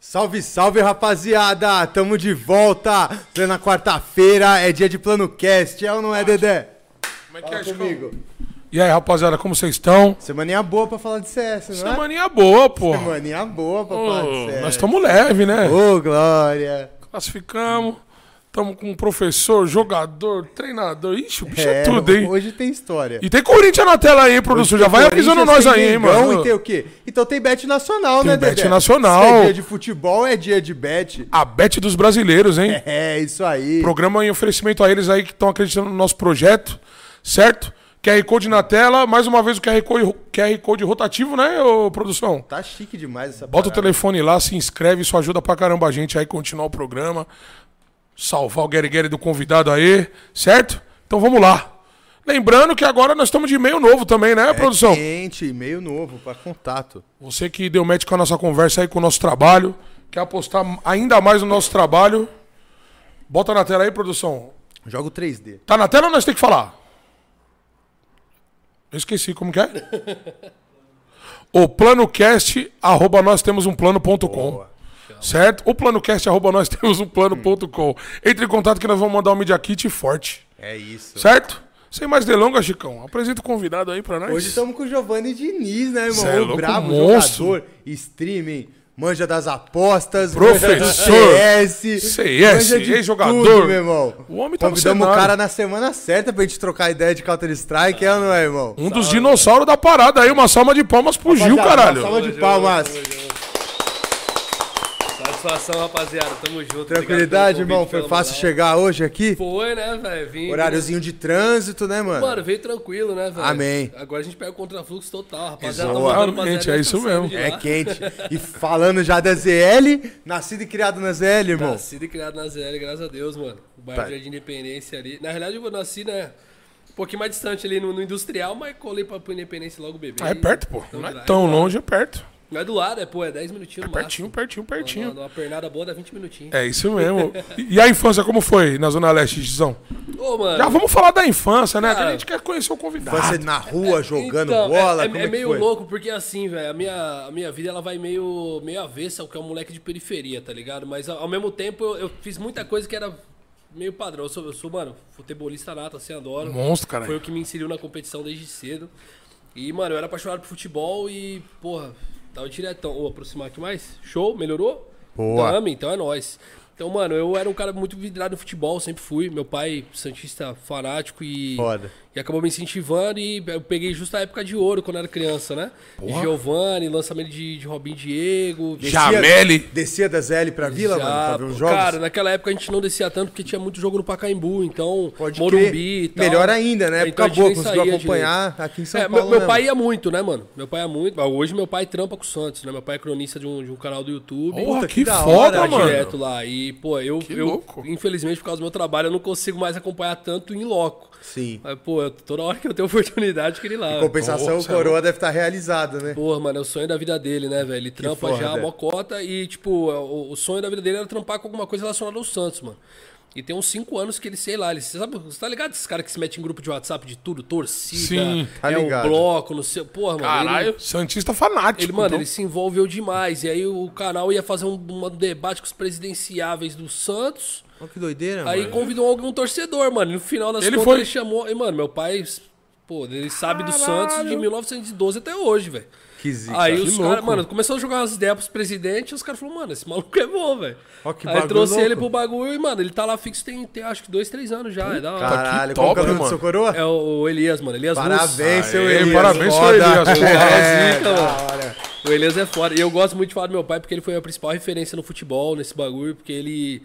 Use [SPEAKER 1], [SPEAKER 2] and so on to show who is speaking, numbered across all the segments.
[SPEAKER 1] Salve, salve rapaziada! Tamo de volta! Plena quarta-feira, é dia de Plano Cast, é ou não é, Dedé?
[SPEAKER 2] Como é que
[SPEAKER 1] Fala
[SPEAKER 2] é, Chico?
[SPEAKER 1] comigo.
[SPEAKER 2] E aí, rapaziada, como vocês estão?
[SPEAKER 1] Semaninha boa pra falar de CS, não é?
[SPEAKER 2] Semaninha boa, pô.
[SPEAKER 1] Semaninha boa pra
[SPEAKER 2] Ô,
[SPEAKER 1] falar de CS.
[SPEAKER 2] nós estamos leve, né?
[SPEAKER 1] Ô, Glória!
[SPEAKER 2] Classificamos. Estamos com um professor, jogador, treinador. Ixi, o bicho é, tudo, hein?
[SPEAKER 1] Hoje tem história.
[SPEAKER 2] E tem Corinthians na tela aí, produção. Já vai
[SPEAKER 1] Corinthians,
[SPEAKER 2] avisando nós
[SPEAKER 1] tem
[SPEAKER 2] aí, hein,
[SPEAKER 1] Mengão
[SPEAKER 2] mano.
[SPEAKER 1] E tem o quê? Então tem bet nacional,
[SPEAKER 2] Tem
[SPEAKER 1] né, Dedé?
[SPEAKER 2] bet nacional.
[SPEAKER 1] Se é dia de futebol, é dia de bet.
[SPEAKER 2] A Bet dos brasileiros, hein?
[SPEAKER 1] É, isso aí.
[SPEAKER 2] Programa em oferecimento a eles aí que estão acreditando no nosso projeto, certo? QR Code na tela. Mais uma vez o QR Code, QR Code rotativo, né, ô, produção?
[SPEAKER 1] Tá chique demais essa
[SPEAKER 2] Bota o
[SPEAKER 1] parada.
[SPEAKER 2] telefone lá, se inscreve, isso ajuda pra caramba a gente aí continuar o programa. Salvar o Gary Gary do convidado aí, certo? Então vamos lá. Lembrando que agora nós estamos de e-mail novo também, né, produção?
[SPEAKER 1] Quente, e-mail novo pra contato.
[SPEAKER 2] Você que deu match com a nossa conversa aí, com o nosso trabalho, quer apostar ainda mais no nosso trabalho, bota na tela aí, produção.
[SPEAKER 1] Jogo 3D.
[SPEAKER 2] Tá na tela ou nós temos que falar? Eu esqueci, como que é? o planocast, arroba nós temos um plano.com. Certo? O planocast, arroba nós temos um plano.com. Entre em contato que nós vamos mandar um Media Kit forte.
[SPEAKER 1] É isso.
[SPEAKER 2] Certo? Sem mais delongas, Chicão. Apresenta o convidado aí pra nós.
[SPEAKER 1] Hoje estamos com o Giovanni Diniz, né, irmão?
[SPEAKER 2] Cê é
[SPEAKER 1] O
[SPEAKER 2] louco,
[SPEAKER 1] brabo
[SPEAKER 2] monstro.
[SPEAKER 1] jogador, streaming, manja das apostas,
[SPEAKER 2] Professor.
[SPEAKER 1] manja do CS,
[SPEAKER 2] CS,
[SPEAKER 1] manja de
[SPEAKER 2] ex-jogador.
[SPEAKER 1] tudo, meu irmão.
[SPEAKER 2] O homem tá no
[SPEAKER 1] Convidamos o
[SPEAKER 2] cenário.
[SPEAKER 1] cara na semana certa pra gente trocar ideia de Counter Strike, é ou não é, irmão?
[SPEAKER 2] Um dos dinossauros da parada aí. Uma salva de palmas pro Gil,
[SPEAKER 1] Rapaziada,
[SPEAKER 2] caralho.
[SPEAKER 1] uma salva de palmas.
[SPEAKER 3] Satisfação, rapaziada. Tamo junto.
[SPEAKER 1] Tranquilidade,
[SPEAKER 3] Obrigado pelo
[SPEAKER 1] irmão,
[SPEAKER 3] convite,
[SPEAKER 1] foi
[SPEAKER 3] pela
[SPEAKER 1] fácil
[SPEAKER 3] moral.
[SPEAKER 1] chegar hoje aqui?
[SPEAKER 3] Foi, né, velho? Vim.
[SPEAKER 1] Horáriozinho de trânsito, né, mano?
[SPEAKER 3] Mano, veio tranquilo, né, velho?
[SPEAKER 1] Amém.
[SPEAKER 3] Agora a gente pega o contrafluxo total, rapaziada.
[SPEAKER 1] Exatamente,
[SPEAKER 3] Tá mandando pra
[SPEAKER 2] é
[SPEAKER 3] zero,
[SPEAKER 2] isso
[SPEAKER 3] tá saindo
[SPEAKER 2] mesmo.
[SPEAKER 3] de
[SPEAKER 1] É
[SPEAKER 3] lá.
[SPEAKER 1] quente. E falando já da ZL, nascido e criado na ZL, irmão.
[SPEAKER 3] Tá Nascido e criado na ZL, graças a Deus, mano. O bairro
[SPEAKER 1] Tá.
[SPEAKER 3] de Jardim Independência ali. Na realidade, eu nasci, né? Um pouquinho mais distante ali no, no industrial, mas colei pra, pro Independência logo bebê.
[SPEAKER 2] Ah, é perto, pô.
[SPEAKER 3] Então,
[SPEAKER 2] Não é
[SPEAKER 3] lá.
[SPEAKER 2] tão longe, é perto.
[SPEAKER 3] Não é do lado, é, pô, é 10 minutinhos no
[SPEAKER 2] Pertinho,
[SPEAKER 3] máximo.
[SPEAKER 2] pertinho, pertinho.
[SPEAKER 3] Uma, uma pernada boa dá 20 minutinhos.
[SPEAKER 2] É isso mesmo. E e a infância como foi na Zona Leste, Gizão?
[SPEAKER 3] Ô, mano.
[SPEAKER 2] É. Já vamos falar da infância, né? Que a
[SPEAKER 3] Cara, é
[SPEAKER 2] gente quer conhecer o convidado.
[SPEAKER 1] Você na rua jogando
[SPEAKER 3] Então,
[SPEAKER 1] bola,
[SPEAKER 3] é, é-
[SPEAKER 1] como
[SPEAKER 3] é
[SPEAKER 1] que
[SPEAKER 3] meio
[SPEAKER 1] foi?
[SPEAKER 3] louco, porque assim, velho, a minha, a minha vida ela vai meio, meio avessa ao que é um moleque de periferia, tá ligado? Mas ao, ao mesmo tempo eu, eu fiz muita coisa que era meio padrão. Eu sou, eu sou, mano, futebolista nato, assim, adoro.
[SPEAKER 2] Monstro, cara.
[SPEAKER 3] Foi o que me inseriu na competição desde cedo. E, mano, eu era apaixonado por futebol e, porra, tava diretão. Vou aproximar aqui mais. Show, melhorou?
[SPEAKER 1] Boa.
[SPEAKER 3] Dame, então é nóis. Então, mano, eu era um cara muito vidrado no futebol, sempre fui. Meu pai, Santista fanático e.
[SPEAKER 1] Foda.
[SPEAKER 3] E acabou me incentivando e eu peguei justo a época de ouro, quando eu era criança, né? De Giovanni, lançamento de, de Robin Diego.
[SPEAKER 1] Descia-
[SPEAKER 2] Jamele.
[SPEAKER 1] Descia da ZL pra Vila, mano, pra ver os
[SPEAKER 3] pô.
[SPEAKER 1] jogos?
[SPEAKER 3] Cara, né? naquela época a gente não descia tanto porque tinha muito jogo no Pacaembu, então
[SPEAKER 1] Pode
[SPEAKER 3] Morumbi
[SPEAKER 1] crer.
[SPEAKER 3] e tal. Então,
[SPEAKER 1] Melhor ainda, né? Época
[SPEAKER 3] a gente
[SPEAKER 1] boa,
[SPEAKER 3] nem
[SPEAKER 1] conseguiu
[SPEAKER 3] saía
[SPEAKER 1] acompanhar aqui em São
[SPEAKER 3] É,
[SPEAKER 1] Paulo
[SPEAKER 3] Meu,
[SPEAKER 1] mesmo.
[SPEAKER 3] meu pai ia muito, né, mano? Meu pai ia muito. Mas Hoje meu pai trampa com o Santos, né? Meu pai é cronista de um, de um canal do YouTube.
[SPEAKER 2] Porra,
[SPEAKER 1] que
[SPEAKER 2] que,
[SPEAKER 1] da
[SPEAKER 2] foda,
[SPEAKER 1] hora,
[SPEAKER 3] Tá
[SPEAKER 2] mano.
[SPEAKER 3] direto lá. E, pô, eu, eu
[SPEAKER 2] louco.
[SPEAKER 3] infelizmente, por causa do meu trabalho, eu não consigo mais acompanhar tanto em loco.
[SPEAKER 1] Sim.
[SPEAKER 3] Mas, pô, eu- toda hora que eu tenho oportunidade, eu queria ir lá.
[SPEAKER 1] Compensação, o
[SPEAKER 2] Nossa,
[SPEAKER 1] Coroa deve estar realizado, né?
[SPEAKER 3] Porra, mano, é o sonho da vida dele, né, velho? Ele trampa
[SPEAKER 1] foda.
[SPEAKER 3] já a mocota e, tipo, o, o sonho da vida dele era trampar com alguma coisa relacionada ao Santos, mano. E tem uns 5 anos que ele, sei lá, ele, você sabe, você tá ligado esses caras que se metem em grupo de WhatsApp de tudo? Torcida,
[SPEAKER 2] Sim,
[SPEAKER 1] tá
[SPEAKER 3] é o
[SPEAKER 1] ligado.
[SPEAKER 3] bloco, não sei. Porra, mano. ele-
[SPEAKER 2] Caralho. Santista fanático.
[SPEAKER 3] ele, mano,
[SPEAKER 2] então.
[SPEAKER 3] ele se envolveu demais. E aí o canal ia fazer um, um debate com os presidenciáveis do Santos.
[SPEAKER 1] Olha que doideira,
[SPEAKER 3] Aí convidou algum torcedor, mano. E No final das
[SPEAKER 2] Ele
[SPEAKER 3] contas,
[SPEAKER 2] foi-
[SPEAKER 3] ele chamou. E, mano, meu pai, pô, ele sabe do
[SPEAKER 2] Caralho.
[SPEAKER 3] Santos de 1912 até hoje, velho.
[SPEAKER 1] Que zica.
[SPEAKER 3] Aí
[SPEAKER 2] Que
[SPEAKER 3] os caras,
[SPEAKER 2] louco.
[SPEAKER 3] mano, começou a jogar umas ideias pros presidentes, e os caras falaram, mano, esse maluco é bom, velho.
[SPEAKER 1] Ó, que
[SPEAKER 3] Aí
[SPEAKER 1] bagulho
[SPEAKER 3] trouxe ele
[SPEAKER 1] louco.
[SPEAKER 3] pro bagulho e, mano, ele tá lá fixo tem, tem, acho que dois, três anos já. É da hora.
[SPEAKER 1] Caralho,
[SPEAKER 2] Tá que
[SPEAKER 1] qual que é o
[SPEAKER 2] top,
[SPEAKER 1] nome do
[SPEAKER 2] mano.
[SPEAKER 1] seu Coroa?
[SPEAKER 3] É o o Elias, mano. Elias Russo.
[SPEAKER 1] Parabéns, seu
[SPEAKER 2] Aê,
[SPEAKER 1] Elias.
[SPEAKER 2] parabéns, seu
[SPEAKER 1] foda.
[SPEAKER 2] Elias, porra.
[SPEAKER 1] É,
[SPEAKER 3] Zica,
[SPEAKER 2] então.
[SPEAKER 1] da
[SPEAKER 3] mano.
[SPEAKER 1] hora.
[SPEAKER 3] O Elias é foda. E eu gosto muito de falar do meu pai, porque ele foi a principal referência no futebol, nesse bagulho, porque ele.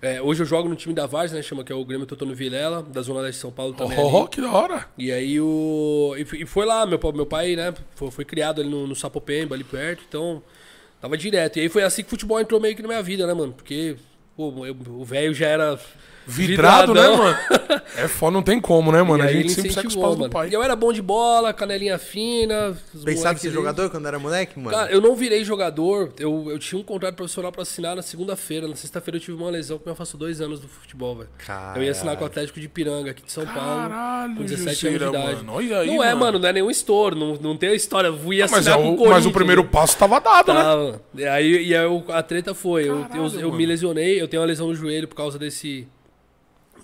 [SPEAKER 3] é, hoje eu jogo no time da Vars, né? Chama que é o Grêmio Totônio Vilela, da Zona Leste de São Paulo também. ali.
[SPEAKER 2] Oh, que da hora.
[SPEAKER 3] E aí o. E, f- e foi lá, meu, pa- meu pai, né? Foi, foi criado ali no, no Sapopemba, ali perto, então. Tava direto. E aí foi assim que o futebol entrou meio que na minha vida, né, mano? Porque, pô, eu- o velho já era.
[SPEAKER 2] Vidrado, né,
[SPEAKER 3] Vidradão.
[SPEAKER 2] mano? É foda, não tem como, né, mano?
[SPEAKER 3] E
[SPEAKER 2] A
[SPEAKER 3] aí
[SPEAKER 2] gente
[SPEAKER 3] ele
[SPEAKER 2] sempre segue os
[SPEAKER 3] incentivou,
[SPEAKER 2] paus do
[SPEAKER 3] mano.
[SPEAKER 2] pai.
[SPEAKER 3] E Eu era bom de bola, canelinha fina. os
[SPEAKER 1] Pensava em
[SPEAKER 3] moleques
[SPEAKER 1] ser
[SPEAKER 3] ali.
[SPEAKER 1] jogador quando era moleque, mano?
[SPEAKER 3] Cara, eu não virei jogador. Eu, eu tinha um contrato profissional pra assinar na segunda-feira. Na sexta-feira eu tive uma lesão que me afastou dois anos do futebol, velho.
[SPEAKER 1] Caralho.
[SPEAKER 3] Eu ia assinar com o Atlético de Piranga, aqui de São
[SPEAKER 2] Caralho,
[SPEAKER 3] Paulo. Com 17
[SPEAKER 2] Jusceira,
[SPEAKER 3] anos de idade.
[SPEAKER 2] mano. Olha aí,
[SPEAKER 3] não é,
[SPEAKER 2] mano.
[SPEAKER 3] mano, não é nenhum estouro. Não, não tem a história. Eu ia
[SPEAKER 2] Mas, é
[SPEAKER 3] assinar com
[SPEAKER 2] o,
[SPEAKER 3] o Corinthians.
[SPEAKER 2] mas o primeiro passo tava dado, né?
[SPEAKER 3] Tava. E aí, e aí eu- a treta foi, eu- eu,
[SPEAKER 2] Caralho,
[SPEAKER 3] eu
[SPEAKER 2] mano.
[SPEAKER 3] me lesionei, eu tenho uma lesão no joelho por causa desse,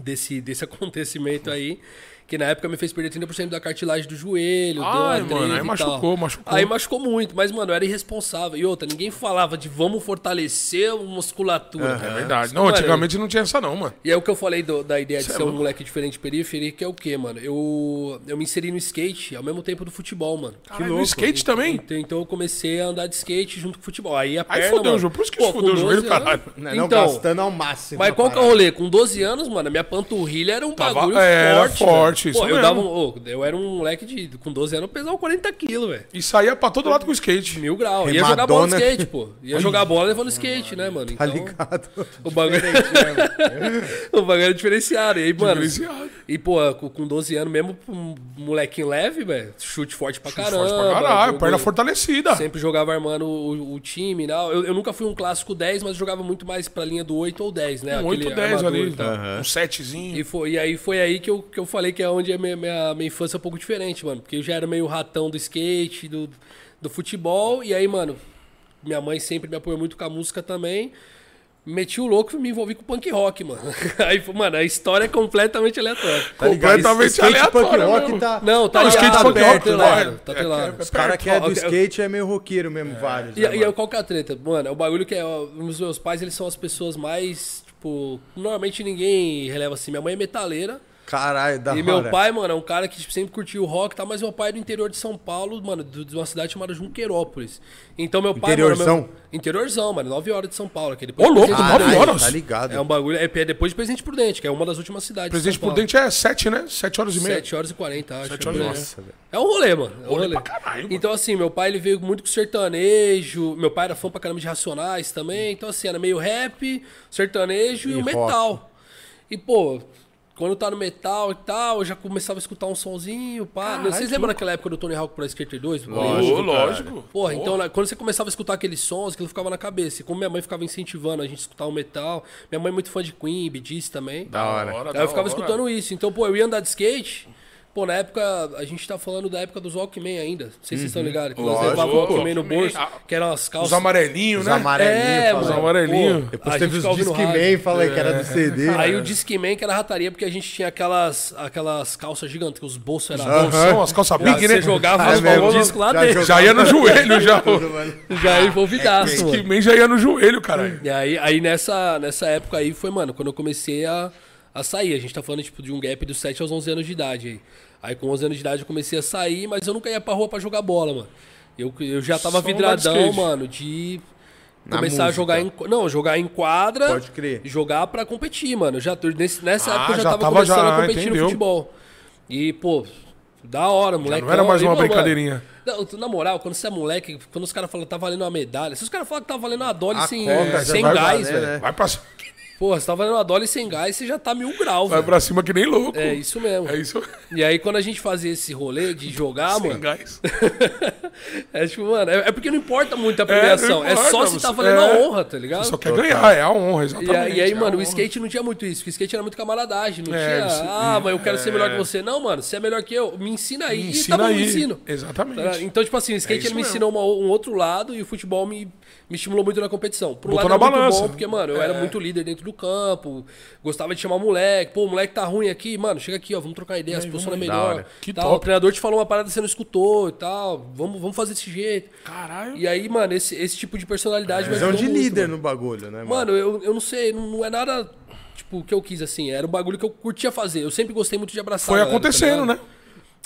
[SPEAKER 3] desse, desse acontecimento aí, que na época me fez perder 30% da cartilagem do joelho, deu uma
[SPEAKER 2] Ai, mano,
[SPEAKER 3] treta
[SPEAKER 2] aí
[SPEAKER 3] e
[SPEAKER 2] machucou,
[SPEAKER 3] tal.
[SPEAKER 2] machucou.
[SPEAKER 3] Aí machucou muito, mas, mano, eu era irresponsável. E outra, ninguém falava de vamos fortalecer a musculatura.
[SPEAKER 2] É verdade. Não,
[SPEAKER 3] Mano,
[SPEAKER 2] antigamente não tinha essa não, mano.
[SPEAKER 3] e é o que eu falei do- da ideia de
[SPEAKER 2] Cê é
[SPEAKER 3] ser um
[SPEAKER 2] louco.
[SPEAKER 3] moleque diferente de periferia, que é o quê, mano? Eu, eu me inseri no skate ao mesmo tempo do futebol, mano.
[SPEAKER 2] Caralho, no skate também?
[SPEAKER 3] Então, então eu comecei a andar de skate junto com o futebol. Aí a
[SPEAKER 2] Aí
[SPEAKER 3] perna,
[SPEAKER 2] fodeu o
[SPEAKER 3] mano,
[SPEAKER 2] joelho. Por isso que fodeu
[SPEAKER 3] com
[SPEAKER 2] o joelho,
[SPEAKER 3] 12
[SPEAKER 2] caralho.
[SPEAKER 3] anos-
[SPEAKER 1] Não, não
[SPEAKER 3] então,
[SPEAKER 1] gastando ao máximo.
[SPEAKER 3] mas
[SPEAKER 1] a
[SPEAKER 3] qual que é o
[SPEAKER 1] parada.
[SPEAKER 3] rolê? Com 12 anos, mano, a minha panturrilha era um
[SPEAKER 2] Tava-
[SPEAKER 3] bagulho
[SPEAKER 2] é, era
[SPEAKER 3] forte.
[SPEAKER 2] forte,
[SPEAKER 3] velho.
[SPEAKER 2] isso
[SPEAKER 3] Pô, eu,
[SPEAKER 2] mesmo.
[SPEAKER 3] dava um, ô, eu era um moleque de... Com 12 anos eu pesava 40 quilos, velho.
[SPEAKER 2] E saía pra todo lado com o skate.
[SPEAKER 3] Mil graus. Ia jogar bola no
[SPEAKER 1] Remadona.
[SPEAKER 3] skate, pô. Ia jogar bola levando skate, né, mano?
[SPEAKER 1] Tá
[SPEAKER 3] Então,
[SPEAKER 1] ligado?
[SPEAKER 3] o bagulho... o bagulho é diferenciado. E aí, mano...
[SPEAKER 2] né, Diferenciado.
[SPEAKER 3] E, pô, com com 12 anos mesmo, um molequinho leve, velho, chute forte pra
[SPEAKER 2] Forte
[SPEAKER 3] caramba.
[SPEAKER 2] pra caralho,
[SPEAKER 3] jogo-
[SPEAKER 2] perna fortalecida.
[SPEAKER 3] Sempre jogava armando o, o time, né? Eu, eu nunca fui um clássico 10, mas jogava muito mais pra linha do 8 ou 10, né?
[SPEAKER 2] Um
[SPEAKER 3] Aquele
[SPEAKER 2] 8 ou 10
[SPEAKER 3] armador
[SPEAKER 2] ali.
[SPEAKER 3] e tal.
[SPEAKER 2] Um setezinho.
[SPEAKER 3] E, foi, e aí foi aí que eu, que eu falei que é onde a minha, minha, minha infância é um pouco diferente, mano. Porque eu já era meio ratão do skate, do, do futebol. E aí, mano, minha mãe sempre me apoiou muito com a música também. Meti o louco e me envolvi com punk rock, mano. Aí, mano, a história é completamente aleatória.
[SPEAKER 1] Tá ligado?
[SPEAKER 2] Completamente
[SPEAKER 1] Skate
[SPEAKER 2] aleatório é
[SPEAKER 1] punk rock
[SPEAKER 2] mesmo.
[SPEAKER 1] tá...
[SPEAKER 3] Não, tá
[SPEAKER 2] Não,
[SPEAKER 3] ligado,
[SPEAKER 2] skate
[SPEAKER 3] tá
[SPEAKER 2] punk rock,
[SPEAKER 3] telado,
[SPEAKER 2] é,
[SPEAKER 3] tá
[SPEAKER 2] é,
[SPEAKER 3] telado.
[SPEAKER 2] é,
[SPEAKER 1] Os cara que é do
[SPEAKER 3] Ok,
[SPEAKER 1] skate é meio roqueiro mesmo, vários.
[SPEAKER 3] E,
[SPEAKER 1] né,
[SPEAKER 3] e
[SPEAKER 1] mano?
[SPEAKER 3] aí, qual que é a treta? Mano, é o bagulho que é. ó, Os meus pais, eles são as pessoas mais. Tipo, normalmente ninguém releva assim. Minha mãe é metaleira.
[SPEAKER 1] Caralho, da hora.
[SPEAKER 3] e meu pai, mano, é um cara que tipo, sempre curtiu o rock e tal, mas meu pai é do interior de São Paulo, mano, do- de uma cidade chamada Junquerópolis. Então meu pai.
[SPEAKER 1] Interiorzão?
[SPEAKER 3] Mano, meu, interiorzão, mano, 9 horas de São Paulo. Aquele
[SPEAKER 2] Ô, louco,
[SPEAKER 1] Caralho,
[SPEAKER 2] 9 horas.
[SPEAKER 1] Tá ligado.
[SPEAKER 3] É um bagulho. É é depois de Presidente Prudente, que é uma das últimas cidades.
[SPEAKER 2] Presidente Prudente é 7, né? 7 horas e meia.
[SPEAKER 3] 7 horas e 40, acho.
[SPEAKER 2] Sete horas e
[SPEAKER 3] por aí.
[SPEAKER 2] meia.
[SPEAKER 1] Nossa, velho.
[SPEAKER 3] É um rolê, mano. É um
[SPEAKER 2] Rolê
[SPEAKER 3] rolê.
[SPEAKER 2] pra caralho, mano.
[SPEAKER 3] Então, assim, meu pai ele veio muito com sertanejo. Meu pai era fã pra caramba de Racionais também. Então, assim, era meio rap, sertanejo e, o
[SPEAKER 1] rock.
[SPEAKER 3] metal. E, pô, quando tá no metal e tal, eu já começava a escutar um sonzinho, pá. Vocês lembram daquela época do Tony Hawk Pro Skater 2? Do Play 1?
[SPEAKER 2] Ô, lógico.
[SPEAKER 3] Porra, então na- quando você começava a escutar aqueles sons, aquilo ficava na cabeça. E como minha mãe ficava incentivando a gente a escutar o metal, minha mãe é muito fã de Queen, Bee Gees também.
[SPEAKER 1] Da hora.
[SPEAKER 3] Aí eu ficava escutando isso. Então, pô, eu ia andar de skate. Pô, na época, a gente tá falando da época dos Walkman ainda. Não sei se vocês
[SPEAKER 1] Uhum.
[SPEAKER 3] estão ligados. Que nós
[SPEAKER 2] Lógico.
[SPEAKER 3] levávamos o Walkman no
[SPEAKER 2] Walkman.
[SPEAKER 3] bolso,
[SPEAKER 2] Ah,
[SPEAKER 3] que eram as calças.
[SPEAKER 2] Os amarelinhos,
[SPEAKER 1] Os
[SPEAKER 2] né?
[SPEAKER 1] amarelinhos.
[SPEAKER 3] É,
[SPEAKER 1] falando.
[SPEAKER 2] Os
[SPEAKER 3] mano.
[SPEAKER 2] amarelinhos.
[SPEAKER 3] Pô,
[SPEAKER 1] Depois
[SPEAKER 3] a
[SPEAKER 1] teve
[SPEAKER 3] gente
[SPEAKER 1] os
[SPEAKER 3] ficava ouvindo
[SPEAKER 1] Discman, né?
[SPEAKER 3] rádio. É.
[SPEAKER 1] falei que era do né? CD.
[SPEAKER 3] Aí o Discman que era rataria, porque a gente tinha aquelas, aquelas calças gigantes, que os bolsos eram...
[SPEAKER 2] Bolsão, as calças
[SPEAKER 3] Pô,
[SPEAKER 2] big,
[SPEAKER 3] você
[SPEAKER 2] né?
[SPEAKER 3] jogava
[SPEAKER 1] É
[SPEAKER 3] os
[SPEAKER 1] mesmo,
[SPEAKER 3] balões disco lá
[SPEAKER 1] já
[SPEAKER 3] dentro.
[SPEAKER 1] jogava.
[SPEAKER 2] Já ia no joelho, já.
[SPEAKER 1] Tudo, mano.
[SPEAKER 3] Já é
[SPEAKER 1] É,
[SPEAKER 3] envolvidaço, mano.
[SPEAKER 2] Que nem já ia no joelho, caralho.
[SPEAKER 3] E aí, aí nessa, nessa época aí foi, mano, quando eu comecei a, a sair. A gente tá falando, tipo, de um gap dos 7 aos 11 anos de idade aí. Aí com 11 anos de idade eu comecei a sair, mas eu nunca ia pra rua pra jogar bola, mano. Eu, eu já tava
[SPEAKER 2] Só um andar de
[SPEAKER 3] vidradão,
[SPEAKER 2] skate.
[SPEAKER 3] mano, de
[SPEAKER 1] Na
[SPEAKER 3] começar a
[SPEAKER 1] música.
[SPEAKER 3] jogar em... qu- Não, jogar em quadra.
[SPEAKER 1] Pode crer.
[SPEAKER 3] Jogar pra competir, mano. Eu Já, tô- nesse- nessa
[SPEAKER 2] Ah,
[SPEAKER 3] época eu já,
[SPEAKER 2] já
[SPEAKER 3] tava,
[SPEAKER 2] tava
[SPEAKER 3] começando
[SPEAKER 2] já,
[SPEAKER 3] a competir
[SPEAKER 2] entendeu.
[SPEAKER 3] no futebol. E, pô... Da hora, moleque.
[SPEAKER 2] era mais
[SPEAKER 3] E,
[SPEAKER 2] uma
[SPEAKER 3] mano,
[SPEAKER 2] brincadeirinha.
[SPEAKER 3] não, tu- na moral, quando você é moleque, quando os caras falam que tá valendo uma medalha, se os caras falam que tá valendo uma dole
[SPEAKER 1] A
[SPEAKER 3] sem,
[SPEAKER 1] Copa, já
[SPEAKER 3] sem
[SPEAKER 1] vai
[SPEAKER 3] gás,
[SPEAKER 1] valer,
[SPEAKER 3] velho.
[SPEAKER 1] né?
[SPEAKER 2] Vai pra, c-
[SPEAKER 3] Porra, você tá valendo uma dole sem gás, você já tá mil graus,
[SPEAKER 2] vai
[SPEAKER 3] velho.
[SPEAKER 2] pra cima que nem louco.
[SPEAKER 3] É isso mesmo.
[SPEAKER 2] É isso.
[SPEAKER 3] E aí, quando a gente fazia esse rolê de jogar,
[SPEAKER 2] Sem
[SPEAKER 3] Ah, mano,
[SPEAKER 2] gás.
[SPEAKER 3] é tipo, mano, é, é porque não importa muito a premiação.
[SPEAKER 2] não
[SPEAKER 3] É,
[SPEAKER 2] importa,
[SPEAKER 3] só se
[SPEAKER 2] você-
[SPEAKER 3] tá valendo
[SPEAKER 2] é.
[SPEAKER 3] a honra, tá ligado?
[SPEAKER 2] Só quer ganhar, é a honra,
[SPEAKER 3] E, a-
[SPEAKER 2] exatamente.
[SPEAKER 3] e aí,
[SPEAKER 2] é a
[SPEAKER 3] mano, o
[SPEAKER 2] honra.
[SPEAKER 3] skate não tinha muito isso, porque o skate era muito camaradagem, não
[SPEAKER 2] É,
[SPEAKER 3] tinha.
[SPEAKER 2] isso-
[SPEAKER 3] ah, mas eu quero ser melhor que você. Não, mano, você é melhor que eu, me ensina aí.
[SPEAKER 2] Me
[SPEAKER 3] E
[SPEAKER 2] ensina
[SPEAKER 3] tá bom,
[SPEAKER 2] aí.
[SPEAKER 3] eu ensino. Tá ligado?
[SPEAKER 2] Exatamente.
[SPEAKER 3] Então, tipo assim, o skate
[SPEAKER 2] É isso
[SPEAKER 3] ele me
[SPEAKER 2] mesmo.
[SPEAKER 3] ensinou uma- um outro lado e o futebol me, me estimulou muito na competição. Por um
[SPEAKER 2] Botou
[SPEAKER 3] lado
[SPEAKER 2] na
[SPEAKER 3] era muito
[SPEAKER 2] balança. É.
[SPEAKER 3] bom, porque, mano, eu era muito líder dentro do campo, gostava de chamar o moleque, pô, o moleque tá ruim aqui, mano, chega aqui, ó, vamos trocar ideia, as posições é melhor.
[SPEAKER 1] hora.
[SPEAKER 2] Que
[SPEAKER 3] tal.
[SPEAKER 2] top.
[SPEAKER 3] O treinador te falou uma parada que você não escutou e tal, vamos, vamos fazer desse jeito.
[SPEAKER 2] Caralho.
[SPEAKER 3] E aí, mano, esse, esse tipo de personalidade
[SPEAKER 2] É.
[SPEAKER 3] me
[SPEAKER 1] Visão é um de
[SPEAKER 3] ajudou muito,
[SPEAKER 1] líder
[SPEAKER 3] mano.
[SPEAKER 1] no bagulho, né, mano?
[SPEAKER 3] Mano, eu, eu não sei, não, não é nada, tipo, o que eu quis, assim, era um bagulho que eu curtia fazer, eu sempre gostei muito de abraçar
[SPEAKER 2] Foi
[SPEAKER 3] a galera, tá
[SPEAKER 2] acontecendo,
[SPEAKER 3] ligado?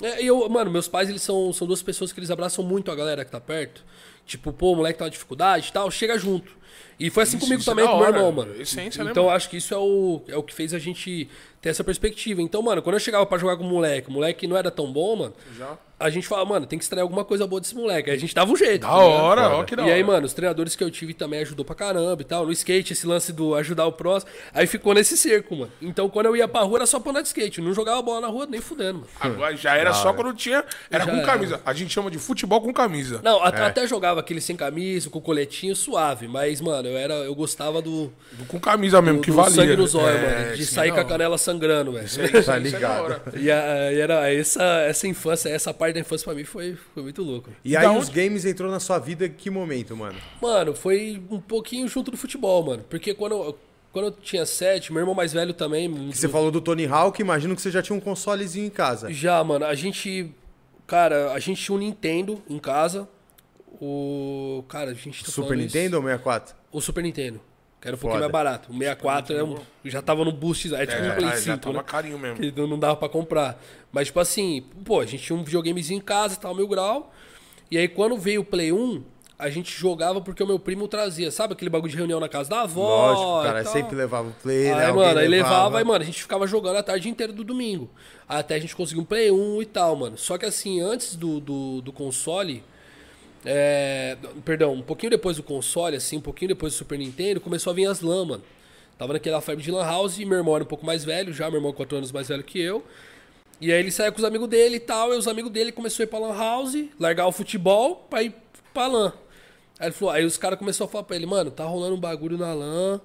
[SPEAKER 2] né?
[SPEAKER 3] É, e eu, mano, meus pais, eles são, são duas pessoas que eles abraçam muito a galera que tá perto. Tipo, pô, o moleque tá uma dificuldade e tal, chega junto. E foi assim
[SPEAKER 2] Isso,
[SPEAKER 3] comigo
[SPEAKER 2] isso é
[SPEAKER 3] também,
[SPEAKER 2] da
[SPEAKER 3] com o meu
[SPEAKER 2] hora.
[SPEAKER 3] irmão, mano.
[SPEAKER 2] Essência, né,
[SPEAKER 3] então
[SPEAKER 2] mano?
[SPEAKER 3] acho que isso é o, é o que fez a gente ter essa perspectiva. Então, mano, quando eu chegava pra jogar com o moleque, o moleque não era tão bom, mano,
[SPEAKER 2] Já.
[SPEAKER 3] a gente falava, mano, tem que extrair alguma coisa boa desse moleque. Aí a gente dava um jeito.
[SPEAKER 2] Da
[SPEAKER 3] tá ligado?
[SPEAKER 2] hora, ó, que da
[SPEAKER 3] E aí,
[SPEAKER 2] hora.
[SPEAKER 3] mano, os treinadores que eu tive também ajudou pra caramba e tal. No skate, esse lance do ajudar o próximo. Aí ficou nesse cerco, mano. Então, quando eu ia pra rua, era só pra andar de skate. Eu não jogava bola na rua, nem fudendo, mano.
[SPEAKER 2] Agora já era só quando tinha. Era
[SPEAKER 3] Já
[SPEAKER 2] com
[SPEAKER 3] era.
[SPEAKER 2] camisa. A gente chama de futebol com camisa.
[SPEAKER 3] Não,
[SPEAKER 1] É.
[SPEAKER 3] at- até jogava aquele sem camisa, com coletinho suave. Mas, mano, eu, era, eu gostava do,
[SPEAKER 2] Com camisa mesmo,
[SPEAKER 3] do,
[SPEAKER 2] que
[SPEAKER 3] do
[SPEAKER 2] valia.
[SPEAKER 3] sangue
[SPEAKER 1] né?
[SPEAKER 3] nos olhos,
[SPEAKER 2] É,
[SPEAKER 3] mano. De
[SPEAKER 2] isso é
[SPEAKER 3] sair
[SPEAKER 2] da
[SPEAKER 3] com a
[SPEAKER 2] hora.
[SPEAKER 3] canela sangrando, velho.
[SPEAKER 2] Tá ligado.
[SPEAKER 3] E, a- e era essa, essa infância, essa parte da infância pra mim foi, foi muito louco.
[SPEAKER 1] E aí
[SPEAKER 2] Da
[SPEAKER 1] os games entrou na sua vida em que momento, mano?
[SPEAKER 3] Mano, foi um pouquinho junto do futebol, mano. Porque quando, eu- quando eu tinha sete, meu irmão mais velho também.
[SPEAKER 1] Que Você falou do Tony Hawk, imagino que você já tinha um consolezinho em casa.
[SPEAKER 3] Já, mano, a gente. Cara, a gente tinha um Nintendo em casa. O. Cara, a gente tá
[SPEAKER 1] Super
[SPEAKER 3] falando
[SPEAKER 1] Nintendo ou 64?
[SPEAKER 3] Isso. O Super Nintendo. Que era um pouquinho
[SPEAKER 1] Foda.
[SPEAKER 3] mais barato. O 64 era um- já tava no boost. É tipo um
[SPEAKER 2] É,
[SPEAKER 3] Play
[SPEAKER 2] já
[SPEAKER 3] 5,
[SPEAKER 2] tava
[SPEAKER 3] né?
[SPEAKER 2] carinho mesmo.
[SPEAKER 3] Que não não dava pra comprar. Mas, tipo assim, pô, a gente tinha um videogamezinho em casa, tal, mil grau. E aí, quando veio o Play 1, a gente jogava porque o meu primo trazia. Sabe aquele bagulho de reunião na casa da avó?
[SPEAKER 1] Lógico,
[SPEAKER 3] e
[SPEAKER 1] cara, é
[SPEAKER 3] tal?
[SPEAKER 1] sempre levava o play, né?
[SPEAKER 3] então. Aí,
[SPEAKER 1] Alguém
[SPEAKER 3] mano, aí levava, aí, mano, a gente ficava jogando a tarde inteira do domingo. Até a gente conseguir um Play 1 e tal, mano. Só que assim, antes do, do, do console. é, perdão, um pouquinho depois do console, assim, um pouquinho depois do Super Nintendo, começou a vir as LAN, mano. Tava naquela febre de Lan House e meu irmão era um pouco mais velho, já, meu irmão é 4 anos mais velho que eu. E aí ele saía com os amigos dele e tal, e os amigos dele começaram a ir pra Lan House, largar o futebol pra ir pra Lan. Aí, ele falou, aí os caras começaram a falar pra ele, mano, tá rolando um bagulho na Lan,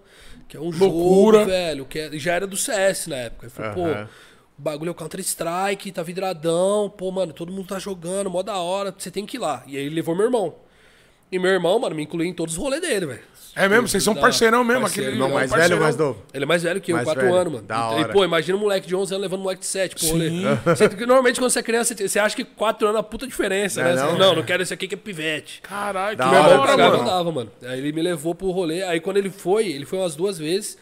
[SPEAKER 3] que é um
[SPEAKER 2] Loucura.
[SPEAKER 3] jogo, velho, que é- já era do CS na época. Ele falou,
[SPEAKER 1] Aham.
[SPEAKER 3] pô, o bagulho é o Counter-Strike, tá vidradão, pô, mano, todo mundo tá jogando, mó da hora, você tem que ir lá. E aí ele levou meu irmão. E meu irmão, mano, me incluiu em todos os rolês dele, velho.
[SPEAKER 2] É mesmo, vocês são
[SPEAKER 3] Da-
[SPEAKER 2] parceirão mesmo.
[SPEAKER 3] parceiro.
[SPEAKER 2] Aquele
[SPEAKER 1] Não,
[SPEAKER 2] é um
[SPEAKER 1] mais velho
[SPEAKER 2] parceirão.
[SPEAKER 1] ou mais novo?
[SPEAKER 3] Ele é mais velho que eu,
[SPEAKER 1] Mais
[SPEAKER 3] 4
[SPEAKER 1] velho.
[SPEAKER 3] anos, mano.
[SPEAKER 1] Da
[SPEAKER 3] e,
[SPEAKER 1] hora.
[SPEAKER 3] pô, imagina um moleque de 11 anos levando um moleque de 7, pô, rolê. Você- que Normalmente quando você é criança, você acha que 4 anos é uma puta diferença,
[SPEAKER 1] Não é
[SPEAKER 3] né? Você
[SPEAKER 1] não?
[SPEAKER 3] fala, não, não quero esse aqui que é pivete.
[SPEAKER 2] Caralho, que
[SPEAKER 1] Da
[SPEAKER 2] da
[SPEAKER 1] hora,
[SPEAKER 3] Meu
[SPEAKER 2] hora,
[SPEAKER 3] irmão
[SPEAKER 1] cara.
[SPEAKER 3] cagava
[SPEAKER 2] mano.
[SPEAKER 3] e andava, mano. Aí ele me levou pro rolê. Aí quando ele foi, ele foi umas duas vezes.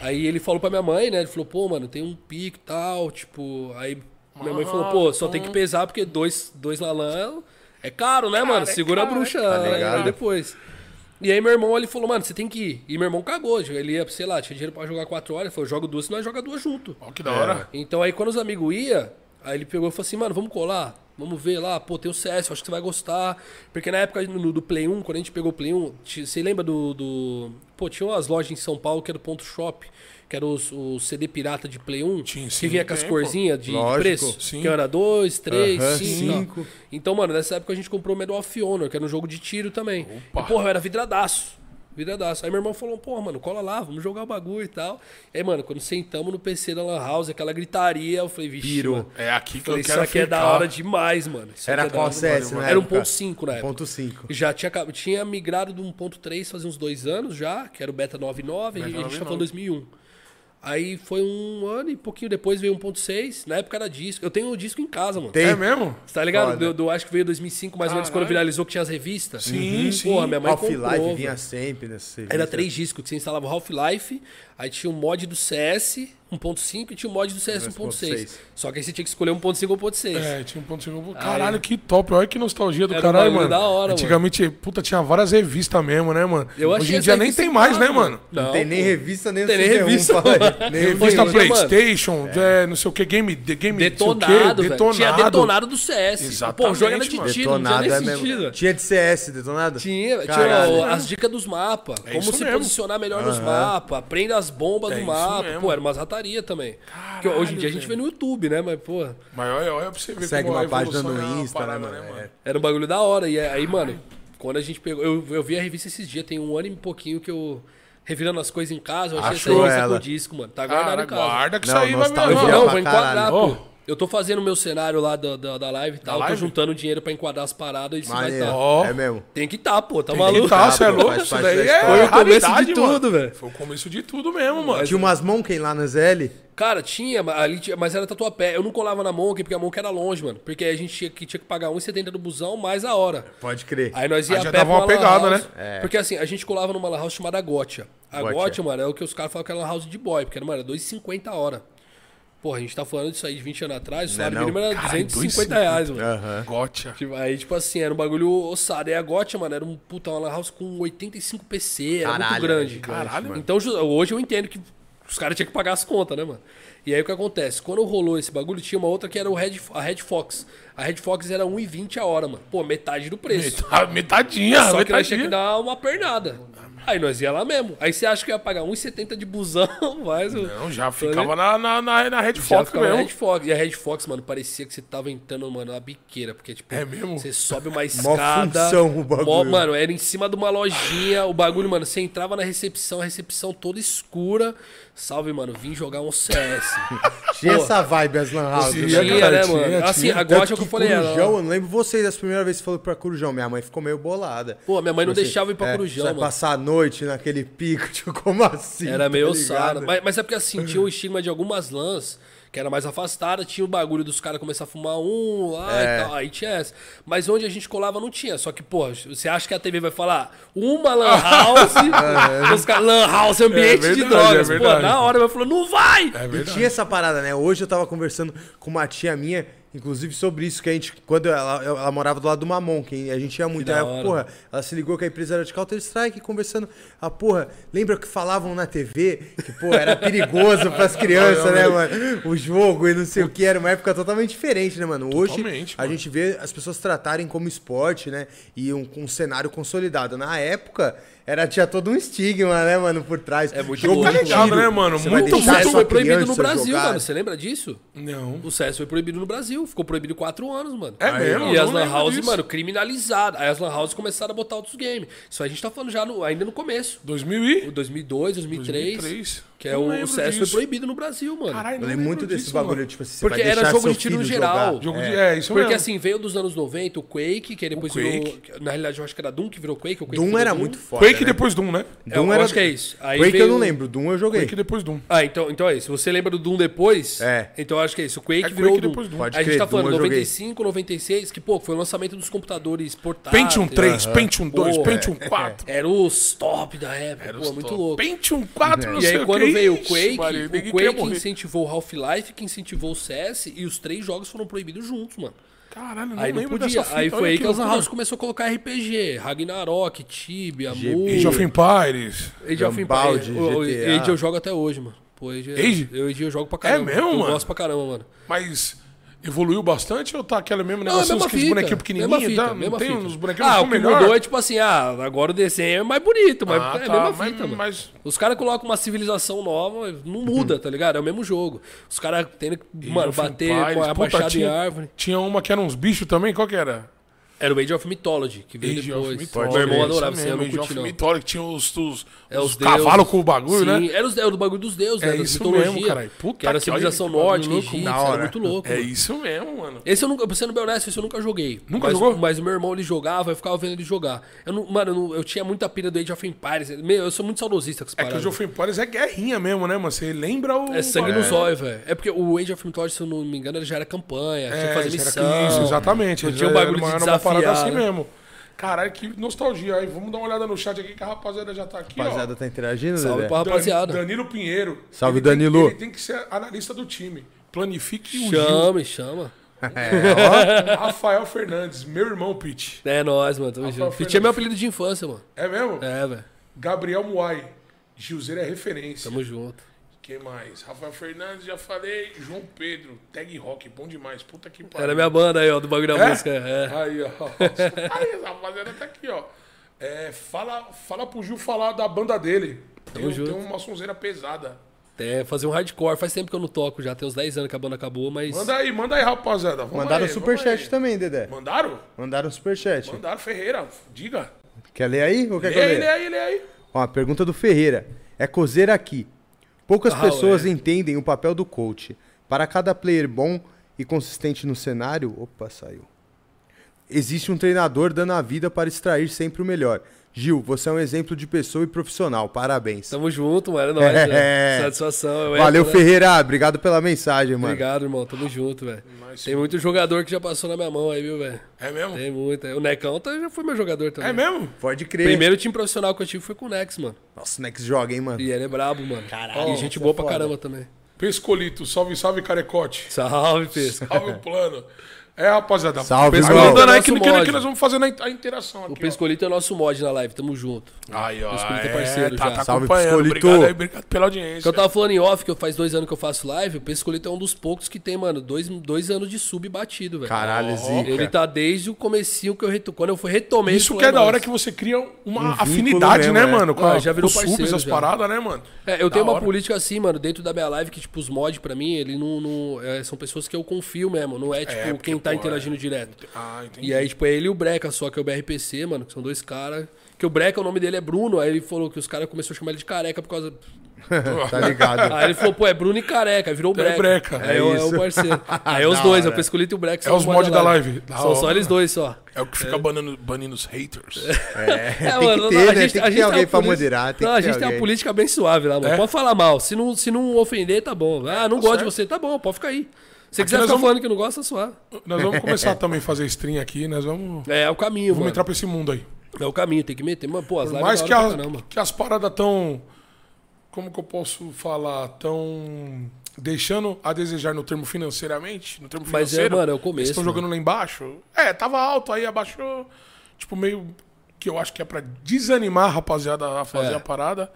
[SPEAKER 3] Aí ele falou pra minha mãe, né? Ele falou, pô, mano, tem um pico e tal, tipo. Aí minha mãe falou, pô, só tem que pesar, porque dois, dois lalã é caro, né, mano?
[SPEAKER 2] Cara, é
[SPEAKER 3] Segura
[SPEAKER 2] caro,
[SPEAKER 3] a bruxa
[SPEAKER 1] Tá ligado?
[SPEAKER 3] né, depois. E aí meu irmão, ele falou, mano, você tem que ir. E meu irmão cagou, ele ia, sei lá, tinha dinheiro pra jogar quatro horas. Ele falou, joga duas, senão joga duas junto.
[SPEAKER 2] Ó, que da hora.
[SPEAKER 3] Então aí quando os amigos iam, aí ele pegou e falou assim, mano, vamos colar, vamos ver lá, pô, tem o CS, eu acho que você vai gostar. Porque na época no- do Play 1, quando a gente pegou o Play 1, ti- você lembra do, do- Pô, tinha umas lojas em São Paulo que era o ponto shop, que era os, o CD pirata de Play 1,
[SPEAKER 2] Tinha, sim,
[SPEAKER 3] que vinha com as
[SPEAKER 2] tem, pô.
[SPEAKER 3] corzinhas de, de
[SPEAKER 1] Lógico,
[SPEAKER 3] preço.
[SPEAKER 2] sim.
[SPEAKER 3] Que era 2, 3,
[SPEAKER 1] Aham,
[SPEAKER 3] 5.
[SPEAKER 1] cinco.
[SPEAKER 3] Então, mano, nessa época a gente comprou o Medal of Honor, que era um jogo de tiro também.
[SPEAKER 2] Opa.
[SPEAKER 3] E, porra, eu era vidradaço. Vidradaço. Aí meu irmão falou, pô, mano, cola lá, vamos jogar o bagulho e tal. E aí, mano, quando sentamos no PC da Lan House, aquela gritaria, eu falei, vixe,
[SPEAKER 1] Pirou.
[SPEAKER 3] mano,
[SPEAKER 2] É aqui que eu
[SPEAKER 3] falei,
[SPEAKER 2] quero
[SPEAKER 3] isso aqui é da
[SPEAKER 2] ficar.
[SPEAKER 3] hora demais, mano. Isso
[SPEAKER 1] Era
[SPEAKER 3] aqui é da
[SPEAKER 1] qual
[SPEAKER 3] hora
[SPEAKER 1] CS
[SPEAKER 3] demais, mano.
[SPEAKER 1] na
[SPEAKER 3] Era
[SPEAKER 1] época?
[SPEAKER 3] 1.5 na época.
[SPEAKER 1] 1.5.
[SPEAKER 3] Já tinha, acab- tinha migrado do 1.3 fazia uns dois anos já, que era o Beta 99, e a gente tá
[SPEAKER 2] 99.
[SPEAKER 3] falando 2001. Aí foi um ano e pouquinho depois veio 1.6, na época era disco. Eu tenho o disco em casa, mano.
[SPEAKER 1] Tem.
[SPEAKER 2] É mesmo?
[SPEAKER 3] Você tá ligado?
[SPEAKER 1] Foda.
[SPEAKER 3] Do, do- acho que veio 2005, mais ou menos, quando
[SPEAKER 2] Caralho.
[SPEAKER 3] viralizou que tinha as revistas. Uhum.
[SPEAKER 2] Sim, sim.
[SPEAKER 3] Porra, minha mãe comprou.
[SPEAKER 1] Half-Life vinha
[SPEAKER 3] velho.
[SPEAKER 1] sempre nesse
[SPEAKER 3] Era
[SPEAKER 1] serviço.
[SPEAKER 3] três discos, que você instalava o Half-Life, aí tinha o mod do CS 1.5 e tinha o mod do CS 1.6.
[SPEAKER 1] 2.6.
[SPEAKER 3] Só que aí você tinha que escolher 1.5 ou 1.6.
[SPEAKER 2] É, tinha um ponto de vista. Caralho, que top. Olha que nostalgia do
[SPEAKER 3] Era um
[SPEAKER 2] caralho, mano.
[SPEAKER 3] bagulho da hora,
[SPEAKER 2] Antigamente, puta, tinha várias revistas mesmo, né, mano?
[SPEAKER 3] Eu
[SPEAKER 2] Hoje
[SPEAKER 3] achei
[SPEAKER 2] em dia
[SPEAKER 3] essa
[SPEAKER 2] nem
[SPEAKER 3] revista
[SPEAKER 2] tem mais, né,
[SPEAKER 3] caro,
[SPEAKER 2] mano?
[SPEAKER 1] Não, tem nem
[SPEAKER 3] pô.
[SPEAKER 1] revista, nem
[SPEAKER 3] Tem nem
[SPEAKER 1] CD1,
[SPEAKER 3] revista,
[SPEAKER 1] pai.
[SPEAKER 3] mano. tá
[SPEAKER 1] Nem
[SPEAKER 2] Revista
[SPEAKER 1] revista.
[SPEAKER 3] Hoje em dia, né, mano.
[SPEAKER 2] Playstation, é, não sei o que, game, de- game não sei o quê,
[SPEAKER 3] Detonado, velho. Tinha
[SPEAKER 2] detonado.
[SPEAKER 3] detonado do CS.
[SPEAKER 2] Exatamente,
[SPEAKER 3] Pô, o jogo era de
[SPEAKER 2] mano.
[SPEAKER 3] tiro, não tinha
[SPEAKER 1] Detonado
[SPEAKER 3] nem
[SPEAKER 1] é
[SPEAKER 3] sentido.
[SPEAKER 1] mesmo. Tinha de CS, detonado?
[SPEAKER 3] Tinha, tinha
[SPEAKER 1] Caralho.
[SPEAKER 3] o- as dicas dos mapas, como
[SPEAKER 2] É isso
[SPEAKER 3] se
[SPEAKER 2] mesmo.
[SPEAKER 3] posicionar melhor nos mapas, aprenda as bombas
[SPEAKER 2] É
[SPEAKER 3] do
[SPEAKER 2] isso
[SPEAKER 3] mapa.
[SPEAKER 2] mesmo.
[SPEAKER 3] Pô, era umas rataria também. Que hoje em dia a gente vê no YouTube, né? Mas, pô,
[SPEAKER 2] Mas olha, olha é pra você ver
[SPEAKER 1] Segue
[SPEAKER 2] como a
[SPEAKER 1] uma página
[SPEAKER 2] evolução é uma
[SPEAKER 1] no Insta, né,
[SPEAKER 2] parada,
[SPEAKER 1] mano? É.
[SPEAKER 3] era um bagulho da hora. E aí, mano, quando a gente pegou. Eu, eu vi a revista esses dias, tem um ano e pouquinho que eu. Revirando as coisas em casa, eu achei
[SPEAKER 1] Achou
[SPEAKER 3] essa revista
[SPEAKER 1] ela.
[SPEAKER 3] com o disco, mano. Tá guardado
[SPEAKER 2] Cara,
[SPEAKER 3] em casa.
[SPEAKER 2] guarda que
[SPEAKER 1] Não,
[SPEAKER 2] isso aí vai
[SPEAKER 1] nostalgia.
[SPEAKER 3] Eu vou,
[SPEAKER 1] Legal
[SPEAKER 3] não,
[SPEAKER 1] pra
[SPEAKER 3] vou enquadrar,
[SPEAKER 1] caralho.
[SPEAKER 3] pô. Eu tô fazendo o meu cenário lá da, da, da live e tal.
[SPEAKER 2] live?
[SPEAKER 3] Tô juntando dinheiro pra enquadrar as paradas e isso vai
[SPEAKER 1] Maneiro.
[SPEAKER 3] estar.
[SPEAKER 2] Ó.
[SPEAKER 1] É mesmo.
[SPEAKER 3] Tem que tá, pô. Tá
[SPEAKER 2] Maluco,
[SPEAKER 3] maluco?
[SPEAKER 2] tá, você é
[SPEAKER 1] Faz
[SPEAKER 2] louco?
[SPEAKER 1] parte
[SPEAKER 2] Isso
[SPEAKER 1] da
[SPEAKER 2] daí é
[SPEAKER 1] história. Foi
[SPEAKER 3] o começo
[SPEAKER 2] raridade,
[SPEAKER 3] de
[SPEAKER 2] mano.
[SPEAKER 3] tudo, velho.
[SPEAKER 2] Foi o começo de tudo mesmo, mano.
[SPEAKER 1] Tinha umas Monkey lá na ZL?
[SPEAKER 3] Cara, tinha, mas ali tinha- mas era tatuapé. Eu não colava na Monk, porque a Monk era longe, mano. Porque aí a gente tinha que, tinha que pagar 1,70 do busão mais a hora.
[SPEAKER 1] Pode crer.
[SPEAKER 3] Aí nós ia
[SPEAKER 2] Aí já
[SPEAKER 3] a pé
[SPEAKER 2] dava
[SPEAKER 3] pra
[SPEAKER 2] uma
[SPEAKER 3] lan
[SPEAKER 2] pegada,
[SPEAKER 3] house.
[SPEAKER 2] né?
[SPEAKER 3] Porque assim, a gente colava numa lan house chamada Gotcha. A
[SPEAKER 1] Gotcha.
[SPEAKER 3] é Gotcha, mano, é o que os caras falam que era lan house de boy, porque, mano, era 2,50 a hora. Porra, a gente tá falando disso aí de 20 anos atrás, o
[SPEAKER 1] Não é
[SPEAKER 3] salário
[SPEAKER 1] não?
[SPEAKER 3] mínimo era
[SPEAKER 2] Caralho,
[SPEAKER 3] 250 reais, mano.
[SPEAKER 1] Aham.
[SPEAKER 2] Gotcha.
[SPEAKER 3] Tipo, aí, tipo assim, era um bagulho ossado. E a Gotia, mano, era um puta uma lan house com 85 PC, era
[SPEAKER 1] Caralho,
[SPEAKER 3] muito grande.
[SPEAKER 1] era gigante,
[SPEAKER 2] Caralho, mano.
[SPEAKER 3] Então ju- hoje eu entendo que os caras tinham que pagar as contas, né, mano? E aí o que acontece? Quando rolou esse bagulho, tinha uma outra que era o Red, a Red Fox. A Red Fox era 1,20 a hora, mano. Pô, metade do preço.
[SPEAKER 2] Meta- Metadinha,
[SPEAKER 3] Só que nós tinha que
[SPEAKER 2] metadinha.
[SPEAKER 3] dar uma pernada. Aí nós ia lá mesmo. Aí você acha que ia pagar 1,70 de busão, mas... o-
[SPEAKER 2] Não, já ficava na, na, na, na Red
[SPEAKER 3] já
[SPEAKER 2] Fox
[SPEAKER 3] ficava na
[SPEAKER 2] mesmo.
[SPEAKER 3] Red Fox. E a Red Fox, mano, parecia que você tava entrando, mano, na biqueira. Porque, tipo,
[SPEAKER 2] É mesmo?
[SPEAKER 3] você sobe uma
[SPEAKER 1] Mó
[SPEAKER 3] escada.
[SPEAKER 1] função o bagulho.
[SPEAKER 3] mó- mano, era em cima de uma lojinha. O bagulho, mano, você entrava na recepção, a recepção toda escura. Salve, mano, vim jogar um CS.
[SPEAKER 1] Tinha
[SPEAKER 3] Pô,
[SPEAKER 1] essa vibe as lan houses.
[SPEAKER 2] Tinha,
[SPEAKER 3] Tinha,
[SPEAKER 1] né?
[SPEAKER 2] cara,
[SPEAKER 3] né,
[SPEAKER 2] tinha,
[SPEAKER 3] mano?
[SPEAKER 2] tinha.
[SPEAKER 3] Assim, a
[SPEAKER 1] Tanto
[SPEAKER 3] Gotti é o que eu falei. ela-
[SPEAKER 1] Corujão, eu não lembro vocês das primeiras vezes que falou pra Corujão. Minha mãe ficou meio bolada.
[SPEAKER 3] Pô, minha mãe não
[SPEAKER 1] Tipo assim,
[SPEAKER 3] deixava eu ir pra
[SPEAKER 1] é,
[SPEAKER 3] Corujão,
[SPEAKER 1] você vai
[SPEAKER 3] mano.
[SPEAKER 1] passar a noite naquele pico, tipo, como assim?
[SPEAKER 3] Era meio
[SPEAKER 1] tá
[SPEAKER 3] ossada.
[SPEAKER 1] ligado?
[SPEAKER 3] Mas, mas é porque assim, tinha o estigma de algumas lãs que era mais afastada, tinha o bagulho dos caras começar a fumar um lá
[SPEAKER 2] É.
[SPEAKER 3] e tal. Aí tinha essa. Mas onde a gente colava não tinha. Só que, pô, você acha que a TV vai falar uma lan house, os caras, lan house, ambiente
[SPEAKER 2] É
[SPEAKER 3] de
[SPEAKER 2] verdade, é
[SPEAKER 3] drogas. pô,
[SPEAKER 2] verdade.
[SPEAKER 3] na hora vai falar, não vai!
[SPEAKER 2] É
[SPEAKER 1] E
[SPEAKER 2] verdade.
[SPEAKER 1] tinha essa parada, né? Hoje eu tava conversando com uma tia minha, inclusive sobre isso, que a gente, quando ela, ela morava do lado do Mamon, que a gente ia muito.
[SPEAKER 3] da
[SPEAKER 1] Aí,
[SPEAKER 3] hora.
[SPEAKER 1] porra, ela se ligou que a empresa era de Counter-Strike, conversando. A porra, lembra que falavam na TV que, pô, era perigoso pras crianças, né, mano? O jogo e não sei o que, era uma época totalmente diferente, né, mano? Hoje
[SPEAKER 2] Totalmente,
[SPEAKER 1] a
[SPEAKER 2] mano.
[SPEAKER 1] gente vê as pessoas tratarem como esporte, né? E um, um cenário consolidado. Na época. Era, tinha todo um estigma, né, mano, por trás. É
[SPEAKER 3] muito
[SPEAKER 1] jogo
[SPEAKER 3] louco.
[SPEAKER 1] de
[SPEAKER 2] Tá ligado,
[SPEAKER 1] tiro.
[SPEAKER 2] né, mano?
[SPEAKER 1] Você vai
[SPEAKER 2] Muito,
[SPEAKER 3] O
[SPEAKER 1] deixar
[SPEAKER 2] muito
[SPEAKER 3] CS
[SPEAKER 1] essa
[SPEAKER 3] foi proibido no
[SPEAKER 1] criança
[SPEAKER 3] Brasil,
[SPEAKER 1] jogar?
[SPEAKER 3] mano. Você lembra disso?
[SPEAKER 2] Não.
[SPEAKER 3] O CS foi proibido no Brasil, ficou proibido quatro anos, mano.
[SPEAKER 2] É mesmo?
[SPEAKER 3] E
[SPEAKER 2] Eu
[SPEAKER 3] as
[SPEAKER 2] não
[SPEAKER 3] Lan
[SPEAKER 2] lembro
[SPEAKER 3] House,
[SPEAKER 2] disso.
[SPEAKER 3] mano, criminalizada. Aí as Lan House começaram a botar outros games. Isso aí a gente tá falando já no- ainda no começo.
[SPEAKER 2] 2000 e...
[SPEAKER 3] O 2002, 2003,
[SPEAKER 2] 2003.
[SPEAKER 3] que é
[SPEAKER 2] Não
[SPEAKER 3] o, o
[SPEAKER 2] lembro
[SPEAKER 3] CS foi
[SPEAKER 2] disso.
[SPEAKER 3] proibido no Brasil, mano.
[SPEAKER 2] Caralho,
[SPEAKER 1] Eu
[SPEAKER 2] não
[SPEAKER 1] lembro muito
[SPEAKER 2] lembro
[SPEAKER 1] desse
[SPEAKER 2] disso,
[SPEAKER 1] bagulho,
[SPEAKER 2] mano.
[SPEAKER 1] tipo assim, você
[SPEAKER 3] Porque
[SPEAKER 1] vai
[SPEAKER 3] era
[SPEAKER 1] deixar
[SPEAKER 3] jogo
[SPEAKER 1] seu
[SPEAKER 3] de tiro
[SPEAKER 1] filho
[SPEAKER 3] geral.
[SPEAKER 1] jogar.
[SPEAKER 2] Jogo
[SPEAKER 1] É.
[SPEAKER 2] de... É, isso
[SPEAKER 3] Porque
[SPEAKER 2] mesmo.
[SPEAKER 3] assim, veio dos anos 90 o Quake, que depois
[SPEAKER 2] O Quake.
[SPEAKER 3] virou- na realidade eu acho que era Doom que virou Quake, o Quake
[SPEAKER 1] Doom
[SPEAKER 3] virou
[SPEAKER 1] era muito foda,
[SPEAKER 2] Quake
[SPEAKER 1] né?
[SPEAKER 2] depois Doom, né?
[SPEAKER 3] Eu
[SPEAKER 1] Doom era...
[SPEAKER 3] acho que é isso. Aí
[SPEAKER 1] Quake eu
[SPEAKER 3] veio-
[SPEAKER 1] não lembro, Doom eu joguei.
[SPEAKER 2] Quake depois um. Doom.
[SPEAKER 3] Ah, então, então é isso. Você lembra do Doom depois?
[SPEAKER 1] É.
[SPEAKER 3] Então eu acho que é isso. O Quake
[SPEAKER 2] É,
[SPEAKER 3] virou
[SPEAKER 2] Quake
[SPEAKER 3] o Doom.
[SPEAKER 2] depois Doom.
[SPEAKER 1] Pode
[SPEAKER 3] Aí a gente
[SPEAKER 1] crer,
[SPEAKER 3] tá falando
[SPEAKER 1] Doom eu joguei.
[SPEAKER 3] 95, 96, que pô, foi o lançamento dos computadores portáteis.
[SPEAKER 2] Pentium 3, Pentium 2,
[SPEAKER 3] Porra.
[SPEAKER 2] Pentium
[SPEAKER 1] É.
[SPEAKER 2] 4.
[SPEAKER 3] Era os top da época, pô, muito louco.
[SPEAKER 2] Pentium 4,
[SPEAKER 1] Uhum.
[SPEAKER 2] não
[SPEAKER 3] E
[SPEAKER 2] sei
[SPEAKER 3] aí
[SPEAKER 2] o
[SPEAKER 3] quando
[SPEAKER 2] que.
[SPEAKER 3] veio o
[SPEAKER 2] Ixi,
[SPEAKER 3] Quake,
[SPEAKER 2] Maria,
[SPEAKER 3] o
[SPEAKER 2] ninguém
[SPEAKER 3] Quake
[SPEAKER 2] queria
[SPEAKER 3] que
[SPEAKER 2] morrer.
[SPEAKER 3] incentivou o Half-Life, que incentivou o CS, e os três jogos foram proibidos juntos, mano.
[SPEAKER 2] Caralho, não
[SPEAKER 3] Aí não
[SPEAKER 2] lembro
[SPEAKER 3] podia.
[SPEAKER 2] dessa fita.
[SPEAKER 3] aí
[SPEAKER 2] olha
[SPEAKER 3] foi aí que a Lan
[SPEAKER 2] loucura.
[SPEAKER 3] House começou a colocar RPG, Ragnarok, Tibia, Mu,
[SPEAKER 2] Age of Empires.
[SPEAKER 3] Age of Empires.
[SPEAKER 1] Gambaldi,
[SPEAKER 3] O- o-
[SPEAKER 1] GTA.
[SPEAKER 3] Age eu jogo até hoje, mano. Pô, Age,
[SPEAKER 2] Age? É
[SPEAKER 3] Eu, Age eu jogo pra caramba.
[SPEAKER 2] mesmo,
[SPEAKER 3] eu
[SPEAKER 2] mano?
[SPEAKER 3] gosto pra caramba, mano.
[SPEAKER 2] Mas evoluiu bastante ou tá aquele mesmo
[SPEAKER 3] Não, é a
[SPEAKER 2] negócio?
[SPEAKER 3] mesma
[SPEAKER 2] aqueles
[SPEAKER 3] fita.
[SPEAKER 2] bonequinhos
[SPEAKER 3] mesma
[SPEAKER 2] pequenininhos,
[SPEAKER 3] fita,
[SPEAKER 2] tá? Não
[SPEAKER 3] mesma
[SPEAKER 2] tem
[SPEAKER 3] fita.
[SPEAKER 2] uns bonequinhos
[SPEAKER 3] Ah,
[SPEAKER 2] que
[SPEAKER 3] o que
[SPEAKER 2] melhor?
[SPEAKER 3] mudou é tipo assim, ah, agora o desenho é mais bonito, mas
[SPEAKER 2] Ah,
[SPEAKER 3] é a
[SPEAKER 2] tá,
[SPEAKER 3] mesma
[SPEAKER 2] mas-
[SPEAKER 3] fita, mano.
[SPEAKER 2] mas-
[SPEAKER 3] Os caras colocam uma civilização nova, não muda, tá ligado? É o mesmo jogo. Os caras tendo que, mano,
[SPEAKER 2] Age of
[SPEAKER 3] bater
[SPEAKER 2] Empires,
[SPEAKER 3] com
[SPEAKER 2] puta,
[SPEAKER 3] a baixada em
[SPEAKER 2] tinha-
[SPEAKER 3] árvore.
[SPEAKER 2] Tinha uma que era uns bichos também, qual que era?
[SPEAKER 3] Era o Age of Mythology, que veio
[SPEAKER 2] Age of
[SPEAKER 3] depois.
[SPEAKER 2] Mythology,
[SPEAKER 3] Meu irmão
[SPEAKER 2] isso
[SPEAKER 3] adorava, assim, eu
[SPEAKER 2] mesmo,
[SPEAKER 3] não
[SPEAKER 2] Age of
[SPEAKER 3] curti não.
[SPEAKER 2] Mythology, tinha os, os,
[SPEAKER 3] É,
[SPEAKER 2] os
[SPEAKER 3] deuses.
[SPEAKER 2] cavalos com o bagulho,
[SPEAKER 3] Sim,
[SPEAKER 2] né?
[SPEAKER 3] Era, os, era o bagulho dos deuses,
[SPEAKER 2] É
[SPEAKER 3] né? Das
[SPEAKER 2] isso
[SPEAKER 3] mitologias.
[SPEAKER 2] mesmo, caralho. Puta
[SPEAKER 3] que era
[SPEAKER 2] que-
[SPEAKER 3] civilização
[SPEAKER 2] olha que bagulho louco.
[SPEAKER 3] nórdica, egípcia,
[SPEAKER 1] Da
[SPEAKER 3] era
[SPEAKER 1] hora.
[SPEAKER 3] muito louco.
[SPEAKER 2] É
[SPEAKER 3] mano.
[SPEAKER 2] isso mesmo, mano.
[SPEAKER 3] Esse eu nunca, pra você não honesto, esse eu nunca joguei.
[SPEAKER 2] Nunca
[SPEAKER 3] mas,
[SPEAKER 2] jogou?
[SPEAKER 3] Mas o meu irmão, ele jogava, eu ficava vendo ele jogar. Eu não- mano, eu, não- eu tinha muita pira do Age of Empires. Meu, eu sou muito saudosista com esse
[SPEAKER 2] É que o Age of Empires é guerrinha mesmo, né, mano? Você lembra o...
[SPEAKER 3] É sangue
[SPEAKER 2] É.
[SPEAKER 3] nos olhos, velho. É porque o Age of Mythology, se eu não me engano, ele já era campanha, tinha que
[SPEAKER 2] É,
[SPEAKER 3] fazer
[SPEAKER 2] isso, era
[SPEAKER 3] missão.
[SPEAKER 2] isso, exatamente.
[SPEAKER 3] Não tinha o
[SPEAKER 2] Era
[SPEAKER 3] bagulho
[SPEAKER 2] uma-
[SPEAKER 3] de
[SPEAKER 2] era uma
[SPEAKER 3] desafiar.
[SPEAKER 2] parada assim
[SPEAKER 3] né?
[SPEAKER 2] mesmo. Caralho, que nostalgia. Aí vamos dar uma olhada no chat aqui que a rapaziada já tá aqui,
[SPEAKER 1] Rapaziada,
[SPEAKER 2] ó.
[SPEAKER 1] tá interagindo,
[SPEAKER 3] Salve
[SPEAKER 1] Dedé?
[SPEAKER 3] pra
[SPEAKER 2] Dan-
[SPEAKER 3] rapaziada.
[SPEAKER 2] Danilo Pinheiro.
[SPEAKER 1] Salve,
[SPEAKER 2] Ele tem-
[SPEAKER 1] Danilo.
[SPEAKER 2] ele tem que ser analista do time. Planifique o Gil.
[SPEAKER 3] Chama, chama.
[SPEAKER 1] É,
[SPEAKER 2] Rafael Fernandes, meu irmão, Pete.
[SPEAKER 3] É nóis, mano. Tamo junto.
[SPEAKER 2] Fernandes.
[SPEAKER 3] Pitch é meu apelido de infância, mano.
[SPEAKER 2] É mesmo?
[SPEAKER 3] É, velho.
[SPEAKER 2] Gabriel Muay. Gilzeiro é referência.
[SPEAKER 3] Tamo junto.
[SPEAKER 2] Quem mais? Rafael Fernandes, já falei. João Pedro, tag rock, bom demais. Puta que pariu.
[SPEAKER 3] Era minha banda aí, ó, do bagulho da
[SPEAKER 2] É?
[SPEAKER 3] música. É.
[SPEAKER 2] Aí, ó. Aí, essa rapaziada tá aqui, ó. É, fala, fala pro Gil falar da banda dele. Tem, um,
[SPEAKER 3] Tamo junto.
[SPEAKER 2] tem uma sonzeira pesada.
[SPEAKER 3] Até fazer um hardcore. Faz tempo que eu não toco, já tem uns 10 anos que a banda acabou, mas.
[SPEAKER 2] Manda aí, manda aí, rapaziada. Vamos
[SPEAKER 1] Mandaram
[SPEAKER 2] aí, vamos
[SPEAKER 1] superchat
[SPEAKER 2] aí.
[SPEAKER 1] também, Dedé.
[SPEAKER 2] Mandaram?
[SPEAKER 1] Mandaram superchat.
[SPEAKER 2] Mandaram, Ferreira. Diga.
[SPEAKER 1] Quer ler aí ou quer que
[SPEAKER 2] Lê
[SPEAKER 1] eu
[SPEAKER 2] aí, lê
[SPEAKER 1] leia?
[SPEAKER 2] aí, lê aí.
[SPEAKER 1] Ó, a pergunta do Ferreira. É cozer aqui. Poucas
[SPEAKER 3] Ah,
[SPEAKER 1] pessoas
[SPEAKER 3] ué.
[SPEAKER 1] entendem o papel do coach. Para cada player bom e consistente no cenário... Opa, saiu. Existe um treinador dando a vida para extrair sempre o melhor. Gil, você é um exemplo de pessoa e profissional. Parabéns.
[SPEAKER 3] Tamo junto, mano. É nóis,
[SPEAKER 1] É.
[SPEAKER 3] velho. Satisfação. eu
[SPEAKER 1] Valeu,
[SPEAKER 3] entro, né?
[SPEAKER 1] Ferreira. Obrigado pela mensagem, mano.
[SPEAKER 3] Obrigado, irmão. Tamo junto, velho. Tem muito jogador que já passou na minha mão aí, viu, velho?
[SPEAKER 2] É mesmo?
[SPEAKER 3] Tem muito. O Necão tá- já foi meu jogador também.
[SPEAKER 2] É mesmo?
[SPEAKER 1] Pode
[SPEAKER 3] O
[SPEAKER 1] crer.
[SPEAKER 3] primeiro time profissional que eu tive foi com o Nex, mano.
[SPEAKER 1] Nossa, o Nex joga, hein, mano.
[SPEAKER 3] E ele é brabo, mano. Caralho. E gente
[SPEAKER 1] isso é
[SPEAKER 3] boa pra
[SPEAKER 1] foda.
[SPEAKER 3] caramba também.
[SPEAKER 2] Pescolito, salve, salve, carecote.
[SPEAKER 3] Salve, Pesco.
[SPEAKER 2] Salve o plano. É, rapaziada.
[SPEAKER 1] Salve,
[SPEAKER 2] Pescolito
[SPEAKER 1] irmão.
[SPEAKER 2] da Nike,
[SPEAKER 3] Nosso
[SPEAKER 2] que, que,
[SPEAKER 3] mod.
[SPEAKER 2] nós vamos fazer na in- a interação aqui.
[SPEAKER 3] O
[SPEAKER 2] ó.
[SPEAKER 3] Pescolito é o nosso mod na live, tamo junto.
[SPEAKER 2] Aí, ó.
[SPEAKER 3] Pescolito é
[SPEAKER 2] é,
[SPEAKER 3] parceiro
[SPEAKER 2] tá,
[SPEAKER 3] já.
[SPEAKER 2] tá
[SPEAKER 1] Salve,
[SPEAKER 2] acompanhando.
[SPEAKER 1] Pescolito. é
[SPEAKER 2] Obrigado aí, obrigado pela audiência.
[SPEAKER 3] Que eu tava falando em off, que eu faz dois anos que eu faço live, o Pescolito é um dos poucos que tem, mano, dois, dois anos de sub batido, velho.
[SPEAKER 1] Caralho, zica.
[SPEAKER 3] Ele tá desde o comecinho que eu reto... Quando eu fui retomei.
[SPEAKER 2] Isso
[SPEAKER 3] com
[SPEAKER 2] que é
[SPEAKER 3] ele,
[SPEAKER 2] da hora
[SPEAKER 3] nós.
[SPEAKER 2] que você cria uma afinidade,
[SPEAKER 1] mesmo,
[SPEAKER 2] né,
[SPEAKER 1] é.
[SPEAKER 2] mano? Com,
[SPEAKER 3] Ah,
[SPEAKER 2] a-
[SPEAKER 3] já
[SPEAKER 2] com
[SPEAKER 3] virou
[SPEAKER 2] os subs,
[SPEAKER 3] parceiro,
[SPEAKER 2] as
[SPEAKER 3] já.
[SPEAKER 2] paradas, né, mano?
[SPEAKER 3] É, eu
[SPEAKER 2] Da
[SPEAKER 3] tenho uma
[SPEAKER 2] hora.
[SPEAKER 3] política assim, mano, dentro da minha live, que, tipo, os mods pra mim, ele não. não- é, são pessoas que eu confio mesmo, não é, tipo,
[SPEAKER 2] porque,
[SPEAKER 3] quem tá
[SPEAKER 2] pô,
[SPEAKER 3] interagindo direto.
[SPEAKER 2] Ah, entendi.
[SPEAKER 3] E aí, tipo, é ele e o Breca, só que é o BRPC, mano, que são dois caras. Que o Breca, o nome dele é Bruno, aí ele falou que os caras começaram a chamar ele de careca por causa.
[SPEAKER 1] Tá ligado?
[SPEAKER 3] Aí ele falou, pô, é Bruno e careca, aí virou o
[SPEAKER 2] É
[SPEAKER 3] Breca.
[SPEAKER 2] Breca.
[SPEAKER 3] Aí é, o- é
[SPEAKER 1] isso.
[SPEAKER 3] o parceiro. Aí é os
[SPEAKER 1] Da
[SPEAKER 3] dois,
[SPEAKER 1] hora.
[SPEAKER 3] é o Pescolito e o Breca.
[SPEAKER 2] É os mod da live. Da
[SPEAKER 3] São só
[SPEAKER 2] hora.
[SPEAKER 3] eles dois só.
[SPEAKER 2] É o que fica banando- banindo os haters.
[SPEAKER 3] É,
[SPEAKER 1] tem que ter, né? Tem que ter
[SPEAKER 3] tem uma
[SPEAKER 1] alguém pra
[SPEAKER 3] política-
[SPEAKER 1] moderar, tem
[SPEAKER 3] tá não,
[SPEAKER 1] que ter
[SPEAKER 3] a gente tem uma
[SPEAKER 1] alguém.
[SPEAKER 3] política bem suave lá, mano.
[SPEAKER 2] É?
[SPEAKER 3] Pode falar mal. Se não, se não ofender, tá bom. Ah, não gosto
[SPEAKER 2] certo.
[SPEAKER 3] de você, tá bom, pode ficar aí. Se você quiser
[SPEAKER 2] nós
[SPEAKER 3] ficar
[SPEAKER 2] vamos-
[SPEAKER 3] falando que não gosta, suave.
[SPEAKER 2] Nós vamos começar também a fazer stream aqui, nós vamos,
[SPEAKER 3] É, é o caminho,
[SPEAKER 2] vamos
[SPEAKER 3] mano.
[SPEAKER 2] entrar pra esse mundo aí.
[SPEAKER 3] É o caminho, tem que meter. Mano, pô, as
[SPEAKER 2] Por
[SPEAKER 3] lives
[SPEAKER 2] mais
[SPEAKER 3] da
[SPEAKER 2] que,
[SPEAKER 3] hora
[SPEAKER 2] as-
[SPEAKER 3] é pra caramba.
[SPEAKER 2] que as paradas tão. Como que eu posso falar? Tão. Deixando a desejar no termo financeiramente? No termo
[SPEAKER 3] Mas é,
[SPEAKER 2] financeiro.
[SPEAKER 3] mano, é o começo,
[SPEAKER 2] Estão
[SPEAKER 3] mano.
[SPEAKER 2] jogando lá embaixo. É, tava alto, aí abaixou. Tipo, meio. Que eu acho que é pra desanimar a rapaziada a fazer
[SPEAKER 3] É.
[SPEAKER 2] a parada.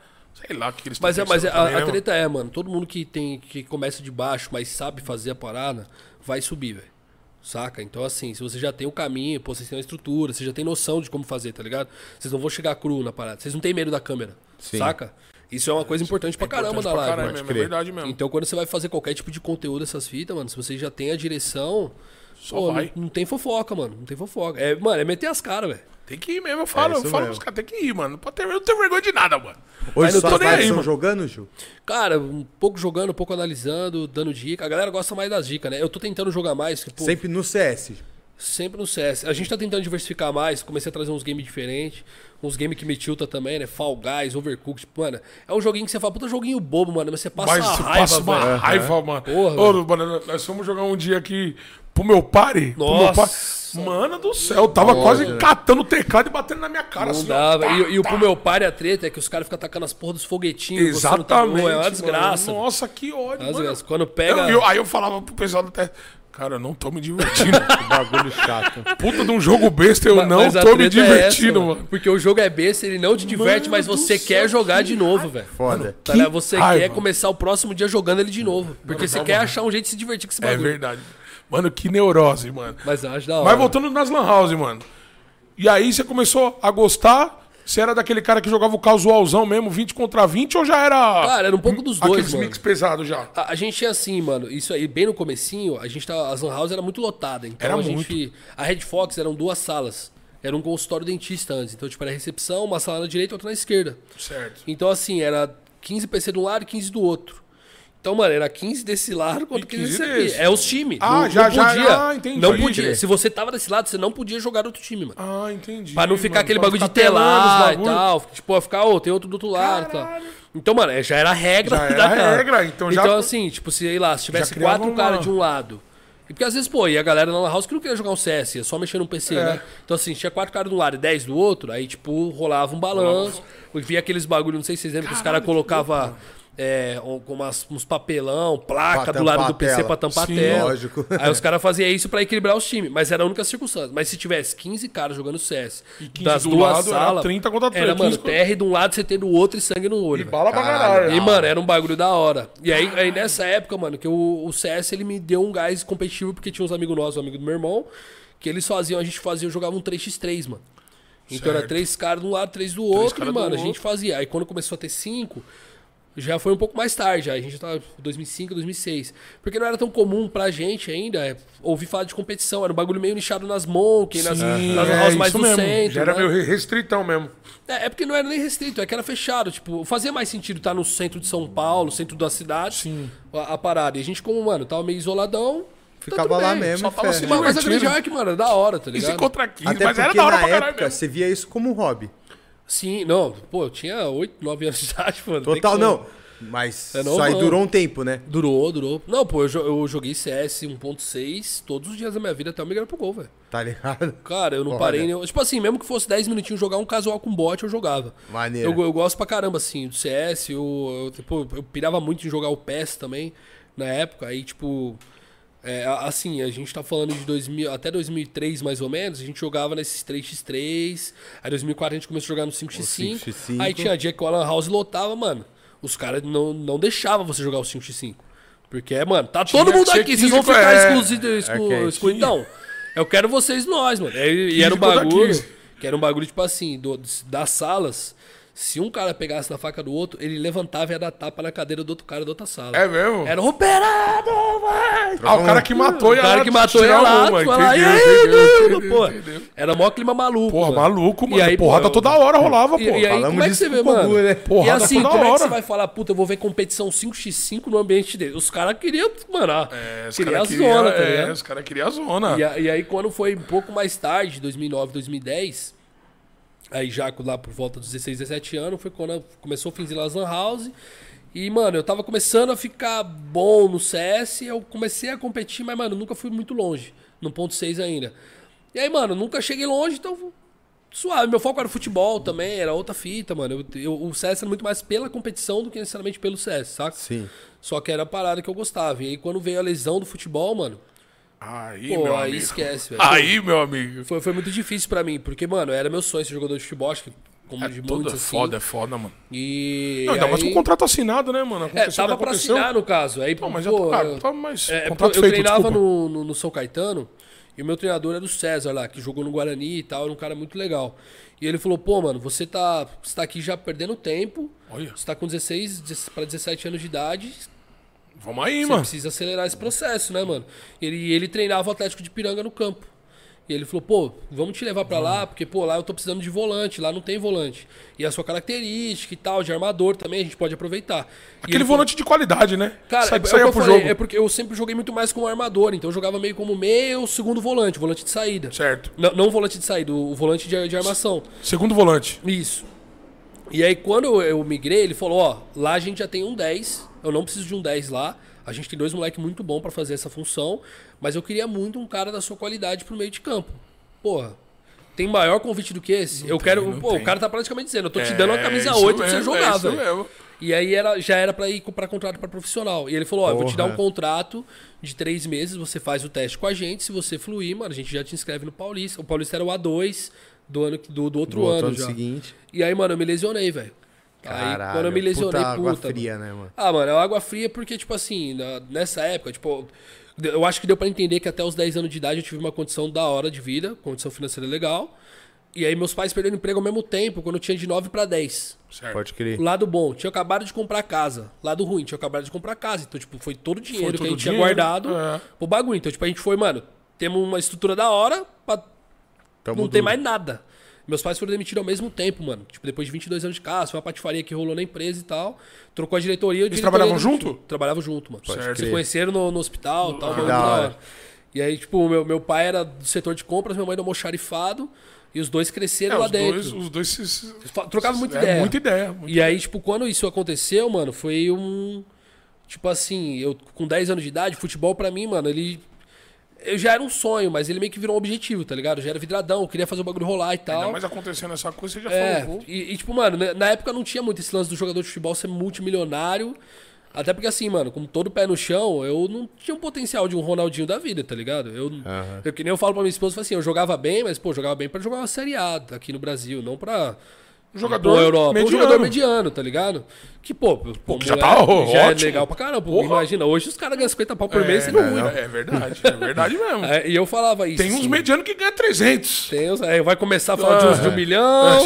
[SPEAKER 2] Sei lá o que eles tão
[SPEAKER 3] Mas, é, mas é-
[SPEAKER 2] pensando
[SPEAKER 3] a,
[SPEAKER 2] também,
[SPEAKER 3] a
[SPEAKER 2] né,
[SPEAKER 3] treta é, mano, todo mundo que tem que começa de baixo, mas sabe fazer a parada, vai subir, velho. Saca? Então, assim, se você já tem o caminho, pô, vocês têm uma estrutura, você já tem noção de como fazer, tá ligado? Vocês não vão chegar cru na parada. Vocês não têm medo da câmera. Saca? Isso é uma coisa importante pra
[SPEAKER 2] mano?
[SPEAKER 3] caramba
[SPEAKER 2] Importante
[SPEAKER 3] da
[SPEAKER 2] pra
[SPEAKER 3] live,
[SPEAKER 2] caralho
[SPEAKER 3] mano.
[SPEAKER 2] mesmo, É verdade mesmo.
[SPEAKER 3] Então, quando você vai fazer qualquer tipo de conteúdo dessas fitas, mano, se você já tem a direção.
[SPEAKER 2] Só vai.
[SPEAKER 3] Não, não tem fofoca, mano. Não tem fofoca. É, mano, é meter as caras, velho.
[SPEAKER 2] Tem que ir mesmo, eu falo,
[SPEAKER 1] É
[SPEAKER 2] eu
[SPEAKER 1] isso
[SPEAKER 2] falo
[SPEAKER 1] mesmo.
[SPEAKER 2] pros caras, tem que ir, mano. Não pode ter- Eu não tenho vergonha de nada, mano.
[SPEAKER 1] Hoje
[SPEAKER 2] eu tô
[SPEAKER 1] suas
[SPEAKER 2] nem
[SPEAKER 1] lives
[SPEAKER 2] aí,
[SPEAKER 1] estão
[SPEAKER 2] mano.
[SPEAKER 1] jogando, Gil?
[SPEAKER 3] Cara, um pouco jogando, um pouco analisando, dando dica. A galera gosta mais das dicas, né? Eu tô tentando jogar mais, que, pô, sempre.
[SPEAKER 1] Sempre no CS.
[SPEAKER 3] no CS. A gente tá tentando diversificar mais, comecei a trazer uns games diferentes, uns games que me tilta também, né? Fall Guys, Overcooked, mano. É um joguinho que você fala, puta joguinho bobo, mano, mas você passa
[SPEAKER 2] Mas
[SPEAKER 3] uma
[SPEAKER 2] você
[SPEAKER 3] raiva,
[SPEAKER 2] passa uma
[SPEAKER 3] velho.
[SPEAKER 2] raiva, mano.
[SPEAKER 3] Porra,
[SPEAKER 2] Ô, mano, nós fomos jogar um dia aqui pro meu party. pro meu party.
[SPEAKER 3] Nossa.
[SPEAKER 2] Mano do céu, eu tava quase catando o teclado e batendo na minha cara.
[SPEAKER 3] Não
[SPEAKER 2] assim, ó.
[SPEAKER 3] dava.
[SPEAKER 2] Tá,
[SPEAKER 3] E, e o
[SPEAKER 2] tá.
[SPEAKER 3] pro meu pai a treta é que os caras ficam atacando as porras dos foguetinhos. você não tá
[SPEAKER 2] Exatamente.
[SPEAKER 3] bom, é uma
[SPEAKER 2] mano.
[SPEAKER 3] desgraça. velho.
[SPEAKER 2] Nossa, que ódio,
[SPEAKER 3] É uma
[SPEAKER 2] mano.
[SPEAKER 3] desgraça. Quando pega-
[SPEAKER 2] Eu- eu- aí eu falava pro pessoal do teste, cara, eu não tô me divertindo.
[SPEAKER 1] Bagulho chato.
[SPEAKER 2] Puta de um jogo besta, eu não
[SPEAKER 3] Mas a
[SPEAKER 2] tô me
[SPEAKER 3] treta é essa,
[SPEAKER 2] divertindo, mano.
[SPEAKER 3] Porque o jogo é besta, ele não te diverte,
[SPEAKER 2] Mano
[SPEAKER 3] mas
[SPEAKER 2] do
[SPEAKER 3] você
[SPEAKER 2] céu,
[SPEAKER 3] quer jogar
[SPEAKER 2] que
[SPEAKER 3] de novo, velho.
[SPEAKER 1] Foda.
[SPEAKER 3] Tá
[SPEAKER 2] Que
[SPEAKER 3] ligado? você
[SPEAKER 2] raiva.
[SPEAKER 3] quer começar o próximo dia jogando ele de novo. Porque você quer achar um jeito de se divertir com esse
[SPEAKER 2] É
[SPEAKER 3] bagulho.
[SPEAKER 2] verdade. Mano, que neurose, mano.
[SPEAKER 3] Mas eu acho da hora.
[SPEAKER 2] Mas voltando nas Lan House, mano. E aí você começou a gostar? Você era daquele cara que jogava o casualzão mesmo, 20 contra 20, ou já era.
[SPEAKER 3] Cara, era um pouco dos
[SPEAKER 2] aqueles
[SPEAKER 3] dois, mano.
[SPEAKER 2] mix pesados já?
[SPEAKER 3] A, a gente é assim, mano. Isso aí, bem no comecinho, a gente tava, as lan house era muito lotada. Então
[SPEAKER 2] Era
[SPEAKER 3] a gente. A Red Fox eram duas salas. Era um consultório dentista antes. Então, tipo, era recepção, uma sala na direita e outra na esquerda.
[SPEAKER 2] Certo.
[SPEAKER 3] Então, assim, era 15 PC de um lado e 15 do outro. Então, mano, era 15 desse lado quanto 15 desse
[SPEAKER 2] 15
[SPEAKER 3] aqui.
[SPEAKER 2] desse.
[SPEAKER 3] É os times.
[SPEAKER 2] Ah,
[SPEAKER 3] não,
[SPEAKER 2] já-
[SPEAKER 3] não
[SPEAKER 2] já-
[SPEAKER 3] podia.
[SPEAKER 2] ah, entendi.
[SPEAKER 3] Não
[SPEAKER 2] Pode
[SPEAKER 3] podia.
[SPEAKER 2] crer.
[SPEAKER 3] Se você tava desse lado, você não podia jogar outro time, mano.
[SPEAKER 2] Ah, entendi.
[SPEAKER 3] Pra não ficar
[SPEAKER 2] mano.
[SPEAKER 3] aquele
[SPEAKER 2] Pra não
[SPEAKER 3] bagulho de
[SPEAKER 2] ficar pelando os
[SPEAKER 3] telar e
[SPEAKER 2] bagulho.
[SPEAKER 3] tal. Tipo, ó, ficar, ô, tem outro do outro lado e tal. Então, mano, é, já era a regra.
[SPEAKER 2] Já era
[SPEAKER 3] da
[SPEAKER 2] a
[SPEAKER 3] cara.
[SPEAKER 2] regra, então já-
[SPEAKER 3] assim, tipo, se, sei lá, se tivesse
[SPEAKER 2] Já criava
[SPEAKER 3] quatro
[SPEAKER 2] uma-
[SPEAKER 3] caras de um lado. E porque às vezes, pô, e a galera na Lan House que não queria jogar um CS, ia só mexer no PC,
[SPEAKER 2] É.
[SPEAKER 3] né? Então, assim, tinha quatro caras de um lado e dez do outro, aí, tipo, rolava um balanço. Eu via aqueles bagulho, não sei se vocês lembram, que os caras colocavam. É, um- com umas- uns papelão, placa
[SPEAKER 1] Pra
[SPEAKER 3] do lado
[SPEAKER 1] tampar
[SPEAKER 3] do
[SPEAKER 1] a
[SPEAKER 3] PC
[SPEAKER 1] tela.
[SPEAKER 3] pra tampar
[SPEAKER 2] Sim, É.
[SPEAKER 3] a tela.
[SPEAKER 1] lógico.
[SPEAKER 3] Aí os caras faziam isso pra equilibrar os times, mas era a única circunstância. Mas se tivesse 15 caras jogando CS,
[SPEAKER 2] 15
[SPEAKER 3] das
[SPEAKER 2] do
[SPEAKER 3] duas
[SPEAKER 2] lado, era
[SPEAKER 3] salas,
[SPEAKER 2] 30 contra 30,
[SPEAKER 3] Era, mano,
[SPEAKER 2] 15 contra-
[SPEAKER 3] TR de um lado, CT do outro e sangue no olho.
[SPEAKER 2] E
[SPEAKER 3] velho.
[SPEAKER 2] bala pra
[SPEAKER 1] Caralho.
[SPEAKER 2] caralho.
[SPEAKER 3] E, mano, era um bagulho da hora. E aí, aí nessa época, mano, que o, o CS ele me deu um gás competitivo, porque tinha uns amigos nossos, um amigo do meu irmão, que eles faziam, a gente fazia, jogava um 3x3, mano. Então era
[SPEAKER 2] Certo.
[SPEAKER 3] três caras de um lado, três do outro,
[SPEAKER 2] caras
[SPEAKER 3] e,
[SPEAKER 2] do
[SPEAKER 3] mano, a
[SPEAKER 2] outro.
[SPEAKER 3] gente fazia. Aí quando começou a ter cinco, já foi um pouco mais tarde, aí a gente tá já tava em 2005, 2006. Porque não era tão comum pra gente ainda é, ouvir falar de competição, era um bagulho meio nichado nas Monkey, nas,
[SPEAKER 2] Sim,
[SPEAKER 3] nas
[SPEAKER 2] é
[SPEAKER 3] house mais
[SPEAKER 2] isso
[SPEAKER 3] do
[SPEAKER 2] mesmo.
[SPEAKER 3] centro.
[SPEAKER 2] Já era
[SPEAKER 3] né?
[SPEAKER 2] meio restritão mesmo.
[SPEAKER 3] É, é porque não era nem restrito, é que era fechado. Tipo, fazia mais sentido estar no centro de São Paulo, centro da cidade,
[SPEAKER 2] Sim.
[SPEAKER 3] A, a parada. E a gente, como, mano, tava meio isoladão. tá
[SPEAKER 1] Ficava
[SPEAKER 3] tudo
[SPEAKER 1] lá
[SPEAKER 3] bem.
[SPEAKER 1] mesmo,
[SPEAKER 3] Só tava
[SPEAKER 1] fé.
[SPEAKER 3] assim, mas mas a
[SPEAKER 2] Divertido.
[SPEAKER 3] grande arc, mano, é da hora, tá
[SPEAKER 2] E
[SPEAKER 3] ligado?
[SPEAKER 2] se contra 15,
[SPEAKER 1] Até
[SPEAKER 2] mas era
[SPEAKER 1] porque
[SPEAKER 2] da hora
[SPEAKER 1] na
[SPEAKER 2] pra caralho
[SPEAKER 1] época
[SPEAKER 2] mesmo.
[SPEAKER 1] você via isso como um hobby.
[SPEAKER 3] Sim, não, pô, eu tinha 8, 9 anos de idade, mano. tem
[SPEAKER 1] Total,
[SPEAKER 3] como.
[SPEAKER 1] não. Mas
[SPEAKER 3] É
[SPEAKER 1] isso aí
[SPEAKER 3] novão.
[SPEAKER 1] durou um tempo, né?
[SPEAKER 3] Durou, durou. Não, pô, eu, jo- eu joguei CS 1.6 todos os dias da minha vida até eu migrar pro gol, velho.
[SPEAKER 1] Tá ligado?
[SPEAKER 3] Cara, eu não
[SPEAKER 1] Olha.
[SPEAKER 3] parei. nem- Tipo assim, mesmo que fosse 10 minutinhos jogar um casual com bot, eu jogava.
[SPEAKER 1] Maneiro.
[SPEAKER 3] Eu, eu gosto pra caramba, assim, do CS. Eu, eu, tipo, eu pirava muito em jogar o PES também, na época. Aí, tipo. é, a- assim, a gente tá falando de 2000, até 2003 mais ou menos, a gente jogava nesses 3x3. Aí, em 2004, a gente começou a jogar no 5x5.
[SPEAKER 1] 5x5.
[SPEAKER 3] Aí tinha dia que o Alan House lotava, mano. Os caras não, não deixavam você jogar o 5x5. Porque, mano, tá todo
[SPEAKER 2] que
[SPEAKER 3] mundo
[SPEAKER 2] ser
[SPEAKER 3] aqui, vocês vão
[SPEAKER 2] 15,
[SPEAKER 3] ficar
[SPEAKER 2] é.
[SPEAKER 3] exclusivos exclu, exclu,
[SPEAKER 1] que é
[SPEAKER 3] exclu- Então, eu quero vocês nós, mano. E, e era um
[SPEAKER 2] contra
[SPEAKER 3] bagulho.
[SPEAKER 2] 15.
[SPEAKER 3] Que era um bagulho, tipo assim, do- das salas. Se um cara pegasse na faca do outro, ele levantava e ia dar tapa na cadeira do outro cara da outra sala.
[SPEAKER 2] É mesmo?
[SPEAKER 3] Era operado, vai!
[SPEAKER 2] Ah, o cara que matou
[SPEAKER 3] O cara que matou
[SPEAKER 2] tirar
[SPEAKER 3] ela lá,
[SPEAKER 2] uma,
[SPEAKER 3] tu vai lá, e
[SPEAKER 2] entendeu,
[SPEAKER 3] aí,
[SPEAKER 2] entendeu,
[SPEAKER 3] Nildo,
[SPEAKER 2] entendeu,
[SPEAKER 3] pô.
[SPEAKER 2] entendeu.
[SPEAKER 3] Era mó clima maluco.
[SPEAKER 2] Porra,
[SPEAKER 3] mano.
[SPEAKER 2] maluco,
[SPEAKER 3] E
[SPEAKER 2] mano.
[SPEAKER 3] aí,
[SPEAKER 2] porrada
[SPEAKER 3] pô,
[SPEAKER 2] toda hora rolava, pô.
[SPEAKER 3] E, e aí,
[SPEAKER 1] Falamos
[SPEAKER 3] como é que
[SPEAKER 1] disso
[SPEAKER 3] você
[SPEAKER 1] com
[SPEAKER 3] vê,
[SPEAKER 1] o
[SPEAKER 3] mano?
[SPEAKER 1] Gugu, né?
[SPEAKER 2] Porrada
[SPEAKER 3] e assim,
[SPEAKER 2] toda
[SPEAKER 3] como é que
[SPEAKER 2] hora.
[SPEAKER 3] você vai falar, puta, eu vou ver competição 5x5 no ambiente dele? Os caras queriam, mano, ah,
[SPEAKER 2] É, os
[SPEAKER 3] queria a
[SPEAKER 2] caras queriam
[SPEAKER 3] zona, tá
[SPEAKER 2] é,
[SPEAKER 3] ligado?
[SPEAKER 2] os caras queriam a zona.
[SPEAKER 3] E, a- e aí, quando foi um pouco mais tarde, 2009, 2010, aí já lá por volta dos 16, 17 anos, foi quando eu- começou o Finzilla Lan House. E, mano, eu tava começando a ficar bom no CS, eu comecei a competir, mas, mano, nunca fui muito longe, no ponto 6 ainda. E aí, mano, nunca cheguei longe, então suave. Meu foco era futebol também, era outra fita, mano. Eu- eu- o CS era muito mais pela competição do que necessariamente pelo CS, saca?
[SPEAKER 1] Sim.
[SPEAKER 3] Só que era a parada que eu gostava. E aí, quando veio a lesão do futebol, mano,
[SPEAKER 2] Aí,
[SPEAKER 3] pô,
[SPEAKER 2] meu
[SPEAKER 3] aí
[SPEAKER 2] amigo.
[SPEAKER 3] esquece, velho.
[SPEAKER 2] Aí, meu amigo.
[SPEAKER 3] Foi, foi muito difícil pra mim, porque, mano, era meu sonho ser jogador de futebol, acho que como de
[SPEAKER 2] Todo
[SPEAKER 3] muitos,
[SPEAKER 2] é
[SPEAKER 3] assim.
[SPEAKER 2] foda, é foda, mano.
[SPEAKER 3] E.
[SPEAKER 2] Não, ainda mais
[SPEAKER 3] aí-
[SPEAKER 2] com o contrato assinado, né, mano?
[SPEAKER 3] É,
[SPEAKER 2] Aconteceu o que
[SPEAKER 3] tava pra
[SPEAKER 2] aconteceu.
[SPEAKER 3] assinar, no caso. Aí,
[SPEAKER 2] Não, mas já
[SPEAKER 3] pô,
[SPEAKER 2] tá, ah,
[SPEAKER 3] eu-
[SPEAKER 2] tá, mas
[SPEAKER 3] é,
[SPEAKER 2] contrato
[SPEAKER 3] eu
[SPEAKER 2] feito,
[SPEAKER 3] treinava
[SPEAKER 2] desculpa.
[SPEAKER 3] no, no, no São Caetano e o meu treinador era o César lá, que jogou no Guarani e tal, era um cara muito legal. E ele falou, pô, mano, você tá, você tá aqui já perdendo tempo,
[SPEAKER 2] Olha.
[SPEAKER 3] você tá com 16 dez- pra 17 anos de idade,
[SPEAKER 2] Vamos aí,
[SPEAKER 3] você
[SPEAKER 2] mano.
[SPEAKER 3] precisa acelerar esse processo, né, mano? Ele, ele treinava o Atlético de Piranga no campo. E ele falou, pô, vamos te levar pra lá, porque, pô, lá eu tô precisando de volante, lá não tem volante. E a sua característica e tal, de armador também, a gente pode aproveitar. E
[SPEAKER 2] Aquele
[SPEAKER 3] ele falou,
[SPEAKER 2] volante de qualidade, né?
[SPEAKER 3] Cara,
[SPEAKER 2] Sai-
[SPEAKER 3] é, é o que
[SPEAKER 2] saia
[SPEAKER 3] eu
[SPEAKER 2] pro
[SPEAKER 3] falei,
[SPEAKER 2] jogo.
[SPEAKER 3] é porque eu sempre joguei muito mais como armador, então eu jogava meio como meio segundo volante, volante de saída.
[SPEAKER 2] Certo.
[SPEAKER 3] Não, não volante de saída, o volante de, de armação.
[SPEAKER 2] Segundo volante.
[SPEAKER 3] Isso. E aí, quando eu- eu migrei, ele falou: Ó, lá a gente já tem um 10, eu não preciso de um 10 lá. A gente tem dois moleques muito bons pra fazer essa função, mas eu queria muito um cara da sua qualidade pro meio de campo. Porra, tem maior convite do que esse? eu quero.
[SPEAKER 2] não
[SPEAKER 3] Pô,
[SPEAKER 2] tem.
[SPEAKER 3] o cara tá praticamente dizendo: Eu tô te dando uma
[SPEAKER 2] É,
[SPEAKER 3] camisa
[SPEAKER 2] isso
[SPEAKER 3] 8 pra você
[SPEAKER 2] mesmo,
[SPEAKER 3] jogar,
[SPEAKER 2] é isso
[SPEAKER 3] velho.
[SPEAKER 2] mesmo.
[SPEAKER 3] E aí era, já era pra ir pra contrato pra profissional. E ele falou: Ó, eu vou te dar um
[SPEAKER 1] Porra.
[SPEAKER 3] contrato de três meses, você faz o teste com a gente. Se você fluir, mano, a gente já te inscreve no Paulista. O Paulista era o A2 do, ano, do, do outro
[SPEAKER 1] Do outro
[SPEAKER 3] ano
[SPEAKER 1] ano
[SPEAKER 3] já.
[SPEAKER 1] seguinte.
[SPEAKER 3] E aí, mano, eu me lesionei, velho. Aí,
[SPEAKER 1] Caralho,
[SPEAKER 3] quando eu me lesionei,
[SPEAKER 1] puta
[SPEAKER 3] puta.
[SPEAKER 1] água
[SPEAKER 3] mano.
[SPEAKER 1] fria, né, mano?
[SPEAKER 3] Ah, mano, é água fria porque, tipo assim, na- nessa época, tipo, eu acho que deu pra entender que até os 10 anos de idade eu tive uma condição da hora de vida, condição financeira legal. E aí, meus pais perderam emprego ao mesmo tempo, quando eu tinha de 9 pra 10.
[SPEAKER 2] Certo.
[SPEAKER 1] Pode crer.
[SPEAKER 3] Lado bom, tinha acabado de comprar casa. Lado ruim, tinha acabado de comprar casa. Então, tipo, foi todo o dinheiro
[SPEAKER 2] todo
[SPEAKER 3] que a gente tinha
[SPEAKER 2] dinheiro,
[SPEAKER 3] guardado
[SPEAKER 2] é.
[SPEAKER 3] pro bagulho. Então, tipo, a gente foi, mano, temos uma estrutura da hora pra
[SPEAKER 1] Tamo
[SPEAKER 3] não tem
[SPEAKER 1] duro.
[SPEAKER 3] mais nada. Meus pais foram demitidos ao mesmo tempo, mano. Tipo, depois de 22 anos de casa, foi uma patifaria que rolou na empresa e tal. Trocou a diretoria. Eles
[SPEAKER 2] trabalhavam junto? Ah,
[SPEAKER 3] Trabalhavam junto, mano.
[SPEAKER 1] Certo.
[SPEAKER 3] Se conheceram no, no hospital e tal. mano,
[SPEAKER 1] da
[SPEAKER 3] da
[SPEAKER 1] hora.
[SPEAKER 3] hora. E aí, tipo, meu, meu pai era do setor de compras, minha mãe do almoxarifado. E os dois cresceram
[SPEAKER 2] É,
[SPEAKER 3] lá
[SPEAKER 2] os,
[SPEAKER 3] dentro.
[SPEAKER 2] dois, os dois se- se-
[SPEAKER 3] Fa- Trocava muita
[SPEAKER 2] é,
[SPEAKER 3] ideia.
[SPEAKER 2] Muita ideia.
[SPEAKER 3] E aí, tipo, quando isso aconteceu, mano, foi um. Tipo assim, eu com 10 anos de idade, futebol pra mim, mano, ele. Eu já era um sonho, mas ele meio que virou um objetivo, tá ligado? Eu já era vidradão, eu queria fazer o bagulho rolar e
[SPEAKER 2] Ainda
[SPEAKER 3] tal.
[SPEAKER 2] mais acontecendo essa coisa, você já
[SPEAKER 3] É,
[SPEAKER 2] falou. "Vou".
[SPEAKER 3] e, e, tipo, mano, né, na época não tinha muito esse lance do jogador de futebol ser multimilionário. Até porque, assim, mano, com todo o pé no chão, eu não tinha um potencial de um Ronaldinho da vida, tá ligado? Eu, eu que nem eu falo pra minha esposa, eu falo assim, eu jogava bem, mas, pô, eu jogava bem pra jogar uma Série A aqui no Brasil, não pra.
[SPEAKER 2] Um jogador
[SPEAKER 3] Pô, Europa. Um
[SPEAKER 2] mediano.
[SPEAKER 3] jogador mediano, tá ligado? Que, pô, pô
[SPEAKER 2] que já
[SPEAKER 3] moleque,
[SPEAKER 2] tá ó-
[SPEAKER 3] já é
[SPEAKER 2] ótimo.
[SPEAKER 3] legal pra caramba.
[SPEAKER 2] Porra.
[SPEAKER 3] Imagina, hoje os caras ganham 50 pau por
[SPEAKER 2] É,
[SPEAKER 3] mês e
[SPEAKER 2] é,
[SPEAKER 3] não ruim.
[SPEAKER 2] é verdade, é verdade mesmo.
[SPEAKER 3] É, E eu falava isso.
[SPEAKER 2] Tem uns
[SPEAKER 3] assim,
[SPEAKER 2] medianos que ganha 300.
[SPEAKER 3] tem uns- aí vai começar a falar de uns de um milhão,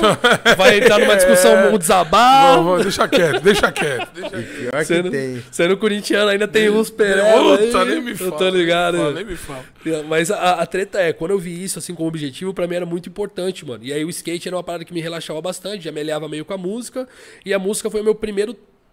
[SPEAKER 3] vai entrar numa discussão,
[SPEAKER 2] É.
[SPEAKER 3] um desabafo.
[SPEAKER 2] Não, vou- deixa quieto, deixa quieto. deixa quieto.
[SPEAKER 1] Pior que
[SPEAKER 3] Sendo,
[SPEAKER 1] tem.
[SPEAKER 3] sendo corintiano ainda tem uns pereba.
[SPEAKER 2] É, Puta,
[SPEAKER 3] aí,
[SPEAKER 2] nem me fala.
[SPEAKER 3] Eu tô ligado.
[SPEAKER 2] Nem me fala, nem me fala.
[SPEAKER 3] Mas a, a treta é, quando eu vi isso assim como objetivo, pra mim era muito importante, mano. E aí o skate era uma parada que me relaxava bastante, já me alinhava meio com a música. E a música foi o meu primeiro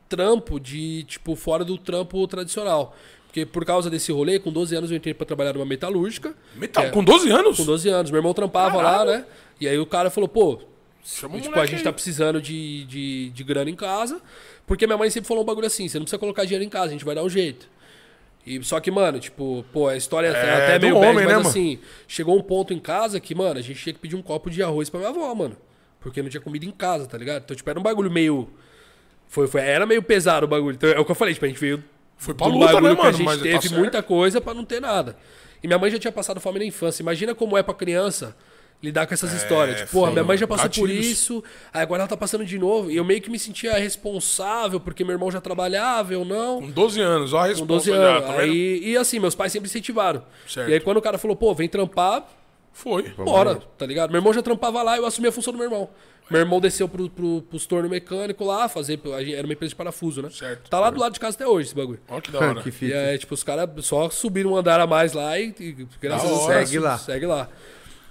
[SPEAKER 3] trampo de, tipo, fora do trampo tradicional. Porque por causa desse rolê, com 12 anos eu entrei pra trabalhar numa metalúrgica.
[SPEAKER 2] Metal,
[SPEAKER 3] É.
[SPEAKER 2] tá, com 12 anos?
[SPEAKER 3] Com 12 anos. Meu irmão trampava lá, né? E aí o cara falou, pô,
[SPEAKER 2] Chama o
[SPEAKER 3] tipo, a
[SPEAKER 2] moleque
[SPEAKER 3] gente
[SPEAKER 2] aí.
[SPEAKER 3] tá precisando de, de, de grana em casa, porque minha mãe sempre falou um bagulho assim, você não precisa colocar dinheiro em casa, a gente vai dar um jeito. E, só que, mano, tipo, pô, a história é até
[SPEAKER 2] do
[SPEAKER 3] meio bad,
[SPEAKER 2] homem,
[SPEAKER 3] mas
[SPEAKER 2] né, mano?
[SPEAKER 3] assim, chegou um ponto em casa que, mano, a gente tinha que pedir um copo de arroz pra minha avó, mano. Porque não tinha comida em casa, tá ligado? Então, tipo, era um bagulho meio. Foi, foi, era meio pesado o bagulho. Então, é o que eu falei, tipo, a gente veio.
[SPEAKER 2] Foi pra
[SPEAKER 3] do
[SPEAKER 2] luta,
[SPEAKER 3] bagulho
[SPEAKER 2] né,
[SPEAKER 3] que
[SPEAKER 2] mano?
[SPEAKER 3] A gente
[SPEAKER 2] Mas tá
[SPEAKER 3] teve
[SPEAKER 2] certo.
[SPEAKER 3] muita coisa pra não ter nada. E minha mãe já tinha passado fome na infância. Imagina como é pra criança lidar com essas histórias. Tipo, porra,
[SPEAKER 2] foda,
[SPEAKER 3] minha mãe já
[SPEAKER 2] É, mano.
[SPEAKER 3] passou por
[SPEAKER 2] Gatilhos.
[SPEAKER 3] isso, aí agora ela tá passando de novo. E eu meio que me sentia responsável, porque meu irmão já trabalhava, eu não.
[SPEAKER 2] Com 12 anos, ó a
[SPEAKER 3] Com
[SPEAKER 2] resposta.
[SPEAKER 3] 12
[SPEAKER 2] já,
[SPEAKER 3] anos.
[SPEAKER 2] tá vendo?
[SPEAKER 3] aí, e assim, meus pais sempre incentivaram.
[SPEAKER 2] Certo.
[SPEAKER 3] E aí quando o cara falou, pô, vem trampar,
[SPEAKER 2] Foi.
[SPEAKER 3] bora, tá ligado? Meu irmão já trampava lá, eu assumi a função do meu irmão. Meu irmão desceu pro, pro, pros torno mecânico lá, fazer. a gente- Era uma empresa de parafuso, né?
[SPEAKER 2] Certo.
[SPEAKER 3] Tá lá do lado de casa até hoje esse bagulho.
[SPEAKER 2] Ó que da hora.
[SPEAKER 1] que
[SPEAKER 3] E
[SPEAKER 1] fita.
[SPEAKER 3] aí, tipo, os caras só subiram um andar a mais lá e, e graças
[SPEAKER 2] Da
[SPEAKER 3] a Deus,
[SPEAKER 2] hora.
[SPEAKER 1] Segue lá.
[SPEAKER 3] Segue lá.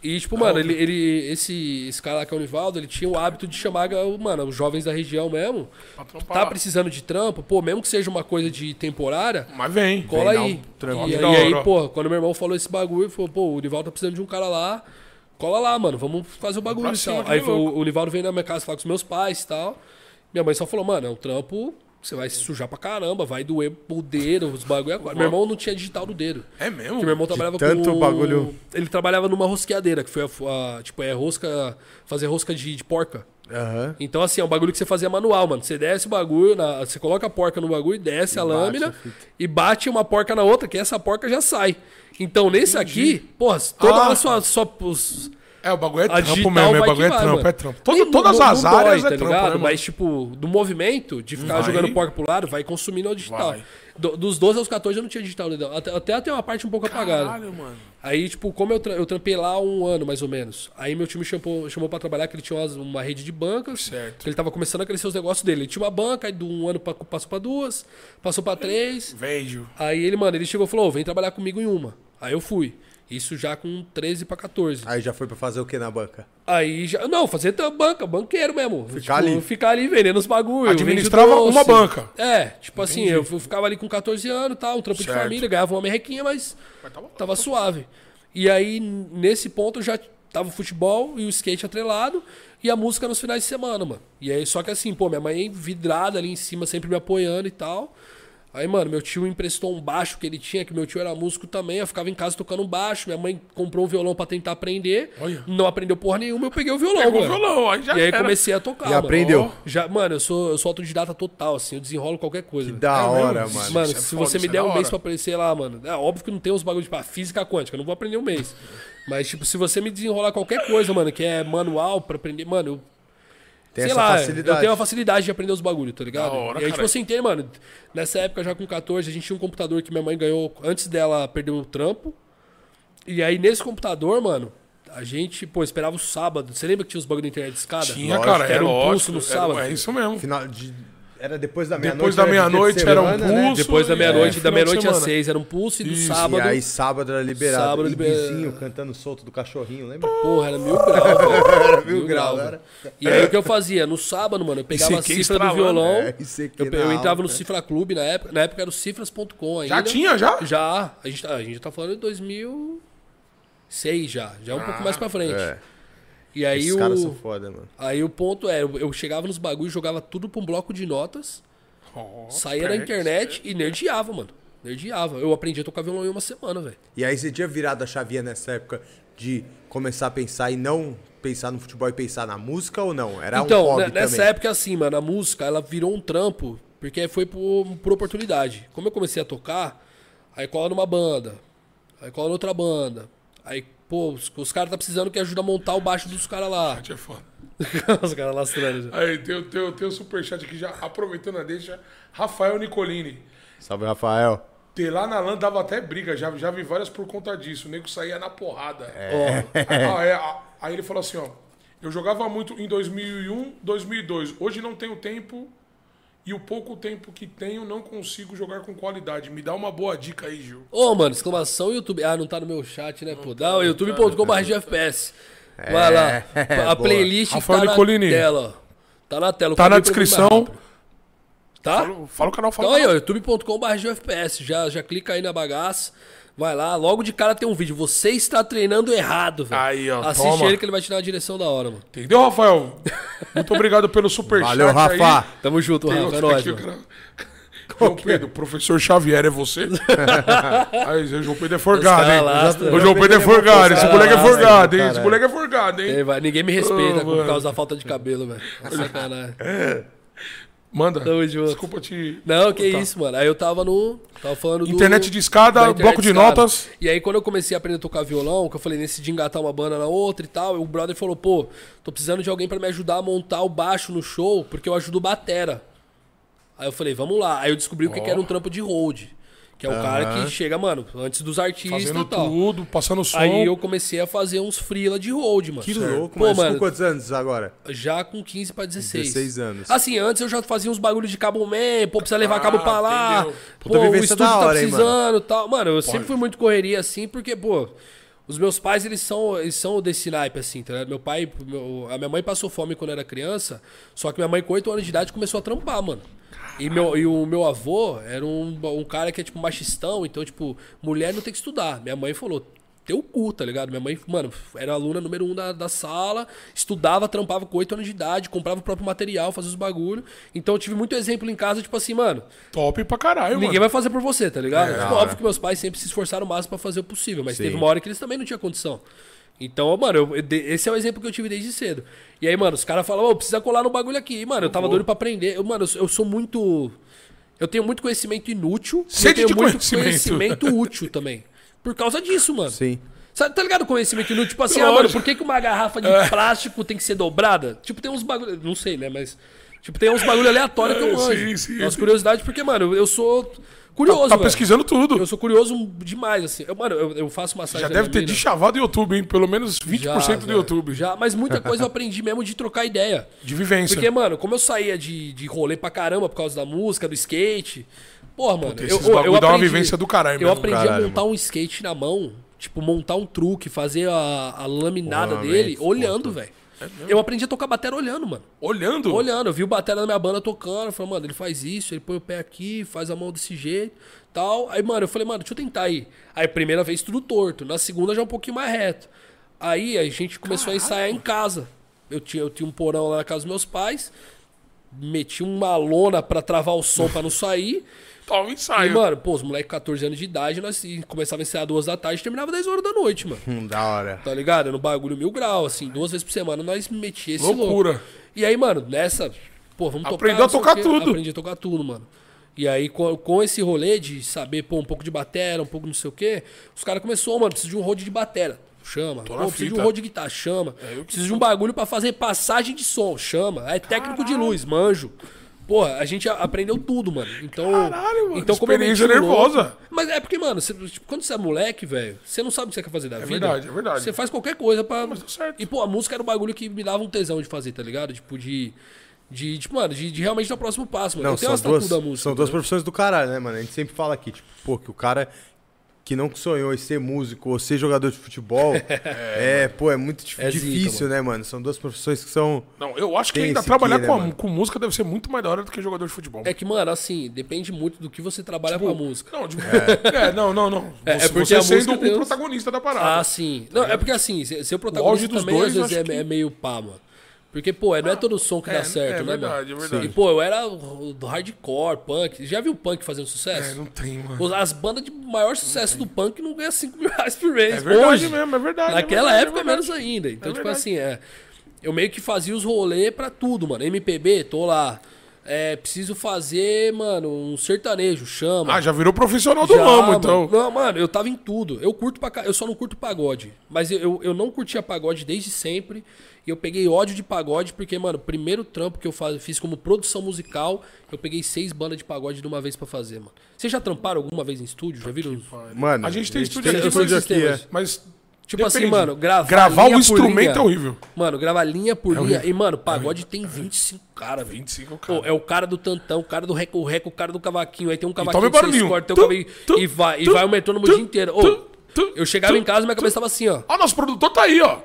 [SPEAKER 3] E, tipo, mano, ele, ele- esse, esse cara lá que é o Nivaldo, ele tinha o hábito de chamar, mano, os jovens da região mesmo.
[SPEAKER 2] Pra trampar
[SPEAKER 3] Tá
[SPEAKER 2] lá.
[SPEAKER 3] precisando de trampo, pô, mesmo que seja uma coisa de temporária,
[SPEAKER 2] Mas vem.
[SPEAKER 3] cola
[SPEAKER 1] Vem dar
[SPEAKER 3] aí.
[SPEAKER 1] um trampo.
[SPEAKER 3] E,
[SPEAKER 2] Que
[SPEAKER 3] aí-
[SPEAKER 2] da
[SPEAKER 3] e
[SPEAKER 2] hora.
[SPEAKER 3] aí, pô, quando meu irmão falou esse bagulho, ele falou, pô, o Nivaldo tá precisando de um cara lá, cola lá, mano, vamos fazer o bagulho
[SPEAKER 2] pra
[SPEAKER 3] e
[SPEAKER 2] cima,
[SPEAKER 3] tal.
[SPEAKER 2] que
[SPEAKER 3] Aí
[SPEAKER 2] nem
[SPEAKER 3] foi-
[SPEAKER 2] louco.
[SPEAKER 3] o, o Nivaldo veio na minha casa falar com os meus pais e tal. Minha mãe só falou, mano, é um trampo, que você vai se sujar pra caramba, vai doer o dedo, os bagulho agora. Meu irmão não tinha digital no dedo.
[SPEAKER 2] É mesmo?
[SPEAKER 3] Porque meu irmão trabalhava
[SPEAKER 1] tanto
[SPEAKER 3] com...
[SPEAKER 1] bagulho.
[SPEAKER 3] Ele trabalhava numa rosqueadeira, que foi a, a- tipo, é rosca... Fazer rosca de, de porca.
[SPEAKER 1] Aham.
[SPEAKER 3] Então, assim, é um bagulho que você fazia manual, mano. Você desce o bagulho, na- você coloca a porca no bagulho, desce a
[SPEAKER 1] bate a
[SPEAKER 3] lâmina
[SPEAKER 1] fita.
[SPEAKER 3] e bate uma porca na outra, que essa porca já sai. Então, nesse aqui, porra, toda
[SPEAKER 2] Ah.
[SPEAKER 3] hora só, só os,
[SPEAKER 2] É, o bagulho é
[SPEAKER 3] a
[SPEAKER 2] trampo
[SPEAKER 3] digital
[SPEAKER 2] mesmo. É
[SPEAKER 3] vai
[SPEAKER 2] bagulho
[SPEAKER 3] que
[SPEAKER 2] é
[SPEAKER 3] vai,
[SPEAKER 2] trampo,
[SPEAKER 3] mano.
[SPEAKER 2] é trampo. Todo-
[SPEAKER 3] E
[SPEAKER 2] Todas
[SPEAKER 3] não-
[SPEAKER 2] as
[SPEAKER 3] não dói,
[SPEAKER 2] áreas
[SPEAKER 3] tá
[SPEAKER 2] é
[SPEAKER 3] ligado?
[SPEAKER 2] trampo, né, mano?
[SPEAKER 3] Mas, tipo, do movimento, de ficar
[SPEAKER 2] Vai.
[SPEAKER 3] jogando porca pro lado, vai consumindo o digital.
[SPEAKER 2] Vai.
[SPEAKER 3] Do- dos 12 aos 14 eu não tinha digital, Lidão. Até, até tem uma parte um pouco apagada.
[SPEAKER 2] Caralho, mano.
[SPEAKER 3] Aí, tipo, como eu, tra- eu trampei lá um ano, mais ou menos. Aí meu time chamou, chamou pra trabalhar, que ele tinha umas- uma rede de bancas.
[SPEAKER 2] Certo.
[SPEAKER 3] Que ele tava começando a crescer os negócios dele. Ele tinha uma banca, aí de um ano pra- passou pra duas, passou pra três.
[SPEAKER 2] Vejo.
[SPEAKER 3] Aí ele, mano, ele chegou e falou, "Ô, vem trabalhar comigo em uma. Aí eu fui. Isso já com 13 pra 14.
[SPEAKER 1] Aí já foi pra fazer o que na banca?
[SPEAKER 3] Aí já. Não, fazer tam- banca, banqueiro mesmo. Ficar
[SPEAKER 1] ali.
[SPEAKER 3] Ficar ali vendendo os bagulhos.
[SPEAKER 2] Administrava uma banca.
[SPEAKER 3] É, tipo assim, eu fu- ficava ali com 14 anos, tal, um trampo
[SPEAKER 2] Certo.
[SPEAKER 3] de família, ganhava uma merrequinha, mas
[SPEAKER 2] tá bom.
[SPEAKER 3] tava suave. E aí, n- nesse ponto, eu já tava o futebol e o skate atrelado e a música nos finais de semana, mano. E aí, só que assim, pô, minha mãe vidrada ali em cima, sempre me apoiando e tal. Aí, mano, meu tio emprestou um baixo que ele tinha, que meu tio era músico também, eu ficava em casa tocando um baixo, minha mãe comprou um violão pra tentar aprender,
[SPEAKER 2] Olha.
[SPEAKER 3] não aprendeu porra nenhuma, eu peguei o violão,
[SPEAKER 2] Pegou o
[SPEAKER 3] mano.
[SPEAKER 2] violão, aí já
[SPEAKER 3] E aí
[SPEAKER 2] era.
[SPEAKER 3] comecei a tocar,
[SPEAKER 1] E
[SPEAKER 3] mano.
[SPEAKER 1] aprendeu?
[SPEAKER 3] Ó, Já, mano, eu sou, eu sou autodidata total, assim, eu desenrolo qualquer coisa.
[SPEAKER 1] Da
[SPEAKER 2] É mesmo?
[SPEAKER 1] hora,
[SPEAKER 2] Isso-
[SPEAKER 1] mano.
[SPEAKER 3] Mano,
[SPEAKER 2] Isso é
[SPEAKER 3] se
[SPEAKER 2] foda,
[SPEAKER 3] você
[SPEAKER 2] isso
[SPEAKER 3] me
[SPEAKER 2] é
[SPEAKER 3] der
[SPEAKER 2] da
[SPEAKER 3] um
[SPEAKER 2] hora.
[SPEAKER 3] mês pra aparecer lá, mano. É óbvio que não tem uns bagulho tipo, ah, física quântica, eu não vou aprender um mês. Mas, tipo, se você me desenrolar qualquer coisa, mano, que é manual pra aprender, mano, eu
[SPEAKER 1] Tem
[SPEAKER 3] sei
[SPEAKER 1] essa
[SPEAKER 3] lá, eu
[SPEAKER 1] facilidade.
[SPEAKER 3] tenho a facilidade de aprender os bagulhos, tá ligado?
[SPEAKER 2] Da hora,
[SPEAKER 3] e aí, tipo
[SPEAKER 2] caralho.
[SPEAKER 3] assim, tem, mano, nessa época já com 14, a gente tinha um computador que minha mãe ganhou antes dela perder o trampo. E aí, nesse computador, mano, a gente, pô, esperava o sábado. Você lembra que tinha os bagulhos da internet de escada?
[SPEAKER 2] Tinha, cara. Era
[SPEAKER 3] Era um
[SPEAKER 2] ótimo.
[SPEAKER 3] pulso no
[SPEAKER 2] era-
[SPEAKER 3] sábado.
[SPEAKER 2] É isso mesmo.
[SPEAKER 1] Final de- Era depois da meia-noite.
[SPEAKER 2] Depois da
[SPEAKER 1] era dia de
[SPEAKER 2] meia-noite era um
[SPEAKER 1] semana, né?
[SPEAKER 2] pulso.
[SPEAKER 3] Depois da
[SPEAKER 2] e
[SPEAKER 3] meia-noite,
[SPEAKER 2] é,
[SPEAKER 3] da
[SPEAKER 2] final de
[SPEAKER 3] meia-noite às
[SPEAKER 2] semana.
[SPEAKER 3] seis era um pulso e do
[SPEAKER 2] Isso.
[SPEAKER 1] E
[SPEAKER 3] sábado.
[SPEAKER 1] aí sábado era liberado.
[SPEAKER 3] Sábado
[SPEAKER 1] e
[SPEAKER 3] libera-
[SPEAKER 1] vizinho cantando solto do cachorrinho, lembra?
[SPEAKER 3] Porra, era mil grau, velho. Era
[SPEAKER 1] mil grau,
[SPEAKER 3] velho.
[SPEAKER 1] era.
[SPEAKER 3] E aí o que eu fazia? No sábado, mano, eu pegava a
[SPEAKER 2] ICQ
[SPEAKER 3] cifra
[SPEAKER 2] estralando,
[SPEAKER 3] do violão.
[SPEAKER 1] é, ICQ
[SPEAKER 3] eu,
[SPEAKER 1] na
[SPEAKER 3] eu entrava
[SPEAKER 1] alta.
[SPEAKER 3] no Cifra Clube na época. Na época era o cifras.com ainda.
[SPEAKER 2] Já tinha, já?
[SPEAKER 3] Já. A gente, tá- a gente tá falando de 2006 já. Já é um pouco mais pra frente.
[SPEAKER 1] é.
[SPEAKER 3] E aí
[SPEAKER 1] Esses
[SPEAKER 3] o...
[SPEAKER 1] caras são foda, mano.
[SPEAKER 3] Aí o ponto é, eu eu chegava nos bagulhos, jogava tudo pra um bloco de notas,
[SPEAKER 2] Ó,
[SPEAKER 3] saía na
[SPEAKER 2] esperto.
[SPEAKER 3] internet e nerdeava, mano. Nerdeava. Eu aprendi a tocar violão em uma semana, velho.
[SPEAKER 1] E aí você tinha virado a chavinha nessa época de começar a pensar e não pensar no futebol e pensar na música ou não? Era um
[SPEAKER 3] Então,
[SPEAKER 1] hobby
[SPEAKER 3] ne- nessa
[SPEAKER 1] também.
[SPEAKER 3] época, assim, mano, a música, ela virou um trampo, porque foi por, por oportunidade. Como eu comecei a tocar, aí cola numa banda, aí cola noutra banda, aí, pô, os, os caras tá precisando que ajuda a montar o baixo dos caras lá.
[SPEAKER 2] Tinha foda.
[SPEAKER 3] os caras lastrando. já.
[SPEAKER 2] Aí, tem, o- tem, o- tem o um superchat aqui já, aproveitando a deixa. Rafael Nicolini.
[SPEAKER 1] Salve, Rafael.
[SPEAKER 2] Ter lá na LAN dava até briga, já, já vi várias por conta disso. O nego saía na porrada. Ó, aí, ó, é, a- aí ele falou assim, ó. Eu jogava muito em 2001, 2002. Hoje não tenho tempo e o pouco tempo que tenho não consigo jogar com qualidade. Me dá uma boa dica aí, Gil.
[SPEAKER 3] Ô, mano, exclamação YouTube. Ah, não tá no meu chat, né, pô? Dá o
[SPEAKER 2] tá,
[SPEAKER 3] youtube.com.br gfps. Vai lá.
[SPEAKER 1] É, boa.
[SPEAKER 3] A playlist
[SPEAKER 2] Rafael
[SPEAKER 3] tá na
[SPEAKER 2] Nicolini.
[SPEAKER 3] tela, ó. Tá na tela. eu
[SPEAKER 2] Tá na
[SPEAKER 3] cobri pra ouvir mais
[SPEAKER 2] descrição.
[SPEAKER 3] rápido. Tá?
[SPEAKER 2] Fala o canal, fala
[SPEAKER 3] Então
[SPEAKER 2] o
[SPEAKER 3] aí, ó,
[SPEAKER 2] canal.
[SPEAKER 3] youtube.com.br, já, já clica aí na bagaça. Vai lá, logo de cara tem um vídeo. Você está treinando errado, velho.
[SPEAKER 2] Aí, ó,
[SPEAKER 3] Assiste
[SPEAKER 2] toma.
[SPEAKER 3] ele que ele vai te dar uma direção da hora, mano.
[SPEAKER 2] Entendeu, Rafael? Muito obrigado pelo superchat.
[SPEAKER 1] Valeu,
[SPEAKER 2] aí.
[SPEAKER 1] Rafa.
[SPEAKER 3] Tamo junto,
[SPEAKER 2] Tem
[SPEAKER 3] Rafa. É
[SPEAKER 2] outro
[SPEAKER 3] nóis,
[SPEAKER 2] aqui,
[SPEAKER 3] mano.
[SPEAKER 2] cara. João Pedro, professor Xavier é você? Aí, João Pedro é forgado,
[SPEAKER 3] caras
[SPEAKER 2] hein?
[SPEAKER 3] lastram. né?
[SPEAKER 2] O João Pedro é forgado, esse
[SPEAKER 1] Os
[SPEAKER 2] moleque é
[SPEAKER 3] Ah,
[SPEAKER 1] caras
[SPEAKER 2] forgado,
[SPEAKER 1] lastram,
[SPEAKER 2] hein? Esse
[SPEAKER 1] caralho.
[SPEAKER 2] moleque é forgado, hein?
[SPEAKER 3] Ei, vai, Ninguém me respeita
[SPEAKER 2] Ô,
[SPEAKER 3] por
[SPEAKER 2] mano.
[SPEAKER 3] causa da falta de cabelo, velho. É Sacanagem.
[SPEAKER 2] Manda.
[SPEAKER 3] Tamo junto.
[SPEAKER 2] Desculpa te.
[SPEAKER 3] Não, que isso, mano. Aí eu tava no. Tava falando do-
[SPEAKER 2] Então tá. Internet de escada,
[SPEAKER 3] da internet
[SPEAKER 2] bloco de
[SPEAKER 3] escada.
[SPEAKER 2] notas.
[SPEAKER 3] E aí, quando eu comecei a aprender a tocar violão, que eu falei nesse de engatar uma banda na outra e tal, o brother falou: pô, tô precisando de alguém pra me ajudar a montar o baixo no show, porque eu ajudo batera. Aí eu falei: vamos lá. Aí eu descobri o que, que era um trampo de hold. Que é o cara que chega, mano, antes dos artistas
[SPEAKER 2] Fazendo
[SPEAKER 3] e tal.
[SPEAKER 2] tudo, passando som.
[SPEAKER 3] tá Aí eu comecei a fazer uns freela de hold, mano.
[SPEAKER 1] Que louco,
[SPEAKER 3] Pô,
[SPEAKER 1] mas
[SPEAKER 3] mano,
[SPEAKER 1] com quantos anos agora?
[SPEAKER 3] já com 15 pra 16.
[SPEAKER 1] 16 anos.
[SPEAKER 3] Assim, antes eu já fazia uns bagulhos de cabo man, pô, precisa levar
[SPEAKER 2] Ah,
[SPEAKER 3] cabo pra lá.
[SPEAKER 2] entendeu.
[SPEAKER 1] Puta
[SPEAKER 3] Pô, o
[SPEAKER 1] vivência
[SPEAKER 3] estúdio
[SPEAKER 1] da
[SPEAKER 3] tá
[SPEAKER 1] hora, hein, mano?
[SPEAKER 3] precisando e tal. Mano, eu sempre fui muito correria assim, porque, pô, os meus pais, eles são, eles são desse naipe, assim, tá ligado? Meu pai, meu- a minha mãe passou fome quando era criança, só que minha mãe, com 8 anos de idade, começou a trampar, mano. E, meu, e o meu avô era um, um cara que é, tipo, machistão, então, tipo, mulher não tem que estudar. Minha mãe falou, teu cu, tá ligado? Minha mãe, mano, era aluna número um da, da sala, estudava, trampava com 8 anos de idade, comprava o próprio material, fazia os bagulho. Então eu tive muito exemplo em casa, tipo assim, mano,
[SPEAKER 2] Top pra caralho,
[SPEAKER 3] ninguém
[SPEAKER 2] mano. É,
[SPEAKER 3] vai fazer por você, tá ligado? Tipo, óbvio que meus pais sempre se esforçaram o máximo pra fazer o possível, mas teve uma hora que eles também não tinham condição. Então, mano, eu- eu de- esse é o exemplo que eu tive desde cedo. E aí, mano, os caras falam, ô, precisa colar no bagulho aqui. E, mano, eu tava doido pra aprender. Eu, mano, eu, sou- eu sou muito. Eu tenho muito conhecimento inútil. e eu
[SPEAKER 2] Sede
[SPEAKER 3] tenho
[SPEAKER 2] de
[SPEAKER 3] muito
[SPEAKER 2] conhecimento.
[SPEAKER 3] conhecimento útil também. Por causa disso, mano.
[SPEAKER 1] Sim.
[SPEAKER 3] Sabe, tá ligado o conhecimento inútil? Tipo assim, ah,
[SPEAKER 2] Lógico. É.
[SPEAKER 3] mano, por que, que uma garrafa de plástico tem que ser dobrada? Tipo, tem uns bagulho. Não sei, né? Mas. Tipo, tem uns bagulho aleatório que eu
[SPEAKER 2] É, Sim,
[SPEAKER 3] manjo.
[SPEAKER 2] sim.
[SPEAKER 3] Nossa, curiosidade, porque, mano, eu sou curioso.
[SPEAKER 2] Tá
[SPEAKER 3] velho.
[SPEAKER 2] pesquisando tudo.
[SPEAKER 3] Eu sou curioso demais, assim. Eu, mano, eu, eu faço massagem.
[SPEAKER 2] Já
[SPEAKER 3] na
[SPEAKER 2] deve
[SPEAKER 3] minha
[SPEAKER 2] ter
[SPEAKER 3] mina.
[SPEAKER 2] deschavado o YouTube, hein? Pelo menos 20%
[SPEAKER 3] Já,
[SPEAKER 2] do
[SPEAKER 3] velho.
[SPEAKER 2] YouTube.
[SPEAKER 3] Já, mas muita coisa eu aprendi mesmo de trocar ideia.
[SPEAKER 2] De vivência.
[SPEAKER 3] Porque, é mano, como eu saía de, de rolê pra caramba por causa da música, do skate. Porra, mano.
[SPEAKER 2] Puta,
[SPEAKER 3] eu,
[SPEAKER 2] esses
[SPEAKER 3] eu,
[SPEAKER 2] bagulho
[SPEAKER 3] eu
[SPEAKER 2] dá uma
[SPEAKER 3] aprendi-
[SPEAKER 2] vivência do caralho
[SPEAKER 3] Eu
[SPEAKER 2] mesmo.
[SPEAKER 3] aprendi a
[SPEAKER 1] Caralho,
[SPEAKER 3] montar um skate na mão. Tipo, montar um truque, fazer a, a laminada
[SPEAKER 1] Porra,
[SPEAKER 3] dele
[SPEAKER 1] mente,
[SPEAKER 3] olhando, velho.
[SPEAKER 2] É
[SPEAKER 3] Eu aprendi a tocar batera olhando, mano.
[SPEAKER 2] Olhando.
[SPEAKER 3] Olhando, eu vi o batera da minha banda tocando, eu falei, mano, ele faz isso, ele põe o pé aqui, faz a mão desse jeito, tal. Aí, mano, eu falei, mano, deixa eu tentar aí. Aí, primeira vez tudo torto, na segunda já um pouquinho mais reto. Aí a gente começou a ensaiar em casa. Eu tinha, eu tinha um porão lá na casa dos meus pais, meti uma lona pra travar o som pra não sair.
[SPEAKER 2] Tá um
[SPEAKER 3] E,
[SPEAKER 2] ensaio.
[SPEAKER 3] mano, pô, os moleques com 14 anos de idade, nós e começava a ensaiar duas da tarde e terminava 10 horas da noite, mano.
[SPEAKER 1] Hum, da
[SPEAKER 2] É.
[SPEAKER 1] hora.
[SPEAKER 3] Tá ligado? No bagulho mil grau, assim, duas vezes por semana nós metia esse
[SPEAKER 2] Loucura.
[SPEAKER 3] louco. E aí, mano, nessa. Pô, vamos tocar.
[SPEAKER 2] Aprendeu a
[SPEAKER 3] não sei o
[SPEAKER 2] tocar
[SPEAKER 3] quê.
[SPEAKER 2] tudo.
[SPEAKER 3] Aprendi a tocar tudo, mano. E aí, com, com esse rolê de saber, pô, um pouco de batera, um pouco não sei o quê, os caras começou, mano, preciso de um road de batera. Chama. Pô,
[SPEAKER 2] na
[SPEAKER 3] preciso de
[SPEAKER 2] fita. É,
[SPEAKER 3] um road de guitarra, chama. Preciso de um bagulho pra fazer passagem de som, chama. É técnico de luz, manjo. Porra, a gente a- aprendeu tudo, mano. Então,
[SPEAKER 2] Caralho, mano,
[SPEAKER 3] então como eu
[SPEAKER 2] experiência
[SPEAKER 3] meti o louco-
[SPEAKER 2] nervosa.
[SPEAKER 3] Mas é porque, mano, você- tipo, quando você é moleque, velho, você não sabe o que você quer fazer da vida.
[SPEAKER 2] verdade, é verdade.
[SPEAKER 3] Você faz qualquer coisa pra.
[SPEAKER 2] mas deu certo.
[SPEAKER 3] E, pô, a música era um bagulho que me dava um tesão de fazer, tá ligado? Tipo, de. De, tipo, mano, de, de realmente dar o próximo passo, mano.
[SPEAKER 1] Não,
[SPEAKER 3] eu tenho
[SPEAKER 1] são
[SPEAKER 3] umas
[SPEAKER 1] duas,
[SPEAKER 3] tatu da música. tá
[SPEAKER 1] são duas
[SPEAKER 3] entendeu?
[SPEAKER 1] profissões do caralho, né, mano? A gente sempre fala aqui, tipo, pô, que o cara que não sonhou em ser músico ou ser jogador de futebol, é, pô, é muito dif-
[SPEAKER 3] É zica,
[SPEAKER 1] difícil,
[SPEAKER 3] mano.
[SPEAKER 1] né, mano? São duas profissões que são...
[SPEAKER 2] Não, eu acho que
[SPEAKER 1] Tem
[SPEAKER 2] ainda
[SPEAKER 1] esse
[SPEAKER 2] trabalhar
[SPEAKER 1] aqui, né,
[SPEAKER 2] com, a-
[SPEAKER 1] mano?
[SPEAKER 2] com música deve ser muito mais da hora do que jogador de futebol.
[SPEAKER 3] É que, mano, assim, depende muito do que você trabalha com a música.
[SPEAKER 2] Não, tipo, é. não, não, não. Você,
[SPEAKER 3] É, é porque
[SPEAKER 2] você
[SPEAKER 3] a música
[SPEAKER 2] sendo o
[SPEAKER 3] tem uns-
[SPEAKER 2] protagonista da parada.
[SPEAKER 3] Ah, sim. Não, é porque assim, se- ser
[SPEAKER 2] Tá auge
[SPEAKER 3] protagonista
[SPEAKER 2] dos
[SPEAKER 3] também
[SPEAKER 2] dois, eu
[SPEAKER 3] às vezes
[SPEAKER 2] acho
[SPEAKER 3] é,
[SPEAKER 2] que-
[SPEAKER 3] é meio pá, mano. Porque, pô, não é todo som que
[SPEAKER 2] é,
[SPEAKER 3] dá certo,
[SPEAKER 2] é
[SPEAKER 3] né,
[SPEAKER 2] verdade,
[SPEAKER 3] mano?
[SPEAKER 2] é verdade.
[SPEAKER 3] E, pô, eu era do hardcore, punk. Já viu punk fazendo sucesso?
[SPEAKER 2] é, não tem, mano.
[SPEAKER 3] Os- As bandas de maior sucesso do punk não ganham 5 mil reais por mês.
[SPEAKER 2] É verdade
[SPEAKER 3] hoje.
[SPEAKER 2] mesmo, é verdade. é
[SPEAKER 3] Naquela
[SPEAKER 2] verdade, é
[SPEAKER 3] época,
[SPEAKER 2] verdade.
[SPEAKER 3] menos ainda. Então,
[SPEAKER 2] É
[SPEAKER 3] tipo
[SPEAKER 2] verdade.
[SPEAKER 3] assim, é. Eu meio que fazia os rolê pra tudo, mano. MPB, tô lá. É, preciso fazer, mano, um sertanejo, chama.
[SPEAKER 2] Ah, já virou profissional do
[SPEAKER 3] Já,
[SPEAKER 2] ramo,
[SPEAKER 3] mano.
[SPEAKER 2] então.
[SPEAKER 3] Não, mano, eu tava em tudo. Eu curto pra ca- Eu só não curto pagode. Mas eu, eu, eu não curtia pagode desde sempre. E eu peguei ódio de pagode, porque, mano, o primeiro trampo que eu faz, fiz como produção musical, eu peguei seis bandas de pagode de uma vez pra fazer, mano. Vocês já tramparam alguma vez em estúdio? Já viram?
[SPEAKER 1] Mano,
[SPEAKER 2] A gente tem estúdio
[SPEAKER 1] tem
[SPEAKER 2] aqui,
[SPEAKER 1] estúdio
[SPEAKER 3] todos os
[SPEAKER 1] aqui,
[SPEAKER 3] sistemas.
[SPEAKER 1] é.
[SPEAKER 2] Mas.
[SPEAKER 3] Tipo assim,
[SPEAKER 2] depende.
[SPEAKER 3] mano, gravar.
[SPEAKER 2] Gravar
[SPEAKER 3] linha
[SPEAKER 2] o
[SPEAKER 3] por
[SPEAKER 2] instrumento
[SPEAKER 3] linha.
[SPEAKER 2] é horrível.
[SPEAKER 3] Mano, gravar linha por linha.
[SPEAKER 2] É horrível.
[SPEAKER 3] E, mano, pagode tem 25 caras, velho.
[SPEAKER 2] 25, cara.
[SPEAKER 3] Pô, é o cara do tantão, o cara do reco-reco, o cara do cavaquinho. Aí tem um
[SPEAKER 2] tome
[SPEAKER 3] cavaquinho que
[SPEAKER 2] barulhinho.
[SPEAKER 3] corta, tem
[SPEAKER 2] Tu,
[SPEAKER 3] um cavaquinho.
[SPEAKER 2] tu,
[SPEAKER 3] e vai, e
[SPEAKER 2] tu,
[SPEAKER 3] vai o metrônomo
[SPEAKER 2] tu,
[SPEAKER 3] o dia inteiro. Ô,
[SPEAKER 2] tu, tu,
[SPEAKER 3] eu chegava
[SPEAKER 2] tu,
[SPEAKER 3] em casa, minha cabeça tava assim, ó.
[SPEAKER 2] Ah, nosso produtor tá aí, ó.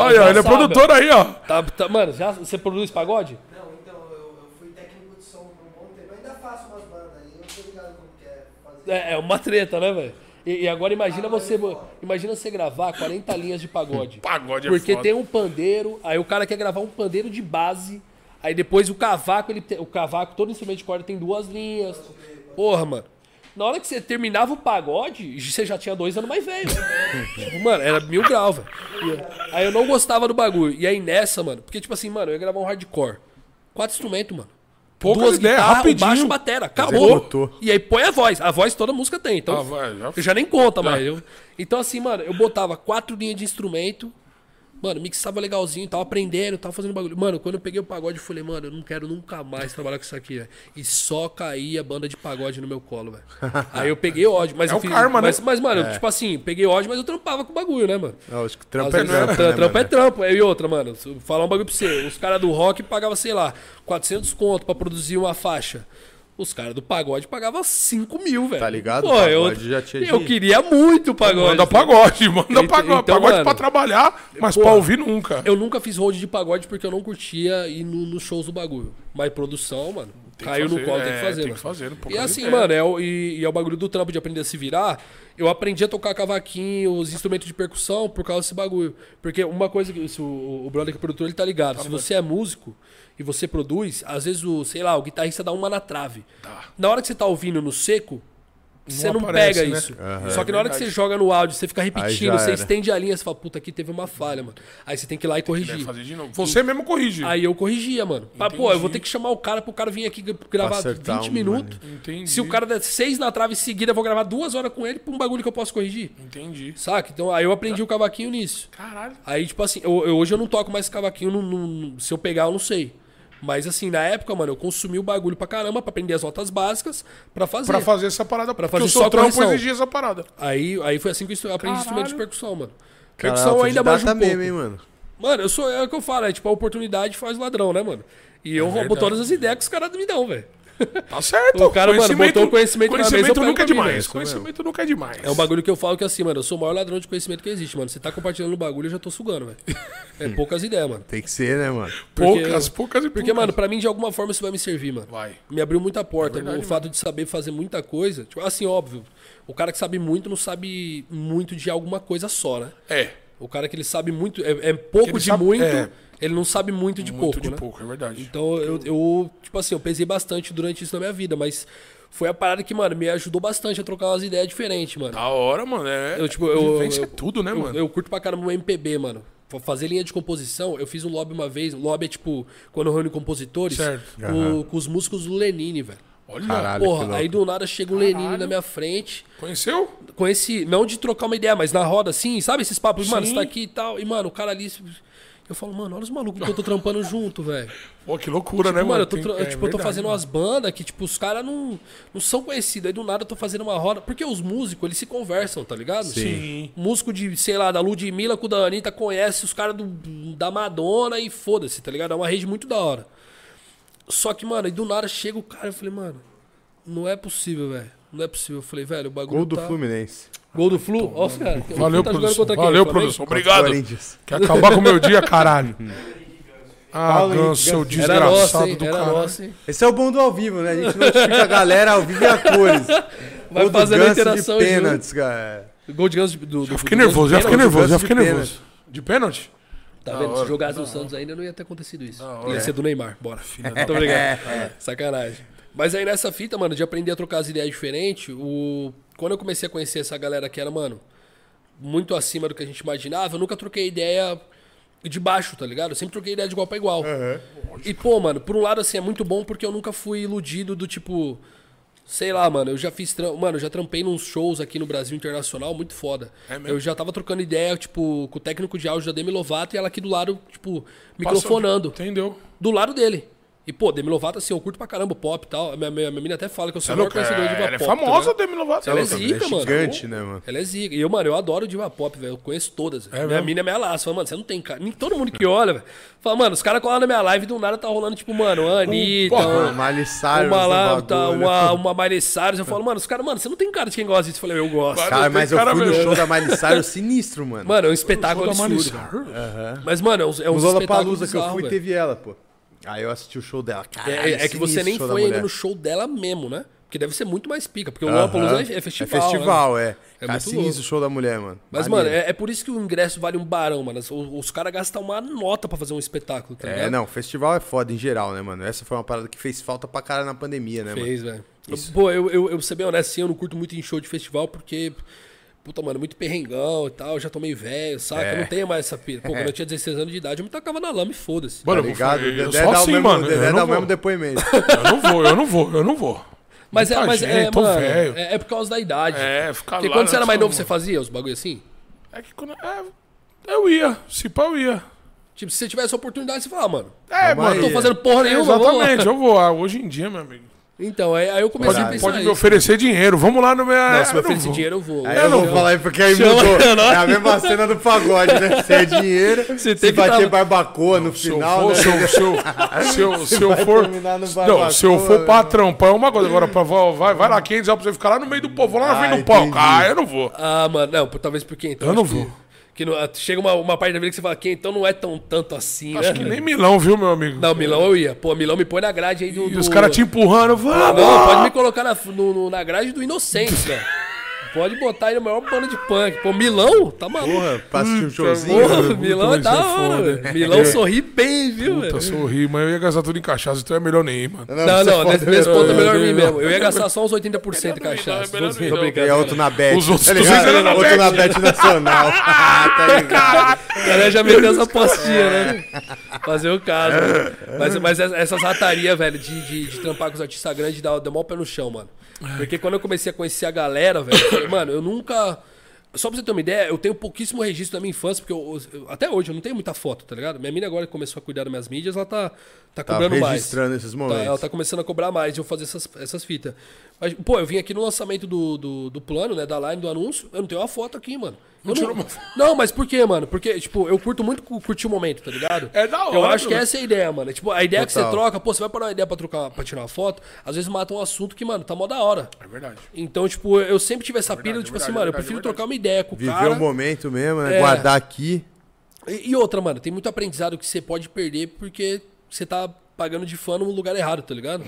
[SPEAKER 2] Olha,
[SPEAKER 3] já
[SPEAKER 2] ele é
[SPEAKER 3] sabe.
[SPEAKER 2] produtor aí, ó.
[SPEAKER 3] Tá, tá- mano, já, você produz pagode?
[SPEAKER 4] Não, então, eu, eu fui técnico de som por um bom tempo. Eu ainda faço umas bandas aí, eu não tô ligado como que é fazer.
[SPEAKER 3] É, é uma treta, né, velho? E, e agora imagina você. Imagina você gravar 40 linhas de pagode.
[SPEAKER 2] Pagode
[SPEAKER 3] Porque
[SPEAKER 2] é foda.
[SPEAKER 3] tem um pandeiro, aí o cara quer gravar um pandeiro de base, aí depois o cavaco, ele tem- o cavaco, todo instrumento de corda tem duas linhas. Porra, mano. Na hora que você terminava o pagode, você já tinha dois anos mais velho. tipo, mano, era mil grau, velho. E- Aí eu não gostava do bagulho. E aí nessa, mano, porque tipo assim, mano, eu ia gravar um hardcore. Quatro instrumentos, mano.
[SPEAKER 2] Poucas
[SPEAKER 3] Duas
[SPEAKER 2] ideias,
[SPEAKER 3] guitarras, um
[SPEAKER 2] rapidinho.
[SPEAKER 3] baixo, uma batera.
[SPEAKER 1] Executou.
[SPEAKER 3] Acabou. E aí põe a voz. A voz toda música tem. Então,
[SPEAKER 2] Ah, vai, já- Tá.
[SPEAKER 3] eu já nem conta mais. Eu- então, assim, mano, eu botava quatro linhas de instrumento. Mano, mixava legalzinho, tava aprendendo, tava fazendo bagulho. Mano, quando eu peguei o pagode, eu falei, mano, eu não quero nunca mais trabalhar com isso aqui, velho. E só caía a banda de pagode no meu colo, velho. Aí eu peguei ódio, mas
[SPEAKER 2] É
[SPEAKER 3] eu
[SPEAKER 2] o karma, né?
[SPEAKER 3] mas, mas, mano, eu, tipo assim, peguei ódio, mas eu trampava com o bagulho, né, mano?
[SPEAKER 1] Não, acho que
[SPEAKER 3] Às
[SPEAKER 1] É. trampo é
[SPEAKER 3] vezes, tra-
[SPEAKER 1] trampo.
[SPEAKER 3] Trampo,
[SPEAKER 1] né,
[SPEAKER 3] é
[SPEAKER 1] mano?
[SPEAKER 3] trampo. E outra, mano, se eu falar um bagulho pra você. Os caras do rock pagavam, sei lá, 400 conto pra produzir uma faixa. Os caras do pagode pagavam 5 mil, velho.
[SPEAKER 1] Tá ligado?
[SPEAKER 3] Pô,
[SPEAKER 1] O
[SPEAKER 3] eu,
[SPEAKER 1] pagode já tinha
[SPEAKER 3] eu
[SPEAKER 1] dinheiro.
[SPEAKER 3] queria muito o pagode. tá
[SPEAKER 2] Manda pagode, manda
[SPEAKER 3] um Então,
[SPEAKER 2] pagode.
[SPEAKER 3] então,
[SPEAKER 2] pagode
[SPEAKER 3] mano,
[SPEAKER 2] pra trabalhar, mas pra ouvir nunca.
[SPEAKER 3] Eu nunca fiz road de pagode porque eu não curtia ir no- nos shows do bagulho. Mas produção, mano,
[SPEAKER 2] que
[SPEAKER 3] caiu
[SPEAKER 2] fazer,
[SPEAKER 3] no colo,
[SPEAKER 2] é,
[SPEAKER 3] tem que fazer.
[SPEAKER 2] tem
[SPEAKER 3] mano.
[SPEAKER 2] que fazer, não pouca
[SPEAKER 3] e assim,
[SPEAKER 2] ideia.
[SPEAKER 3] mano, é, o- e, e é o bagulho do trampo de aprender a se virar. Eu aprendi a tocar cavaquinho, os instrumentos de percussão por causa desse bagulho. Porque uma coisa que se o, o brother que é produtor, ele tá ligado. se você é músico e você produz, às vezes o, sei lá, o guitarrista dá uma na trave. Na hora que você tá ouvindo no seco, você não
[SPEAKER 2] aparece,
[SPEAKER 3] pega
[SPEAKER 2] né?
[SPEAKER 3] isso. Só que na hora que você joga no áudio, você fica repetindo,
[SPEAKER 1] já
[SPEAKER 3] você
[SPEAKER 1] era.
[SPEAKER 3] estende a linha, você fala, puta, aqui teve uma falha, mano. Aí você tem que ir lá e corrigir.
[SPEAKER 2] Fazer de novo. Você mesmo corrige.
[SPEAKER 3] Aí eu corrigia, mano. Pra, pô, eu vou ter que chamar o cara pro cara vir aqui gra- gravar
[SPEAKER 1] acertar
[SPEAKER 3] 20
[SPEAKER 1] um,
[SPEAKER 3] minutos.
[SPEAKER 2] Entendi.
[SPEAKER 3] Se o cara der seis na trave seguida, eu vou gravar duas horas com ele pra um bagulho que eu posso corrigir.
[SPEAKER 2] Entendi.
[SPEAKER 3] Saca? Então aí eu aprendi o cavaquinho nisso.
[SPEAKER 2] Caralho.
[SPEAKER 3] Aí, tipo assim, eu, eu- hoje eu não toco mais cavaquinho. não- não- não- se eu pegar, eu não sei. Mas assim, na época, mano, eu consumi o bagulho pra caramba pra aprender as notas básicas pra fazer.
[SPEAKER 2] Pra fazer essa parada. Pra
[SPEAKER 3] fazer
[SPEAKER 2] o seu
[SPEAKER 3] só
[SPEAKER 2] trampo
[SPEAKER 3] correção.
[SPEAKER 2] exigia essa parada.
[SPEAKER 3] Aí, aí foi assim que eu estu- aprendi
[SPEAKER 2] Caralho.
[SPEAKER 3] instrumento de percussão, mano.
[SPEAKER 1] Caralho,
[SPEAKER 3] Percussão eu ainda
[SPEAKER 1] autodidata
[SPEAKER 3] mais um pouco.
[SPEAKER 1] mesmo, tá hein, mano?
[SPEAKER 3] Mano, eu sou, é o que eu falo, é tipo, a oportunidade faz ladrão, né, mano? E eu roubo
[SPEAKER 2] verdade.
[SPEAKER 3] todas as ideias que os caras me dão, velho.
[SPEAKER 2] Tá certo.
[SPEAKER 3] O cara, mano, botou o conhecimento na mesa, eu
[SPEAKER 2] Conhecimento
[SPEAKER 3] pego
[SPEAKER 2] nunca é
[SPEAKER 3] pra mim,
[SPEAKER 2] demais.
[SPEAKER 3] isso mesmo.
[SPEAKER 2] Conhecimento nunca é demais.
[SPEAKER 3] É um bagulho que eu falo que assim, mano, eu sou o maior ladrão de conhecimento que existe, mano. Você tá compartilhando o bagulho, eu já tô sugando, velho. É poucas ideias, mano.
[SPEAKER 1] Tem que ser, né, mano?
[SPEAKER 3] Porque-
[SPEAKER 2] Poucas, poucas e poucas.
[SPEAKER 3] Porque, mano, pra mim, de alguma forma, isso vai É me servir, mano.
[SPEAKER 2] Vai.
[SPEAKER 3] Me abriu muita porta.
[SPEAKER 2] verdade,
[SPEAKER 3] o fato de saber fazer muita coisa. Tipo, assim, óbvio. O cara que sabe muito não sabe muito de alguma coisa só, né?
[SPEAKER 2] É.
[SPEAKER 3] O cara que ele sabe muito. É, é pouco
[SPEAKER 2] Ele
[SPEAKER 3] de
[SPEAKER 2] sabe-
[SPEAKER 3] muito,
[SPEAKER 2] é.
[SPEAKER 3] ele não sabe muito de pouco.
[SPEAKER 2] Muito de
[SPEAKER 3] né?
[SPEAKER 2] pouco, é verdade.
[SPEAKER 3] Então eu, eu, tipo assim, eu pesei bastante durante isso na minha vida, mas foi a parada que, mano, me ajudou bastante a trocar umas ideias diferentes, mano.
[SPEAKER 2] Da hora, mano. É...
[SPEAKER 3] Eu, tipo, eu,
[SPEAKER 2] Vivência
[SPEAKER 3] eu-
[SPEAKER 2] é tudo, né,
[SPEAKER 3] eu-
[SPEAKER 2] mano?
[SPEAKER 3] Eu curto pra caramba o MPB, mano. Pra Fazer linha de composição, eu fiz um lobby uma vez. Lobby é tipo, quando eu reúno compositores,
[SPEAKER 2] Certo.
[SPEAKER 3] Com, com os músicos do Lenine, velho.
[SPEAKER 2] Olha.
[SPEAKER 1] Caralho, que
[SPEAKER 3] Porra,
[SPEAKER 1] louco.
[SPEAKER 3] aí do nada chega o Lenine na minha frente.
[SPEAKER 2] Conheceu?
[SPEAKER 3] Conheci, não de trocar uma ideia, mas na roda assim, sabe? Esses papos, mano,
[SPEAKER 2] Sim.
[SPEAKER 3] você tá aqui e tal. E, mano, o cara ali. Eu falo, mano, olha os malucos que eu tô trampando junto, velho.
[SPEAKER 2] Pô, que loucura, né,
[SPEAKER 3] Mano,
[SPEAKER 2] mano?
[SPEAKER 3] eu tô,
[SPEAKER 2] Tem-
[SPEAKER 3] tra-
[SPEAKER 2] é
[SPEAKER 3] tipo, eu tô
[SPEAKER 2] verdade,
[SPEAKER 3] fazendo
[SPEAKER 2] mano.
[SPEAKER 3] umas bandas que, tipo, os caras não, não são conhecidos. Aí do nada eu tô fazendo uma roda. Porque os músicos, eles se conversam, tá ligado?
[SPEAKER 2] Sim.
[SPEAKER 3] Músico de, sei lá, da Ludmilla com o da Anitta conhece os caras do- da Madonna e foda-se, tá ligado? É uma rede muito da hora. Só que, mano, aí do nada chega o cara eu falei, mano, não é possível, velho. Não é possível. Eu falei, velho, o bagulho.
[SPEAKER 1] Gol do
[SPEAKER 3] tá...
[SPEAKER 1] Fluminense.
[SPEAKER 3] Gol do Flu? Ó, os caras. O Flu
[SPEAKER 2] Valeu,
[SPEAKER 3] tá jogando
[SPEAKER 2] produção.
[SPEAKER 3] contra quem?
[SPEAKER 2] Valeu,
[SPEAKER 3] Flamengo?
[SPEAKER 2] produção. Obrigado.
[SPEAKER 1] Corinthians.
[SPEAKER 2] Quer acabar com o meu dia, caralho? Ah, Ganso, seu
[SPEAKER 3] Era nosso,
[SPEAKER 2] desgraçado
[SPEAKER 3] hein?
[SPEAKER 2] do
[SPEAKER 3] Era
[SPEAKER 2] caralho.
[SPEAKER 3] nosso, hein?
[SPEAKER 1] Esse é o bom do ao vivo, né? A gente notifica a galera ao vivo e a cores.
[SPEAKER 3] Vai
[SPEAKER 1] Gol do
[SPEAKER 3] fazendo a
[SPEAKER 1] Ganso
[SPEAKER 3] interação
[SPEAKER 1] de
[SPEAKER 3] aí,
[SPEAKER 1] pênaltis, cara.
[SPEAKER 3] Gol de ganso do, do, do
[SPEAKER 2] Fiquei nervoso, já fiquei
[SPEAKER 1] Pênalti,
[SPEAKER 2] nervoso, já
[SPEAKER 1] Ganso
[SPEAKER 2] fiquei
[SPEAKER 1] de
[SPEAKER 2] nervoso. De pênalti?
[SPEAKER 3] Tá vendo? Se jogasse no Santos ainda não ia ter acontecido isso. Ia ser do Neymar. Bora. Muito obrigado. Sacanagem. Mas aí nessa fita, mano, de aprender a trocar as ideias diferentes, o... quando eu comecei a conhecer essa galera que era, mano, muito acima do que a gente imaginava, eu nunca troquei ideia de baixo, tá ligado? Eu sempre troquei ideia de igual pra igual. E, pô, mano, por um lado, assim, é muito bom porque eu nunca fui iludido do tipo. Sei lá, mano, eu já fiz. tram- Mano, eu já trampei nos shows aqui no Brasil Internacional, muito foda.
[SPEAKER 2] É mesmo?
[SPEAKER 3] eu já tava trocando ideia, tipo, com o técnico de áudio da Demi Lovato e ela aqui do lado, tipo, microfonando.
[SPEAKER 2] Entendeu?
[SPEAKER 3] Do lado dele. E, pô, Demi Lovato, assim, eu curto pra caramba o pop e tal. A minha, minha, minha mina até fala que eu sou o maior conhecedor de
[SPEAKER 2] Ela
[SPEAKER 3] pop.
[SPEAKER 2] é
[SPEAKER 3] tá
[SPEAKER 2] famosa,
[SPEAKER 3] ligado?
[SPEAKER 2] Demi Lovato.
[SPEAKER 3] Ela é
[SPEAKER 1] Ela
[SPEAKER 3] zica,
[SPEAKER 1] é
[SPEAKER 3] mano.
[SPEAKER 1] gigante, né, mano?
[SPEAKER 3] Ela é zica. E eu, mano, eu adoro diva pop, velho. Eu conheço todas. velho. minha
[SPEAKER 2] mesmo?
[SPEAKER 3] mina é minha laço. Fala, mano, você não tem cara. Nem todo mundo que olha, velho. Fala, mano, os caras colam na minha live e do nada tá rolando, tipo,
[SPEAKER 1] Um
[SPEAKER 3] mano, a Anitta.
[SPEAKER 1] Tá
[SPEAKER 2] porra,
[SPEAKER 3] uma-
[SPEAKER 1] Miley Cyrus
[SPEAKER 3] uma
[SPEAKER 1] no
[SPEAKER 3] lá, tá,
[SPEAKER 1] um bagulho. né?
[SPEAKER 3] uma, uma Miley Cyrus. Eu falo, mano, os caras, mano, você não tem cara de quem gosta disso. Eu falei, eu gosto.
[SPEAKER 2] Cara,
[SPEAKER 1] Cara, mas eu
[SPEAKER 2] Cara
[SPEAKER 1] fui no
[SPEAKER 2] mesmo.
[SPEAKER 1] show da Miley Cyrus sinistro, mano.
[SPEAKER 3] Mano, é um espetáculo
[SPEAKER 2] Show da Miley
[SPEAKER 3] absurdo. velho.
[SPEAKER 2] Cyrus. né?
[SPEAKER 3] Mas, mano, é um, é um
[SPEAKER 1] No
[SPEAKER 3] espetáculo
[SPEAKER 1] Lollapalooza que eu
[SPEAKER 3] bizarro,
[SPEAKER 1] fui,
[SPEAKER 3] velho.
[SPEAKER 1] teve ela, pô. Aí eu assisti o show dela. Caralho,
[SPEAKER 3] É, é que você
[SPEAKER 1] sinistro
[SPEAKER 3] nem
[SPEAKER 1] show da
[SPEAKER 3] foi ainda
[SPEAKER 1] mulher.
[SPEAKER 3] no show dela mesmo, né? Que deve ser muito mais pica, porque o Lollapalooza é, é festival.
[SPEAKER 1] É festival,
[SPEAKER 3] né?
[SPEAKER 1] é.
[SPEAKER 3] É
[SPEAKER 1] Cara,
[SPEAKER 3] muito
[SPEAKER 1] sinistro o
[SPEAKER 3] louco.
[SPEAKER 1] show da mulher, mano.
[SPEAKER 3] Mas,
[SPEAKER 1] Maneiro.
[SPEAKER 3] mano, é, é por isso que o ingresso vale um barão, mano. Os, os caras gastam uma nota pra fazer um espetáculo, tá
[SPEAKER 1] É,
[SPEAKER 3] ligado?
[SPEAKER 1] não, festival é foda em geral, né, mano? Essa foi uma parada que fez falta pra cara na pandemia,
[SPEAKER 2] é,
[SPEAKER 1] né, mano?
[SPEAKER 3] Fez, velho. Pô, eu, eu, eu pra ser bem honesto, assim, eu não curto muito em show de festival, porque. Puta, mano, muito perrengão e tal, eu já tô meio velho, saca?
[SPEAKER 1] É.
[SPEAKER 3] Eu não tenho mais essa pira. Pô, quando eu tinha 16 anos de idade, eu me tacava na lama e foda-se.
[SPEAKER 2] Mano,
[SPEAKER 1] Tá
[SPEAKER 2] eu vou-
[SPEAKER 1] ligado?
[SPEAKER 2] eu,
[SPEAKER 1] O
[SPEAKER 2] eu
[SPEAKER 1] Dedé
[SPEAKER 2] só
[SPEAKER 1] dá o
[SPEAKER 2] assim,
[SPEAKER 1] mesmo,
[SPEAKER 2] mano.
[SPEAKER 1] o Dedé
[SPEAKER 2] Eu
[SPEAKER 1] dá
[SPEAKER 2] não,
[SPEAKER 1] o mesmo
[SPEAKER 2] vou.
[SPEAKER 1] depoimento.
[SPEAKER 2] É, eu não vou, eu não vou, eu não vou.
[SPEAKER 3] Mas é,
[SPEAKER 2] Muita
[SPEAKER 3] mas é,
[SPEAKER 2] gente, tô
[SPEAKER 3] mano,
[SPEAKER 2] velho.
[SPEAKER 3] é, é por causa da idade.
[SPEAKER 2] É, ficar
[SPEAKER 3] Porque
[SPEAKER 2] lá um-
[SPEAKER 3] quando você
[SPEAKER 2] na
[SPEAKER 3] era mais
[SPEAKER 2] sua
[SPEAKER 3] novo, você fazia os bagulho assim?
[SPEAKER 2] É que quando. É, eu ia, se pá, eu ia.
[SPEAKER 3] Tipo, se você tivesse a oportunidade, você fala, ah, mano,
[SPEAKER 2] É,
[SPEAKER 1] Vamos
[SPEAKER 2] mano.
[SPEAKER 1] aí.
[SPEAKER 3] tô fazendo porra
[SPEAKER 2] É,
[SPEAKER 3] nenhuma, vamos lá.
[SPEAKER 2] exatamente, eu vou. Ah, hoje em dia, meu amigo.
[SPEAKER 3] Então, aí, aí eu comecei a
[SPEAKER 2] Pode,
[SPEAKER 3] pensar
[SPEAKER 2] pode me
[SPEAKER 3] isso.
[SPEAKER 2] oferecer dinheiro. Vamos lá no meu. Ah,
[SPEAKER 3] Não, se me
[SPEAKER 2] eu não
[SPEAKER 3] oferecer
[SPEAKER 2] vou.
[SPEAKER 3] dinheiro, eu vou.
[SPEAKER 1] Aí eu
[SPEAKER 2] não
[SPEAKER 1] vou
[SPEAKER 2] vou.
[SPEAKER 1] falar aí porque aí mudou. É a mesma cena do pagode, né? Se é dinheiro,
[SPEAKER 3] Você
[SPEAKER 1] se
[SPEAKER 3] tem que
[SPEAKER 1] bater
[SPEAKER 3] tá-
[SPEAKER 1] barbacoa no
[SPEAKER 2] Se eu
[SPEAKER 1] final,
[SPEAKER 2] for,
[SPEAKER 1] né?
[SPEAKER 2] se eu, se eu, se eu, se eu
[SPEAKER 1] vai
[SPEAKER 2] for.
[SPEAKER 1] terminar no
[SPEAKER 2] Não, se eu for
[SPEAKER 3] né?
[SPEAKER 1] barbacoa,
[SPEAKER 2] patrão, pai, é uma coisa. Agora, pra, vó, vai, vai
[SPEAKER 3] Hum.
[SPEAKER 2] lá, 500 reais pra você ficar lá no meio do povo, lá na
[SPEAKER 1] Ah,
[SPEAKER 2] frente do palco.
[SPEAKER 1] entendi.
[SPEAKER 2] Ah, eu não vou.
[SPEAKER 3] Ah, mano, não, por- talvez porque então.
[SPEAKER 2] Eu
[SPEAKER 3] acho
[SPEAKER 2] não
[SPEAKER 3] que-
[SPEAKER 2] vou.
[SPEAKER 3] Que não- ah, chega uma, uma parte da vida que você fala, que então não é tão tanto assim, né?
[SPEAKER 2] Acho que nem Milão, viu, meu amigo?
[SPEAKER 3] Não, Milão eu ia. Pô, Milão me põe na grade aí do.
[SPEAKER 2] e
[SPEAKER 3] do-
[SPEAKER 2] os caras te empurrando,
[SPEAKER 3] Não,
[SPEAKER 2] vamos!
[SPEAKER 3] pode me colocar na, no- no- na grade do Inocentes, velho. Pode botar ele no maior bando de punk. Pô, Milão? Tá maluco.
[SPEAKER 1] Porra, pra assistir um showzinho.
[SPEAKER 3] Porra,
[SPEAKER 2] puta,
[SPEAKER 3] Milão é
[SPEAKER 2] mas
[SPEAKER 3] da
[SPEAKER 2] é
[SPEAKER 3] hora,
[SPEAKER 2] foda.
[SPEAKER 3] velho. Milão sorri bem, viu,
[SPEAKER 2] Puta,
[SPEAKER 3] velho?
[SPEAKER 2] sorri, mas Então, eu ia gastar tudo em cachaça, então é melhor nem ir, mano.
[SPEAKER 3] Não,
[SPEAKER 1] você
[SPEAKER 3] não,
[SPEAKER 1] pode-
[SPEAKER 3] nesse, nesse ponto é melhor
[SPEAKER 2] eu-
[SPEAKER 3] mim
[SPEAKER 2] eu-
[SPEAKER 3] mesmo. Eu ia gastar só uns 80% de
[SPEAKER 2] Melhor não ir,
[SPEAKER 3] cachaça.
[SPEAKER 2] não, é melhor não ir, não.
[SPEAKER 1] E é outro na bet.
[SPEAKER 2] Os outros
[SPEAKER 1] tá
[SPEAKER 2] todos
[SPEAKER 1] ligado?
[SPEAKER 2] eram na
[SPEAKER 1] Outro
[SPEAKER 2] bet.
[SPEAKER 1] na bet nacional. tá ligado?
[SPEAKER 3] A galera já meteu
[SPEAKER 1] É.
[SPEAKER 3] essa postinha, né? Fazer o caso. né? Mas, mas essa- essas ratarias, velho, de, de, de trampar com os artistas grandes, dá, dá mó pé no chão, mano. Porque quando eu comecei a conhecer a galera, velho, eu falei, mano, eu nunca. Só pra você ter uma ideia, eu tenho pouquíssimo registro da minha infância, porque eu- eu- até hoje eu não tenho muita foto, tá ligado? Minha mina agora que começou a cuidar das minhas mídias, ela tá, tá cobrando mais.
[SPEAKER 1] registrando esses momentos.
[SPEAKER 3] Tá, ela tá começando a cobrar mais de eu fazer essas, essas fitas. Mas, pô, eu vim aqui no lançamento do, do, do plano, né? Da line, do anúncio. Eu não tenho uma foto aqui, mano. Eu não, não, mas por quê, mano? Porque, tipo, eu curto muito cu- curtir o momento, tá ligado?
[SPEAKER 2] É da hora,
[SPEAKER 3] Eu acho que
[SPEAKER 2] mano.
[SPEAKER 3] essa é a ideia, mano. É, Tipo, a ideia que você
[SPEAKER 1] Total.
[SPEAKER 3] troca, pô, você vai parar uma ideia pra, trocar, pra tirar uma foto, às vezes mata um assunto que, mano, tá mó da hora.
[SPEAKER 2] É verdade.
[SPEAKER 3] Então, tipo, eu sempre tive essa pira, tipo
[SPEAKER 2] verdade,
[SPEAKER 3] assim,
[SPEAKER 2] é
[SPEAKER 3] mano, eu
[SPEAKER 2] verdade,
[SPEAKER 3] prefiro
[SPEAKER 2] é verdade.
[SPEAKER 3] trocar uma ideia com o
[SPEAKER 1] Viver
[SPEAKER 3] cara.
[SPEAKER 1] o momento mesmo, né?
[SPEAKER 3] É.
[SPEAKER 1] Guardar aqui.
[SPEAKER 3] E, e outra, mano, tem muito aprendizado que você pode perder porque você tá pagando de fã no lugar errado, tá ligado?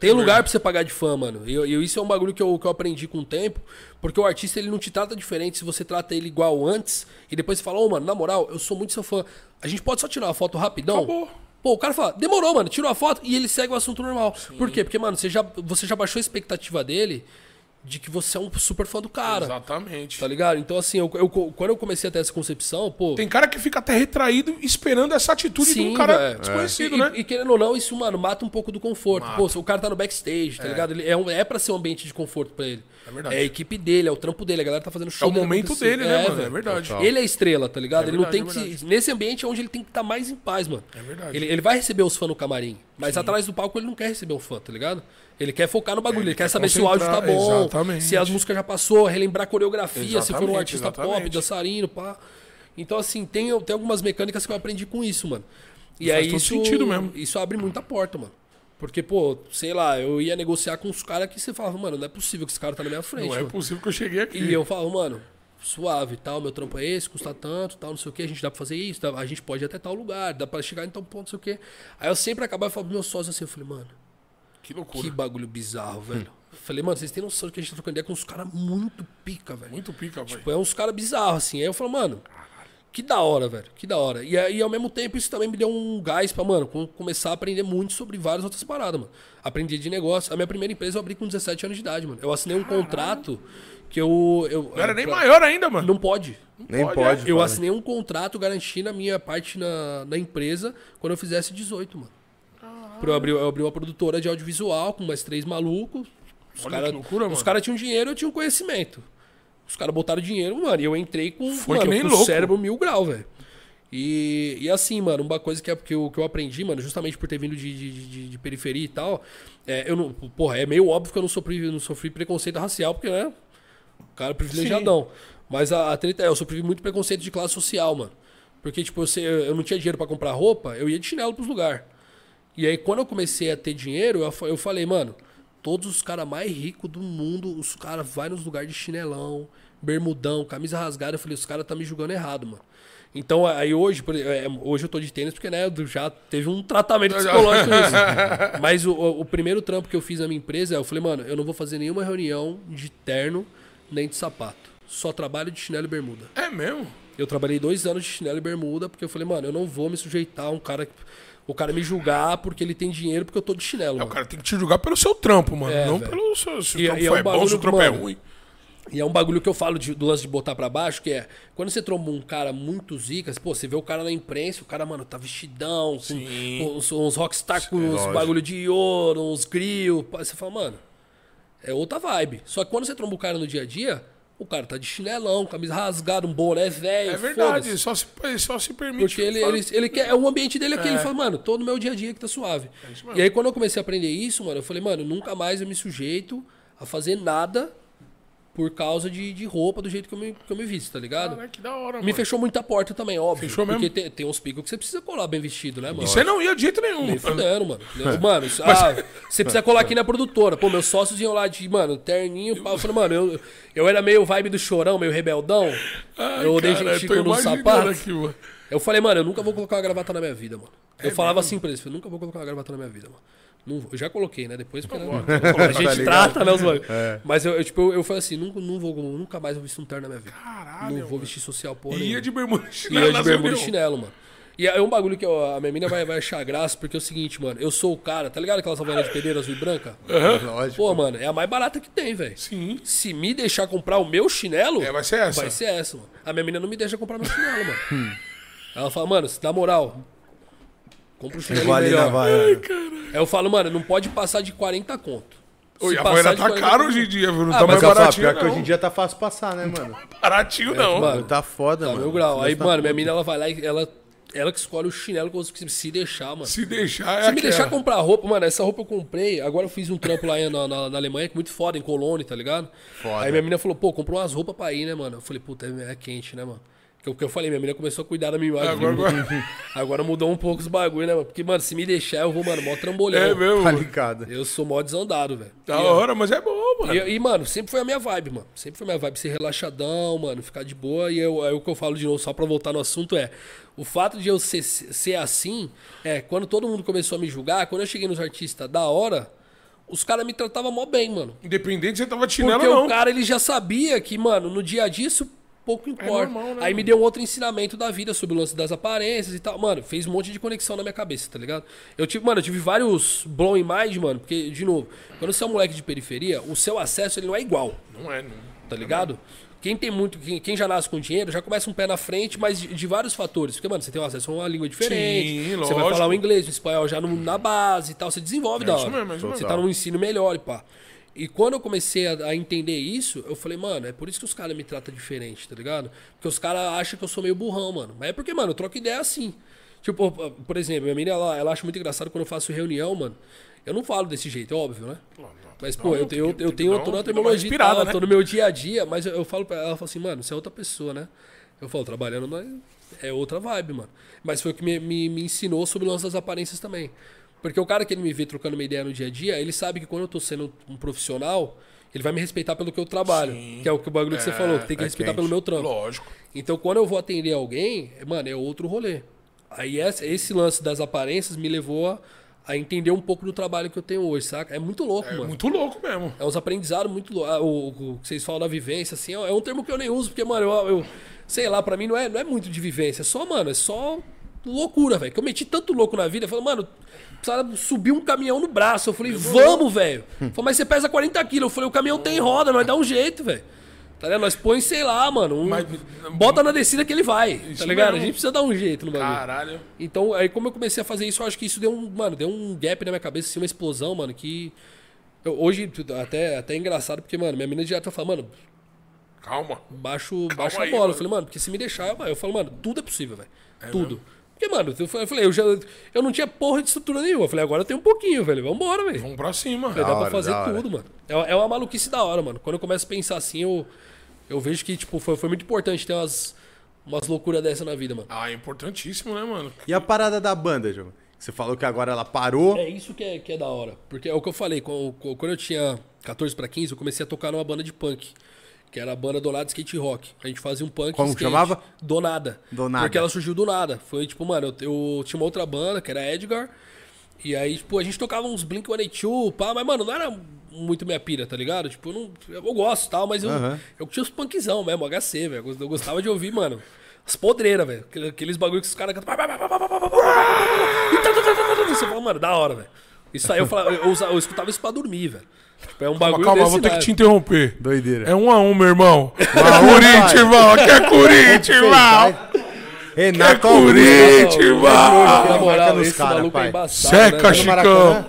[SPEAKER 3] tem lugar pra você pagar de fã, mano. E, eu- e eu- isso é um bagulho que eu, que eu aprendi com o tempo, porque o artista ele não te trata diferente se você trata ele igual antes e depois você fala, ô, mano, na moral, eu sou muito seu fã. A gente pode só tirar uma foto rapidão?
[SPEAKER 2] Acabou.
[SPEAKER 3] Pô, o cara fala, demorou, mano, tirou a foto e ele segue o assunto normal. Por quê? Porque, mano, você já, você já baixou a expectativa dele de que você é um super fã do cara.
[SPEAKER 2] Exatamente.
[SPEAKER 3] Tá ligado? Então, assim, eu, eu- quando eu comecei a ter essa concepção, pô.
[SPEAKER 2] Tem cara que fica até retraído esperando essa atitude de um cara
[SPEAKER 3] velho.
[SPEAKER 2] desconhecido,
[SPEAKER 3] é, e,
[SPEAKER 2] né?
[SPEAKER 3] E, e querendo ou não, isso, mano, mata um pouco do conforto. Pô, se o cara tá no backstage, tá ligado? Ele é, um, é pra ser um ambiente de conforto pra ele. É
[SPEAKER 2] verdade.
[SPEAKER 3] a equipe dele, é o trampo dele, a galera tá fazendo show.
[SPEAKER 2] É o momento
[SPEAKER 3] acontecer.
[SPEAKER 2] dele, né, mano? É
[SPEAKER 3] velho.
[SPEAKER 2] verdade. Total.
[SPEAKER 3] Ele é estrela, tá ligado?
[SPEAKER 2] É
[SPEAKER 3] ele não
[SPEAKER 2] verdade,
[SPEAKER 3] tem
[SPEAKER 2] é
[SPEAKER 3] que. se- Nesse ambiente é onde ele tem que estar mais em paz, mano. É
[SPEAKER 2] verdade.
[SPEAKER 3] Ele, ele vai receber os fãs no camarim, mas atrás do palco ele não quer receber um fã, tá ligado? Ele quer focar no bagulho, ele, quer, saber se o áudio tá
[SPEAKER 2] concentrar,
[SPEAKER 3] bom,
[SPEAKER 2] exatamente.
[SPEAKER 3] se as músicas já passou, relembrar a coreografia, se for um
[SPEAKER 2] Exatamente,
[SPEAKER 3] artista pop,
[SPEAKER 2] exatamente.
[SPEAKER 3] dançarino, pá. Então, assim, tem, tem algumas mecânicas que eu aprendi com isso, mano. E
[SPEAKER 2] Faz
[SPEAKER 3] aí
[SPEAKER 2] todo
[SPEAKER 3] isso,
[SPEAKER 2] sentido mesmo.
[SPEAKER 3] isso abre muita porta, mano. Porque, pô, sei lá, eu ia negociar com os caras que você falava, mano, não é possível que esse cara tá na minha frente.
[SPEAKER 2] Não é
[SPEAKER 3] mano.
[SPEAKER 2] possível que eu cheguei aqui.
[SPEAKER 3] E eu falo, mano, suave e tal, meu trampo é esse, custa tanto, tal, não sei o que, a gente dá pra fazer isso, dá- a gente pode ir até tal lugar, dá pra chegar em tal ponto, não sei o que. Aí eu sempre acabava falando pro meu sócio assim, eu falei, mano,
[SPEAKER 2] Que loucura.
[SPEAKER 3] que bagulho
[SPEAKER 2] Hum.
[SPEAKER 3] bizarro, velho. Eu Falei, mano, vocês têm noção de que a gente tá trocando ideia com uns caras muito pica, velho.
[SPEAKER 2] Muito pica, velho.
[SPEAKER 3] Tipo, é uns caras bizarros, assim. Aí eu falo, mano, que da hora, velho, que da hora. E, aí, ao mesmo tempo, isso também me deu um gás pra, mano, com- começar a aprender muito sobre várias outras paradas, mano. Aprendi de negócio. A minha primeira empresa eu abri com 17 anos de idade, mano. Eu assinei um contrato que eu. eu
[SPEAKER 2] não era nem
[SPEAKER 3] pra-
[SPEAKER 2] maior ainda, mano.
[SPEAKER 3] Não pode.
[SPEAKER 1] Nem
[SPEAKER 2] Pode,
[SPEAKER 1] pode.
[SPEAKER 3] Eu
[SPEAKER 1] falar.
[SPEAKER 3] assinei um contrato garantindo a minha parte na, na empresa quando eu fizesse 18, mano. Pra eu, abrir, eu abri uma produtora de audiovisual com mais três malucos. Os
[SPEAKER 2] Olha
[SPEAKER 3] cara-
[SPEAKER 2] que loucura,
[SPEAKER 3] Os
[SPEAKER 2] mano.
[SPEAKER 3] caras tinham dinheiro, eu tinha um conhecimento. Os caras botaram dinheiro, mano, e eu entrei com,
[SPEAKER 2] Foi
[SPEAKER 3] mano,
[SPEAKER 2] que nem
[SPEAKER 3] com o
[SPEAKER 2] louco.
[SPEAKER 3] cérebro mil grau, velho. E, e assim, mano, uma coisa que, é, que, eu, que eu aprendi, mano, justamente por ter vindo de, de- de- de periferia e tal, é, eu não, porra, é meio óbvio que eu não sofri, não sofri preconceito racial, porque, né, cara privilegiadão. Mas a, a treta é, eu sofri muito preconceito de classe social, mano. Porque, tipo, eu, se- eu não tinha dinheiro pra comprar roupa, eu ia de chinelo pros lugares. E aí, quando eu comecei a ter dinheiro, eu, fa- eu falei, mano, todos os caras mais ricos do mundo, os caras vai nos lugares de chinelão, bermudão, camisa rasgada. Eu falei, os caras tá me julgando errado, mano. Então, aí hoje, por exemplo, é, hoje eu tô de tênis porque, né, eu já teve um tratamento psicológico nisso. Mas o, o primeiro trampo que eu fiz na minha empresa, eu falei, mano, eu não vou fazer nenhuma reunião de terno nem de sapato. Só trabalho de chinelo e bermuda.
[SPEAKER 2] É mesmo?
[SPEAKER 3] Eu trabalhei dois anos de chinelo e bermuda, porque eu falei, mano, eu não vou me sujeitar a um cara. O cara me julgar porque ele tem dinheiro, porque eu tô de
[SPEAKER 2] É
[SPEAKER 3] chinelo.
[SPEAKER 2] O
[SPEAKER 3] mano.
[SPEAKER 2] cara tem que te julgar pelo seu trampo, mano.
[SPEAKER 3] É,
[SPEAKER 2] não
[SPEAKER 3] velho.
[SPEAKER 2] pelo seu. Se o
[SPEAKER 3] E-
[SPEAKER 2] trampo
[SPEAKER 3] e é um
[SPEAKER 2] foi bom, se o
[SPEAKER 3] bagulho,
[SPEAKER 2] trampo é
[SPEAKER 3] mano,
[SPEAKER 2] ruim.
[SPEAKER 3] E é um bagulho que eu falo de- do lance de botar pra baixo, que é quando você tromba um cara muito zica, pô, você vê o cara na imprensa, o cara, mano, tá vestidão, com,
[SPEAKER 2] Sim. É
[SPEAKER 3] com uns, uns rockstar com uns bagulho de ouro, uns grill. pá, Você fala, mano, é outra vibe. Só que quando você tromba o cara no dia a dia, o cara tá de chinelão, camisa rasgada, um boné velho.
[SPEAKER 2] É
[SPEAKER 3] foda-se.
[SPEAKER 2] verdade, só se, só se permite.
[SPEAKER 3] Porque ele,
[SPEAKER 2] falar.
[SPEAKER 3] ele, ele quer. O ambiente dele é aquele. Ele fala, mano, todo meu dia a dia que tá suave.
[SPEAKER 2] É
[SPEAKER 3] e aí, quando eu comecei a aprender isso, mano, eu falei, mano, nunca mais eu me sujeito a fazer nada por causa de, de roupa do jeito que eu me, que eu me visto, tá ligado?
[SPEAKER 2] Caralho, né, que da hora,
[SPEAKER 3] me
[SPEAKER 2] Ah, mano.
[SPEAKER 3] fechou muita porta também, óbvio.
[SPEAKER 2] Fechou mesmo? é
[SPEAKER 3] Porque tem, tem uns picos que você precisa colar bem vestido, né, mano?
[SPEAKER 2] Você não ia de jeito nenhum.
[SPEAKER 3] Nem fudendo, mano.
[SPEAKER 2] É.
[SPEAKER 3] Mano, ah, você precisa colar aqui na produtora. Pô, meus sócios iam lá de, mano, terninho, pau. Eu falei, mano, eu, eu era meio vibe do chorão, meio rebeldão. eu odeio
[SPEAKER 2] cara,
[SPEAKER 3] gente
[SPEAKER 2] tô
[SPEAKER 3] com no
[SPEAKER 2] imaginando
[SPEAKER 3] sapato.
[SPEAKER 2] aqui, mano.
[SPEAKER 3] Eu falei, mano, eu nunca vou colocar uma gravata na minha vida, mano.
[SPEAKER 2] É
[SPEAKER 3] eu falava assim pra eles, eu nunca vou colocar uma gravata na minha vida, mano. Não vou. Eu já coloquei, né? Depois porque, né, a
[SPEAKER 1] Tá
[SPEAKER 3] gente
[SPEAKER 1] ligado?
[SPEAKER 3] trata, né, os bagulho.
[SPEAKER 2] É.
[SPEAKER 3] Mas eu, eu, tipo, eu, eu falei assim, nunca, não vou, nunca mais vou vestir um terno na minha vida.
[SPEAKER 2] Caralho,
[SPEAKER 3] não vou vestir social porra
[SPEAKER 2] Ia
[SPEAKER 3] nenhuma.
[SPEAKER 2] de bermuda e
[SPEAKER 3] E
[SPEAKER 2] chinelo.
[SPEAKER 3] eu de
[SPEAKER 2] nas
[SPEAKER 3] bermuda e
[SPEAKER 2] reuniões.
[SPEAKER 3] chinelo, mano. E é um bagulho que eu- a minha mina vai, vai achar graça, porque é o seguinte, mano, eu sou o cara, tá ligado aquelas havaianas de pedreiro azul e branca?
[SPEAKER 1] Lógico.
[SPEAKER 3] Pô, mano, é a mais barata que tem, velho.
[SPEAKER 2] É. Sim.
[SPEAKER 3] Se me deixar comprar o meu chinelo.
[SPEAKER 2] É, vai ser essa. Hum.
[SPEAKER 3] Vai ser essa, mano. A minha menina não me deixa comprar meu chinelo, mano. Ela fala, mano, na moral, compra um chinelo
[SPEAKER 1] Vale na
[SPEAKER 3] melhor.
[SPEAKER 1] Havaiana.
[SPEAKER 3] Aí eu falo, mano, não pode passar de 40 conto. Se
[SPEAKER 2] Oi, a
[SPEAKER 3] passar
[SPEAKER 2] Havaiana
[SPEAKER 3] de
[SPEAKER 2] tá
[SPEAKER 3] 40
[SPEAKER 2] caro
[SPEAKER 3] conto-
[SPEAKER 2] hoje em dia, viu? Não
[SPEAKER 3] Ah,
[SPEAKER 2] tá
[SPEAKER 1] Mas,
[SPEAKER 2] mais
[SPEAKER 1] ó, Fábio,
[SPEAKER 2] baratinho,
[SPEAKER 1] pior que hoje em
[SPEAKER 2] não.
[SPEAKER 1] dia tá fácil passar, né, mano?
[SPEAKER 2] Baratinho, não.
[SPEAKER 3] mano,
[SPEAKER 1] Tá foda,
[SPEAKER 3] Tá
[SPEAKER 1] mano.
[SPEAKER 3] meu grau. Aí,
[SPEAKER 1] Tá-
[SPEAKER 3] mano, minha menina, ela vai lá e ela, ela que escolhe o chinelo que eu consigo se deixar, mano.
[SPEAKER 2] Se deixar, é
[SPEAKER 3] Se me
[SPEAKER 2] aquela.
[SPEAKER 3] deixar comprar roupa, mano, essa roupa eu comprei. Agora eu fiz um trampo lá na, na, na Alemanha, que é muito foda, em Colônia, tá ligado?
[SPEAKER 1] Foda.
[SPEAKER 3] Aí minha menina falou, pô, comprou umas roupas pra ir, né, mano? Eu falei, puta, é é quente, né, mano? Que eu, que eu falei, minha menina começou a cuidar da minha imagem.
[SPEAKER 2] Agora- agora-
[SPEAKER 3] Agora mudou um pouco os bagulho, né, mano? Porque, mano, se me deixar, eu vou, mano, mó trambolhão.
[SPEAKER 2] É mesmo.
[SPEAKER 1] Tá
[SPEAKER 2] mano.
[SPEAKER 1] ligado.
[SPEAKER 3] Eu sou mó desandado, velho.
[SPEAKER 2] Da hora, mas é bom, mano.
[SPEAKER 3] E, e, mano, sempre foi a minha vibe, mano. Sempre foi a minha vibe ser relaxadão, mano, ficar de boa. E eu, aí o que eu falo de novo, só pra voltar no assunto, é. O fato de eu ser, ser assim, é, quando todo mundo começou a me julgar, quando eu cheguei nos artistas da hora, os caras me tratavam mó bem, mano.
[SPEAKER 2] Independente se você tava de chinelo
[SPEAKER 3] Porque
[SPEAKER 2] ou não.
[SPEAKER 3] o cara, ele já sabia que, mano, no dia a dia isso pouco importa.
[SPEAKER 2] normal, né,
[SPEAKER 3] aí me deu um outro ensinamento da vida sobre o lance das aparências e tal. Mano, fez um monte de conexão na minha cabeça, tá ligado? Eu tive, mano, eu tive vários blow in mind, mano, porque, de novo, quando você é um moleque de periferia, o seu acesso ele não é igual
[SPEAKER 2] Não é, não.
[SPEAKER 3] tá ligado? Quem tem muito, quem, quem já nasce com dinheiro, já começa um pé na frente, mas de, de vários fatores. Porque, mano, você tem um acesso a uma língua diferente.
[SPEAKER 2] Sim,
[SPEAKER 3] você vai
[SPEAKER 2] lógico.
[SPEAKER 3] falar o inglês, o espanhol já no- na base e tal. Você desenvolve da
[SPEAKER 2] isso
[SPEAKER 3] hora.
[SPEAKER 2] mesmo, é isso
[SPEAKER 3] você
[SPEAKER 2] mesmo.
[SPEAKER 3] tá num ensino melhor e pá. E quando eu comecei a, a entender isso, eu falei, mano, é por isso que os caras me tratam diferente, tá ligado? Porque os caras acham que eu sou meio burrão, mano. Mas é porque, mano, eu troco ideia assim. Tipo, por exemplo, minha menina, ela, ela acha muito engraçado quando eu faço reunião, mano. Eu não falo desse jeito, é óbvio, né? Mas, pô, eu, eu, eu tenho
[SPEAKER 2] não,
[SPEAKER 3] toda a
[SPEAKER 2] tem que dar uma
[SPEAKER 3] terminologia e
[SPEAKER 2] respirada,
[SPEAKER 3] tal, tá
[SPEAKER 2] né?
[SPEAKER 3] tô no meu dia a dia, mas eu, eu falo pra ela, ela fala assim, mano, você é outra pessoa, né? Eu falo, trabalhando nós- é outra vibe, mano. Mas foi o que me, me, me ensinou sobre o lance das aparências também. Porque o cara que ele me vê trocando uma ideia no dia a dia, ele sabe que quando eu tô sendo um profissional, ele vai me respeitar pelo que eu trabalho. Que é o que o bagulho que você falou, que tem que
[SPEAKER 2] é
[SPEAKER 3] respeitar pelo meu trampo.
[SPEAKER 2] Lógico.
[SPEAKER 3] Então, quando eu vou atender alguém, mano, é outro rolê. Aí essa- esse lance das aparências me levou a, a entender um pouco do trabalho que eu tenho hoje, saca? É muito louco,
[SPEAKER 2] É
[SPEAKER 3] mano.
[SPEAKER 2] muito louco mesmo.
[SPEAKER 3] É uns aprendizados muito lou- ah, o, o que vocês falam da vivência, assim, é um termo que eu nem uso, porque, mano, eu, eu- sei lá, pra mim não é, não é muito de vivência, é só, mano, é só loucura, velho. Que eu meti tanto louco na vida, eu falei, mano, precisava subir um caminhão no braço. Eu falei, vamos, velho. Falei, mas você pesa 40 quilos. Eu falei, o caminhão tem roda, nós dá um jeito, velho. Tá ligado? Nós põe, sei lá, mano. um-
[SPEAKER 2] Mas-
[SPEAKER 3] bota na descida que ele vai. Tá
[SPEAKER 2] Isso
[SPEAKER 3] ligado?
[SPEAKER 2] mesmo.
[SPEAKER 3] A gente precisa dar um jeito no bagulho.
[SPEAKER 2] Caralho.
[SPEAKER 3] Então, aí como eu comecei a fazer isso, eu acho que isso deu um, mano, deu um gap na minha cabeça, assim, uma explosão, mano, que eu- hoje tu- até até é engraçado porque, mano, minha menina já tá falando, mano,
[SPEAKER 2] Calma.
[SPEAKER 3] baixo, baixo a
[SPEAKER 2] aí,
[SPEAKER 3] bola.
[SPEAKER 2] mano.
[SPEAKER 3] Eu falei, mano, porque se me deixar, eu- eu falo, mano, tudo é possível, velho. tudo. Porque, mano, eu fa- eu falei, eu já eu não tinha porra de estrutura nenhuma. Eu falei, agora eu tenho um pouquinho, velho. Vambora, velho.
[SPEAKER 2] Vamos pra cima.
[SPEAKER 3] Dá
[SPEAKER 1] hora,
[SPEAKER 3] pra fazer
[SPEAKER 1] da hora.
[SPEAKER 3] tudo, mano. É, é uma maluquice da hora, mano. Quando eu começo a pensar assim, eu, eu vejo que, tipo, foi, foi muito importante ter umas, umas loucuras dessa na vida, mano.
[SPEAKER 2] Ah, é importantíssimo, né, mano?
[SPEAKER 1] E a parada da banda, João? Você falou que agora ela parou.
[SPEAKER 3] É isso que é, que é da hora. Porque é o que eu falei, quando, quando eu tinha 14 pra 15, eu comecei a tocar numa banda de punk. que era a banda Donada Skate Rock. A gente fazia um punk
[SPEAKER 1] Como
[SPEAKER 3] skate.
[SPEAKER 1] chamava?
[SPEAKER 3] Donada.
[SPEAKER 1] Donada.
[SPEAKER 3] Porque ela surgiu do nada. Foi tipo, mano, eu, eu tinha uma outra banda, que era Edgar. E aí, tipo, a gente tocava uns Blink-182, pá. Mas, mano, não era muito minha pira, tá ligado? Tipo, eu, não, eu gosto e tal, mas eu,
[SPEAKER 1] Aham.
[SPEAKER 3] eu tinha os punkzão mesmo, HC, velho. Eu gostava de ouvir, mano, as podreiras, velho. Aquele- Aqueles bagulho que os caras cantam. Você fala, mano, da hora, velho. Isso aí eu, falava, eu, usa- eu escutava isso pra dormir, velho. Tipo, é um bagulho
[SPEAKER 2] Calma,
[SPEAKER 3] desse
[SPEAKER 2] vou ter que
[SPEAKER 3] naipe.
[SPEAKER 2] te interromper.
[SPEAKER 1] Doideira.
[SPEAKER 2] É um a um, meu irmão. Corinthians, irmão. Aqui é Corinthians, irmão. É
[SPEAKER 1] Renato Augusto.
[SPEAKER 2] Corinthians, irmão.
[SPEAKER 3] Na
[SPEAKER 1] Marca
[SPEAKER 3] moral,
[SPEAKER 1] nos
[SPEAKER 3] esse
[SPEAKER 1] cara,
[SPEAKER 3] maluco
[SPEAKER 1] pai.
[SPEAKER 3] é embaçado.
[SPEAKER 2] Seca,
[SPEAKER 3] né?
[SPEAKER 1] É no
[SPEAKER 2] Chicão.
[SPEAKER 1] Maracanã?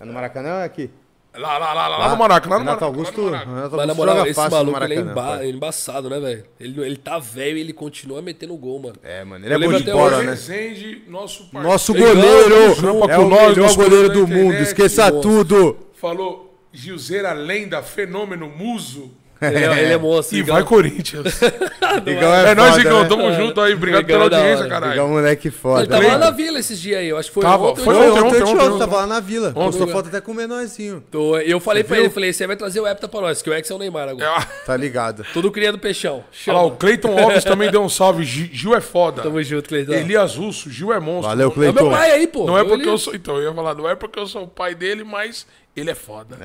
[SPEAKER 1] É no Maracanã ou é aqui?
[SPEAKER 2] Lá, lá, lá, lá, lá no Maracanã. Lá
[SPEAKER 1] Renato
[SPEAKER 2] no Maraca,
[SPEAKER 1] Augusto,
[SPEAKER 2] lá no Maraca.
[SPEAKER 1] Renato
[SPEAKER 3] Mas na
[SPEAKER 1] Augusto
[SPEAKER 3] moral,
[SPEAKER 1] joga
[SPEAKER 3] esse
[SPEAKER 1] fácil no
[SPEAKER 3] maluco ele é,
[SPEAKER 1] Maracanã.
[SPEAKER 3] emba-
[SPEAKER 1] pai.
[SPEAKER 3] ele é embaçado, né, velho? Ele, ele tá velho e ele continua metendo gol, mano.
[SPEAKER 1] É, mano, ele é
[SPEAKER 3] Eu
[SPEAKER 1] bom
[SPEAKER 3] lembro
[SPEAKER 1] de
[SPEAKER 3] até
[SPEAKER 1] bola,
[SPEAKER 3] hoje,
[SPEAKER 1] né?
[SPEAKER 2] Rezende, nosso parceiro,
[SPEAKER 1] Nosso
[SPEAKER 3] Ele ganha, ele
[SPEAKER 1] goleiro
[SPEAKER 2] chupa
[SPEAKER 1] é
[SPEAKER 2] com
[SPEAKER 1] o
[SPEAKER 2] nós,
[SPEAKER 1] melhor
[SPEAKER 2] nós
[SPEAKER 1] goleiro do
[SPEAKER 2] gostamos da
[SPEAKER 1] mundo.
[SPEAKER 2] internet,
[SPEAKER 1] Esqueça
[SPEAKER 3] moço.
[SPEAKER 1] tudo.
[SPEAKER 2] falou Gilzeira Lenda, fenômeno, muso.
[SPEAKER 3] Ele é, ele é monstro.
[SPEAKER 2] E
[SPEAKER 3] Igão.
[SPEAKER 2] vai Corinthians.
[SPEAKER 1] Igão
[SPEAKER 2] É, nóis,
[SPEAKER 1] foda,
[SPEAKER 2] Igão.
[SPEAKER 1] né?
[SPEAKER 2] Tamo junto aí. Obrigado
[SPEAKER 3] Igão
[SPEAKER 2] pela
[SPEAKER 3] é da
[SPEAKER 2] audiência,
[SPEAKER 3] hora.
[SPEAKER 1] Igão, um
[SPEAKER 2] caralho.
[SPEAKER 1] moleque
[SPEAKER 3] Ele
[SPEAKER 1] foda.
[SPEAKER 3] tava lá
[SPEAKER 1] Lembra?
[SPEAKER 3] na vila esses dias aí, eu acho que foi
[SPEAKER 2] Tava,
[SPEAKER 3] ontem.
[SPEAKER 2] foi
[SPEAKER 3] ou
[SPEAKER 1] Foi
[SPEAKER 2] ontem,
[SPEAKER 1] ontem, ontem, ontem,
[SPEAKER 2] ontem.
[SPEAKER 1] tava lá na vila. Postou
[SPEAKER 3] ontem.
[SPEAKER 1] foto até com o menorzinho.
[SPEAKER 3] Tô- Eu falei pra ele, eu falei, você vai trazer o Epta pra nós, que o Ex é o Neymar agora.
[SPEAKER 1] Tá ligado.
[SPEAKER 3] Tudo cria do peixão.
[SPEAKER 2] Olha lá,
[SPEAKER 3] Chama.
[SPEAKER 2] o Cleiton Alves também deu um salve. Gi- Gil é foda.
[SPEAKER 3] Tamo junto, Cleitão.
[SPEAKER 2] Elias Russo, Gil é monstro.
[SPEAKER 1] Valeu,
[SPEAKER 3] É o meu
[SPEAKER 1] Cleiton.
[SPEAKER 3] pai aí, pô.
[SPEAKER 2] Não é
[SPEAKER 3] Eu
[SPEAKER 2] porque
[SPEAKER 3] li-
[SPEAKER 2] eu sou. Então, eu ia falar, não é porque eu sou o pai dele, mas ele é foda.
[SPEAKER 1] Ah,
[SPEAKER 3] Você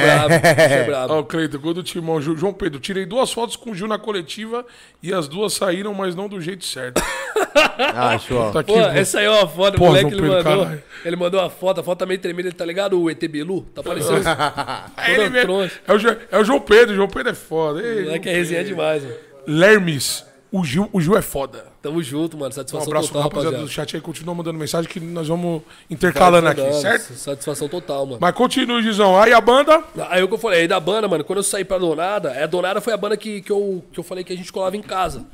[SPEAKER 3] brabo, você é
[SPEAKER 2] Ó,
[SPEAKER 3] brabo.
[SPEAKER 2] o Cleiton, gol do Timão. Ju- João Pedro, tirei duas fotos com o Gil na coletiva e as duas saíram, mas não do jeito certo.
[SPEAKER 1] Acho, ó.
[SPEAKER 2] Tá aqui,
[SPEAKER 3] Pô,
[SPEAKER 2] mano.
[SPEAKER 3] essa aí é uma foto,
[SPEAKER 2] Pô,
[SPEAKER 3] o moleque
[SPEAKER 2] João
[SPEAKER 3] ele
[SPEAKER 2] Pedro,
[SPEAKER 3] mandou.
[SPEAKER 2] caralho.
[SPEAKER 3] Ele mandou uma foto, a foto tá meio tremida, ele tá ligado? O ET Bilu, tá parecendo esse
[SPEAKER 2] é, ele
[SPEAKER 3] toda
[SPEAKER 2] mesmo.
[SPEAKER 3] trouxa.
[SPEAKER 2] É o, Jo- é o João Pedro, o João Pedro é foda. Ei, João
[SPEAKER 3] moleque, é resenha
[SPEAKER 2] Pedro.
[SPEAKER 3] demais, mano.
[SPEAKER 2] Lermes, o Gil, o Gil é foda.
[SPEAKER 3] Tamo junto, mano,
[SPEAKER 2] Um
[SPEAKER 3] satisfação
[SPEAKER 2] abraço pro
[SPEAKER 3] total,
[SPEAKER 2] rapaziada
[SPEAKER 3] rapaziada.
[SPEAKER 2] do chat aí, continua mandando mensagem que nós vamos intercalando aqui,
[SPEAKER 3] Mandando,
[SPEAKER 2] certo?
[SPEAKER 3] Satisfação total, mano.
[SPEAKER 2] Mas continue, Gizão. Aí a banda.
[SPEAKER 3] Aí é o que eu falei, aí da banda, mano, quando eu saí pra Donada, a Donada foi a banda que, que, eu, que eu falei que a gente colava em casa.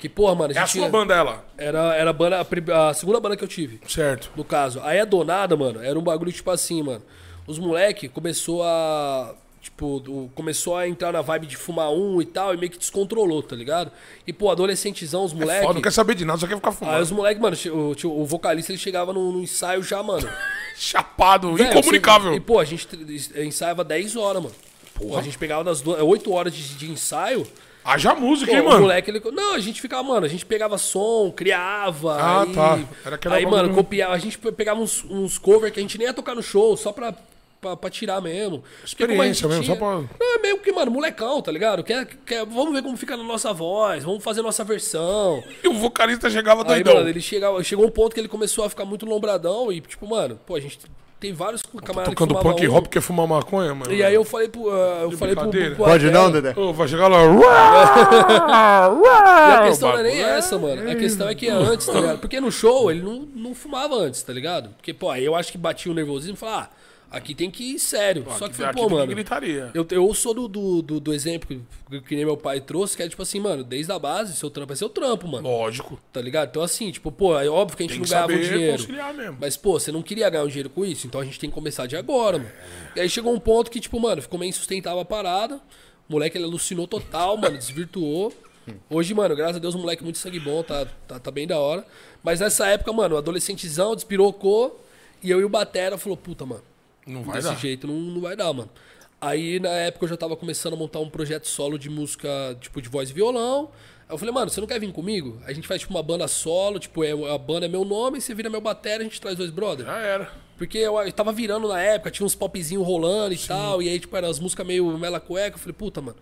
[SPEAKER 3] Que, porra, mano, a
[SPEAKER 2] É
[SPEAKER 3] gente.
[SPEAKER 2] a sua banda, ela.
[SPEAKER 3] Era, era a, banda, a pri- a segunda banda que eu tive.
[SPEAKER 2] Certo.
[SPEAKER 3] no caso. Aí a donada, mano, era um bagulho tipo assim, mano. Os moleque começou a. Tipo, do- começou a entrar na vibe de fumar um e tal, e meio que descontrolou, tá ligado? E, pô, adolescentezão, os moleque.
[SPEAKER 2] É
[SPEAKER 3] Ah,
[SPEAKER 2] Foda, é não quer saber de nada, só quer ficar
[SPEAKER 3] aí
[SPEAKER 2] fumando.
[SPEAKER 3] os moleque, mano, che- o, tio- o vocalista ele chegava no, no ensaio já, mano.
[SPEAKER 2] Chapado,
[SPEAKER 3] Velho,
[SPEAKER 2] incomunicável.
[SPEAKER 3] É, você- E, pô, a gente tr- é, ensaiava 10 horas, mano. Pô, a gente pegava das 8 horas de, de ensaio.
[SPEAKER 2] Haja música,
[SPEAKER 3] Pô,
[SPEAKER 2] hein,
[SPEAKER 3] o
[SPEAKER 2] mano?
[SPEAKER 3] moleque, ele... Não, a gente ficava, mano, a gente pegava som, criava.
[SPEAKER 2] Ah,
[SPEAKER 3] aí,
[SPEAKER 2] tá. Era aquela
[SPEAKER 3] aí
[SPEAKER 2] bagulho-
[SPEAKER 3] mano, copiava. A gente pegava uns, uns cover que a gente nem ia tocar no show, só pra, pra, pra tirar mesmo. Porque como a gente
[SPEAKER 2] Experiência mesmo, só pra-
[SPEAKER 3] Não, é meio que, mano, molecão, tá ligado? Quer, quer... Vamos ver como fica na nossa voz, vamos fazer nossa versão.
[SPEAKER 2] E o vocalista chegava
[SPEAKER 3] Aí,
[SPEAKER 2] doidão.
[SPEAKER 3] mano, ele chegava... chegou um ponto que ele começou a ficar muito lombradão e, tipo, mano, pô, a gente tem vários camaradas
[SPEAKER 2] tá Tocando
[SPEAKER 3] que fumavam
[SPEAKER 2] punk
[SPEAKER 3] um.
[SPEAKER 2] rock porque fumar maconha, mano.
[SPEAKER 3] E aí eu falei pro. ah, eu falei pro,
[SPEAKER 2] brincadeira.
[SPEAKER 3] pro
[SPEAKER 1] Pode
[SPEAKER 3] Adela-
[SPEAKER 1] não, Dedé?
[SPEAKER 2] Ô, vai chegar lá. uá,
[SPEAKER 3] E
[SPEAKER 2] uá,
[SPEAKER 3] a questão não é
[SPEAKER 2] bagulho.
[SPEAKER 3] nem essa, mano. A questão é que é antes, tá ligado? Porque no show ele não, não fumava antes, tá ligado? Porque, pô, aí eu acho que batia o nervosismo e falava, ah, aqui tem que ir sério. Só que,
[SPEAKER 2] aqui-
[SPEAKER 3] foi,
[SPEAKER 2] aqui
[SPEAKER 3] pô,
[SPEAKER 2] tem
[SPEAKER 3] mano.
[SPEAKER 2] gritaria.
[SPEAKER 3] Eu, eu sou do, do, do, do exemplo que, que nem meu pai trouxe, que é tipo assim, mano, desde a base, seu trampo é seu trampo, mano.
[SPEAKER 2] Lógico.
[SPEAKER 3] Tá ligado? Então, assim, tipo, pô, é óbvio que a gente
[SPEAKER 2] Tem que
[SPEAKER 3] não ganhava um
[SPEAKER 2] saber
[SPEAKER 3] dinheiro.
[SPEAKER 2] conciliar mesmo.
[SPEAKER 3] Mas, pô, você não queria ganhar um dinheiro com isso, então a gente tem que começar de agora, mano. E aí chegou um ponto que, tipo, mano, ficou meio insustentável a parada. O moleque, ele alucinou total, mano, desvirtuou. Hoje, mano, graças a Deus, o moleque muito sangue bom, tá, tá, tá bem da hora. Mas nessa época, mano, o adolescentezão despirocou. E eu e o Batera falou, puta, mano,
[SPEAKER 2] Não vai
[SPEAKER 3] desse
[SPEAKER 2] dar.
[SPEAKER 3] jeito não, não vai dar, mano. Aí na época eu já tava começando a montar um projeto solo de música, tipo, de voz e violão. Aí eu falei, mano, você não quer vir comigo? A gente faz tipo uma banda solo, tipo, é, a banda é meu nome, você vira meu batera, a gente traz dois brother.
[SPEAKER 2] Já era.
[SPEAKER 3] Porque eu, eu tava virando na época, tinha uns popzinho rolando e tal, e aí, tipo, eram as músicas meio mela cueca. Eu falei, puta, mano,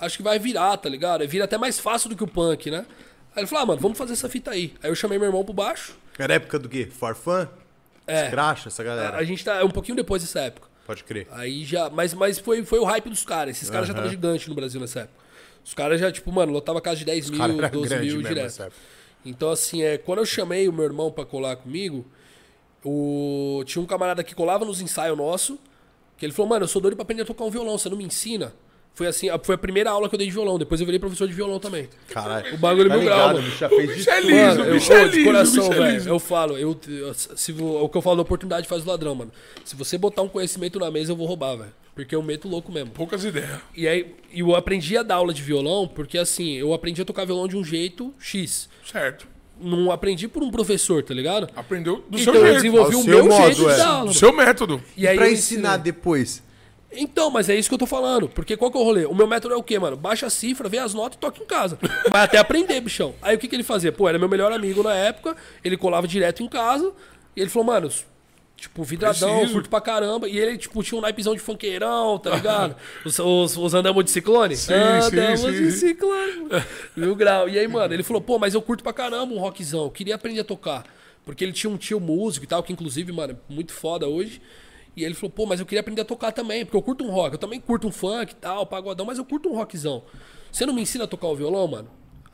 [SPEAKER 3] acho que vai virar, tá ligado? Vira até mais fácil do que o punk, né? Aí ele falou, ah, mano, vamos fazer essa fita aí. Aí eu chamei meu irmão pro baixo.
[SPEAKER 1] Era É época do quê? Farfã?
[SPEAKER 3] É,
[SPEAKER 1] Graxa, essa
[SPEAKER 3] a
[SPEAKER 1] galera.
[SPEAKER 3] gente tá é um pouquinho depois dessa época.
[SPEAKER 1] Pode crer.
[SPEAKER 3] Aí já. Mas, mas foi, foi o hype dos caras. Esses caras já estavam gigante no Brasil nessa época. Os caras já, tipo, mano, lotava casa de 10
[SPEAKER 1] caras
[SPEAKER 3] mil,
[SPEAKER 1] eram
[SPEAKER 3] 12
[SPEAKER 1] grandes
[SPEAKER 3] mil
[SPEAKER 1] mesmo
[SPEAKER 3] direto.
[SPEAKER 1] nessa época.
[SPEAKER 3] Então, assim, é, quando eu chamei o meu irmão pra colar comigo, o... tinha um camarada que colava nos ensaios nosso, que ele falou, mano, eu sou doido pra aprender a tocar um violão, você não me ensina? Foi assim, a- foi a primeira aula que eu dei de violão, depois eu virei professor de violão também.
[SPEAKER 1] Caralho.
[SPEAKER 3] O bagulho
[SPEAKER 1] Tá
[SPEAKER 3] mil grau,
[SPEAKER 1] ligado,
[SPEAKER 3] mano.
[SPEAKER 1] bicho, já fez de
[SPEAKER 2] bicho é
[SPEAKER 1] tudo.
[SPEAKER 2] liso,
[SPEAKER 3] Mano, eu,
[SPEAKER 2] bicho é
[SPEAKER 3] ô,
[SPEAKER 2] liso,
[SPEAKER 3] de coração,
[SPEAKER 2] bicho é
[SPEAKER 3] velho.
[SPEAKER 2] liso.
[SPEAKER 3] Eu falo, eu, eu- se, vo- o que eu falo da oportunidade faz o ladrão, mano. Se você botar um conhecimento na mesa, eu vou roubar, velho. Porque eu meto louco mesmo.
[SPEAKER 2] Poucas ideias.
[SPEAKER 3] E aí, e eu aprendi a dar aula de violão, porque assim, eu aprendi a tocar violão de um jeito X.
[SPEAKER 2] Certo.
[SPEAKER 3] Não aprendi por um professor, tá ligado?
[SPEAKER 2] Aprendeu do
[SPEAKER 3] então
[SPEAKER 2] seu
[SPEAKER 3] eu
[SPEAKER 2] jeito.
[SPEAKER 3] desenvolvi
[SPEAKER 1] Ao
[SPEAKER 3] o
[SPEAKER 1] seu
[SPEAKER 3] meu
[SPEAKER 1] modo,
[SPEAKER 3] jeito
[SPEAKER 1] é.
[SPEAKER 3] de dar aula.
[SPEAKER 2] Do
[SPEAKER 3] mano.
[SPEAKER 2] seu método.
[SPEAKER 3] E aí
[SPEAKER 1] pra
[SPEAKER 3] eu
[SPEAKER 1] ensinar
[SPEAKER 3] ensinei.
[SPEAKER 1] depois.
[SPEAKER 3] Então, mas é isso que eu tô falando. Porque qual que é o rolê? O meu método é o quê, mano? Baixa a cifra, vê as notas e toca em casa. Vai até aprender, bichão. Aí o que, que ele fazia? Pô, era meu melhor amigo na época, ele colava direto em casa, e ele falou, mano, tipo, vidradão,
[SPEAKER 2] Preciso.
[SPEAKER 3] curto pra caramba. E ele, tipo, tinha um naipezão de funkeirão, tá ligado? os, os, os andamos de ciclone?
[SPEAKER 2] Sim,
[SPEAKER 3] andamos
[SPEAKER 2] sim,
[SPEAKER 3] de
[SPEAKER 2] sim.
[SPEAKER 3] ciclone. Mil grau. E aí, mano, ele falou, pô, mas eu curto pra caramba um rockzão, eu queria aprender a tocar. Porque ele tinha um tio músico e tal, que inclusive, mano, é muito foda hoje. E ele falou, pô, mas eu queria aprender a tocar também, porque eu curto um rock, eu também curto um funk e tal, pagodão, mas eu curto um rockzão. Você não me ensina a tocar o violão, mano?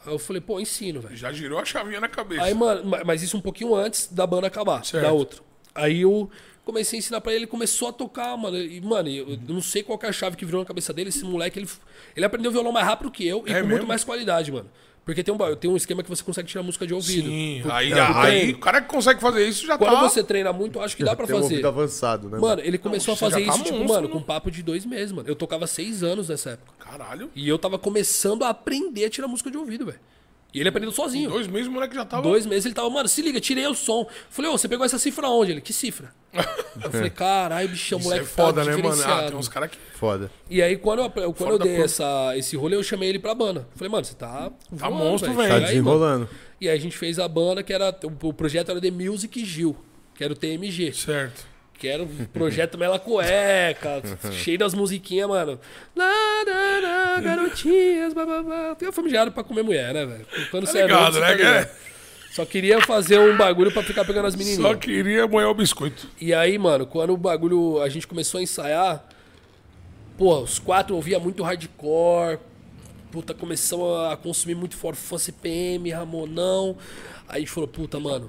[SPEAKER 3] Aí eu falei, pô, ensino, velho.
[SPEAKER 2] Já girou a chavinha na cabeça.
[SPEAKER 3] Aí, mano, ma- mas isso um pouquinho antes da banda acabar,
[SPEAKER 2] Certo.
[SPEAKER 3] da outra. Aí eu comecei a ensinar pra ele, ele começou a tocar, mano. E, mano, eu eu não sei qual que é a chave que virou na cabeça dele. Esse moleque, ele, f- ele aprendeu violão mais rápido que eu e
[SPEAKER 2] É
[SPEAKER 3] com
[SPEAKER 2] mesmo?
[SPEAKER 3] muito mais qualidade, mano. Porque tem um, ba- tem um esquema que você consegue tirar música de ouvido.
[SPEAKER 2] Sim,
[SPEAKER 3] Por-
[SPEAKER 2] aí,
[SPEAKER 3] por
[SPEAKER 2] aí
[SPEAKER 3] treino.
[SPEAKER 2] o cara que consegue fazer isso já
[SPEAKER 3] Quando
[SPEAKER 2] tá...
[SPEAKER 3] você treina muito, eu acho que dá pra
[SPEAKER 1] Tem um
[SPEAKER 3] fazer.
[SPEAKER 1] ouvido avançado, né?
[SPEAKER 3] Mano, ele começou
[SPEAKER 2] você
[SPEAKER 3] a fazer
[SPEAKER 2] já tá
[SPEAKER 3] isso, tipo,
[SPEAKER 2] monstro,
[SPEAKER 3] mano,
[SPEAKER 2] né?
[SPEAKER 3] com papo de dois meses, mano. Eu tocava seis anos nessa época.
[SPEAKER 2] Caralho.
[SPEAKER 3] E eu tava começando a aprender a tirar música de ouvido, velho. E ele aprendeu sozinho.
[SPEAKER 2] Dois meses o moleque já tava...
[SPEAKER 3] Dois meses ele tava, mano, se liga, tirei o som. Falei, ô, você pegou essa cifra onde? Ele, que cifra? Eu falei, caralho, bichão,
[SPEAKER 2] Isso
[SPEAKER 3] moleque
[SPEAKER 2] é foda,
[SPEAKER 3] tá
[SPEAKER 2] né, mano? Ah, tem
[SPEAKER 3] diferenciado.
[SPEAKER 2] uns caras que...
[SPEAKER 1] Foda.
[SPEAKER 3] E aí, quando eu, eu- quando
[SPEAKER 2] Fora
[SPEAKER 3] eu
[SPEAKER 2] da
[SPEAKER 3] dei
[SPEAKER 2] curva.
[SPEAKER 3] essa, esse rolê, eu chamei ele pra banda. Falei, mano, você tá. voando,
[SPEAKER 2] monstro, velho.
[SPEAKER 1] Tá
[SPEAKER 3] Chega aí, mano.
[SPEAKER 1] desenrolando.
[SPEAKER 3] E aí a gente fez a banda, que era. O o projeto era The Music Gil, que era o TMG.
[SPEAKER 2] Certo.
[SPEAKER 3] Que era o projeto Mela Cueca, cheio das musiquinhas, mano. Lá, lá, lá, garotinhas, bababá. Tem um famigerado pra comer mulher, né, velho? Quando você
[SPEAKER 2] ligado,
[SPEAKER 3] você tá
[SPEAKER 2] né, que
[SPEAKER 3] ligado. Só queria fazer um bagulho pra ficar pegando as menininhas.
[SPEAKER 2] Só queria moer o biscoito.
[SPEAKER 3] E aí, mano, quando o bagulho a gente começou a ensaiar, pô, os quatro ouvia muito hardcore. Puta, começamos a consumir muito forfã, CPM, Ramonão. Aí a gente falou, puta, mano,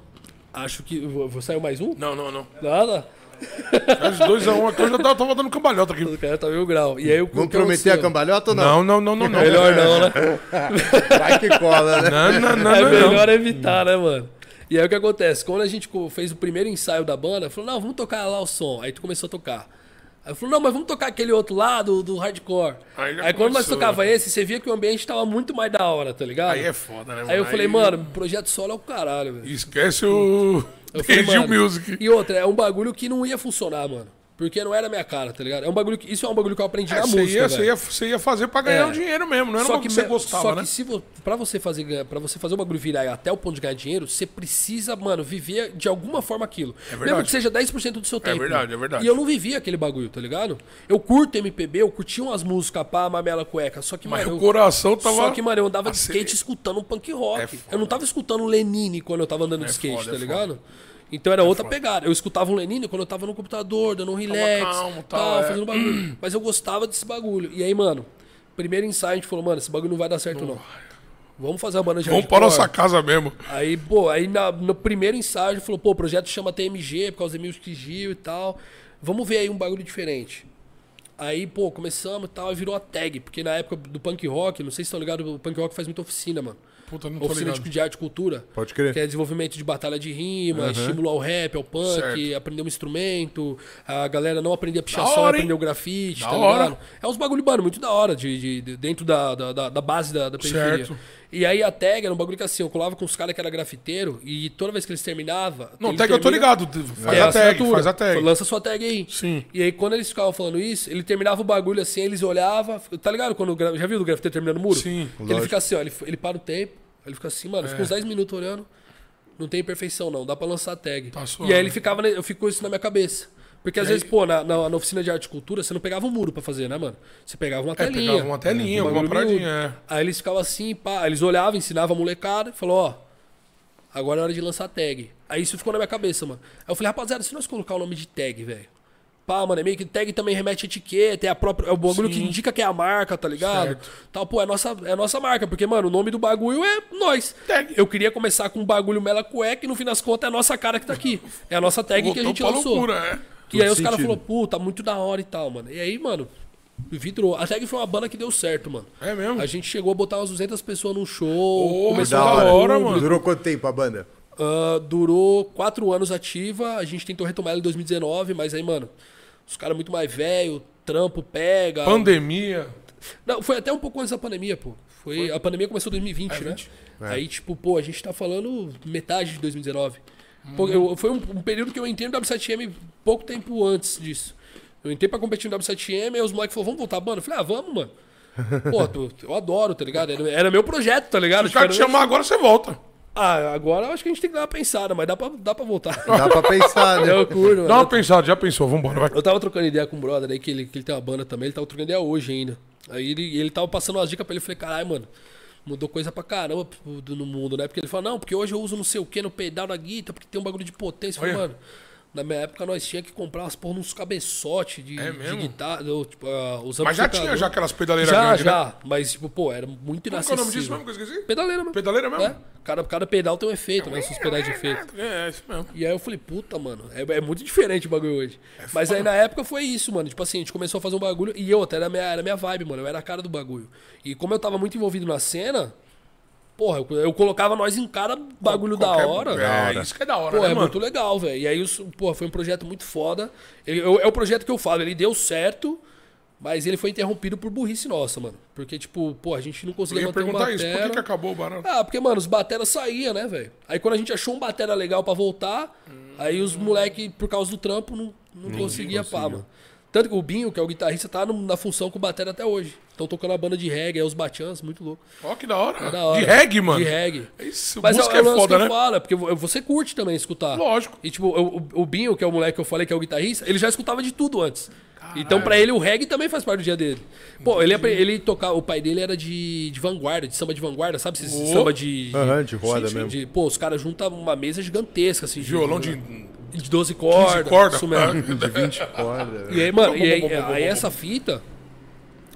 [SPEAKER 3] acho que. vou vou- Saiu mais um?
[SPEAKER 2] Não, não, não.
[SPEAKER 3] Nada?
[SPEAKER 2] Os dois a um aqui, eu já tava, tava dando cambalhota aqui.
[SPEAKER 3] O cara tá mil grau. E aí o
[SPEAKER 1] Vamos
[SPEAKER 3] que
[SPEAKER 1] prometer a
[SPEAKER 3] aconteceu?
[SPEAKER 1] cambalhota ou não?
[SPEAKER 2] Não, não, não, não, não.
[SPEAKER 3] Melhor não, né?
[SPEAKER 1] Vai que cola, né?
[SPEAKER 2] Não, não, não, não.
[SPEAKER 3] É
[SPEAKER 2] não.
[SPEAKER 3] melhor evitar, né, mano? E aí o que acontece? Quando a gente co- fez o primeiro ensaio da banda, falou, não, vamos tocar lá o som. Aí tu começou a tocar. Aí falou, não, mas vamos tocar aquele outro lado do hardcore.
[SPEAKER 2] Aí
[SPEAKER 3] Aí,
[SPEAKER 2] já
[SPEAKER 3] quando nós
[SPEAKER 2] começou.
[SPEAKER 3] tocava esse, você via que o ambiente tava muito mais da hora, tá ligado?
[SPEAKER 2] Aí é foda, né, mano?
[SPEAKER 3] Aí eu falei,
[SPEAKER 2] Aí-
[SPEAKER 3] mano, projeto solo é o caralho, velho.
[SPEAKER 2] Esquece o.
[SPEAKER 3] Eu falei,
[SPEAKER 2] Perdi o
[SPEAKER 3] mano,
[SPEAKER 2] music.
[SPEAKER 3] E outra, é um bagulho que não ia funcionar, mano. Porque não era minha cara, tá ligado? É um bagulho que, isso é um bagulho que eu aprendi
[SPEAKER 2] É,
[SPEAKER 3] na
[SPEAKER 2] você,
[SPEAKER 3] música,
[SPEAKER 2] ia, você,
[SPEAKER 3] velho.
[SPEAKER 2] ia, você ia fazer pra ganhar
[SPEAKER 3] É.
[SPEAKER 2] o dinheiro mesmo, não era
[SPEAKER 3] só
[SPEAKER 2] uma
[SPEAKER 3] que
[SPEAKER 2] que você
[SPEAKER 3] me-
[SPEAKER 2] gostava,
[SPEAKER 3] só
[SPEAKER 2] né?
[SPEAKER 3] que se vo, pra você fazer para você fazer o bagulho virar e até o ponto de ganhar dinheiro, você precisa, mano, viver de alguma forma aquilo. Mesmo
[SPEAKER 2] É verdade.
[SPEAKER 3] que seja 10% do seu tempo.
[SPEAKER 2] verdade, é verdade.
[SPEAKER 3] E eu não vivia aquele bagulho, tá ligado? Eu curto MPB, eu curtia umas músicas pá, mamela cueca, só que,
[SPEAKER 2] Mas
[SPEAKER 3] mano,
[SPEAKER 2] o
[SPEAKER 3] eu-
[SPEAKER 2] coração tava.
[SPEAKER 3] só que, mano, eu andava de
[SPEAKER 2] Acelerado.
[SPEAKER 3] skate escutando um punk rock.
[SPEAKER 2] É foda.
[SPEAKER 3] eu não tava escutando Lenine quando eu tava andando de skate,
[SPEAKER 2] foda, é
[SPEAKER 3] tá
[SPEAKER 2] foda. É
[SPEAKER 3] ligado? Então era outra pegada. Eu escutava um Lenine quando eu tava no computador, dando um relax,
[SPEAKER 2] calmo, tal,
[SPEAKER 3] tal,
[SPEAKER 2] é.
[SPEAKER 3] fazendo um bagulho. Mas eu gostava desse bagulho. E aí, mano, primeiro ensaio a gente falou, mano, esse bagulho não vai dar certo, não. Vamos fazer a banda de
[SPEAKER 2] Vamos pra
[SPEAKER 3] hardcore.
[SPEAKER 2] nossa casa mesmo.
[SPEAKER 3] Aí, pô, aí na- no primeiro ensaio ele falou, pô, o projeto chama TMG, por causa de Music Gil e tal. Vamos ver aí um bagulho diferente. Aí, pô, começamos e tal, e virou a tag, porque na época do punk rock, não sei se estão ligados, o punk rock faz muita oficina, mano.
[SPEAKER 2] Puta, não tô
[SPEAKER 3] Oficina
[SPEAKER 2] ligado.
[SPEAKER 3] de, de arte e cultura.
[SPEAKER 1] Pode crer.
[SPEAKER 3] Que é desenvolvimento de batalha de rima, estímulo ao rap, ao punk,
[SPEAKER 2] Certo.
[SPEAKER 3] aprender um instrumento, a galera não aprendia pichação,
[SPEAKER 2] Da hora, hein?
[SPEAKER 3] aprendeu grafite,
[SPEAKER 2] Da
[SPEAKER 3] tá
[SPEAKER 2] hora.
[SPEAKER 3] ligado? É uns bagulho, mano, muito da hora, de, de- de- dentro da, da, da- da base da, da periferia.
[SPEAKER 2] Certo.
[SPEAKER 3] E aí a tag era um bagulho que assim, eu colava com os caras que era grafiteiro e toda vez que eles terminavam.
[SPEAKER 2] Não,
[SPEAKER 3] ele
[SPEAKER 2] tag eu tô
[SPEAKER 3] termina-
[SPEAKER 2] ligado. Faz
[SPEAKER 3] é,
[SPEAKER 2] a tag,
[SPEAKER 3] assinatura.
[SPEAKER 2] faz a tag.
[SPEAKER 3] Lança sua tag aí.
[SPEAKER 2] Sim.
[SPEAKER 3] E aí, quando eles ficavam falando isso, ele terminava o bagulho assim, eles olhavam. Tá ligado? Quando o gra- já viu do grafiteiro terminando o muro?
[SPEAKER 2] Sim. É.
[SPEAKER 3] Que ele fica assim, ó, ele, ele para o tempo, ele fica assim, mano, fica uns 10 minutos olhando. Não tem perfeição, não. Dá pra lançar a tag.
[SPEAKER 2] Tá suave.
[SPEAKER 3] e aí ele ficava, né, eu ficou isso na minha cabeça. Porque às vezes, pô, na, na- na oficina de arte e cultura, você não pegava um muro pra fazer, né, mano? Você pegava uma
[SPEAKER 2] É,
[SPEAKER 3] telinha.
[SPEAKER 2] pegava uma telinha,
[SPEAKER 3] um
[SPEAKER 2] alguma
[SPEAKER 3] bagulho
[SPEAKER 2] paradinha. é.
[SPEAKER 3] miúdo. Aí eles ficavam assim, pá, eles olhavam, ensinavam a molecada e falou, ó, agora é hora de lançar a tag. Aí isso ficou na minha cabeça, mano. Aí eu falei, rapaziada, se nós colocar o nome de tag, velho. Pá, mano, é meio que tag também remete à etiqueta, é a própria, é o bagulho que indica que é a marca, tá ligado? Tal, pô, é nossa, é nossa marca, porque, mano, o nome do bagulho é nós.
[SPEAKER 2] Tag.
[SPEAKER 3] Eu queria começar com um bagulho mela cueca e no fim das contas é a nossa cara que tá aqui. É a nossa tag que a
[SPEAKER 2] Voltou
[SPEAKER 3] gente
[SPEAKER 2] pra
[SPEAKER 3] lançou.
[SPEAKER 2] loucura, é.
[SPEAKER 3] E aí os
[SPEAKER 1] sentido.
[SPEAKER 3] caras falaram, puta, muito da hora e tal, mano. E aí, mano, vidrou. A Tag foi uma banda que deu certo, mano.
[SPEAKER 2] É mesmo?
[SPEAKER 3] A gente chegou a botar umas 200 pessoas num show.
[SPEAKER 2] Porra,
[SPEAKER 3] começou
[SPEAKER 2] da
[SPEAKER 3] a
[SPEAKER 2] hora,
[SPEAKER 3] dar
[SPEAKER 2] hora,
[SPEAKER 3] público.
[SPEAKER 2] mano.
[SPEAKER 1] Durou quanto tempo a banda?
[SPEAKER 3] Ah, durou quatro anos ativa. A gente tentou retomar ela em 2019, mas aí, mano, os caras muito mais velho, trampo pega.
[SPEAKER 2] Pandemia.
[SPEAKER 3] Não, foi até um pouco antes da pandemia, pô. Foi, A pandemia começou em 2020, né? Aí, tipo, pô, a gente tá falando metade de 2019. Pô, eu- foi um, um período que eu entrei no W7M pouco tempo antes disso. Eu entrei pra competir no W7M, aí os moleques falaram, vamos voltar a banda? Eu falei, ah, vamos, mano. Pô, tu- eu adoro, tá ligado? Era, era meu projeto, tá ligado?
[SPEAKER 2] Se o cara te
[SPEAKER 3] Tipo, era-
[SPEAKER 2] chamar agora, você volta.
[SPEAKER 3] Ah, agora eu acho que a gente tem que dar uma pensada, mas dá pra, dá pra voltar.
[SPEAKER 1] Dá pra pensar, né?
[SPEAKER 3] É, Eu curto, mano.
[SPEAKER 2] Dá uma pensada, já pensou, vambora, vai.
[SPEAKER 3] Eu tava trocando ideia com um brother aí, que ele, que ele tem uma banda também, ele tava trocando ideia hoje ainda. Aí ele, ele tava passando umas dicas pra ele, eu falei, caralho, mano, mudou coisa pra caramba pro- do- no mundo, né? Porque ele fala, não, porque hoje eu uso não sei o que no pedal da guitarra, porque tem um bagulho de potência. Eu falei,
[SPEAKER 2] Olha.
[SPEAKER 3] mano, na minha época nós tinha que comprar umas porra uns cabeçotes de,
[SPEAKER 2] É
[SPEAKER 3] de
[SPEAKER 2] mesmo?
[SPEAKER 3] guitarra, ou, tipo, ah, os
[SPEAKER 2] Mas já
[SPEAKER 3] amplificadores.
[SPEAKER 2] tinha já aquelas pedaleiras
[SPEAKER 3] Já,
[SPEAKER 2] grandes,
[SPEAKER 3] já,
[SPEAKER 2] né?
[SPEAKER 3] mas tipo, pô, era muito
[SPEAKER 2] Qual que é o nome disso
[SPEAKER 3] inacessível.
[SPEAKER 2] mesmo que eu esqueci?
[SPEAKER 3] Pedaleira mesmo.
[SPEAKER 2] Pedaleira mesmo?
[SPEAKER 3] É, cada, cada pedal tem um efeito, né? Seus pedais de efeito.
[SPEAKER 2] É, é isso mesmo.
[SPEAKER 3] E aí eu falei, puta, mano, é, é muito diferente o bagulho hoje.
[SPEAKER 2] É
[SPEAKER 3] Mas aí na época foi isso, mano. Tipo assim, a gente começou a fazer um bagulho e eu até era minha, era minha vibe, mano. Eu era a cara do bagulho. E como eu tava muito envolvido na cena, porra, eu, eu colocava nós em cada bagulho
[SPEAKER 2] Qualquer-
[SPEAKER 3] da hora.
[SPEAKER 2] É, isso que é da hora,
[SPEAKER 3] Pô,
[SPEAKER 2] né,
[SPEAKER 3] é
[SPEAKER 2] mano?
[SPEAKER 3] muito legal, velho. E aí, isso, pô, foi um projeto muito foda. Ele- eu- é o projeto que eu falo, ele deu certo, mas ele foi interrompido por burrice nossa, mano. Porque, tipo, pô, a gente não
[SPEAKER 2] Eu
[SPEAKER 3] conseguia
[SPEAKER 2] ia
[SPEAKER 3] manter um
[SPEAKER 2] perguntar isso, por que,
[SPEAKER 3] batera.
[SPEAKER 2] que acabou o Barão?
[SPEAKER 3] Ah, porque, mano, os bateras saía, né, velho? Aí quando a gente achou um batera legal pra voltar, aí
[SPEAKER 2] Hum.
[SPEAKER 3] os moleque, por causa do trampo, não, não conseguia pá, mano. Tanto que o Binho, que é o guitarrista, tá no- na função com o batera até hoje. Estão tocando a banda de reggae, aí os batians, muito louco.
[SPEAKER 2] Ó, que da hora.
[SPEAKER 3] É Da hora.
[SPEAKER 2] De reggae, mano.
[SPEAKER 3] De reggae.
[SPEAKER 2] Isso,
[SPEAKER 3] Mas
[SPEAKER 2] música
[SPEAKER 3] é,
[SPEAKER 2] é,
[SPEAKER 3] o lance
[SPEAKER 2] foda,
[SPEAKER 3] que
[SPEAKER 2] né?
[SPEAKER 3] eu falo, é porque vo- você curte também escutar.
[SPEAKER 2] Lógico.
[SPEAKER 3] E tipo, o, o- o Binho, que é o moleque que eu falei que é o guitarrista, ele já escutava de tudo antes. Então pra ele o reggae também faz parte do dia dele. Pô, ele, apre- ele tocava, o pai dele era de, de vanguarda, de samba de vanguarda, sabe? Esse
[SPEAKER 2] Ô.
[SPEAKER 3] samba de... de-
[SPEAKER 1] Aham, de roda
[SPEAKER 3] de-
[SPEAKER 1] mesmo.
[SPEAKER 3] de- pô, os caras juntam uma mesa gigantesca, assim. de-
[SPEAKER 2] Violão de é.
[SPEAKER 3] De 12 cordas.
[SPEAKER 2] corda.
[SPEAKER 3] Isso mesmo.
[SPEAKER 1] De 20 cordas.
[SPEAKER 3] E aí, mano, e aí,
[SPEAKER 2] é?
[SPEAKER 3] aí essa fita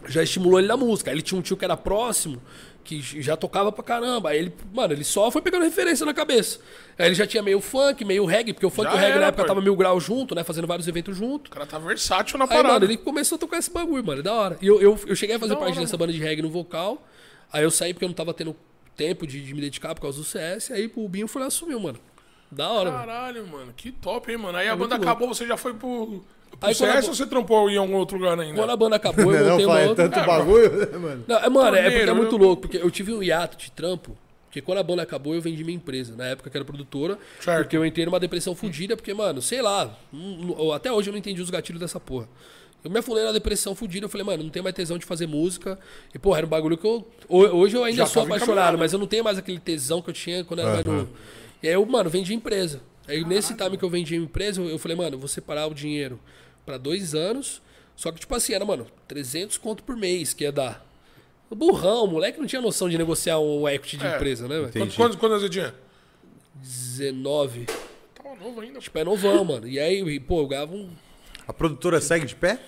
[SPEAKER 3] já estimulou ele na música. Aí Ele tinha um tio que era próximo, que já tocava pra caramba. Aí ele, mano, ele só foi pegando referência na cabeça. Aí ele já tinha meio funk, meio reggae, porque o funk
[SPEAKER 2] Já
[SPEAKER 3] e o reggae
[SPEAKER 2] era,
[SPEAKER 3] na época
[SPEAKER 2] pô.
[SPEAKER 3] tava mil grau junto, né? Fazendo vários eventos junto.
[SPEAKER 2] O cara tá versátil na
[SPEAKER 3] Aí,
[SPEAKER 2] parada.
[SPEAKER 3] mano, ele começou a tocar esse bagulho, mano. é Da hora. E eu, eu, eu cheguei a fazer
[SPEAKER 2] Da
[SPEAKER 3] parte
[SPEAKER 2] hora,
[SPEAKER 3] dessa banda de reggae no vocal. Aí eu saí porque eu não tava tendo tempo de, de me dedicar por causa do CS. Aí o Binho foi lá e assumiu, mano. Da hora, mano.
[SPEAKER 2] Caralho, mano, que top, hein, mano. Aí a
[SPEAKER 3] muito
[SPEAKER 2] banda
[SPEAKER 3] louco.
[SPEAKER 2] acabou, você já foi pro, pro
[SPEAKER 3] Aí quando
[SPEAKER 2] CS
[SPEAKER 3] a-
[SPEAKER 2] ou você trampou em algum outro lugar ainda?
[SPEAKER 3] Quando a banda acabou, eu
[SPEAKER 1] Não,
[SPEAKER 3] voltei uma
[SPEAKER 1] pai, é
[SPEAKER 3] outra.
[SPEAKER 1] tanto bagulho, né, mano?
[SPEAKER 3] Não, é, mano, é porque é
[SPEAKER 2] Torneiro,
[SPEAKER 3] muito
[SPEAKER 2] né?
[SPEAKER 3] louco, porque eu tive um hiato de trampo, porque quando a banda acabou, eu vendi minha empresa, na época que era produtora,
[SPEAKER 2] Certo.
[SPEAKER 3] porque eu entrei numa depressão fudida, porque, mano, sei lá, não- não- até hoje eu não entendi os gatilhos dessa porra. Eu me afundei na depressão fudida, eu falei, mano, não tenho mais tesão de fazer música. E, porra, era um bagulho que eu. ho- Hoje eu ainda
[SPEAKER 2] Já
[SPEAKER 3] sou
[SPEAKER 2] tava
[SPEAKER 3] apaixonado,
[SPEAKER 2] encaminhado.
[SPEAKER 3] mas eu não tenho mais aquele tesão que eu tinha quando eu era mais novo. E aí eu, mano, vendi a empresa. Aí nesse time que eu vendi a empresa, eu, eu falei, mano, eu vou separar o dinheiro pra dois anos. Só que, tipo assim, era, mano, 300 conto por mês que ia dar. Burrão, moleque não tinha noção de negociar um equity de
[SPEAKER 2] É,
[SPEAKER 3] empresa, né, velho?
[SPEAKER 2] Quantos, quantos, quantos anos você tinha?
[SPEAKER 3] 19.
[SPEAKER 2] Tava novo ainda.
[SPEAKER 3] Tipo, é novão, mano. E aí, pô, eu ganhava um
[SPEAKER 1] A produtora segue de pé?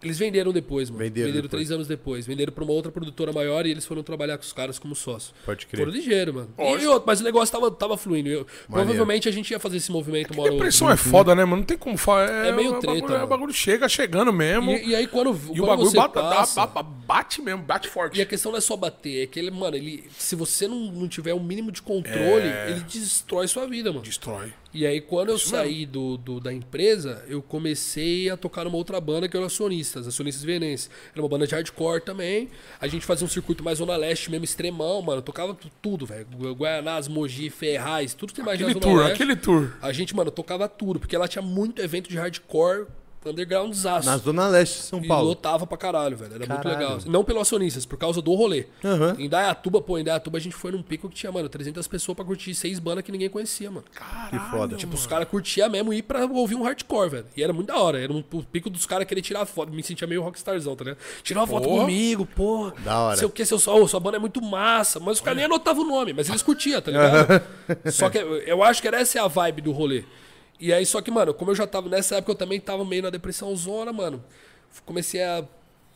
[SPEAKER 3] Eles venderam depois, mano.
[SPEAKER 1] Venderam
[SPEAKER 3] Venderam,
[SPEAKER 1] depois.
[SPEAKER 3] três anos depois. Venderam pra uma outra produtora maior e eles foram trabalhar com os caras como sócio.
[SPEAKER 1] Pode crer.
[SPEAKER 3] Foram ligeiro, mano. E-
[SPEAKER 2] Lógico.
[SPEAKER 3] E, outro, mas o negócio tava, tava fluindo. Eu- provavelmente a gente ia fazer esse movimento uma hora ou outra.
[SPEAKER 2] Depressão é foda, né, mano? Não tem como falar. É,
[SPEAKER 3] É meio
[SPEAKER 2] o
[SPEAKER 3] treta,
[SPEAKER 2] Bagulho, é, o
[SPEAKER 3] mano.
[SPEAKER 2] bagulho chega chegando mesmo.
[SPEAKER 3] E, e aí quando,
[SPEAKER 2] E
[SPEAKER 3] quando
[SPEAKER 2] o bagulho
[SPEAKER 3] você
[SPEAKER 2] bate,
[SPEAKER 3] passa...
[SPEAKER 2] dá- ba- bate mesmo, bate forte.
[SPEAKER 3] E a questão não é só bater, é que ele, mano, ele, se você não, não tiver o mínimo de controle,
[SPEAKER 1] É.
[SPEAKER 3] ele destrói sua vida, mano.
[SPEAKER 2] Destrói.
[SPEAKER 3] E aí, quando eu saí do, do- da empresa, eu comecei a tocar numa outra banda que era Acionistas, Acionistas Vienenses. Era uma banda de hardcore também. A gente fazia um circuito mais Zona Leste mesmo, extremão, mano. Eu tocava tu- tudo, velho. Gua- Guaianás, Mogi, Ferraz, tudo que você imagina
[SPEAKER 2] Aquele
[SPEAKER 3] Zona
[SPEAKER 2] tour,
[SPEAKER 3] Leste.
[SPEAKER 2] aquele tour.
[SPEAKER 3] A gente, mano, tocava tudo, porque ela tinha muito evento de hardcore underground
[SPEAKER 1] Na Zona Leste de São
[SPEAKER 3] e
[SPEAKER 1] Paulo.
[SPEAKER 3] lotava pra caralho, velho. Era muito
[SPEAKER 1] Caralho.
[SPEAKER 3] legal. Não pelo acionistas, por causa do rolê.
[SPEAKER 1] Aham.
[SPEAKER 3] Em Dayatuba, pô, em Dayatuba a gente foi num pico que tinha, mano, 300 pessoas pra curtir seis bandas que ninguém conhecia, mano.
[SPEAKER 1] Que foda.
[SPEAKER 3] Tipo, os caras curtiam mesmo ir pra ouvir um hardcore, velho. E era muito da hora. Era um, o pico dos caras querer tirar foto. Me sentia meio rockstarzão, tá ligado? Tirar uma foto
[SPEAKER 2] Porra.
[SPEAKER 3] comigo, porra.
[SPEAKER 1] Da hora.
[SPEAKER 3] Sei o que, seu, ô, sua banda é muito massa. Mas os caras nem anotavam o nome, mas eles curtiam, tá ligado? só que eu eu acho que era essa é a vibe do rolê. E aí, só que, mano, como eu já tava. Nessa época eu também tava meio na depressão zona, mano. Comecei a.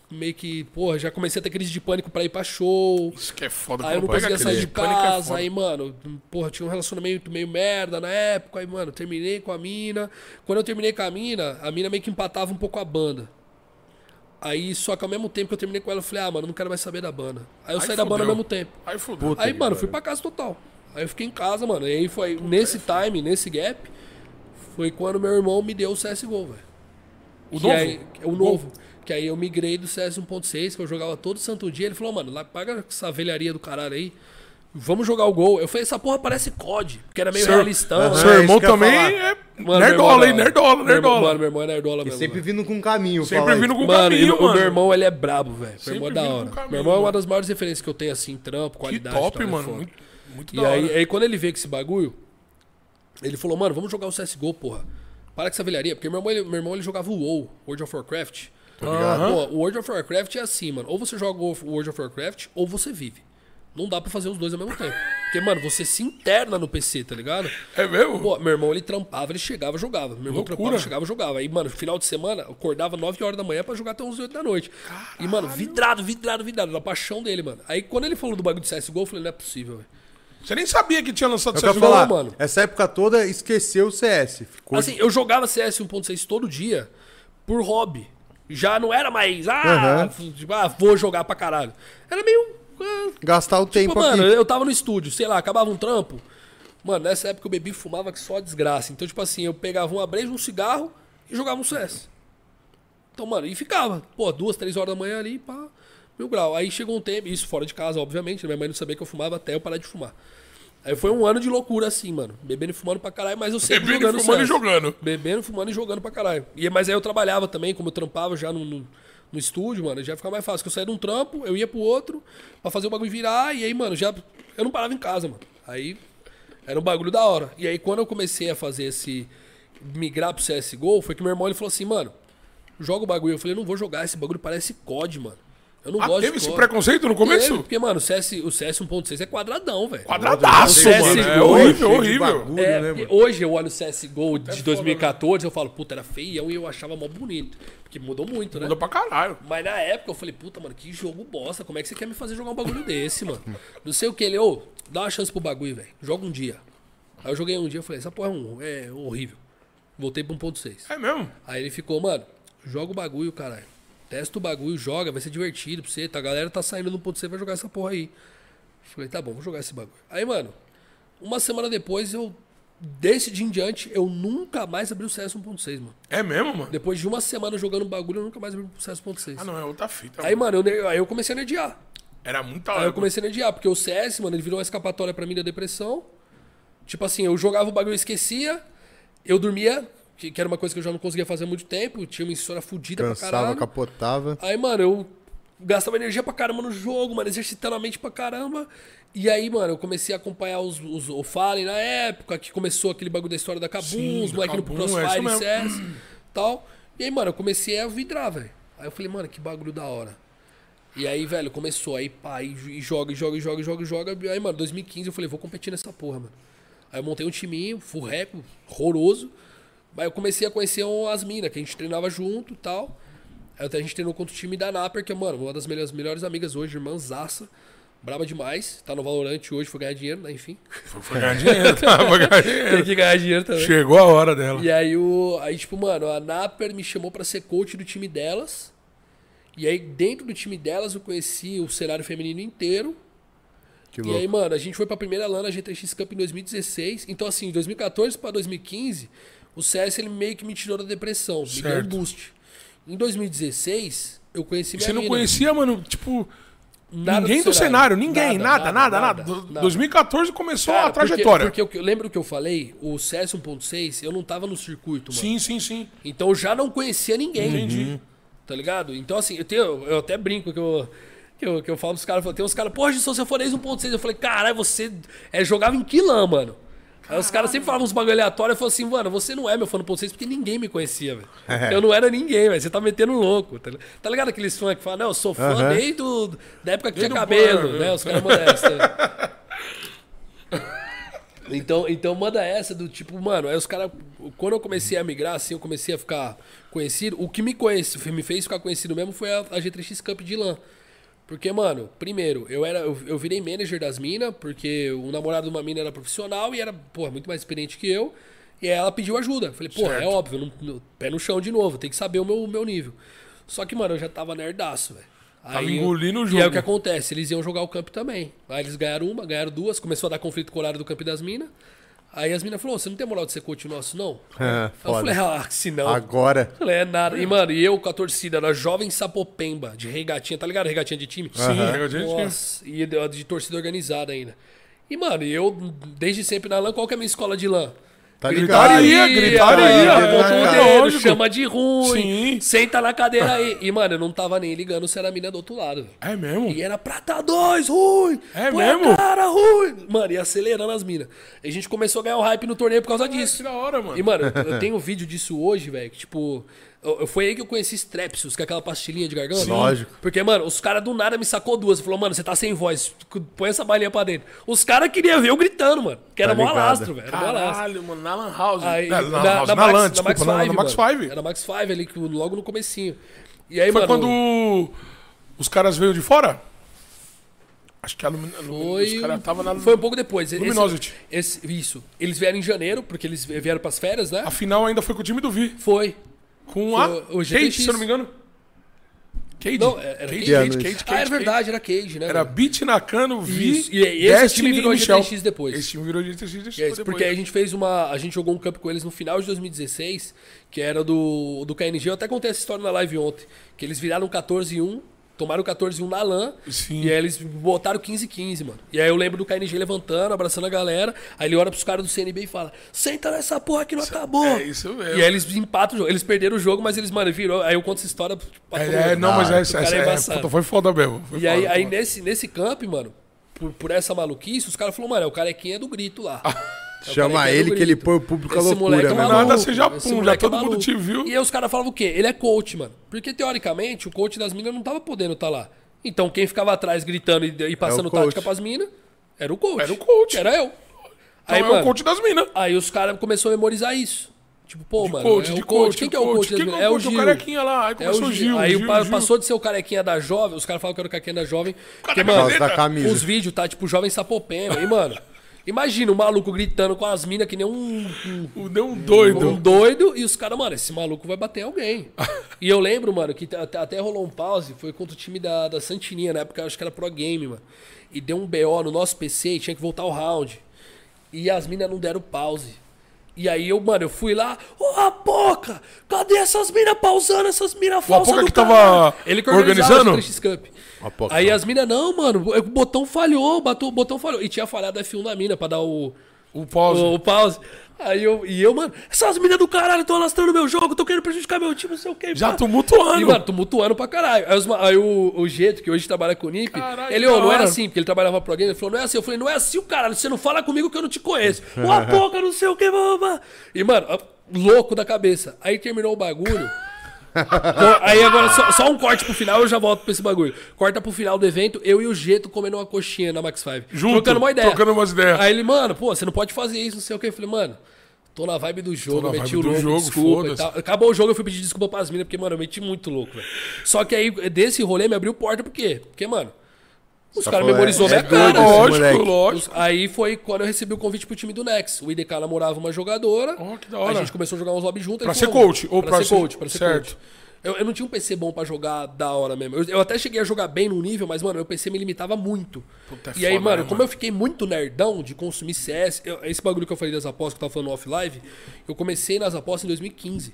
[SPEAKER 3] Meio que, porra, já comecei a ter crise de pânico pra ir pra show.
[SPEAKER 2] Isso que é foda.
[SPEAKER 3] Aí eu não
[SPEAKER 2] pega
[SPEAKER 3] conseguia
[SPEAKER 2] aquele
[SPEAKER 3] sair de
[SPEAKER 2] pânico, é
[SPEAKER 3] casa,
[SPEAKER 2] foda.
[SPEAKER 3] aí, mano, porra, tinha um relacionamento meio merda na época, aí, mano, terminei com a mina. Quando eu terminei com a mina, a mina meio que empatava um pouco a banda. Aí, só que ao mesmo tempo que eu terminei com ela, eu falei, ah, mano, não quero mais saber da banda. Aí eu
[SPEAKER 2] Aí
[SPEAKER 3] saí da banda
[SPEAKER 2] fudeu.
[SPEAKER 3] ao mesmo tempo.
[SPEAKER 2] Aí fudeu.
[SPEAKER 1] Puta
[SPEAKER 3] Aí,
[SPEAKER 1] que
[SPEAKER 3] mano,
[SPEAKER 1] pariu.
[SPEAKER 3] fui pra casa total. Aí eu fiquei em casa, mano. E aí foi, nesse time, nesse gap, foi quando meu irmão me deu o CSGO, velho.
[SPEAKER 2] O
[SPEAKER 3] Que
[SPEAKER 2] novo?
[SPEAKER 3] aí- que- o novo. Que aí eu um migrei do CS 1.6, que eu jogava todo santo dia. Ele falou, mano, lá, paga essa velharia do caralho aí. Vamos jogar o gol. Eu falei, essa porra parece COD, porque era meio
[SPEAKER 2] Seu-
[SPEAKER 3] realistão. né?
[SPEAKER 2] Seu
[SPEAKER 1] É,
[SPEAKER 2] irmão
[SPEAKER 1] isso que eu ia
[SPEAKER 2] também
[SPEAKER 1] falar.
[SPEAKER 2] é nerdola,
[SPEAKER 3] Mano, meu irmão
[SPEAKER 2] hein?
[SPEAKER 3] era-
[SPEAKER 2] Nerdola,
[SPEAKER 3] meu irmão-
[SPEAKER 2] nerdola.
[SPEAKER 3] Mano, meu irmão é nerdola
[SPEAKER 1] E
[SPEAKER 3] mesmo.
[SPEAKER 1] sempre
[SPEAKER 3] mano.
[SPEAKER 1] vindo com um caminho,
[SPEAKER 2] Sempre
[SPEAKER 1] fala
[SPEAKER 2] vindo
[SPEAKER 1] aí.
[SPEAKER 2] com
[SPEAKER 3] Mano, e
[SPEAKER 2] caminho,
[SPEAKER 3] o
[SPEAKER 2] mano.
[SPEAKER 3] meu irmão, ele é brabo, velho. Meu irmão é da
[SPEAKER 2] vindo
[SPEAKER 3] hora.
[SPEAKER 2] com caminho,
[SPEAKER 3] meu irmão é uma
[SPEAKER 2] mano.
[SPEAKER 3] das maiores referências que eu tenho, assim, em
[SPEAKER 2] Que
[SPEAKER 3] trampo, qualidade. tal,
[SPEAKER 2] top,
[SPEAKER 3] é
[SPEAKER 2] mano.
[SPEAKER 3] foda.
[SPEAKER 2] Muito, muito
[SPEAKER 3] E
[SPEAKER 2] da
[SPEAKER 3] aí, é-
[SPEAKER 2] hora.
[SPEAKER 3] aí quando ele veio com esse bagulho, ele falou, mano, vamos jogar o CSGO, porra. Para com essa velharia, porque meu irmão, ele, meu irmão ele jogava o WoW, World of Warcraft.
[SPEAKER 2] ligado.
[SPEAKER 3] Pô, o World of Warcraft é assim, mano. Ou você joga o World of Warcraft, ou você vive. Não dá pra fazer os dois ao mesmo tempo. Porque, mano, você se interna no PC, tá ligado?
[SPEAKER 2] É mesmo?
[SPEAKER 3] Pô, meu irmão, ele trampava, ele chegava, jogava. Meu irmão
[SPEAKER 2] Loucura.
[SPEAKER 3] trampava, chegava, jogava. Aí, mano, final de semana, eu acordava 9 horas da manhã pra jogar até uns 8 da noite. E, mano, vidrado, vidrado, vidrado. Era a paixão dele, mano. Aí, quando ele falou do bagulho de CSGO, eu falei, não é possível, velho.
[SPEAKER 2] Você nem sabia que tinha lançado
[SPEAKER 1] Eu quero
[SPEAKER 2] CSGO.
[SPEAKER 1] falar,
[SPEAKER 3] mano.
[SPEAKER 1] essa época toda esqueceu o CS. Ficou
[SPEAKER 3] Assim, eu jogava CS 1.6 todo dia por hobby. Já não era mais, ah,
[SPEAKER 1] Aham.
[SPEAKER 3] f- tipo, ah, vou jogar pra caralho. Era meio. ah,
[SPEAKER 1] gastar o tempo
[SPEAKER 3] Tipo, mano,
[SPEAKER 1] aqui.
[SPEAKER 3] eu tava no estúdio, sei lá, acabava um trampo. Mano, nessa época eu bebia e fumava que só desgraça. Então, tipo assim, eu pegava uma breja, um cigarro e jogava um CS. Então, mano, e ficava. Pô, duas, três horas da manhã ali, pá, mil grau. Aí chegou um tempo, isso fora de casa, obviamente, né? minha mãe não sabia que eu fumava até eu parar de fumar. Aí foi um ano de loucura assim, mano. Bebendo e fumando pra caralho, mas eu sempre
[SPEAKER 2] Bebendo e
[SPEAKER 3] jogando
[SPEAKER 2] fumando e
[SPEAKER 3] CS.
[SPEAKER 2] jogando.
[SPEAKER 3] Bebendo, fumando e jogando pra caralho. E, mas aí eu trabalhava também, como eu trampava já no, no, no estúdio, mano, já ficava mais fácil. Que eu saía de um trampo, eu ia pro outro pra fazer o bagulho virar, e aí, mano, já. Eu não parava em casa, mano. Aí era um bagulho da hora. E aí, quando eu comecei a fazer esse. migrar pro CSGO, foi que meu irmão ele falou assim, mano, joga o bagulho. Eu falei, não vou jogar, esse bagulho parece COD, mano. Eu não
[SPEAKER 2] Ah,
[SPEAKER 3] gosto
[SPEAKER 2] teve
[SPEAKER 3] de
[SPEAKER 2] esse
[SPEAKER 3] COD."
[SPEAKER 2] preconceito no
[SPEAKER 3] Teve,
[SPEAKER 2] começo?
[SPEAKER 3] Porque, mano, o CS, o CS 1.6 é quadradão, velho.
[SPEAKER 2] Quadradaço,
[SPEAKER 3] Teve
[SPEAKER 2] mano.
[SPEAKER 3] CSGO,
[SPEAKER 2] É horrível,
[SPEAKER 1] cheio de
[SPEAKER 2] horrível.
[SPEAKER 1] bagulho,
[SPEAKER 3] É,
[SPEAKER 1] né,
[SPEAKER 3] porque
[SPEAKER 1] mano?
[SPEAKER 3] hoje eu olho o CSGO de 2014, eu falo, puta, era feião e eu achava mó bonito. Porque mudou muito, né?
[SPEAKER 2] Mudou pra caralho.
[SPEAKER 3] Mas na época eu falei, puta, mano, que jogo bosta. Como é que você quer me fazer jogar um bagulho desse, mano? Não sei o que. Ele, ô, dá uma chance pro bagulho, velho. Joga um dia. Aí eu joguei um dia, eu falei, essa porra é, um- é horrível. Voltei pra 1.6.
[SPEAKER 2] É mesmo.
[SPEAKER 3] Aí ele ficou, mano, joga o bagulho, caralho. Testa o bagulho, joga, vai ser divertido pra você. Tá? A galera tá saindo do ponto C, vai jogar essa porra aí. Falei, tá bom, vou jogar esse bagulho. Aí, mano, uma semana depois eu. Desse dia em diante, eu nunca mais abri o CS 1.6, mano.
[SPEAKER 2] É mesmo, mano.
[SPEAKER 3] Depois de uma semana jogando o bagulho, eu nunca mais abri o CS 1.6.
[SPEAKER 2] Ah, não, é outra fita.
[SPEAKER 3] Aí,
[SPEAKER 2] mano.
[SPEAKER 3] mano, eu, ne- aí eu comecei a nerdear.
[SPEAKER 2] Era muita
[SPEAKER 3] Aí
[SPEAKER 2] hora.
[SPEAKER 3] eu comecei a nerdear, porque o CS, mano, ele virou uma escapatória pra mim da depressão. Tipo assim, eu jogava o bagulho, eu esquecia, eu dormia, que, que era uma coisa que eu já não conseguia fazer há muito tempo, tinha uma insônia fudida pra
[SPEAKER 1] Cansava,
[SPEAKER 3] caralho.
[SPEAKER 1] capotava.
[SPEAKER 3] Aí, mano, eu gastava energia pra caramba no jogo, mano, exercitando a mente pra caramba. E aí, mano, eu comecei a acompanhar os, os, o Fallen na época, que começou aquele bagulho da história da Kabum,
[SPEAKER 2] Sim,
[SPEAKER 3] os
[SPEAKER 2] da
[SPEAKER 3] moleques no
[SPEAKER 2] Kabum, é isso
[SPEAKER 3] Crossfire,
[SPEAKER 2] mesmo.
[SPEAKER 3] CS tal. E aí, mano, eu comecei a vidrar, velho. Aí eu falei, mano, que bagulho da hora. E aí, velho, começou. Aí, pá, e e joga, e joga, e joga, e joga, e joga. Aí, mano, 2015 eu falei, vou competir nessa porra, mano. Aí eu montei um timinho, furreco, horroroso. Mas eu comecei a conhecer um, as minas, que a gente treinava junto e tal. Aí Até a gente treinou contra o time da Naper, que é, mano, uma das melhores, melhores amigas hoje, irmãzaça. Braba demais. Tá no Valorante hoje, foi ganhar dinheiro, né? Enfim.
[SPEAKER 2] Foi ganhar dinheiro, tá? Foi ganhar
[SPEAKER 3] Tem
[SPEAKER 2] dinheiro.
[SPEAKER 3] que ganhar dinheiro também.
[SPEAKER 2] Chegou a hora dela.
[SPEAKER 3] E aí, o, aí, tipo, mano, a Naper me chamou pra ser coach do time delas. E aí, dentro do time delas, eu conheci o cenário feminino inteiro.
[SPEAKER 1] Que
[SPEAKER 3] E aí,
[SPEAKER 1] louco.
[SPEAKER 3] mano, a gente foi pra primeira LAN na GTX Cup em 2016. Então, assim, de 2014 pra 2015, o CS ele meio que me tirou da depressão, me deu um
[SPEAKER 2] Certo.
[SPEAKER 3] boost. Em 2016, eu conheci minha
[SPEAKER 2] Você não
[SPEAKER 3] mina.
[SPEAKER 2] conhecia, mano, tipo.
[SPEAKER 3] Nada
[SPEAKER 2] ninguém do cenário, ninguém, nada, nada, nada. Do-
[SPEAKER 3] nada.
[SPEAKER 2] 2014 começou
[SPEAKER 3] Cara,
[SPEAKER 2] a trajetória.
[SPEAKER 3] Porque, porque eu, lembro que eu falei, o CS 1.6, eu não tava no circuito, mano.
[SPEAKER 2] Sim, sim, sim.
[SPEAKER 3] Então eu já não conhecia ninguém.
[SPEAKER 2] Entendi.
[SPEAKER 3] Tá ligado? Então, assim, eu, tenho, eu até brinco que eu, que eu, que eu falo pros caras. eu falo, Tem uns caras, porra, Gilson, você for 1.6. Eu falei, caralho, você é, jogava em que lã, mano? Aí os caras sempre falavam uns bagulho aleatório. Eu falei assim, mano, você não é meu fã do 1.6 porque ninguém me conhecia, velho. Eu não era ninguém, velho. Você tá metendo louco. Tá, li- tá ligado aqueles fãs que falam, não, eu sou fã
[SPEAKER 1] Aham.
[SPEAKER 3] desde o, da época que
[SPEAKER 2] Desde
[SPEAKER 3] tinha
[SPEAKER 2] o
[SPEAKER 3] cabelo,
[SPEAKER 2] banho,
[SPEAKER 3] né?
[SPEAKER 2] né?
[SPEAKER 3] Os caras mandam essa. Então, então manda essa do tipo, mano, aí os caras. Quando eu comecei a migrar, assim, eu comecei a ficar conhecido. O que me conhece, me fez ficar conhecido mesmo foi a, a G3X Cup de LAN. Porque, mano, primeiro, eu era. Eu, eu virei manager das minas, porque o namorado de uma mina era profissional e era, porra, muito mais experiente que eu. E aí ela pediu ajuda. Eu Falei, pô, é óbvio, não- não- pé no chão de novo, tem que saber o meu, o meu nível. Só que, mano, eu já tava nerdaço, velho.
[SPEAKER 2] Tava
[SPEAKER 3] Aí eu-
[SPEAKER 2] engolindo o
[SPEAKER 3] E aí
[SPEAKER 2] jogo.
[SPEAKER 3] o que acontece? Eles iam jogar o campo também. Aí eles ganharam uma, ganharam duas, começou a dar conflito com o horário do campo das minas. Aí as minas falaram, "Ô, você não tem moral de ser coach nosso, não?
[SPEAKER 1] Ah,
[SPEAKER 3] Aí eu
[SPEAKER 1] foda.
[SPEAKER 3] falei, ah, se não.
[SPEAKER 1] Agora.
[SPEAKER 3] Falei, é nada. E, mano, e eu com a torcida, era jovem sapopemba, de regatinha, tá ligado? Regatinha de time?
[SPEAKER 2] Sim, Aham. regatinha de time.
[SPEAKER 3] Nossa, e de, de torcida organizada ainda. E, mano, eu, desde sempre na LAN, qual que é a minha escola de LAN?
[SPEAKER 1] Tá ligado?
[SPEAKER 2] Gritaria, gritaria,
[SPEAKER 3] aponta o
[SPEAKER 1] gritaria,
[SPEAKER 3] dedo,
[SPEAKER 2] lógico.
[SPEAKER 3] chama de ruim,
[SPEAKER 2] Sim.
[SPEAKER 3] senta na cadeira aí. E, mano, eu não tava nem ligando se era a mina do outro lado.
[SPEAKER 2] É mesmo?
[SPEAKER 3] E era prata 2, ruim!
[SPEAKER 2] É
[SPEAKER 3] põe a
[SPEAKER 2] mesmo?
[SPEAKER 3] cara, ruim! Mano, e acelerando as minas. E a gente começou a ganhar um hype no torneio por causa disso.
[SPEAKER 2] que da hora, mano.
[SPEAKER 3] E, mano, eu tenho um vídeo disso hoje, velho. Que, tipo, eu, eu- foi aí que eu conheci Strepsils, que é aquela pastilhinha de garganta.
[SPEAKER 1] Lógico.
[SPEAKER 3] Porque, mano, os caras do nada me sacou duas. Falou, mano, você tá sem voz. Põe essa balinha pra dentro. Os caras queriam ver eu gritando, mano. Que era
[SPEAKER 1] Tá
[SPEAKER 3] mó
[SPEAKER 1] ligado.
[SPEAKER 3] alastro, velho. Era mó alastro.
[SPEAKER 2] Caralho, mano, na Lan House.
[SPEAKER 3] é Aí,
[SPEAKER 2] É, na,
[SPEAKER 3] na,
[SPEAKER 2] Lan House,
[SPEAKER 3] na
[SPEAKER 2] na
[SPEAKER 3] Max-
[SPEAKER 2] Lan,
[SPEAKER 3] na Max
[SPEAKER 2] desculpa, na, na Max
[SPEAKER 3] 5, mano.
[SPEAKER 2] 5.
[SPEAKER 3] Era Max 5 ali, que logo no comecinho. E aí,
[SPEAKER 2] Foi
[SPEAKER 3] mano,
[SPEAKER 2] quando os caras veio de fora? Acho que a Lumin...
[SPEAKER 3] Foi,
[SPEAKER 2] os caras estavam na
[SPEAKER 3] foi um pouco depois. Esse-
[SPEAKER 2] Luminosity.
[SPEAKER 3] esse- isso. Eles vieram em janeiro, porque eles vieram pras férias, né?
[SPEAKER 2] A final ainda foi com o time do Vi.
[SPEAKER 3] Foi.
[SPEAKER 2] Com a
[SPEAKER 3] Foi o
[SPEAKER 2] Kate,
[SPEAKER 3] GTX.
[SPEAKER 2] se eu não me engano. Cade.
[SPEAKER 3] Não, era
[SPEAKER 2] Cade,
[SPEAKER 3] Cade.
[SPEAKER 2] Cade,
[SPEAKER 1] Yeah,
[SPEAKER 2] Cade,
[SPEAKER 1] mas-
[SPEAKER 2] Cade,
[SPEAKER 3] ah, era verdade, era Cage, né?
[SPEAKER 2] Era
[SPEAKER 3] mano?
[SPEAKER 2] Beat Nakano, Vi,
[SPEAKER 3] Isso, e aí esse time
[SPEAKER 2] Destiny
[SPEAKER 3] virou
[SPEAKER 2] e Michel.
[SPEAKER 3] GTX depois.
[SPEAKER 2] Esse time virou GTX depois.
[SPEAKER 3] E é isso, porque aí a gente fez uma. A gente jogou um campo com eles no final de 2016, que era do, do KNG. Eu até contei essa história na live ontem. Que eles viraram 14 1 tomaram 14 1 na LAN.
[SPEAKER 2] Sim.
[SPEAKER 3] E aí eles botaram 15 15 mano. E aí eu lembro do KNG levantando, abraçando a galera. Aí ele olha pros caras do CNB e fala: Senta nessa porra que não acabou.
[SPEAKER 2] é isso mesmo.
[SPEAKER 3] E aí eles empatam o jogo. Eles perderam o jogo, mas eles, mano, virou. Aí eu conto essa história tipo, pra
[SPEAKER 2] É,
[SPEAKER 3] todo
[SPEAKER 2] é,
[SPEAKER 3] mundo.
[SPEAKER 2] não, mas
[SPEAKER 3] Ah,
[SPEAKER 2] essa,
[SPEAKER 3] o cara
[SPEAKER 2] essa, é,
[SPEAKER 3] embaçado.
[SPEAKER 2] puta, foi foda mesmo. Foi
[SPEAKER 3] E aí,
[SPEAKER 2] foda,
[SPEAKER 3] aí
[SPEAKER 2] foda.
[SPEAKER 3] nesse, nesse camp, mano, por, por essa maluquice, os caras falaram, mano, é o carequinha do grito lá. É o
[SPEAKER 1] Chama
[SPEAKER 3] carequinha do
[SPEAKER 1] ele que ele
[SPEAKER 3] grito.
[SPEAKER 1] põe o público à
[SPEAKER 3] Esse
[SPEAKER 1] loucura, né,
[SPEAKER 3] moleque é
[SPEAKER 1] meu
[SPEAKER 2] Não é
[SPEAKER 1] irmão.
[SPEAKER 3] maluco,
[SPEAKER 2] nada, você já pum,
[SPEAKER 3] esse
[SPEAKER 2] já
[SPEAKER 3] moleque é
[SPEAKER 2] todo mundo
[SPEAKER 3] maluco.
[SPEAKER 2] te viu.
[SPEAKER 3] E aí os caras falavam o quê? Ele é coach, mano. Porque, teoricamente, o coach das minas não tava podendo estar lá. Então, quem ficava atrás gritando e, e passando
[SPEAKER 1] É coach.
[SPEAKER 3] tática pras minas, era o coach.
[SPEAKER 2] Era o coach.
[SPEAKER 3] Era eu.
[SPEAKER 2] Então
[SPEAKER 3] Aí,
[SPEAKER 2] é o
[SPEAKER 3] mano,
[SPEAKER 2] coach das minas.
[SPEAKER 3] aí os caras começaram a memorizar isso. Tipo, pô, mano,
[SPEAKER 2] coach,
[SPEAKER 3] é
[SPEAKER 2] de coach,
[SPEAKER 3] o coach. Quem
[SPEAKER 2] de
[SPEAKER 3] que é o coach
[SPEAKER 2] Quem
[SPEAKER 3] das
[SPEAKER 2] que
[SPEAKER 3] minas?
[SPEAKER 2] é
[SPEAKER 3] É
[SPEAKER 2] o
[SPEAKER 3] o
[SPEAKER 2] coach? O
[SPEAKER 3] Gil.
[SPEAKER 2] carequinha lá. Aí
[SPEAKER 3] É o
[SPEAKER 2] começou o
[SPEAKER 3] Gil.
[SPEAKER 2] Gil.
[SPEAKER 3] Aí
[SPEAKER 2] Gil,
[SPEAKER 3] o pa-
[SPEAKER 2] Gil.
[SPEAKER 3] passou de ser o carequinha da jovem, os caras falam que era o carequinha da jovem. é
[SPEAKER 2] é
[SPEAKER 3] Porque,
[SPEAKER 1] Por
[SPEAKER 3] mano,
[SPEAKER 1] causa da camisa.
[SPEAKER 3] os vídeos tá tipo jovem sapopema, hein, mano? Imagina o maluco gritando com as minas que nem um, um-
[SPEAKER 2] O- Deu um
[SPEAKER 3] um
[SPEAKER 2] doido.
[SPEAKER 3] doido e os caras, mano, esse maluco vai bater em alguém. e eu lembro, mano, que t- até até rolou um pause, foi contra o time da, da Santininha, na época eu acho que era pro game, mano. E deu um BO no nosso PC e tinha que voltar o round. E as minas não deram pause. E aí eu, mano, eu fui lá, ô Apoca, cadê essas minas pausando, essas minas falsas
[SPEAKER 2] Apoca
[SPEAKER 3] do
[SPEAKER 2] que tava
[SPEAKER 3] caralho?" Ele que organizava
[SPEAKER 2] organizando?
[SPEAKER 3] esse 3x Cup.
[SPEAKER 1] Apoca.
[SPEAKER 3] Aí as minas, não, mano, o botão falhou, bateu, o botão falhou. E tinha falhado a F1 da mina pra dar o,
[SPEAKER 2] O pause.
[SPEAKER 3] o, o pause. Aí eu, e eu, mano, essas minas do caralho estão alastrando meu jogo, estão querendo prejudicar meu time, não sei o que.
[SPEAKER 2] Já tumultuando.
[SPEAKER 3] E, mano, tumultuando pra caralho. Aí, os ma- aí o, o Jeito, que hoje trabalha com o Nip,
[SPEAKER 2] Caralho,
[SPEAKER 3] ele,
[SPEAKER 2] da
[SPEAKER 3] ô, não
[SPEAKER 2] hora.
[SPEAKER 3] era assim, porque ele trabalhava pro game, ele falou, não é assim. Eu falei, não é assim o caralho, você não fala comigo que eu não te conheço. Uma boca, não sei o que, mama. E, mano, ó, louco da cabeça. Aí terminou o bagulho. Então, aí agora, só, só um corte pro final, eu já volto pra esse bagulho. Corta pro final do evento, eu e o Geto comendo uma coxinha na Max 5.
[SPEAKER 2] Junto,
[SPEAKER 3] Trocando uma ideia.
[SPEAKER 2] trocando umas ideias.
[SPEAKER 3] Aí ele, mano, pô, você não pode fazer isso, não sei o que. Eu falei, mano, tô na vibe do jogo,
[SPEAKER 2] Tô na
[SPEAKER 3] meti
[SPEAKER 2] vibe
[SPEAKER 3] o
[SPEAKER 2] do
[SPEAKER 3] louco,
[SPEAKER 2] jogo,
[SPEAKER 3] desculpa e
[SPEAKER 2] foda-se.
[SPEAKER 3] tal. Acabou o jogo, eu fui pedir desculpa pras minas, porque, mano, eu meti muito louco, velho. Só que aí, desse rolê, me abriu porta, por quê? Porque, mano, os caras
[SPEAKER 1] falou,
[SPEAKER 3] memorizou
[SPEAKER 1] é-
[SPEAKER 3] minha
[SPEAKER 1] é
[SPEAKER 3] cara.
[SPEAKER 1] doido,
[SPEAKER 3] assim.
[SPEAKER 1] ó.
[SPEAKER 2] lógico,
[SPEAKER 1] moleque.
[SPEAKER 2] lógico.
[SPEAKER 3] Os- Aí foi quando eu recebi o convite pro time do Nex. O IDK namorava uma jogadora.
[SPEAKER 2] Ó, que da hora.
[SPEAKER 3] A gente começou a jogar uns lobbies juntos. ele
[SPEAKER 2] Pra ser
[SPEAKER 3] falou,
[SPEAKER 2] coach, ou
[SPEAKER 3] um pra,
[SPEAKER 2] pra
[SPEAKER 3] ser
[SPEAKER 2] ser-
[SPEAKER 3] coach, pra ser
[SPEAKER 2] certo.
[SPEAKER 3] coach. Eu, eu não tinha um PC bom pra jogar da hora mesmo. Eu, eu até cheguei a jogar bem no nível, mas, mano, meu PC me limitava muito.
[SPEAKER 2] Puta, é
[SPEAKER 3] e aí,
[SPEAKER 2] foda,
[SPEAKER 3] mano,
[SPEAKER 2] né,
[SPEAKER 3] como
[SPEAKER 2] mano?
[SPEAKER 3] eu fiquei muito nerdão de consumir CS, eu- esse bagulho que eu falei das apostas que eu tava falando off-live, eu comecei nas apostas em 2015.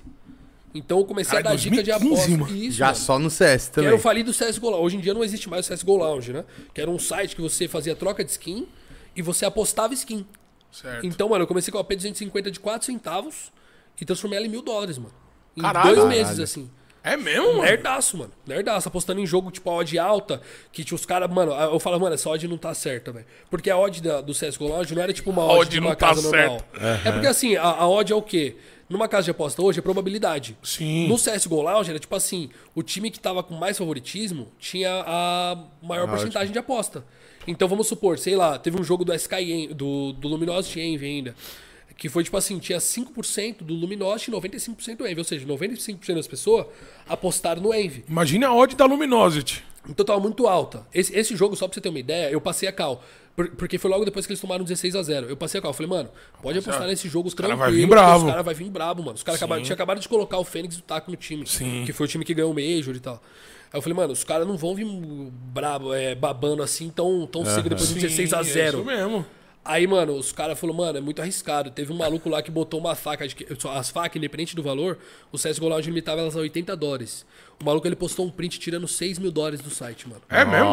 [SPEAKER 3] Então eu comecei a
[SPEAKER 2] Caralho,
[SPEAKER 3] dar dica de
[SPEAKER 2] 2015,
[SPEAKER 3] apostas.
[SPEAKER 2] mano.
[SPEAKER 3] Isso,
[SPEAKER 1] Já
[SPEAKER 3] mano.
[SPEAKER 1] só no CS
[SPEAKER 3] Que
[SPEAKER 1] também.
[SPEAKER 3] era o falido CSGO Lounge. Hoje em dia não existe mais o CSGO Lounge, né? Que era um site que você fazia troca de skin e você apostava skin.
[SPEAKER 2] Certo.
[SPEAKER 3] Então, mano, eu comecei com o AP 250 de 4 centavos e transformei ela em mil dólares, mano. Em
[SPEAKER 2] Caralho.
[SPEAKER 3] dois
[SPEAKER 2] Caralho.
[SPEAKER 3] meses, assim.
[SPEAKER 2] É mesmo, mano?
[SPEAKER 3] Nerdaço, mano. Nerdaço. Apostando em jogo, tipo, a odd alta, que tinha os caras, mano, eu falo, mano, essa odd não tá certa, velho. Porque a odd da- do CSGO Lounge não era tipo uma odd,
[SPEAKER 2] odd
[SPEAKER 3] de
[SPEAKER 2] não
[SPEAKER 3] uma
[SPEAKER 2] tá
[SPEAKER 3] casa normal.
[SPEAKER 2] certa.
[SPEAKER 3] É porque assim, a, a odd é o quê? Numa casa de aposta hoje é probabilidade.
[SPEAKER 2] Sim.
[SPEAKER 3] No CSGO Lounge era tipo assim, o time que tava com mais favoritismo tinha a maior porcentagem de aposta. Então vamos supor, sei lá, teve um jogo do SK Envy- do, do Luminosity Envy ainda. Que foi tipo assim, tinha 5% do Luminosity e 95% do Envy. Ou seja, 95% das pessoas apostaram no Envy.
[SPEAKER 2] Imagina a odd da Luminosity.
[SPEAKER 3] Então tava muito alta. Esse, esse jogo, só pra você ter uma ideia, eu passei a cal. Por- porque foi logo depois que eles tomaram 16 a 0 Eu passei a cal. Eu falei, mano, pode apostar nesse jogo os
[SPEAKER 2] cara
[SPEAKER 3] tranquilos.
[SPEAKER 2] vai vir
[SPEAKER 3] porque
[SPEAKER 2] bravo.
[SPEAKER 3] Os caras vai vir brabo, mano. Os caras acabaram, tinha acabado de colocar o Fênix e o Taco no time.
[SPEAKER 2] Sim.
[SPEAKER 3] Que foi o time que ganhou o Major e tal. Aí eu falei, mano, os caras não vão vir brabo, é, babando assim tão, tão cedo depois de
[SPEAKER 2] Sim,
[SPEAKER 3] 16 a
[SPEAKER 2] é
[SPEAKER 3] 0
[SPEAKER 2] Isso mesmo.
[SPEAKER 3] Aí, mano, os caras falaram, mano, é muito arriscado. Teve um maluco lá que botou uma faca, de, que- as facas, independente do valor, o CSGO Lounge limitava elas a 80 dólares. O maluco, ele postou um print tirando 6 mil dólares do site, mano.
[SPEAKER 2] É mesmo?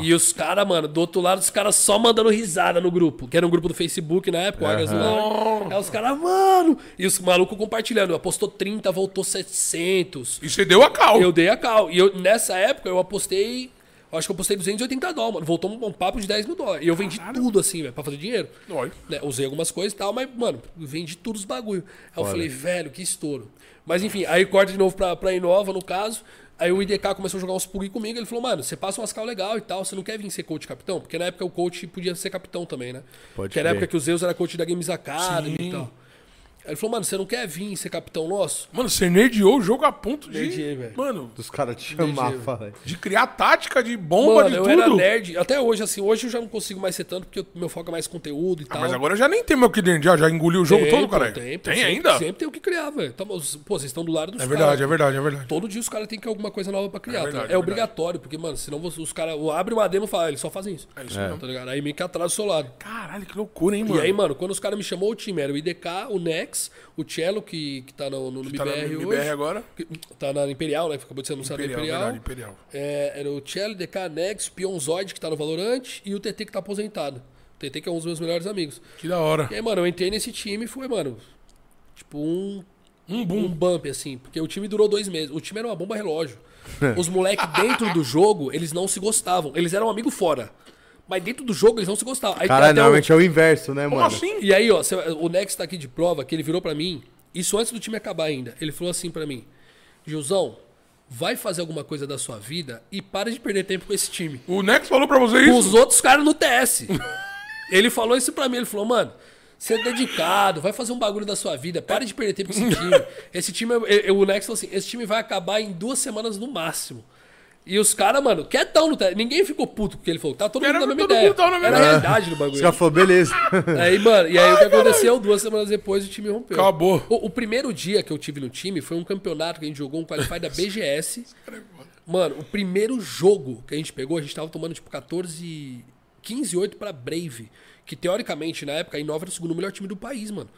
[SPEAKER 3] E os caras, mano, do outro lado, os caras só mandando risada no grupo. Que era um grupo do Facebook na época, o Águias do Lar. Aí os caras, mano... E os malucos compartilhando. Apostou 30, voltou 700.
[SPEAKER 2] E você deu a cal.
[SPEAKER 3] Eu dei a cal. E eu, nessa época eu apostei. eu Acho que eu apostei 280 dólares, mano. Voltou um, um papo de 10 mil dólares. E eu vendi tudo assim, velho, pra fazer dinheiro.
[SPEAKER 2] Olha.
[SPEAKER 3] Né, Usei algumas coisas e tal, mas, mano, vendi tudo os bagulho. Aí eu falei, velho, que estouro. Mas enfim, aí corta de novo pra, pra Inova, no caso. Aí o IDK começou a jogar uns plug comigo. Ele falou, mano, você passa umas cal legal e tal. Você não quer vir ser coach capitão? Porque na época o coach podia ser capitão também, né?
[SPEAKER 1] Pode
[SPEAKER 3] Porque era a
[SPEAKER 1] crer.
[SPEAKER 3] época que o Zeus era coach da Games Academy e tal. Aí ele falou, mano, você não quer vir ser capitão nosso?
[SPEAKER 2] Mano, você nerdeou o jogo a ponto de.
[SPEAKER 3] Nerdeei, velho.
[SPEAKER 2] mano,
[SPEAKER 1] Dos caras te chamar, fala.
[SPEAKER 2] de criar tática, de bomba,
[SPEAKER 3] Mano,
[SPEAKER 2] de
[SPEAKER 3] eu
[SPEAKER 2] tudo.
[SPEAKER 3] era nerd. Até hoje, assim, hoje eu já não consigo mais ser tanto, porque eu- meu foco é mais conteúdo e
[SPEAKER 2] Ah,
[SPEAKER 3] tal.
[SPEAKER 2] mas agora eu já nem tenho meu que nerdear, já engoli o jogo
[SPEAKER 3] Tem,
[SPEAKER 2] todo,
[SPEAKER 3] pô,
[SPEAKER 2] cara. Tem,
[SPEAKER 3] pô, sempre-
[SPEAKER 2] ainda?
[SPEAKER 3] Sempre tem o que criar, velho. Então, os- Pô, vocês estão do lado dos
[SPEAKER 2] É verdade,
[SPEAKER 3] caras.
[SPEAKER 2] é verdade, é verdade.
[SPEAKER 3] Todo dia os caras têm que ter alguma coisa nova pra criar. tá
[SPEAKER 2] verdade,
[SPEAKER 3] ligado? É,
[SPEAKER 2] é verdade.
[SPEAKER 3] obrigatório, porque, mano, senão você- os caras abrem uma demo e falam, ah, eles só fazem isso. É isso mesmo. Tá ligado? Aí meio que atrasa o seu lado.
[SPEAKER 2] Caralho, que loucura, hein, mano.
[SPEAKER 3] E aí, mano, quando os caras me chamou o time, era o IDK, o Nex, o Cello, que, que tá no, no, no
[SPEAKER 2] tá na
[SPEAKER 3] MBR hoje.
[SPEAKER 2] MBR agora?
[SPEAKER 3] Que- tá na Imperial, né? Acabou de ser anunciado
[SPEAKER 2] Imperial,
[SPEAKER 3] na Imperial.
[SPEAKER 2] verdade, Imperial.
[SPEAKER 3] É, era o Cello, DK, Nex, Pionzoid, que tá no Valorant, e o TT, que tá aposentado. O TT, que é um dos meus melhores amigos.
[SPEAKER 2] Que da hora.
[SPEAKER 3] E aí, mano, eu entrei nesse time e foi, mano, tipo um,
[SPEAKER 2] Um
[SPEAKER 3] um
[SPEAKER 2] boom.
[SPEAKER 3] bump, assim. Porque o time durou dois meses. O time era uma bomba relógio.
[SPEAKER 2] É.
[SPEAKER 3] Os moleques dentro do jogo, eles não se gostavam. Eles eram amigos fora. Mas dentro do jogo, eles não se gostavam. Aí,
[SPEAKER 1] Cara,
[SPEAKER 3] até o-
[SPEAKER 1] normalmente é o inverso, né,
[SPEAKER 2] Como
[SPEAKER 1] mano?
[SPEAKER 2] assim?
[SPEAKER 3] e aí, ó, cê- o Nex tá aqui de prova que ele virou pra mim, isso antes do time acabar ainda. Ele falou assim pra mim: Gilzão, vai fazer alguma coisa da sua vida e para de perder tempo com esse time.
[SPEAKER 2] O Nex falou pra você
[SPEAKER 3] Com
[SPEAKER 2] É isso?
[SPEAKER 3] os outros caras no TS. ele falou isso pra mim, ele falou, mano. Você é dedicado, vai fazer um bagulho da sua vida, para de perder tempo com esse time. Esse time, eu- eu- o Nex falou assim: esse time vai acabar em duas semanas no máximo. E os caras, mano, quietão no TS. Ninguém ficou puto porque ele falou, tá todo mundo
[SPEAKER 2] Era
[SPEAKER 3] na mesma
[SPEAKER 2] todo
[SPEAKER 3] ideia.
[SPEAKER 2] mundo tava na mesma
[SPEAKER 3] Era a
[SPEAKER 2] ideia.
[SPEAKER 3] realidade do bagulho.
[SPEAKER 1] Os caras falaram, beleza.
[SPEAKER 3] Aí, mano, e aí o que aconteceu? Duas semanas depois o time rompeu.
[SPEAKER 2] Acabou.
[SPEAKER 3] O, o primeiro dia que eu tive no time foi um campeonato que a gente jogou, um qualify da BGS. Mano, o primeiro jogo que a gente pegou, a gente tava tomando tipo 14. 15 8 pra Brave. Que teoricamente, na época, a Inova era o segundo melhor time do país, mano.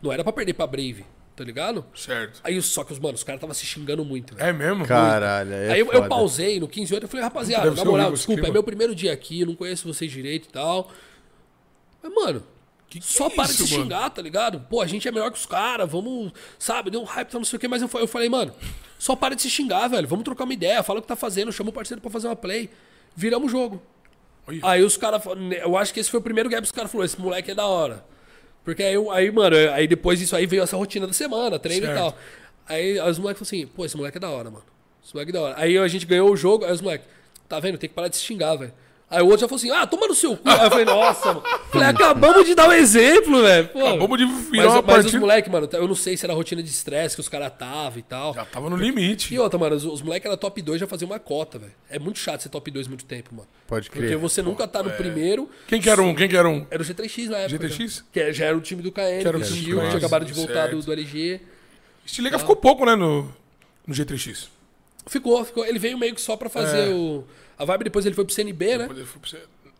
[SPEAKER 3] Não era pra perder pra Brave, tá ligado?
[SPEAKER 2] Certo.
[SPEAKER 3] Aí só que os, mano, os caras tava se xingando muito, velho.
[SPEAKER 2] É mesmo?
[SPEAKER 1] Caralho, é
[SPEAKER 3] Aí eu, eu
[SPEAKER 1] foda.
[SPEAKER 3] pausei no 15 e 8 eu falei, rapaziada,
[SPEAKER 2] Deve
[SPEAKER 3] na
[SPEAKER 2] ser
[SPEAKER 3] moral,
[SPEAKER 2] horrível esse
[SPEAKER 3] desculpa,
[SPEAKER 2] clima.
[SPEAKER 3] é meu primeiro dia aqui, eu não conheço vocês direito e tal. Mas, mano, só
[SPEAKER 2] é
[SPEAKER 3] para
[SPEAKER 2] isso,
[SPEAKER 3] de se
[SPEAKER 2] mano?
[SPEAKER 3] xingar, tá ligado? Pô, a gente é melhor que os caras, vamos, sabe, deu um hype, tá não sei o quê, mas eu, fa- eu falei, mano, só para de se xingar, velho, vamos trocar uma ideia, fala o que tá fazendo, chama o parceiro pra fazer uma play, viramos o jogo.
[SPEAKER 2] Olha.
[SPEAKER 3] Aí os caras, fal- eu acho que esse foi o primeiro gap que os caras falaram, esse moleque é da hora. Porque aí, eu- aí, mano, aí depois disso aí veio essa rotina da semana, treino
[SPEAKER 2] Certo.
[SPEAKER 3] e tal. Aí os moleques falaram assim, pô, esse moleque é da hora, mano. Esse moleque é da hora. Aí a gente ganhou o jogo, aí os moleques, tá vendo? Tem que parar de se xingar, velho. Aí o outro já falou assim, ah, toma no seu cu. Aí eu falei, nossa, mano. Falei, acabamos de dar um exemplo, velho. Pô.
[SPEAKER 2] Acabamos de virar
[SPEAKER 3] mas,
[SPEAKER 2] uma
[SPEAKER 3] mas os
[SPEAKER 2] partida.
[SPEAKER 3] moleques, mano, eu não sei se era a rotina de estresse que os caras tava e tal.
[SPEAKER 2] Já tava no limite.
[SPEAKER 3] E outra, mano, os, os moleques eram top 2 já faziam uma cota, velho. É muito chato ser top 2 muito tempo, mano.
[SPEAKER 1] Pode
[SPEAKER 3] Porque
[SPEAKER 1] crer.
[SPEAKER 3] você nunca tá no
[SPEAKER 2] é.
[SPEAKER 3] primeiro.
[SPEAKER 2] Quem que era um? Quem que era um?
[SPEAKER 3] Era o G3X na época.
[SPEAKER 2] G3X?
[SPEAKER 3] já. Que é- já era o time do KN,
[SPEAKER 2] Que era o
[SPEAKER 3] do
[SPEAKER 2] time do
[SPEAKER 3] Gil,
[SPEAKER 2] KN,
[SPEAKER 3] que acabaram de voltar do,
[SPEAKER 2] certo.
[SPEAKER 3] do LG.
[SPEAKER 2] Estilega ficou pouco, né, no, no G3X.
[SPEAKER 3] Ficou, ficou. Ele veio meio que só pra fazer
[SPEAKER 2] É.
[SPEAKER 3] o. A vibe depois ele foi pro CNB, né?
[SPEAKER 2] Depois ele foi pro C-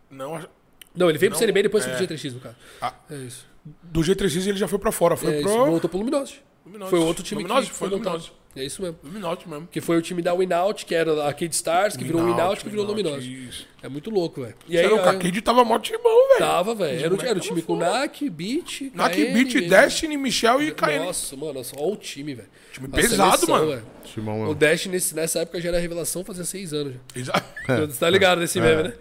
[SPEAKER 2] Não, acho-
[SPEAKER 3] Não, ele veio pro
[SPEAKER 2] Não,
[SPEAKER 3] CNB e depois foi
[SPEAKER 2] é.
[SPEAKER 3] pro G3X, no caso.
[SPEAKER 2] Ah.
[SPEAKER 3] É isso.
[SPEAKER 2] do G3X ele já foi pra fora.
[SPEAKER 3] É
[SPEAKER 2] Foi
[SPEAKER 3] isso.
[SPEAKER 2] pro
[SPEAKER 3] Voltou pro Luminosity.
[SPEAKER 2] Luminosity.
[SPEAKER 3] Foi outro time
[SPEAKER 2] Luminosity,
[SPEAKER 3] que
[SPEAKER 2] foi
[SPEAKER 3] montado.
[SPEAKER 2] Luminosity.
[SPEAKER 3] É isso mesmo.
[SPEAKER 2] Luminote mesmo.
[SPEAKER 3] Que foi o time da Winout, que era a Kid Stars, que virou Winout, que virou Luminosity.
[SPEAKER 2] Isso.
[SPEAKER 3] É muito louco, velho. E aí,
[SPEAKER 2] Era o
[SPEAKER 3] aí-
[SPEAKER 2] Kakid tava mó timão, velho.
[SPEAKER 3] tava, velho. Era, o- era o
[SPEAKER 2] moleque
[SPEAKER 3] time
[SPEAKER 2] tava
[SPEAKER 3] com Nak, Beat.
[SPEAKER 2] Nak
[SPEAKER 3] KN,
[SPEAKER 2] Beat,
[SPEAKER 3] mesmo.
[SPEAKER 2] Destiny, Michel e KN.
[SPEAKER 3] Nossa, mano, olha o time, velho.
[SPEAKER 2] né? Time
[SPEAKER 3] A
[SPEAKER 2] pesado, mano.
[SPEAKER 3] velho.
[SPEAKER 1] Timão,
[SPEAKER 3] O
[SPEAKER 1] mano.
[SPEAKER 3] Dash nesse- nessa época já era revelação fazia seis anos já.
[SPEAKER 2] Exa-
[SPEAKER 3] Você tá ligado nesse meme, né?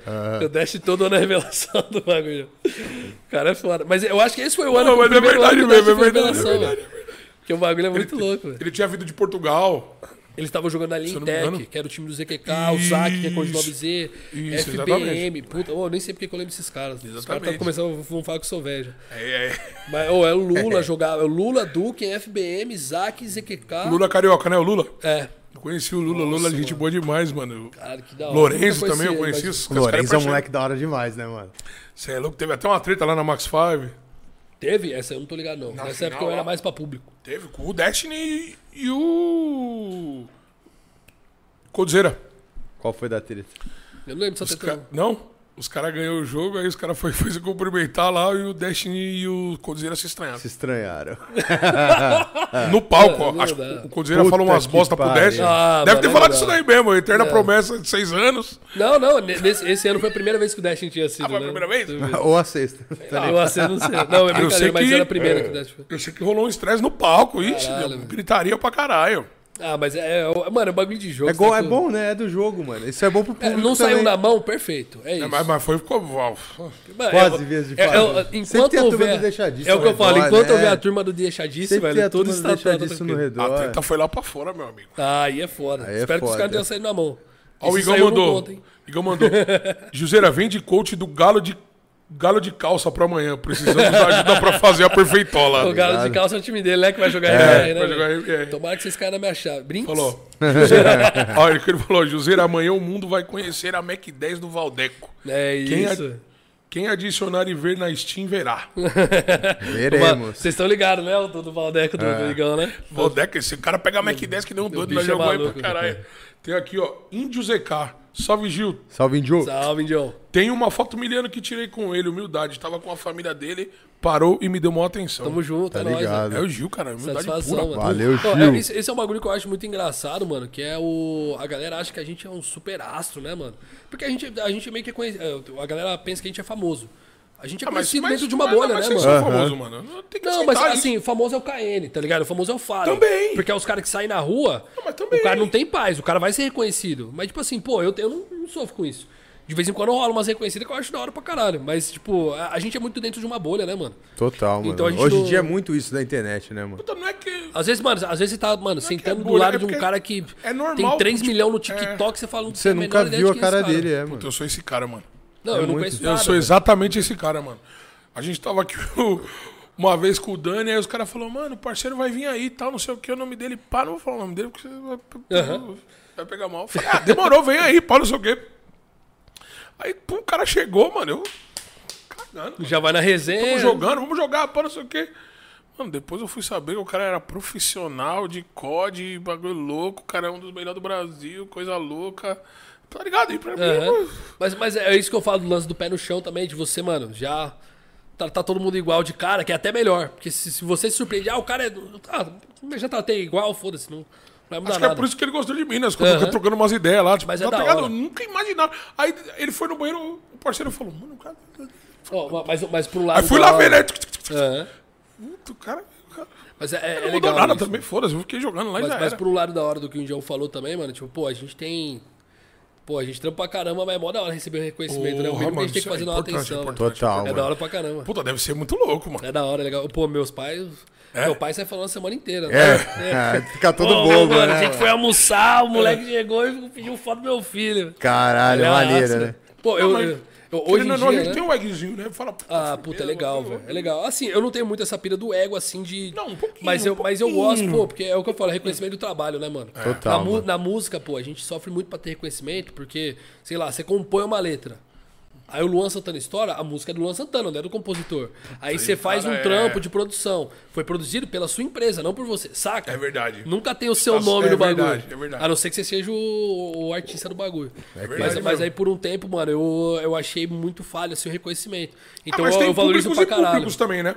[SPEAKER 3] O Dash todo ano é revelação do bagulho. O cara é foda. Mas eu acho que esse foi o ano
[SPEAKER 2] Não,
[SPEAKER 3] que o
[SPEAKER 2] mas é
[SPEAKER 3] primeiro
[SPEAKER 2] verdade
[SPEAKER 3] ano que o Dash
[SPEAKER 2] mesmo, é
[SPEAKER 3] foi
[SPEAKER 2] verdade,
[SPEAKER 3] revelação,
[SPEAKER 2] é verdade,
[SPEAKER 3] velho. Porque o bagulho é muito louco, velho.
[SPEAKER 2] Ele tinha vindo de Portugal.
[SPEAKER 3] Eles estavam jogando na
[SPEAKER 2] eu não me engano.
[SPEAKER 3] Lintec, que era o time do ZQK, o Zac, que é coach do
[SPEAKER 2] Isso.
[SPEAKER 3] OBZ,
[SPEAKER 2] Isso,
[SPEAKER 3] FPM. Puta, ô, eu nem sei porque que eu lembro desses caras. Os caras
[SPEAKER 2] Exatamente.
[SPEAKER 3] tá começando, vão falar que eu sou velho.
[SPEAKER 2] É, é.
[SPEAKER 3] Mas, ô, é o Lula jogava. É o Lula, Duque, FBM, Zac, ZQK.
[SPEAKER 2] Lula carioca, né? O Lula?
[SPEAKER 3] É.
[SPEAKER 2] Eu conheci o Lula. Lula é gente boa demais, mano.
[SPEAKER 3] Caralho, que da hora.
[SPEAKER 2] Lourenço
[SPEAKER 3] Nunca
[SPEAKER 2] também, eu
[SPEAKER 3] conheci
[SPEAKER 2] conheci
[SPEAKER 3] ele, mas-
[SPEAKER 2] isso.
[SPEAKER 1] O Lourenço é um moleque da hora demais, né, mano?
[SPEAKER 2] Você é louco, teve até uma treta lá na Max 5.
[SPEAKER 3] Teve? Essa eu não tô ligado, não. Nessa
[SPEAKER 2] final,
[SPEAKER 3] época eu era
[SPEAKER 2] lá.
[SPEAKER 3] mais pra público.
[SPEAKER 2] Teve com o Destiny e o. Coldzera.
[SPEAKER 1] Qual foi da treta?
[SPEAKER 3] Eu não lembro dessa
[SPEAKER 2] Ca-
[SPEAKER 3] teta.
[SPEAKER 2] Não? Os caras ganhou o jogo, aí os caras foi, foi se cumprimentar lá e o Destiny e o Coldzera se estranharam.
[SPEAKER 1] Se estranharam.
[SPEAKER 2] No palco, ó.
[SPEAKER 3] Não
[SPEAKER 2] acho que
[SPEAKER 3] dá.
[SPEAKER 2] o Coldzera
[SPEAKER 1] Puta
[SPEAKER 2] falou umas
[SPEAKER 1] que
[SPEAKER 2] bosta pro
[SPEAKER 1] pariu.
[SPEAKER 2] Destiny.
[SPEAKER 3] É, Ah,
[SPEAKER 2] Deve ter
[SPEAKER 3] mano, É.
[SPEAKER 2] falado
[SPEAKER 3] não.
[SPEAKER 2] isso daí mesmo, a eterna promessa de seis anos.
[SPEAKER 3] Não, não, ne- nesse- esse ano foi a primeira vez que o Destiny tinha sido.
[SPEAKER 2] Ah, foi a
[SPEAKER 3] né?
[SPEAKER 2] primeira vez? Tá.
[SPEAKER 1] Ou a sexta.
[SPEAKER 3] Eu acerto, não sei. Não, é
[SPEAKER 2] sei
[SPEAKER 3] brincadeira, mas
[SPEAKER 2] que- é.
[SPEAKER 3] era a primeira que o Destiny foi.
[SPEAKER 2] Eu sei que rolou um estresse no palco, ixi,
[SPEAKER 3] Caralho,
[SPEAKER 2] deu
[SPEAKER 3] velho.
[SPEAKER 2] gritaria pra caralho.
[SPEAKER 3] Ah, mas é. é- Mano, é bagulho de jogo.
[SPEAKER 1] É,
[SPEAKER 3] você
[SPEAKER 1] gol,
[SPEAKER 3] tá
[SPEAKER 1] é
[SPEAKER 3] com-
[SPEAKER 1] bom, né? É do jogo, mano. Isso é bom pro
[SPEAKER 3] É,
[SPEAKER 1] público
[SPEAKER 3] não saiu
[SPEAKER 1] também.
[SPEAKER 3] na mão? Perfeito. É isso.
[SPEAKER 2] É, mas, mas foi ficou.
[SPEAKER 3] Mano,
[SPEAKER 1] Quase
[SPEAKER 3] eu-
[SPEAKER 1] vezes de
[SPEAKER 3] é-
[SPEAKER 1] fato.
[SPEAKER 3] é-
[SPEAKER 1] Sempre
[SPEAKER 3] enquanto
[SPEAKER 1] tem a turma
[SPEAKER 3] houver,
[SPEAKER 1] do deixadice
[SPEAKER 3] É o que
[SPEAKER 1] ao
[SPEAKER 3] eu falo,
[SPEAKER 1] redor,
[SPEAKER 3] enquanto
[SPEAKER 1] né?
[SPEAKER 3] houver a turma do deixadice,
[SPEAKER 1] Sempre tem
[SPEAKER 3] velho,
[SPEAKER 1] a
[SPEAKER 3] todo
[SPEAKER 1] turma
[SPEAKER 3] está
[SPEAKER 1] deixar disso no
[SPEAKER 2] A
[SPEAKER 1] redor.
[SPEAKER 2] treta foi lá pra fora, meu amigo.
[SPEAKER 3] Ah, aí é foda.
[SPEAKER 1] Aí é
[SPEAKER 3] Espero que os
[SPEAKER 1] foda.
[SPEAKER 3] caras tenham saído na mão.
[SPEAKER 2] Ó, o
[SPEAKER 3] Esse
[SPEAKER 2] Igão
[SPEAKER 3] saiu no
[SPEAKER 2] mandou.
[SPEAKER 3] ponto, hein?
[SPEAKER 2] Igão mandou. Juseira, vende coach do galo de, galo de calça pra amanhã. Precisamos da ajuda pra fazer a perfeitola. é,
[SPEAKER 3] O galo de calça é o time dele, né? Que vai jogar RBR, né?
[SPEAKER 2] Tá vai jogar
[SPEAKER 3] velho?
[SPEAKER 2] RBR.
[SPEAKER 3] Tomara que vocês caras não me acharam. Brinks?
[SPEAKER 2] Falou. Juseira, olha o que ele falou. Juseira, amanhã o mundo vai conhecer a Mac 10 do Valdeco.
[SPEAKER 3] É
[SPEAKER 2] Quem é-
[SPEAKER 3] isso.
[SPEAKER 2] Quem adicionar e ver na Steam verá.
[SPEAKER 3] Mano,
[SPEAKER 1] Veremos.
[SPEAKER 3] Vocês estão ligados, né? O do do Valdeco, do,
[SPEAKER 2] É.
[SPEAKER 3] do Igão, né?
[SPEAKER 2] Valdeco, esse cara pega a Mac 10 que nem um doido,
[SPEAKER 3] bicho
[SPEAKER 2] mas
[SPEAKER 3] é
[SPEAKER 2] jogou aí pra
[SPEAKER 3] maluco.
[SPEAKER 2] caralho. Tem aqui, ó, Índio ZK. Salve, Gil.
[SPEAKER 1] Salve, Indio.
[SPEAKER 3] Salve, Indião.
[SPEAKER 2] Tem uma foto miliano que tirei com ele, humildade. Tava com a família dele, parou e me deu maior atenção.
[SPEAKER 3] Tamo junto,
[SPEAKER 1] Tá
[SPEAKER 3] é nóis.
[SPEAKER 1] ligado.
[SPEAKER 3] né?
[SPEAKER 2] É o Gil, cara. Humildade
[SPEAKER 3] Satisfação,
[SPEAKER 2] pura.
[SPEAKER 3] mano.
[SPEAKER 1] Valeu,
[SPEAKER 3] Pô,
[SPEAKER 1] Gil.
[SPEAKER 3] é, esse, esse é um bagulho que eu acho muito engraçado, mano, que é o... A galera acha que a gente é um super astro, né, mano? Porque a gente, a gente meio que é conhecido... A galera pensa que a gente é famoso. A gente é
[SPEAKER 2] Ah,
[SPEAKER 3] conhecido dentro de uma bolha,
[SPEAKER 2] mas
[SPEAKER 3] né,
[SPEAKER 2] vocês
[SPEAKER 3] mano?
[SPEAKER 2] são famosos, mano. Não, tem que
[SPEAKER 3] Não, mas
[SPEAKER 2] aceitar isso.
[SPEAKER 3] assim, o famoso é o KN, tá ligado? O famoso é o
[SPEAKER 2] tá
[SPEAKER 3] Fallen.
[SPEAKER 2] Também.
[SPEAKER 3] Porque é os caras que saem na rua,
[SPEAKER 2] Não, mas também.
[SPEAKER 3] o cara não tem paz, o cara vai ser reconhecido. Mas, tipo assim, pô, eu, eu não, não sofro com isso. De vez em quando rola umas reconhecidas que eu acho da hora pra caralho. Mas, tipo, a, a gente é muito dentro de uma bolha, né, mano?
[SPEAKER 1] Total, mano.
[SPEAKER 3] Então a gente
[SPEAKER 1] Hoje em
[SPEAKER 3] não-
[SPEAKER 1] dia é muito isso da internet, né, mano?
[SPEAKER 2] Puta, não é que.
[SPEAKER 3] Às vezes, mano, às vezes você tá, mano,
[SPEAKER 2] que é
[SPEAKER 3] sentando do
[SPEAKER 2] bolha, é
[SPEAKER 3] lado de
[SPEAKER 2] porque
[SPEAKER 3] um cara que
[SPEAKER 2] é normal,
[SPEAKER 3] tem 3
[SPEAKER 2] tipo,
[SPEAKER 3] milhões no TikTok, você fala, não
[SPEAKER 1] Você
[SPEAKER 3] tem
[SPEAKER 1] nunca
[SPEAKER 3] menor ideia
[SPEAKER 1] viu
[SPEAKER 3] de
[SPEAKER 1] a
[SPEAKER 3] quem é esse
[SPEAKER 1] cara dele, é, mano.
[SPEAKER 2] Puta, eu sou esse cara, mano.
[SPEAKER 3] Não, eu não
[SPEAKER 1] muito.
[SPEAKER 3] conheço
[SPEAKER 2] Eu
[SPEAKER 3] nada.
[SPEAKER 2] sou exatamente esse cara, mano. A gente tava aqui uma vez com o Dani, aí os caras falaram, mano, o parceiro vai vir aí e tal, não sei o que, o nome dele. Pá, não vou falar o nome dele, porque você vai, vai pegar mal. Eu Falei, ah, demorou, vem aí, pá, não sei o quê. Aí, pô, o cara chegou, mano, eu. Cagando.
[SPEAKER 3] Já vai na resenha.
[SPEAKER 2] Vamos jogando, vamos jogar, pá, não sei o quê. Mano, depois eu fui saber que o cara era profissional de COD, bagulho louco, o cara é um dos melhores do Brasil, coisa louca. Tá ligado? E pra mim,
[SPEAKER 3] Aham.
[SPEAKER 2] eu-
[SPEAKER 3] Mas, mas é isso que eu falo do lance do pé no chão também, de você, mano, já tratar todo mundo igual de cara, que é até melhor. Porque se, se você se surpreender, ah, o cara é. Ah, eu já tratei igual, foda-se, não, não vai mudar
[SPEAKER 2] Acho que
[SPEAKER 3] nada.
[SPEAKER 2] é por isso que ele gostou de mim, né? Quando eu fiquei
[SPEAKER 3] Aham.
[SPEAKER 2] trocando umas ideias lá. Tipo,
[SPEAKER 3] Mas é
[SPEAKER 2] tá
[SPEAKER 3] da
[SPEAKER 2] ligado?
[SPEAKER 3] hora.
[SPEAKER 2] Nunca imaginava. Aí ele foi no banheiro, o parceiro falou, mano, o cara. tá
[SPEAKER 3] Ó, mas, mas pro lado.
[SPEAKER 2] Aí fui
[SPEAKER 3] Tá da
[SPEAKER 2] lá
[SPEAKER 3] hora-
[SPEAKER 2] ver, né?
[SPEAKER 3] Aham.
[SPEAKER 2] Puta, o cara. O cara
[SPEAKER 3] Mas é, é, é
[SPEAKER 2] não mudou
[SPEAKER 3] legal.
[SPEAKER 2] nada
[SPEAKER 3] isso.
[SPEAKER 2] também, é. foda-se. Eu fiquei jogando lá e
[SPEAKER 3] Mas,
[SPEAKER 2] já
[SPEAKER 3] mas
[SPEAKER 2] era.
[SPEAKER 3] pro lado da hora do que o Indião falou também, mano, tipo, pô, a gente tem. Pô, a gente trampa pra caramba, mas é mó da hora receber o reconhecimento, né? O
[SPEAKER 2] Porra,
[SPEAKER 3] mínimo que a
[SPEAKER 2] mano,
[SPEAKER 3] gente tem
[SPEAKER 2] isso
[SPEAKER 3] que
[SPEAKER 2] é
[SPEAKER 3] fazer na
[SPEAKER 2] importante,
[SPEAKER 3] atenção. mano.
[SPEAKER 2] importante.
[SPEAKER 1] Total,
[SPEAKER 3] É da
[SPEAKER 1] mano.
[SPEAKER 3] hora pra caramba.
[SPEAKER 2] Puta, deve ser muito louco, mano.
[SPEAKER 3] É da hora, é legal. Pô, meus pais.
[SPEAKER 2] É?
[SPEAKER 3] Meu pai sai falando a semana inteira. né?
[SPEAKER 1] É, fica todo
[SPEAKER 3] Ô,
[SPEAKER 1] bobo,
[SPEAKER 3] mano,
[SPEAKER 1] né?
[SPEAKER 3] a gente
[SPEAKER 1] mano?
[SPEAKER 3] foi almoçar, o moleque chegou e pediu foto do meu filho. é
[SPEAKER 1] Caralho,
[SPEAKER 3] Era
[SPEAKER 1] maneiro,
[SPEAKER 3] massa.
[SPEAKER 1] né?
[SPEAKER 3] Pô, eu,
[SPEAKER 2] Não, mas,
[SPEAKER 3] eu- eu- hoje
[SPEAKER 2] Querendo
[SPEAKER 3] em
[SPEAKER 2] ou
[SPEAKER 3] dia,
[SPEAKER 2] não, a gente
[SPEAKER 3] né?
[SPEAKER 2] tem um eggzinho, né? Fala,
[SPEAKER 3] Ah, puta, é legal, velho. É legal. Assim, eu não tenho muito essa pira do ego, assim, de...
[SPEAKER 2] Não, um pouquinho,
[SPEAKER 3] Mas eu,
[SPEAKER 2] um
[SPEAKER 3] mas eu gosto,
[SPEAKER 2] pouquinho.
[SPEAKER 3] pô, porque é o que eu falo, é reconhecimento do trabalho, né, mano?
[SPEAKER 1] Total,
[SPEAKER 3] Na, mu-
[SPEAKER 1] mano.
[SPEAKER 3] na música, pô, a gente sofre muito pra ter reconhecimento, porque, sei lá, você compõe uma letra. Aí o Luan Santana estoura, a música é do Luan Santana, não é do compositor. Aí você faz
[SPEAKER 2] cara,
[SPEAKER 3] um
[SPEAKER 2] é.
[SPEAKER 3] trampo de produção. Foi produzido pela sua empresa, não por você, saca?
[SPEAKER 2] É verdade.
[SPEAKER 3] Nunca tem o seu
[SPEAKER 2] Tá-
[SPEAKER 3] nome
[SPEAKER 2] é
[SPEAKER 3] no bagulho.
[SPEAKER 2] verdade, é verdade. É
[SPEAKER 3] A não ser que você seja o, o artista do bagulho. mas,
[SPEAKER 2] verdade
[SPEAKER 3] mas
[SPEAKER 2] mesmo.
[SPEAKER 3] aí por um tempo, mano, eu, eu achei muito falho assim, o reconhecimento.
[SPEAKER 2] Ah,
[SPEAKER 3] Então
[SPEAKER 2] mas
[SPEAKER 3] eu,
[SPEAKER 2] tem
[SPEAKER 3] eu valorizo
[SPEAKER 2] públicos
[SPEAKER 3] pra
[SPEAKER 2] e
[SPEAKER 3] caralho.
[SPEAKER 2] públicos também, né?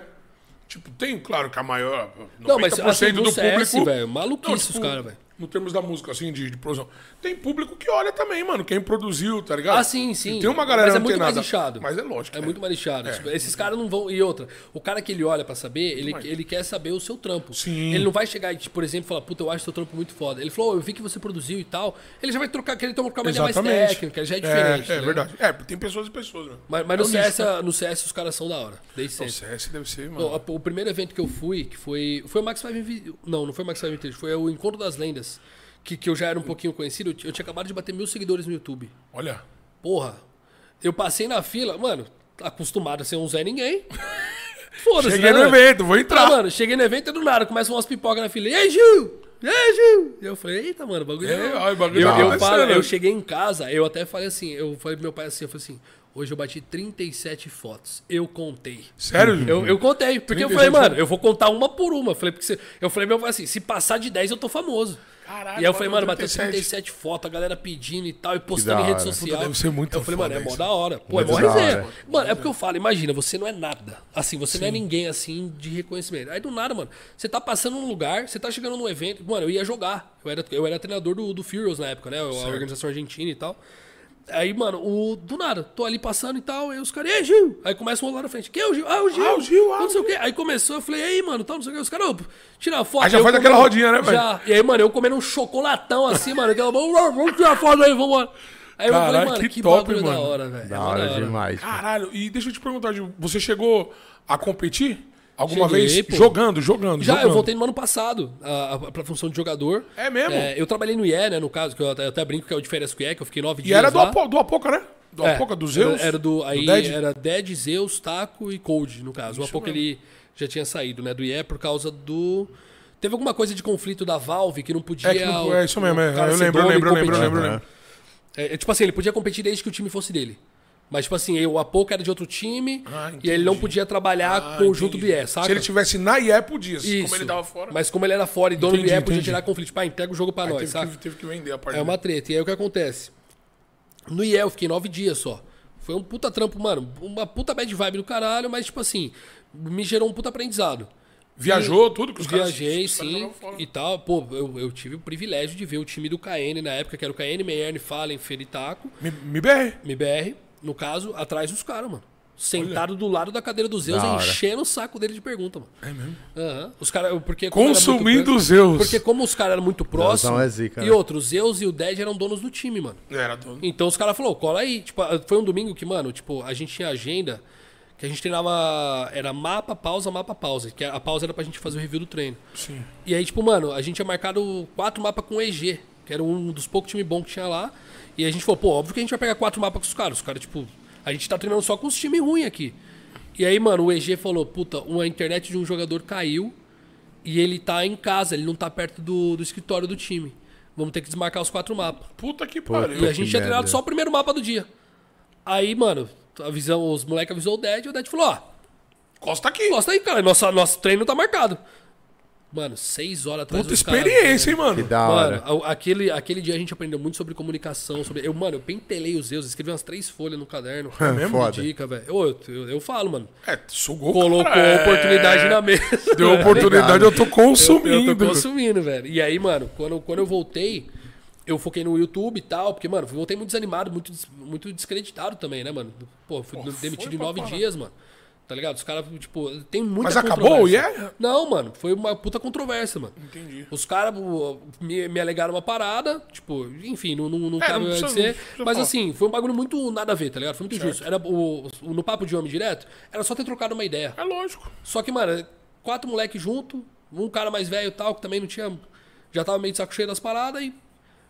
[SPEAKER 2] Tipo, tem, claro, que a maior. 90%
[SPEAKER 3] Não, mas assim,
[SPEAKER 2] do
[SPEAKER 3] do CS,
[SPEAKER 2] público.
[SPEAKER 3] velho, maluquice
[SPEAKER 2] Não, tipo,
[SPEAKER 3] os caras, velho.
[SPEAKER 2] No termos da música, assim, de, de produção. Tem público que olha também, mano, quem produziu, tá ligado?
[SPEAKER 3] Ah, sim, sim.
[SPEAKER 2] E tem uma galera
[SPEAKER 3] mas é
[SPEAKER 2] não
[SPEAKER 3] muito
[SPEAKER 2] tem
[SPEAKER 3] mais
[SPEAKER 2] nada.
[SPEAKER 3] lixado.
[SPEAKER 2] Mas é lógico.
[SPEAKER 3] É
[SPEAKER 2] né?
[SPEAKER 3] muito mais lixado. Tipo, esses caras não vão. E outra, o cara que ele olha pra saber, ele, ele quer saber o seu trampo.
[SPEAKER 2] Sim.
[SPEAKER 3] Ele não vai chegar e, tipo, por exemplo, falar, puta, eu acho seu trampo muito foda. Ele falou, "Ô, eu vi que você produziu e tal. Ele já vai trocar, querer trocar uma ideia mais
[SPEAKER 2] Exatamente.
[SPEAKER 3] técnica, ele já é diferente.
[SPEAKER 2] É,
[SPEAKER 3] né?
[SPEAKER 2] verdade. É, tem pessoas e pessoas, né?
[SPEAKER 3] Mas, mas
[SPEAKER 2] É
[SPEAKER 3] no,
[SPEAKER 2] um
[SPEAKER 3] CS,
[SPEAKER 2] lixo, né?
[SPEAKER 3] no CS os caras são da hora. Desde
[SPEAKER 2] O
[SPEAKER 3] sempre.
[SPEAKER 2] CS deve ser, mano.
[SPEAKER 3] Não, a- o primeiro evento que eu fui, que foi. Foi o Max 5 Invi- Não, não foi o Max 5 Vintage, foi o Encontro das Lendas. Que, que eu já era um pouquinho conhecido. Eu, ti- eu tinha acabado de bater mil seguidores no YouTube.
[SPEAKER 2] Olha.
[SPEAKER 3] Porra. Eu passei na fila, mano, acostumado a ser um Zé Ninguém. Foda-se. né?
[SPEAKER 2] Cheguei no
[SPEAKER 3] mano?
[SPEAKER 2] evento, vou entrar.
[SPEAKER 3] Ah, mano, cheguei no evento e do nada, começam umas pipocas na fila. E aí, Gil? E aí, Gil? E eu falei, eita, mano, o bagulho.
[SPEAKER 2] É,
[SPEAKER 3] é-
[SPEAKER 2] olha, o bagulho
[SPEAKER 3] eu,
[SPEAKER 2] tá
[SPEAKER 3] eu,
[SPEAKER 2] acontecendo.
[SPEAKER 3] falo, eu cheguei em casa, eu até falei assim, eu falei pro meu pai assim, eu falei assim, hoje eu bati 37 fotos. Eu contei.
[SPEAKER 2] Sério? Ju?
[SPEAKER 3] Eu, eu contei, porque eu
[SPEAKER 2] 37
[SPEAKER 3] falei, mano,
[SPEAKER 2] mil.
[SPEAKER 3] eu vou contar uma por uma. Eu falei, porque você- eu falei, meu, assim, se passar de 10 eu tô famoso.
[SPEAKER 2] Caralho,
[SPEAKER 3] E aí eu falei, mano, bateu
[SPEAKER 2] 37.
[SPEAKER 3] 37 fotos, a galera pedindo e tal, e postando
[SPEAKER 1] da
[SPEAKER 3] em rede
[SPEAKER 1] hora.
[SPEAKER 2] Puta,
[SPEAKER 3] social.
[SPEAKER 2] deve ser muito
[SPEAKER 3] Eu falei, mano,
[SPEAKER 2] foda
[SPEAKER 3] é mó
[SPEAKER 2] isso.
[SPEAKER 3] da hora. Pô,
[SPEAKER 1] Muito
[SPEAKER 3] é mó
[SPEAKER 1] da
[SPEAKER 3] resenha.
[SPEAKER 1] hora.
[SPEAKER 3] Mano, é porque eu falo, imagina, você não é nada. Assim, você não é ninguém assim de reconhecimento. Aí do nada, mano, você tá passando num lugar, você tá chegando num evento. Mano, eu ia jogar. Eu era, eu era treinador do, do Furious na época, né? A organização argentina e tal. Aí, mano, o, do nada, tô ali passando e tal, aí os caras, e aí, Gil? Aí começa um lá na frente, que é o Gil? Ah, o Gil!
[SPEAKER 2] Ah, o Gil, ah,
[SPEAKER 3] não sei o quê. Aí começou, eu falei, e aí, mano, tal, não sei o quê. Os caras, ô, tira a foto.
[SPEAKER 2] Aí já
[SPEAKER 3] Eu
[SPEAKER 2] faz aquela
[SPEAKER 3] comendo-
[SPEAKER 2] rodinha, né, velho?
[SPEAKER 3] Já, e aí, mano, eu comendo um chocolatão assim, mano. Aquela, vamos, vamos tirar foto aí, vamos embora. Aí eu falei,
[SPEAKER 2] Caralho,
[SPEAKER 3] mano,
[SPEAKER 2] que
[SPEAKER 3] que,
[SPEAKER 2] top,
[SPEAKER 3] bagulho
[SPEAKER 2] mano.
[SPEAKER 3] da hora, velho. É
[SPEAKER 1] Da
[SPEAKER 3] mó
[SPEAKER 1] hora demais.
[SPEAKER 2] Caralho, e deixa eu te perguntar, Gil, você chegou a competir alguma
[SPEAKER 3] Cheguei,
[SPEAKER 2] vez?
[SPEAKER 3] pô.
[SPEAKER 2] Jogando, jogando,
[SPEAKER 3] Já,
[SPEAKER 2] jogando.
[SPEAKER 3] eu voltei no ano passado a, a, pra função de jogador.
[SPEAKER 2] É mesmo?
[SPEAKER 3] eu trabalhei no IE, né, no caso, que eu até, eu até brinco que é o de férias com o IE, que eu fiquei nove
[SPEAKER 2] E
[SPEAKER 3] dias
[SPEAKER 2] era do,
[SPEAKER 3] lá.
[SPEAKER 2] Apo, do Apoca, né? Do
[SPEAKER 3] É,
[SPEAKER 2] Apoca, dos
[SPEAKER 3] era-
[SPEAKER 2] Zeus?
[SPEAKER 3] Era do, aí
[SPEAKER 2] Dead?
[SPEAKER 3] era Dead, Zeus, Taco e Cold, no caso. O Apoca ele já tinha saído, né, do IE por causa do... Teve alguma coisa de conflito da Valve que não podia...
[SPEAKER 2] É, que não-
[SPEAKER 3] o-
[SPEAKER 2] é isso mesmo,
[SPEAKER 3] o
[SPEAKER 2] é.
[SPEAKER 3] cara
[SPEAKER 2] eu
[SPEAKER 3] ser
[SPEAKER 2] lembro, eu
[SPEAKER 3] dono e
[SPEAKER 2] lembro, eu lembro, eu
[SPEAKER 3] competir.
[SPEAKER 2] lembro. eu
[SPEAKER 1] Aham.
[SPEAKER 2] lembro.
[SPEAKER 3] É, é, tipo assim, ele podia competir desde que o time fosse dele. Mas, tipo assim, eu, a pouco era de outro time
[SPEAKER 2] Ah,
[SPEAKER 3] e ele não podia trabalhar conjunto do IE, saca?
[SPEAKER 2] Se ele tivesse na IE, podia.
[SPEAKER 3] Isso.
[SPEAKER 2] Como ele tava fora,
[SPEAKER 3] Mas como ele era fora e dono
[SPEAKER 2] Entendi,
[SPEAKER 3] do IE, podia
[SPEAKER 2] entendi.
[SPEAKER 3] tirar conflito. Tipo, ah, entrega o jogo pra nós,
[SPEAKER 2] teve,
[SPEAKER 3] saca?
[SPEAKER 2] que, teve que vender a parte
[SPEAKER 3] É uma
[SPEAKER 2] dele.
[SPEAKER 3] treta. E aí o que acontece? No IE eu fiquei nove dias só. Foi um puta trampo, mano. Uma puta bad vibe do caralho, mas, tipo assim, me gerou um puta aprendizado.
[SPEAKER 2] Viajou, tudo que os caras...
[SPEAKER 3] Viajei,
[SPEAKER 2] os caras
[SPEAKER 3] sim,
[SPEAKER 2] jogavam fora.
[SPEAKER 3] e tal. Pô, eu, eu tive o privilégio de ver o time do KN na época, que era o KN, Meierne, Fallen, Feritaco.
[SPEAKER 2] Me, me berre.
[SPEAKER 3] MBR, no caso, atrás dos caras, mano. Sentado do lado da cadeira do Zeus,
[SPEAKER 1] Da hora.
[SPEAKER 3] enchendo o saco dele de pergunta, mano. É mesmo? Os caras. Porque como era muito
[SPEAKER 2] Consumindo
[SPEAKER 3] pro-
[SPEAKER 2] os Zeus.
[SPEAKER 3] Porque como os caras eram muito próximos.
[SPEAKER 1] é zica,
[SPEAKER 3] e
[SPEAKER 1] né?
[SPEAKER 3] outros, Zeus e o Dead eram donos do time, mano.
[SPEAKER 2] Era dono.
[SPEAKER 3] Então os caras falaram, cola aí. Tipo, foi um domingo que, mano, tipo, a gente tinha agenda que a gente treinava. Era mapa, pausa, mapa, pausa. Que a pausa era pra gente fazer o review do treino.
[SPEAKER 2] Sim.
[SPEAKER 3] E aí, tipo, mano, a gente tinha marcado quatro mapas com EG, que era um dos poucos times bons que tinha lá. E a gente falou, pô, óbvio que a gente vai pegar quatro mapas com os caras. Os caras, tipo, a gente tá treinando só com os times ruins aqui. E aí, mano, o EG falou, puta, a internet de um jogador caiu e ele tá em casa, ele não tá perto do, do escritório do time. Vamos ter que desmarcar os quatro mapas.
[SPEAKER 2] Puta que
[SPEAKER 3] E
[SPEAKER 2] pariu.
[SPEAKER 3] a gente
[SPEAKER 1] que
[SPEAKER 3] tinha
[SPEAKER 1] merda.
[SPEAKER 3] treinado só o primeiro mapa do dia. Aí, mano, avisamos, os moleques avisou o Dead, e o Dead falou, ó,
[SPEAKER 2] Costa aqui.
[SPEAKER 3] nossa aí, cara, nossa, nosso treino tá marcado. Mano, seis horas atrás
[SPEAKER 2] Puta
[SPEAKER 3] dos caras,
[SPEAKER 2] experiência, hein,
[SPEAKER 1] Que
[SPEAKER 2] mano?
[SPEAKER 1] da hora.
[SPEAKER 3] Mano, a- aquele, aquele dia a gente aprendeu muito sobre comunicação, sobre. Eu, mano, eu pentelei os Zeus, escrevi umas três folhas no caderno.
[SPEAKER 1] mesmo? Foda.
[SPEAKER 3] Dica, velho. Eu, eu, eu, eu falo, mano.
[SPEAKER 2] É, sugou.
[SPEAKER 3] Colocou
[SPEAKER 2] cara. É,
[SPEAKER 3] oportunidade na mesa.
[SPEAKER 2] Deu
[SPEAKER 1] Obrigado.
[SPEAKER 2] oportunidade, eu tô
[SPEAKER 3] Eu,
[SPEAKER 2] consumindo.
[SPEAKER 3] eu tô consumindo, velho. E aí, mano, quando, quando eu voltei, eu foquei no YouTube e tal, porque, mano, voltei muito desanimado, muito, des- muito descreditado também, né, mano? Pô, fui
[SPEAKER 2] Pô,
[SPEAKER 3] demitido
[SPEAKER 2] foi
[SPEAKER 3] em
[SPEAKER 2] pra
[SPEAKER 3] nove
[SPEAKER 2] parar.
[SPEAKER 3] dias, mano. Tá ligado? Os caras, tipo, tem muita
[SPEAKER 2] Mas acabou o
[SPEAKER 3] controvérsia.
[SPEAKER 2] IE?
[SPEAKER 3] Não, mano, foi uma puta controvérsia, mano.
[SPEAKER 2] Entendi.
[SPEAKER 3] Os caras o, me, me alegaram uma parada, tipo, enfim, não, não, não
[SPEAKER 2] É,
[SPEAKER 3] cabe
[SPEAKER 2] não
[SPEAKER 3] eu
[SPEAKER 2] precisa-
[SPEAKER 3] dizer.
[SPEAKER 2] não precisa
[SPEAKER 3] mas
[SPEAKER 2] falar.
[SPEAKER 3] assim, foi um bagulho muito nada a ver, tá ligado? Foi muito justo. Era, o, o- no papo de homem direto, era só ter trocado uma ideia.
[SPEAKER 2] É lógico.
[SPEAKER 3] Só que, mano, quatro moleques junto, um cara mais velho e tal, que também não tinha. Já tava meio de saco cheio das paradas e.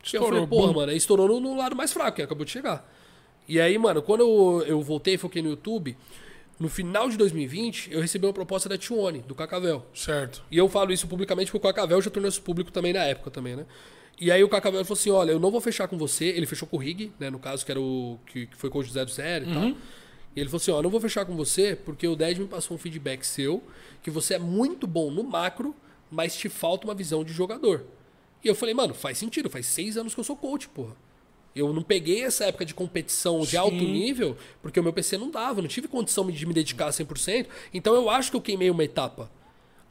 [SPEAKER 2] Estourou,
[SPEAKER 3] eu falei, porra,
[SPEAKER 2] bum.
[SPEAKER 3] mano, aí estourou no, no lado mais fraco, que acabou de chegar. E aí, mano, quando eu, eu voltei e foquei no YouTube, no final de 2020, eu recebi uma proposta da Tione, do Cacavel.
[SPEAKER 2] Certo.
[SPEAKER 3] E eu falo isso publicamente porque o Cacavel já tornou isso público também na época também, né? E aí o Cacavel falou assim, olha, eu não vou fechar com você. Ele fechou com o Rig, né? No caso, que era o. que, que foi com o José do Zero e
[SPEAKER 2] Uhum.
[SPEAKER 3] tal. E ele falou assim, ó, eu não vou fechar com você, porque o Dead me passou um feedback seu, que você é muito bom no macro, mas te falta uma visão de jogador. E eu falei, mano, faz sentido, faz seis anos que eu sou coach, porra. Eu não peguei essa época de competição de alto nível, porque o meu PC não dava, eu não tive condição de me dedicar 100%, então eu acho que eu queimei uma etapa.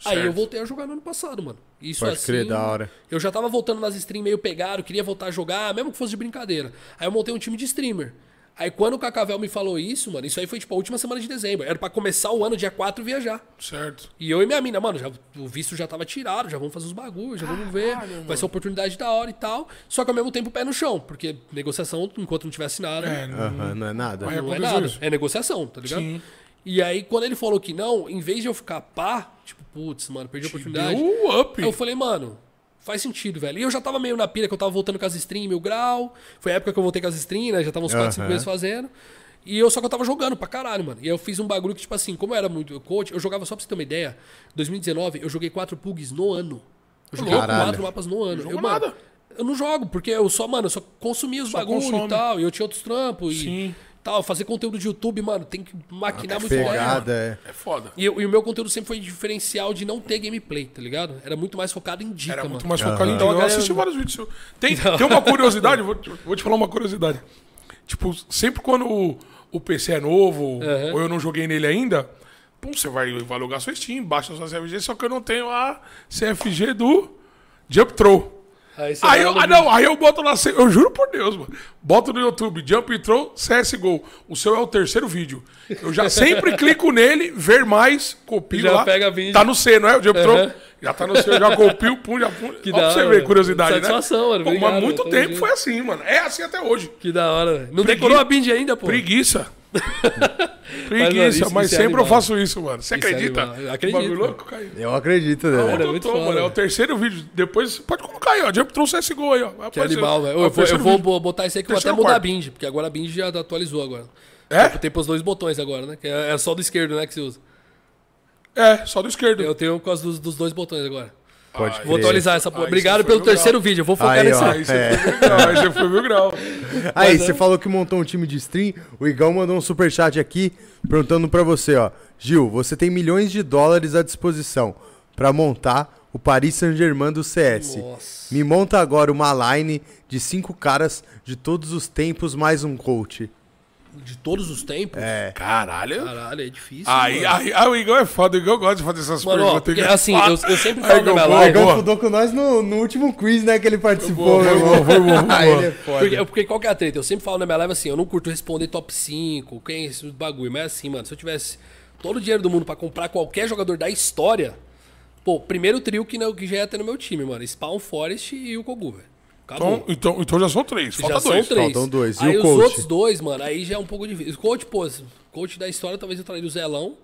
[SPEAKER 3] Aí eu voltei a jogar no ano passado, mano. Isso
[SPEAKER 1] Pode
[SPEAKER 3] assim,
[SPEAKER 1] crer, da hora.
[SPEAKER 3] Eu já tava voltando nas streams meio pegado, queria voltar a jogar, mesmo que fosse de brincadeira. Aí eu montei um time de streamer. Aí quando o Cacavel me falou isso, mano, isso aí foi tipo a última semana de dezembro. Era pra começar o ano, dia 4, viajar.
[SPEAKER 2] Certo.
[SPEAKER 3] E eu e minha mina, mano, já, o visto já tava tirado, já vamos fazer os bagulhos, já vamos ver. Vai ser oportunidade da hora e tal. Só que ao mesmo tempo pé no chão, porque negociação, enquanto não tiver assinado,
[SPEAKER 2] É,
[SPEAKER 1] Aham, não é nada.
[SPEAKER 2] Vai
[SPEAKER 3] não é
[SPEAKER 2] acontecer
[SPEAKER 3] nada.
[SPEAKER 2] isso.
[SPEAKER 3] É negociação, tá ligado?
[SPEAKER 2] Sim.
[SPEAKER 3] E aí, quando ele falou que não, em vez de eu ficar pá, tipo, putz, mano, perdi a oportunidade. É
[SPEAKER 2] Deu um up.
[SPEAKER 3] Aí eu falei, mano, faz sentido, velho. E eu já tava meio na pira, que eu tava voltando com as streams, mil grau. Foi a época que eu voltei com as streams, né? Já tava uns 4, 5
[SPEAKER 1] Aham.
[SPEAKER 3] meses fazendo. E eu só que eu tava jogando pra caralho, mano. E eu fiz um bagulho que, tipo assim, como eu era muito coach, eu jogava só pra você ter uma ideia. 2019, eu joguei 4 pugs no ano. Eu joguei
[SPEAKER 1] Caralho.
[SPEAKER 3] 4 mapas no ano.
[SPEAKER 2] jogo
[SPEAKER 3] eu, mano,
[SPEAKER 2] nada.
[SPEAKER 3] eu não jogo, porque eu só, mano, eu só consumia os bagulhos
[SPEAKER 2] consome.
[SPEAKER 3] e tal. E eu tinha outros trampos. E
[SPEAKER 2] Sim.
[SPEAKER 3] tal, fazer conteúdo de YouTube, mano, tem que maquinar muito forte.
[SPEAKER 1] Pegada, é.
[SPEAKER 2] É foda.
[SPEAKER 3] E, eu- e o meu conteúdo sempre foi diferencial de não ter gameplay, tá ligado? Era muito mais focado em dica,
[SPEAKER 2] Era
[SPEAKER 3] mano.
[SPEAKER 2] muito mais focado em
[SPEAKER 3] Então, a
[SPEAKER 2] Eu
[SPEAKER 3] galera- Então.
[SPEAKER 2] assisti vários vídeos. seu. Tem, tem uma curiosidade, vou, te- vou te falar uma curiosidade. Tipo, sempre quando o, o PC é novo, ou eu não joguei nele ainda, pum, você vai, vai alugar sua Steam, baixa sua CFG, só que eu não tenho a CFG do Jump Throw.
[SPEAKER 3] Aí você
[SPEAKER 2] Aí
[SPEAKER 3] vai
[SPEAKER 2] eu,
[SPEAKER 3] lá
[SPEAKER 2] ah,
[SPEAKER 3] no-
[SPEAKER 2] não, aí eu boto lá, se- eu juro por Deus, mano. Boto no YouTube, Jump Throw, CSGO. O seu é o terceiro vídeo. Eu já sempre clico nele, ver mais, copio
[SPEAKER 3] Já
[SPEAKER 2] lá.
[SPEAKER 3] pega vídeo.
[SPEAKER 2] Tá no C, não é? O Jump
[SPEAKER 3] Aham.
[SPEAKER 2] Throw. Já tá no C, eu já copio, pum, já pum. Que
[SPEAKER 3] da
[SPEAKER 2] pra você
[SPEAKER 3] hora,
[SPEAKER 2] ver,
[SPEAKER 3] mano.
[SPEAKER 2] curiosidade,
[SPEAKER 3] Satisfação,
[SPEAKER 2] né?
[SPEAKER 3] mano.
[SPEAKER 2] Pô, mas
[SPEAKER 3] Obrigado,
[SPEAKER 2] muito
[SPEAKER 3] todo
[SPEAKER 2] tempo
[SPEAKER 3] dia.
[SPEAKER 2] foi assim, mano. É assim até hoje.
[SPEAKER 3] Que da hora, velho. Não
[SPEAKER 2] Pregui-
[SPEAKER 3] decorou a bind ainda, pô.
[SPEAKER 2] Preguiça.
[SPEAKER 3] Mas, mano,
[SPEAKER 2] Preguiça,
[SPEAKER 3] isso-
[SPEAKER 2] mas,
[SPEAKER 3] isso é
[SPEAKER 2] sempre eu
[SPEAKER 3] animal.
[SPEAKER 2] faço isso, mano. Você
[SPEAKER 3] Isso é
[SPEAKER 2] acredita?
[SPEAKER 3] animal.
[SPEAKER 2] Que
[SPEAKER 3] Acredito,
[SPEAKER 2] Bagulho
[SPEAKER 3] mano.
[SPEAKER 2] louco, cara.
[SPEAKER 1] Eu acredito, né?
[SPEAKER 2] Onde
[SPEAKER 1] velho?
[SPEAKER 3] Era
[SPEAKER 2] eu
[SPEAKER 3] muito
[SPEAKER 2] tô,
[SPEAKER 3] foda,
[SPEAKER 2] mano? É o
[SPEAKER 3] velho.
[SPEAKER 2] terceiro vídeo. Depois, pode colocar aí, ó. Jump Throw CSGO aí, ó. Vai
[SPEAKER 3] Que
[SPEAKER 2] aparecer.
[SPEAKER 3] animal, velho.
[SPEAKER 2] É o
[SPEAKER 3] Eu, vou- eu
[SPEAKER 2] terceiro
[SPEAKER 3] vou
[SPEAKER 2] vídeo.
[SPEAKER 3] bo- botar isso aí que eu vou até
[SPEAKER 2] Terceiro
[SPEAKER 3] mudar a
[SPEAKER 2] quarto.
[SPEAKER 3] bind, porque agora a bind já atualizou agora. Tipo,
[SPEAKER 2] É?
[SPEAKER 3] Tem pros dois botões agora, né? Que é, é só do esquerdo, né, que você usa.
[SPEAKER 2] É, só do esquerdo.
[SPEAKER 3] Eu Ah, tenho por causa dos, dos dois botões agora.
[SPEAKER 1] Pode crer. É.
[SPEAKER 3] Vou atualizar essa porra.
[SPEAKER 2] Aí
[SPEAKER 3] Obrigado
[SPEAKER 2] você
[SPEAKER 3] pelo
[SPEAKER 2] foi
[SPEAKER 3] terceiro vídeo. Eu vou focar
[SPEAKER 1] Aí,
[SPEAKER 3] nesse.
[SPEAKER 1] ó.
[SPEAKER 2] Ah, Aí você foi mil grau, aí você foi mil grau.
[SPEAKER 1] Aí, você falou que montou um time de stream. O Igão mandou um superchat aqui perguntando pra você, ó. Gil, você tem milhões de dólares à disposição pra montar o Paris Saint-Germain do CS.
[SPEAKER 3] Nossa.
[SPEAKER 1] Me monta agora uma line de cinco caras de todos os tempos mais um coach.
[SPEAKER 3] De todos os tempos? É.
[SPEAKER 2] Caralho.
[SPEAKER 3] Caralho, é difícil.
[SPEAKER 2] Aí,
[SPEAKER 3] mano.
[SPEAKER 2] aí, aí o Igor é foda, o Igor gosta de fazer essas
[SPEAKER 3] Mano, ó,
[SPEAKER 2] perguntas.
[SPEAKER 3] porque,
[SPEAKER 2] Igor. é
[SPEAKER 3] assim, eu- eu sempre
[SPEAKER 2] Aí,
[SPEAKER 3] falo na minha
[SPEAKER 2] boa,
[SPEAKER 1] O
[SPEAKER 3] live,
[SPEAKER 1] Igão
[SPEAKER 2] boa.
[SPEAKER 1] estudou com nós no, no último quiz, né, que ele participou.
[SPEAKER 2] Foi
[SPEAKER 1] meu
[SPEAKER 2] bom,
[SPEAKER 1] irmão.
[SPEAKER 2] foi bom, foi
[SPEAKER 1] Ah, ele é
[SPEAKER 2] bom.
[SPEAKER 1] foda.
[SPEAKER 3] Porque, porque qual que é a treta? Eu sempre falo na minha live assim, eu não curto responder top 5, quem é esse bagulho. Mas assim, mano, se eu tivesse todo o dinheiro do mundo pra comprar qualquer jogador da história, pô, primeiro trio que, não, que já ia ter no meu time, mano. Spawn, Forest e o Kogu, velho. Acabou.
[SPEAKER 2] Então, então, então já são três, falta
[SPEAKER 3] já
[SPEAKER 2] dois.
[SPEAKER 3] são três.
[SPEAKER 1] Faltam dois. E
[SPEAKER 3] Aí
[SPEAKER 1] o
[SPEAKER 3] os
[SPEAKER 1] coach?
[SPEAKER 3] outros dois, mano, aí já é um pouco difícil. O Coach, pô, esse coach da história, talvez eu traria o Zelão.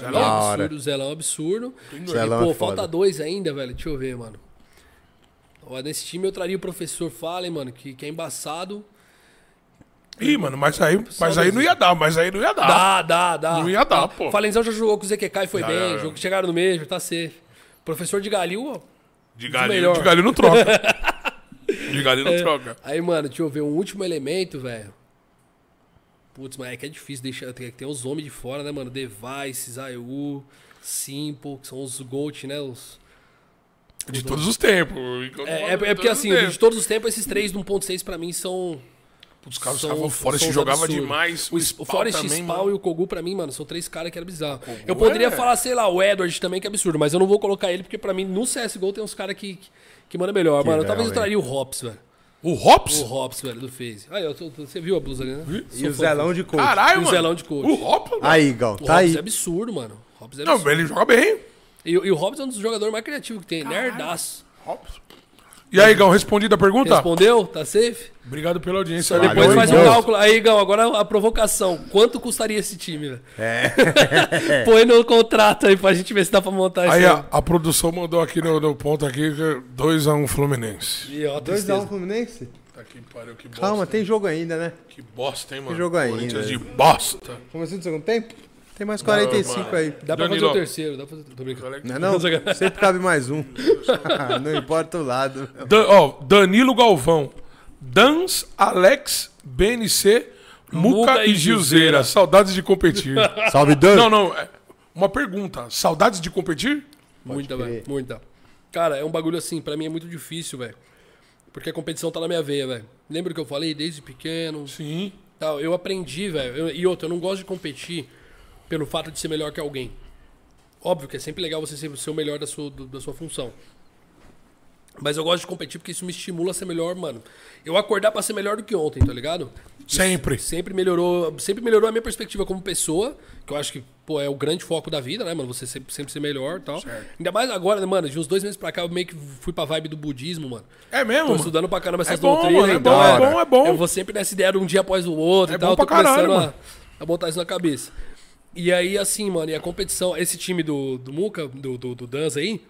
[SPEAKER 3] Zelão é
[SPEAKER 1] Da hora.
[SPEAKER 3] absurdo, o Zelão é absurdo.
[SPEAKER 1] Zelão
[SPEAKER 3] e,
[SPEAKER 1] é
[SPEAKER 3] pô,
[SPEAKER 1] foda.
[SPEAKER 3] falta dois ainda, velho. Deixa eu ver, mano. Ó, Nesse time eu traria o professor Fallen, mano, que, que é embaçado.
[SPEAKER 2] Ih, mano, mas aí, mas aí não ia dar, mas aí não ia dar.
[SPEAKER 3] Dá, dá, dá.
[SPEAKER 2] Não ia dar, pô.
[SPEAKER 3] Falenzão já jogou com o ZQK e foi bem.
[SPEAKER 2] já, já.
[SPEAKER 3] jogo- Chegaram no mesmo, tá safe. Professor de Galil, ó.
[SPEAKER 2] De
[SPEAKER 3] melhor. É.
[SPEAKER 2] galho, de galho não troca. De galho não troca.
[SPEAKER 3] Aí, mano, deixa eu ver. Um último elemento, velho. Putz, mas é que é difícil deixar. Tem tem uns homens de fora, né, mano? Devices, IU, Simple, que são os GOAT, né? Os...
[SPEAKER 2] De todos os tempos.
[SPEAKER 3] Uhum. É, é- é porque assim, de todos os tempos, esses três do 1.6 pra mim são.
[SPEAKER 2] Os caras
[SPEAKER 3] são-
[SPEAKER 2] estavam fora, se
[SPEAKER 3] são os
[SPEAKER 2] jogava
[SPEAKER 3] absurdos.
[SPEAKER 2] demais.
[SPEAKER 3] O, Sp- o Forest
[SPEAKER 2] também,
[SPEAKER 3] Spawn
[SPEAKER 2] mano.
[SPEAKER 3] e o Kogu, pra mim, mano, são três caras que era bizarro. Eu
[SPEAKER 2] Kogu
[SPEAKER 3] poderia
[SPEAKER 2] é-
[SPEAKER 3] falar, sei lá, o Edward também, que é absurdo, mas eu não vou colocar ele, porque pra mim, no CSGO tem uns caras que, que, que mandam melhor. mano,
[SPEAKER 1] legal,
[SPEAKER 3] talvez eu
[SPEAKER 1] hein?
[SPEAKER 3] traria o Hops, velho.
[SPEAKER 2] O Hops?
[SPEAKER 3] O Hops, velho, do FaZe. Aí, eu tô- tô- você viu a blusa ali, né?
[SPEAKER 1] E
[SPEAKER 3] Sou
[SPEAKER 1] o
[SPEAKER 3] fã,
[SPEAKER 1] Zelão de coach.
[SPEAKER 2] Caralho,
[SPEAKER 3] E o
[SPEAKER 2] mano.
[SPEAKER 3] Zelão de coach.
[SPEAKER 2] O Hops, mano.
[SPEAKER 1] Aí, Igão,
[SPEAKER 3] O
[SPEAKER 1] tá
[SPEAKER 3] Hobbs
[SPEAKER 1] aí.
[SPEAKER 3] é absurdo, mano. O Hobbs é
[SPEAKER 2] Não,
[SPEAKER 3] absurdo.
[SPEAKER 2] mas ele joga bem.
[SPEAKER 3] E, e o Hobbs é um dos jogadores mais criativos que tem. Ele é nerdaço.
[SPEAKER 2] Hops. E aí, Igão, respondida a pergunta?
[SPEAKER 3] Respondeu? Tá safe?
[SPEAKER 2] Obrigado pela audiência.
[SPEAKER 1] Valeu,
[SPEAKER 3] Depois
[SPEAKER 1] Aí,
[SPEAKER 3] faz um
[SPEAKER 1] Igão.
[SPEAKER 3] cálculo. Aí, Igão, agora a provocação. Quanto custaria esse time, velho? É. Põe no contrato aí pra gente ver se dá pra montar
[SPEAKER 2] Aí
[SPEAKER 3] isso.
[SPEAKER 2] a, a produção mandou aqui no, no ponto aqui 2x1 Fluminense.
[SPEAKER 3] Ih, ó, tristeza.
[SPEAKER 1] 2x1 Fluminense?
[SPEAKER 2] Tá que pariu, que bosta.
[SPEAKER 1] Calma, tem jogo ainda, né?
[SPEAKER 2] Que bosta, hein, mano?
[SPEAKER 1] Tem jogo é ainda. né?
[SPEAKER 2] Corinthians de bosta.
[SPEAKER 1] Começou no segundo tempo? Tem mais 45
[SPEAKER 2] mano.
[SPEAKER 1] aí.
[SPEAKER 3] Dá pra fazer
[SPEAKER 2] Danilo.
[SPEAKER 3] o terceiro. Dá pra fazer... Tô brincando.
[SPEAKER 1] Não é não? Sempre cabe mais um. não importa o lado.
[SPEAKER 2] Dan- ó, Danilo Galvão. Dans, Alex, BNC, Muca,
[SPEAKER 3] Muca
[SPEAKER 2] e
[SPEAKER 3] e
[SPEAKER 2] Gilzeira. Saudades de competir.
[SPEAKER 1] Salve, Dan.
[SPEAKER 2] não, não. é, Uma pergunta. Saudades de competir?
[SPEAKER 3] Muita, velho. Muita. Cara, é um bagulho assim, pra mim é muito difícil, velho. Porque a competição tá na minha veia, velho. Lembra que eu falei desde pequeno?
[SPEAKER 2] Sim.
[SPEAKER 3] tal. Eu aprendi, velho. Eu- E outra, eu não gosto de competir pelo fato de ser melhor que alguém. Óbvio que é sempre legal você ser, ser o melhor da sua, do- da sua função. Mas eu gosto de competir porque isso me estimula a ser melhor, mano. Eu acordar pra ser melhor do que ontem, tá ligado?
[SPEAKER 2] Sempre.
[SPEAKER 3] Sempre melhorou, sempre melhorou a minha perspectiva como pessoa, que eu acho que, pô, é o grande foco da vida, né, mano? Você sempre, sempre ser melhor e tal. Ainda mais agora, né, mano, de uns dois meses pra cá, eu meio que fui pra vibe do budismo, mano.
[SPEAKER 2] É mesmo?
[SPEAKER 3] Tô
[SPEAKER 2] mano?
[SPEAKER 3] estudando pra caramba essas
[SPEAKER 2] É bom,
[SPEAKER 3] doutrinas,
[SPEAKER 2] mano, é
[SPEAKER 3] então,
[SPEAKER 2] bom, é
[SPEAKER 3] velho,
[SPEAKER 2] bom, é bom.
[SPEAKER 3] Eu vou sempre nessa ideia de um dia após o outro
[SPEAKER 2] É
[SPEAKER 3] e tal.
[SPEAKER 2] bom
[SPEAKER 3] eu tô
[SPEAKER 2] pra caralho,
[SPEAKER 3] começando
[SPEAKER 2] mano.
[SPEAKER 3] a, a botar isso na cabeça. E aí, assim, mano, e a competição, esse time do, do Muca, do, do, do Danza aí,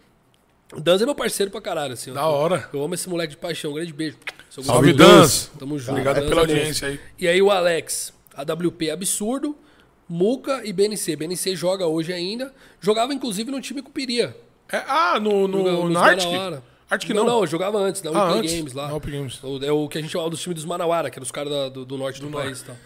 [SPEAKER 3] o Danza é meu parceiro pra caralho, assim.
[SPEAKER 2] Da
[SPEAKER 3] ó.
[SPEAKER 2] hora.
[SPEAKER 3] Eu amo esse moleque de paixão, um grande beijo. Sou
[SPEAKER 2] Salve,
[SPEAKER 3] gostoso.
[SPEAKER 2] Danza.
[SPEAKER 3] Tamo junto.
[SPEAKER 2] Tá, Obrigado
[SPEAKER 3] Danza
[SPEAKER 2] pela
[SPEAKER 3] é monstro.
[SPEAKER 2] audiência aí.
[SPEAKER 3] E aí o Alex, AWP absurdo, Muca e BNC. BNC joga hoje ainda. Jogava, inclusive, no time Cupiria.
[SPEAKER 2] É, ah, no, no,
[SPEAKER 3] Nos
[SPEAKER 2] na
[SPEAKER 3] Manauara.
[SPEAKER 2] Arctic? Arctic não.
[SPEAKER 3] Não, eu jogava antes, na
[SPEAKER 2] Ah,
[SPEAKER 3] Weekly
[SPEAKER 2] antes,
[SPEAKER 3] Games lá.
[SPEAKER 2] na Weekly Games.
[SPEAKER 3] O- É o que a gente chamava dos times dos Manauara, que eram os caras da- do, do norte do, país e tal.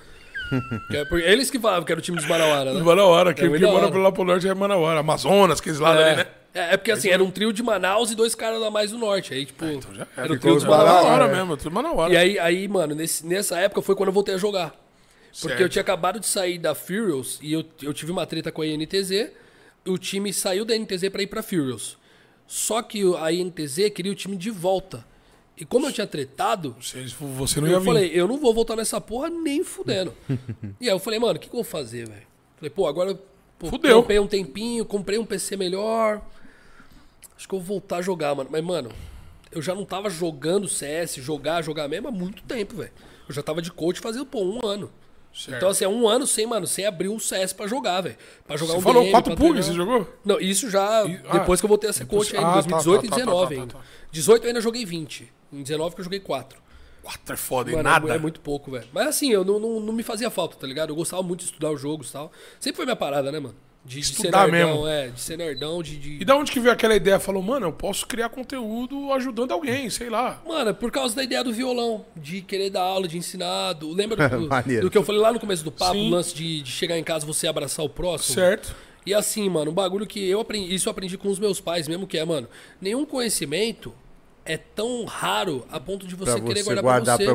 [SPEAKER 3] Que é por- eles que falavam que era o time dos Manauara, né?
[SPEAKER 2] De Manauara, que,
[SPEAKER 3] É muito
[SPEAKER 2] que
[SPEAKER 3] da
[SPEAKER 2] mora
[SPEAKER 3] hora.
[SPEAKER 2] lá pro norte é Manauara. Amazonas, aqueles lados ali,
[SPEAKER 3] É,
[SPEAKER 2] né?
[SPEAKER 3] é, é porque assim, era um trio de Manaus e dois caras lá mais do norte. Aí, tipo,
[SPEAKER 2] Já é,
[SPEAKER 3] era o
[SPEAKER 2] ficou
[SPEAKER 3] trio
[SPEAKER 2] os
[SPEAKER 3] de Manaus.
[SPEAKER 2] Manauara
[SPEAKER 1] é.
[SPEAKER 2] mesmo, tudo Manauara.
[SPEAKER 3] E aí, aí mano, nesse- nessa época foi quando eu voltei a jogar. Porque
[SPEAKER 2] Certo.
[SPEAKER 3] eu tinha acabado de sair da Furious e eu, eu tive uma treta com a INTZ. O time saiu da INTZ pra ir pra Furious. Só que o- a INTZ queria o time de volta. E como eu tinha tretado,
[SPEAKER 2] Você, você não ia
[SPEAKER 3] eu
[SPEAKER 2] vir.
[SPEAKER 3] falei, eu não vou voltar nessa porra nem fudendo. e aí eu falei, mano, o que, que eu vou fazer, velho? Falei, pô, agora eu pô,
[SPEAKER 2] Fudeu.
[SPEAKER 3] trampei um tempinho, comprei um PC melhor. Acho que eu vou voltar a jogar, mano. Mas, mano, eu já não tava jogando CS, jogar, jogar mesmo há muito tempo, velho. Eu já tava de coach fazendo, pô, um ano.
[SPEAKER 2] Certo.
[SPEAKER 3] Então, assim, é um ano sem, mano, sem abrir um CS pra jogar, velho. Pra jogar
[SPEAKER 2] Você
[SPEAKER 3] um
[SPEAKER 2] falou
[SPEAKER 3] DM,
[SPEAKER 2] quatro
[SPEAKER 3] pra
[SPEAKER 2] pugs, você
[SPEAKER 3] treinar.
[SPEAKER 2] jogou?
[SPEAKER 3] Não, isso já
[SPEAKER 2] ah,
[SPEAKER 3] depois que eu voltei a ser
[SPEAKER 2] depois-
[SPEAKER 3] coach aí,
[SPEAKER 2] Ah,
[SPEAKER 3] em
[SPEAKER 2] tá,
[SPEAKER 3] 2018
[SPEAKER 2] tá, tá,
[SPEAKER 3] e
[SPEAKER 2] tá,
[SPEAKER 3] 19
[SPEAKER 2] tá,
[SPEAKER 3] ainda.
[SPEAKER 2] tá.
[SPEAKER 3] 18 eu ainda joguei 20. Em 19 que eu joguei 4.
[SPEAKER 2] Quatro é foda, e
[SPEAKER 3] Mano, é mu-
[SPEAKER 2] nada.
[SPEAKER 3] é muito pouco, velho. Mas assim, eu não, não, não me fazia falta, tá ligado? Eu gostava muito de estudar os jogos e tal. Sempre foi minha parada, né, mano? De, de ser
[SPEAKER 2] Estudar
[SPEAKER 3] nerdão,
[SPEAKER 2] mesmo.
[SPEAKER 3] é. De ser nerdão, de... de-
[SPEAKER 2] E um- da onde que veio aquela ideia? Falou, mano, eu posso criar conteúdo ajudando alguém, sei lá.
[SPEAKER 3] Mano, é por causa da ideia do violão, de querer dar aula, de ensinar. do- Lembra do,
[SPEAKER 1] Maneiro.
[SPEAKER 3] do que eu falei lá no começo do papo,
[SPEAKER 2] Sim.
[SPEAKER 3] o lance de, de chegar em casa e você abraçar o próximo?
[SPEAKER 2] Certo.
[SPEAKER 3] E assim, mano, um bagulho que eu aprendi, isso eu aprendi com os meus pais mesmo, que é, mano, nenhum conhecimento é tão raro a ponto de
[SPEAKER 1] Pra
[SPEAKER 3] você,
[SPEAKER 1] você
[SPEAKER 3] querer guardar,
[SPEAKER 1] guardar
[SPEAKER 3] pra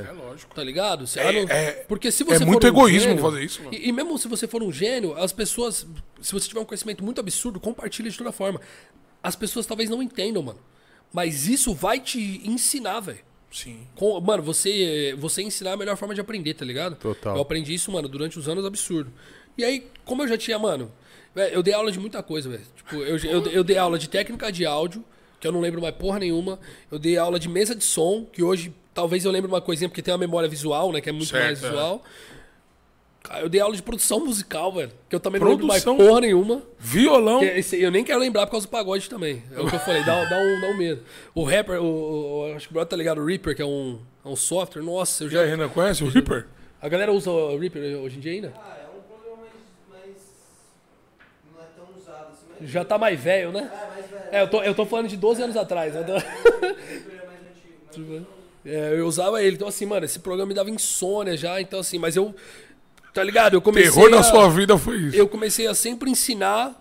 [SPEAKER 1] pra
[SPEAKER 3] mano.
[SPEAKER 1] você. é.
[SPEAKER 2] lógico.
[SPEAKER 3] Tá ligado? Você- ah, não-
[SPEAKER 2] é-
[SPEAKER 3] porque se
[SPEAKER 2] é
[SPEAKER 3] você
[SPEAKER 2] muito
[SPEAKER 3] for um
[SPEAKER 2] egoísmo
[SPEAKER 3] gênio-
[SPEAKER 2] fazer isso, mano.
[SPEAKER 3] E, e mesmo se você for um gênio, as pessoas. Se você tiver um conhecimento muito absurdo, compartilha de toda forma. As pessoas talvez não entendam, mano. Mas isso vai te ensinar, velho.
[SPEAKER 2] Sim.
[SPEAKER 3] Com- mano, você, você ensinar é a melhor forma de aprender, tá ligado?
[SPEAKER 1] Total.
[SPEAKER 3] Eu aprendi isso, mano, durante os anos, absurdo. E aí, como eu já tinha, mano, velho, eu dei aula de muita coisa, velho. Tipo, eu, eu, eu dei aula de técnica de áudio, que eu não lembro mais porra nenhuma. Eu dei aula de mesa de som, que hoje talvez eu lembre uma coisinha, porque tem uma memória visual, né, que é muito
[SPEAKER 2] Certo,
[SPEAKER 3] mais
[SPEAKER 2] é.
[SPEAKER 3] visual. Cara, Eu dei aula de produção musical, velho, que eu também não
[SPEAKER 2] Produção?
[SPEAKER 3] lembro mais porra nenhuma.
[SPEAKER 2] Violão.
[SPEAKER 3] Que esse- Eu nem quero lembrar por causa do pagode também. É o que eu falei, dá, dá um, dá um medo. O rapper, o, o- o- acho que o brother tá ligado, o Reaper, que é um, é um software. Nossa, eu
[SPEAKER 2] E aí,
[SPEAKER 3] já.
[SPEAKER 2] Renan, conhece o Reaper?
[SPEAKER 3] A galera usa o Reaper hoje em dia ainda?
[SPEAKER 4] Ah, é um programa mais, mais. Não é tão usado assim, mas.
[SPEAKER 3] Já tá mais velho, né?
[SPEAKER 4] É mais velho.
[SPEAKER 3] É, eu tô, eu tô falando de 12 anos atrás. Eu,
[SPEAKER 4] O programa é mais antigo. Mas
[SPEAKER 3] é, eu usava ele. Então, assim, mano, esse programa me dava insônia já. Então, assim, mas eu. Tá ligado? Eu comecei.
[SPEAKER 2] Terror na
[SPEAKER 3] a-
[SPEAKER 2] sua vida foi isso.
[SPEAKER 3] eu comecei a sempre ensinar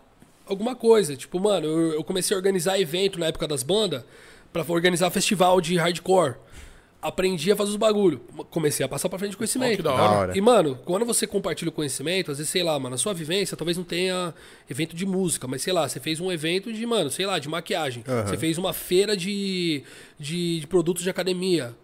[SPEAKER 3] alguma coisa. Tipo, mano, eu, eu comecei a organizar evento na época das bandas pra organizar festival de hardcore. Aprendi a fazer os bagulho. Comecei a passar pra frente conhecimento.
[SPEAKER 2] Ó, que da
[SPEAKER 1] hora. Da hora.
[SPEAKER 3] E, mano, quando você compartilha o conhecimento, às vezes, sei lá, mano, a sua vivência talvez não tenha evento de música, mas sei lá, você fez um evento de, mano, sei lá, de maquiagem. Você fez uma feira de, de, de produtos de academia.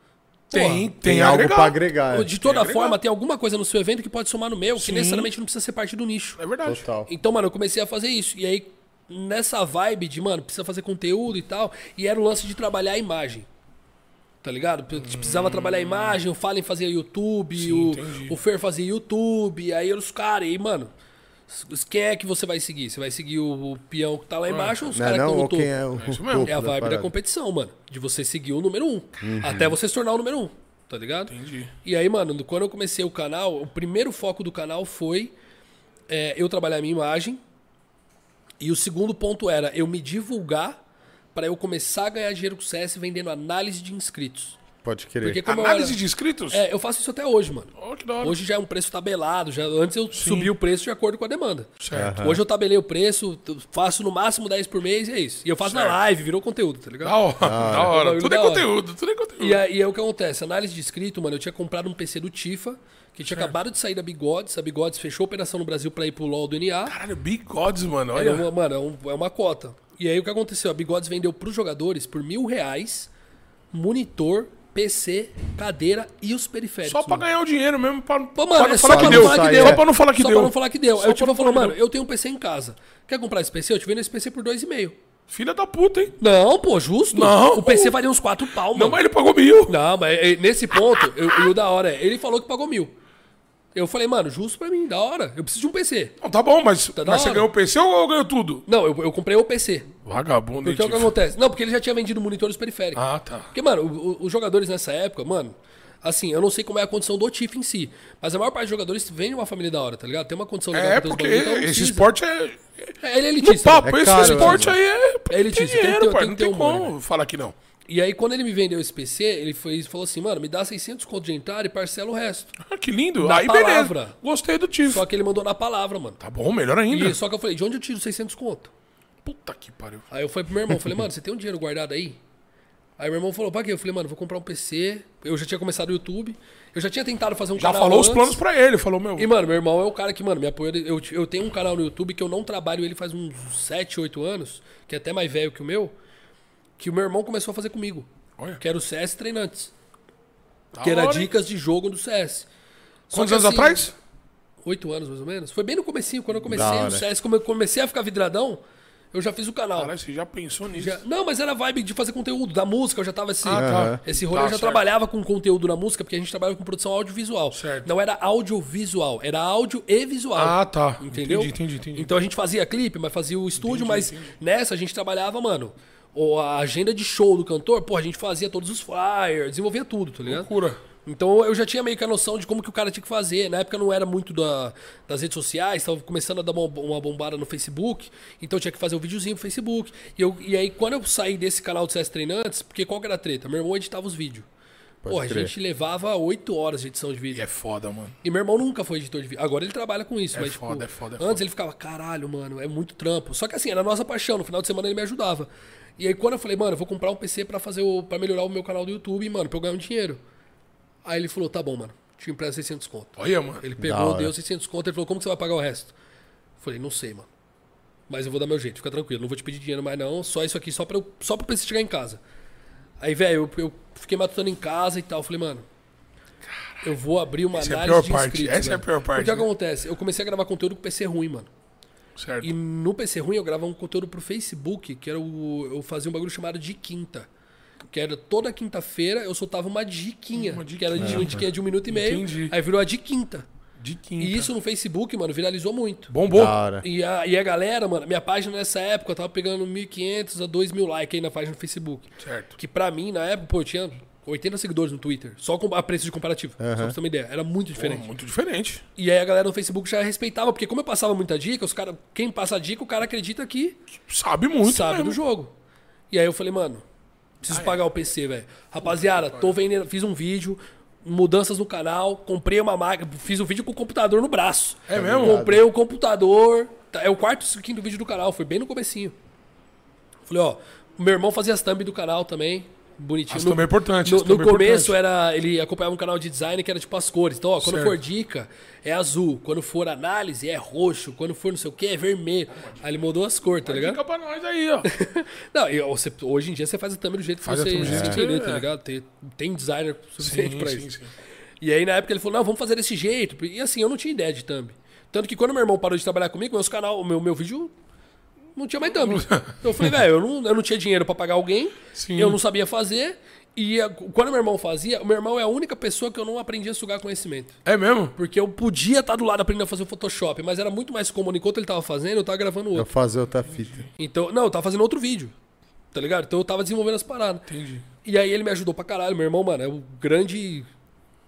[SPEAKER 2] Tem, tem,
[SPEAKER 1] Tem, algo pra agregar. é.
[SPEAKER 3] De toda
[SPEAKER 2] agregar.
[SPEAKER 3] forma, tem alguma coisa no seu evento que pode somar no meu,
[SPEAKER 2] Sim.
[SPEAKER 3] que necessariamente não precisa ser parte do nicho.
[SPEAKER 2] É verdade.
[SPEAKER 1] Total.
[SPEAKER 3] Então, mano, eu comecei a fazer isso. E aí, nessa vibe de, mano, precisa fazer conteúdo e tal. E era o lance de trabalhar a imagem. Tá ligado? Eu precisava trabalhar a imagem, o Fallen fazia YouTube,
[SPEAKER 2] Hum. entendi.
[SPEAKER 3] o, o Fer fazia YouTube, aí os caras, aí, mano. s- Quem é que você vai seguir? Você vai seguir o, o peão que
[SPEAKER 2] Ah.
[SPEAKER 3] tá lá embaixo ou os
[SPEAKER 1] Não é
[SPEAKER 3] caras que
[SPEAKER 1] não? Ou
[SPEAKER 3] estão no topo?
[SPEAKER 1] quem é o
[SPEAKER 2] isso mesmo.
[SPEAKER 1] topo
[SPEAKER 3] É a vibe da
[SPEAKER 1] parada? Uhum.
[SPEAKER 3] competição, mano. De você seguir o número um. Até você se tornar o número um, tá ligado?
[SPEAKER 2] Entendi.
[SPEAKER 3] E aí, mano, quando eu comecei o canal, o primeiro foco do canal foi é, eu trabalhar a minha imagem. E o segundo ponto era eu me divulgar pra eu começar a ganhar dinheiro com o CS vendendo análise de inscritos.
[SPEAKER 1] Pode querer.
[SPEAKER 3] Porque como
[SPEAKER 2] Análise
[SPEAKER 3] eu
[SPEAKER 2] de inscritos?
[SPEAKER 3] era, Então, É, eu faço isso até hoje, mano.
[SPEAKER 2] Ó, que da hora.
[SPEAKER 3] Hoje já é um preço tabelado. Já, antes eu subi o preço de acordo com a demanda.
[SPEAKER 2] Certo.
[SPEAKER 3] Hoje eu tabelei o preço, t- faço no máximo 10 por mês e é isso. E eu faço
[SPEAKER 2] Certo.
[SPEAKER 3] na live, virou conteúdo, tá ligado?
[SPEAKER 2] Da hora. Da hora.
[SPEAKER 3] bagulho
[SPEAKER 2] Tudo é
[SPEAKER 3] da hora.
[SPEAKER 2] conteúdo, tudo é conteúdo.
[SPEAKER 3] E aí é o que acontece, análise de escrito, mano, eu tinha comprado um PC do Tifa, que
[SPEAKER 2] É.
[SPEAKER 3] tinha acabado de sair da Bigodes, a Bigodes fechou a operação no Brasil pra ir pro LoL do NA.
[SPEAKER 2] Caralho, Big Gods, mano.
[SPEAKER 3] Era
[SPEAKER 2] Olha.
[SPEAKER 3] uma- mano, é, um- é uma cota. E aí o que aconteceu? A Bigodes vendeu pros jogadores por mil reais, monitor, PC, cadeira e os periféricos.
[SPEAKER 2] Só pra
[SPEAKER 3] mano.
[SPEAKER 2] ganhar o dinheiro mesmo, pra,
[SPEAKER 3] Pô,
[SPEAKER 2] pra
[SPEAKER 3] mano,
[SPEAKER 2] não falar
[SPEAKER 3] é só
[SPEAKER 2] que
[SPEAKER 3] pra
[SPEAKER 2] deu.
[SPEAKER 3] não falar que deu.
[SPEAKER 2] Só pra não falar que
[SPEAKER 3] Só
[SPEAKER 2] deu.
[SPEAKER 3] pra não falar que deu.
[SPEAKER 2] Só
[SPEAKER 3] Aí o
[SPEAKER 2] pra
[SPEAKER 3] Tifa
[SPEAKER 2] não
[SPEAKER 3] falou,
[SPEAKER 2] falar que
[SPEAKER 3] mano, eu tenho um PC em casa. Quer comprar esse PC? Eu te vendo esse PC por 2,5.
[SPEAKER 2] Filha da puta, hein?
[SPEAKER 3] Não, pô, justo.
[SPEAKER 2] Não.
[SPEAKER 3] O PC valia uns 4 pau, mano.
[SPEAKER 2] Não, mas ele pagou mil.
[SPEAKER 3] Não, mas eh, nesse ponto, eu, e o da hora é, ele falou que pagou mil. Eu falei, mano, justo pra mim, da hora. Eu preciso de um PC.
[SPEAKER 2] Não, tá bom, mas,
[SPEAKER 3] da
[SPEAKER 2] mas você
[SPEAKER 3] hora.
[SPEAKER 2] ganhou o PC ou ganhou tudo?
[SPEAKER 3] Não, eu, eu comprei um o PC.
[SPEAKER 2] Vagabundo, hein,
[SPEAKER 3] Porque é o que
[SPEAKER 2] Tifa?
[SPEAKER 3] acontece? Não, porque ele já tinha vendido monitores periféricos.
[SPEAKER 2] Ah, tá.
[SPEAKER 3] Porque, mano, o- o- os jogadores nessa época, mano, Assim, eu não sei como é a condição do Tiff em si, mas a maior parte dos jogadores vem de uma família da hora, tá ligado? Tem uma condição legal
[SPEAKER 2] É,
[SPEAKER 3] pra ter os
[SPEAKER 2] porque
[SPEAKER 3] bagulho, então não
[SPEAKER 2] esse
[SPEAKER 3] precisa.
[SPEAKER 2] esporte é.
[SPEAKER 3] É, ele é
[SPEAKER 2] No
[SPEAKER 3] elitista.
[SPEAKER 2] papo,
[SPEAKER 1] É
[SPEAKER 2] esse
[SPEAKER 1] caro,
[SPEAKER 2] esporte
[SPEAKER 1] né?
[SPEAKER 2] aí é.
[SPEAKER 3] É
[SPEAKER 2] tem
[SPEAKER 3] elitista, tem que ter-
[SPEAKER 2] dinheiro,
[SPEAKER 3] tem
[SPEAKER 2] pai.
[SPEAKER 3] que
[SPEAKER 2] Não
[SPEAKER 3] ter
[SPEAKER 2] tem
[SPEAKER 3] um money,
[SPEAKER 2] como falar que não.
[SPEAKER 3] E aí, quando ele me vendeu esse PC, ele foi, falou assim, mano, me dá 600 conto de entrada e parcela o resto.
[SPEAKER 2] Ah, que lindo.
[SPEAKER 3] Na
[SPEAKER 2] aí beleza.
[SPEAKER 3] palavra.
[SPEAKER 2] Gostei do Tiff.
[SPEAKER 3] Só que ele mandou na palavra, mano.
[SPEAKER 2] Tá bom, melhor ainda.
[SPEAKER 3] E, só que eu falei, de onde eu tiro 600 conto?
[SPEAKER 2] Puta que pariu.
[SPEAKER 3] Aí eu falei pro meu irmão, falei, mano, você tem um dinheiro guardado aí? Aí meu irmão falou, pra quê? Eu falei, mano, vou comprar um PC. Eu já tinha começado o YouTube. Eu já tinha tentado fazer um
[SPEAKER 2] Já
[SPEAKER 3] canal
[SPEAKER 2] falou os
[SPEAKER 3] antes.
[SPEAKER 2] planos pra ele. Falou, meu.
[SPEAKER 3] E, mano, meu irmão é o cara que, mano, me apoia. Eu, eu tenho um canal no YouTube que eu não trabalho ele faz uns 7, 8 anos, que é até mais velho que o meu, que o meu irmão começou a fazer comigo.
[SPEAKER 2] Olha.
[SPEAKER 3] Que era o CS Treinantes.
[SPEAKER 2] da
[SPEAKER 3] que era
[SPEAKER 2] hora, hein?
[SPEAKER 3] dicas de jogo do CS. Só
[SPEAKER 2] Quantos
[SPEAKER 3] que,
[SPEAKER 2] anos
[SPEAKER 3] assim,
[SPEAKER 2] atrás?
[SPEAKER 3] Oito anos, mais ou menos. Foi bem no comecinho, quando eu
[SPEAKER 1] Da
[SPEAKER 3] comecei
[SPEAKER 1] hora.
[SPEAKER 3] no CS, como eu comecei a ficar vidradão, eu já fiz o canal.
[SPEAKER 2] Caralho, você já pensou nisso?
[SPEAKER 3] Já- não, mas era vibe de fazer conteúdo, da música, eu já tava esse,
[SPEAKER 2] Ah, tá.
[SPEAKER 3] esse rolê,
[SPEAKER 2] Tá,
[SPEAKER 3] eu já
[SPEAKER 2] certo.
[SPEAKER 3] trabalhava com conteúdo na música, porque a gente trabalhava com produção audiovisual.
[SPEAKER 2] Certo.
[SPEAKER 3] Não era audiovisual, era áudio e visual.
[SPEAKER 2] Ah, tá.
[SPEAKER 3] Entendeu?
[SPEAKER 2] Entendi, entendi, entendi.
[SPEAKER 3] Então a gente fazia clipe, mas fazia o estúdio, mas nessa a gente trabalhava, mano, o- a agenda de show do cantor, pô, a gente fazia todos os flyers, desenvolvia tudo, tá ligado?
[SPEAKER 2] Loucura.
[SPEAKER 3] Então eu já tinha meio que a noção de como que o cara tinha que fazer. Na época não era muito da- das redes sociais, tava começando a dar uma, uma bombada no Facebook, então eu tinha que fazer um videozinho pro Facebook. E, eu- e aí quando eu saí desse canal do CS Treinantes, porque qual que era a treta? Meu irmão editava os vídeos. Pô, a
[SPEAKER 1] crer.
[SPEAKER 3] gente levava 8 horas de edição de
[SPEAKER 2] E
[SPEAKER 3] vídeo.
[SPEAKER 2] é foda, mano.
[SPEAKER 3] E meu irmão nunca foi editor de vídeo. Agora ele trabalha com isso,
[SPEAKER 2] É
[SPEAKER 3] mas
[SPEAKER 2] foda,
[SPEAKER 3] tipo,
[SPEAKER 2] é foda, é
[SPEAKER 3] antes ele ficava, caralho, mano, é muito trampo. Só que assim, era a nossa paixão, no final de semana ele me ajudava. E aí quando eu falei, mano, eu vou comprar um PC pra fazer o para melhorar o meu canal do YouTube, mano, pra eu ganhar um dinheiro. Aí ele falou, tá bom, mano, te empresto 600 conto.
[SPEAKER 2] Olha, mano.
[SPEAKER 3] Ele
[SPEAKER 1] Da
[SPEAKER 3] pegou,
[SPEAKER 1] hora.
[SPEAKER 3] deu 600 conto, ele falou, como que você vai pagar o resto? Eu falei, não sei, mano. Mas eu vou dar meu jeito, fica tranquilo, não vou te pedir dinheiro mais não, só isso aqui, só para só pro PC chegar em casa. Aí, velho, eu, eu fiquei matutando em casa e tal, falei, mano, eu vou abrir uma
[SPEAKER 2] Essa é a
[SPEAKER 3] análise
[SPEAKER 2] pior
[SPEAKER 3] de
[SPEAKER 2] parte,
[SPEAKER 3] inscritos,
[SPEAKER 2] essa é a
[SPEAKER 3] velho.
[SPEAKER 2] pior parte,
[SPEAKER 3] O que
[SPEAKER 2] né?
[SPEAKER 3] acontece? Eu comecei a gravar conteúdo com PC ruim, mano.
[SPEAKER 2] Certo.
[SPEAKER 3] E no PC ruim eu gravava um conteúdo pro Facebook, que era o. Eu fazia um bagulho chamado de quinta. Que era toda quinta-feira eu soltava uma diquinha.
[SPEAKER 2] Uma
[SPEAKER 3] que era de uma diquinha de um minuto e meio.
[SPEAKER 2] Entendi.
[SPEAKER 3] Aí virou a de quinta.
[SPEAKER 2] De quinta.
[SPEAKER 3] E isso no Facebook, mano, viralizou muito.
[SPEAKER 2] Bombou.
[SPEAKER 1] Da hora.
[SPEAKER 3] E a, e a galera, mano, minha página nessa época eu tava pegando 1.500 a 2.000 likes aí na página do Facebook.
[SPEAKER 2] Certo.
[SPEAKER 3] Que pra mim, na época, pô, eu tinha 80 seguidores no Twitter. Só com, a preço de comparativo. Só pra você ter uma ideia. Era muito
[SPEAKER 2] Pô,
[SPEAKER 3] diferente.
[SPEAKER 2] muito diferente.
[SPEAKER 3] E aí a galera no Facebook já respeitava, porque como eu passava muita dica, os cara, quem passa a dica, o cara acredita que
[SPEAKER 2] Sabe muito,
[SPEAKER 3] sabe
[SPEAKER 2] mesmo. Ah, é.
[SPEAKER 3] do jogo. E aí eu falei, mano, preciso pagar o PC, velho. Rapaziada, tô vendendo, fiz um vídeo, mudanças no canal, comprei uma máquina, fiz um vídeo com o computador no braço.
[SPEAKER 2] É mesmo?
[SPEAKER 3] Comprei o computador, tá- é o quarto, quinto vídeo do canal, foi bem no comecinho. Falei, ó, o meu irmão fazia as thumb do canal também, bonitinho.
[SPEAKER 2] As
[SPEAKER 3] No-
[SPEAKER 2] thumb é importante,
[SPEAKER 3] No,
[SPEAKER 2] as thumb
[SPEAKER 3] no
[SPEAKER 2] é
[SPEAKER 3] começo
[SPEAKER 2] importante.
[SPEAKER 3] era, ele acompanhava um canal de design que era tipo as cores. Então, ó, quando
[SPEAKER 2] Certo.
[SPEAKER 3] for dica, é azul. Quando for análise, é roxo. Quando for não sei o que, é vermelho. Aí ele mudou as cores, tá ligado?
[SPEAKER 2] Fica pra nós aí, ó.
[SPEAKER 3] Não, e você- hoje em dia você faz a thumb do jeito que
[SPEAKER 2] Faz a
[SPEAKER 3] você
[SPEAKER 2] thumb do jeito que
[SPEAKER 3] escrever,
[SPEAKER 2] você-
[SPEAKER 3] tá
[SPEAKER 2] é.
[SPEAKER 3] ligado? Tem, tem designer suficiente
[SPEAKER 2] Sim,
[SPEAKER 3] pra
[SPEAKER 2] sim,
[SPEAKER 3] isso.
[SPEAKER 2] sim.
[SPEAKER 3] E aí na época ele falou, não, vamos fazer desse jeito. E assim, eu não tinha ideia de thumb. Tanto que quando meu irmão parou de trabalhar comigo, meus canal, o meu, meu vídeo não tinha mais thumb. Então eu falei, velho, eu não, eu não tinha dinheiro pra pagar alguém,
[SPEAKER 2] Sim.
[SPEAKER 3] eu não sabia fazer. E a- quando meu irmão fazia, o meu irmão é a única pessoa que eu não aprendi a sugar conhecimento.
[SPEAKER 2] É mesmo?
[SPEAKER 3] Porque eu podia estar do lado aprendendo a fazer o Photoshop, mas era muito mais comum. Enquanto ele tava fazendo, eu tava gravando outro.
[SPEAKER 1] Pra fazer outra fita.
[SPEAKER 3] Então, não, eu tava fazendo outro vídeo. Tá ligado? Então eu tava desenvolvendo as paradas.
[SPEAKER 2] Entendi.
[SPEAKER 3] E aí ele me ajudou pra caralho. Meu irmão, mano, é o grande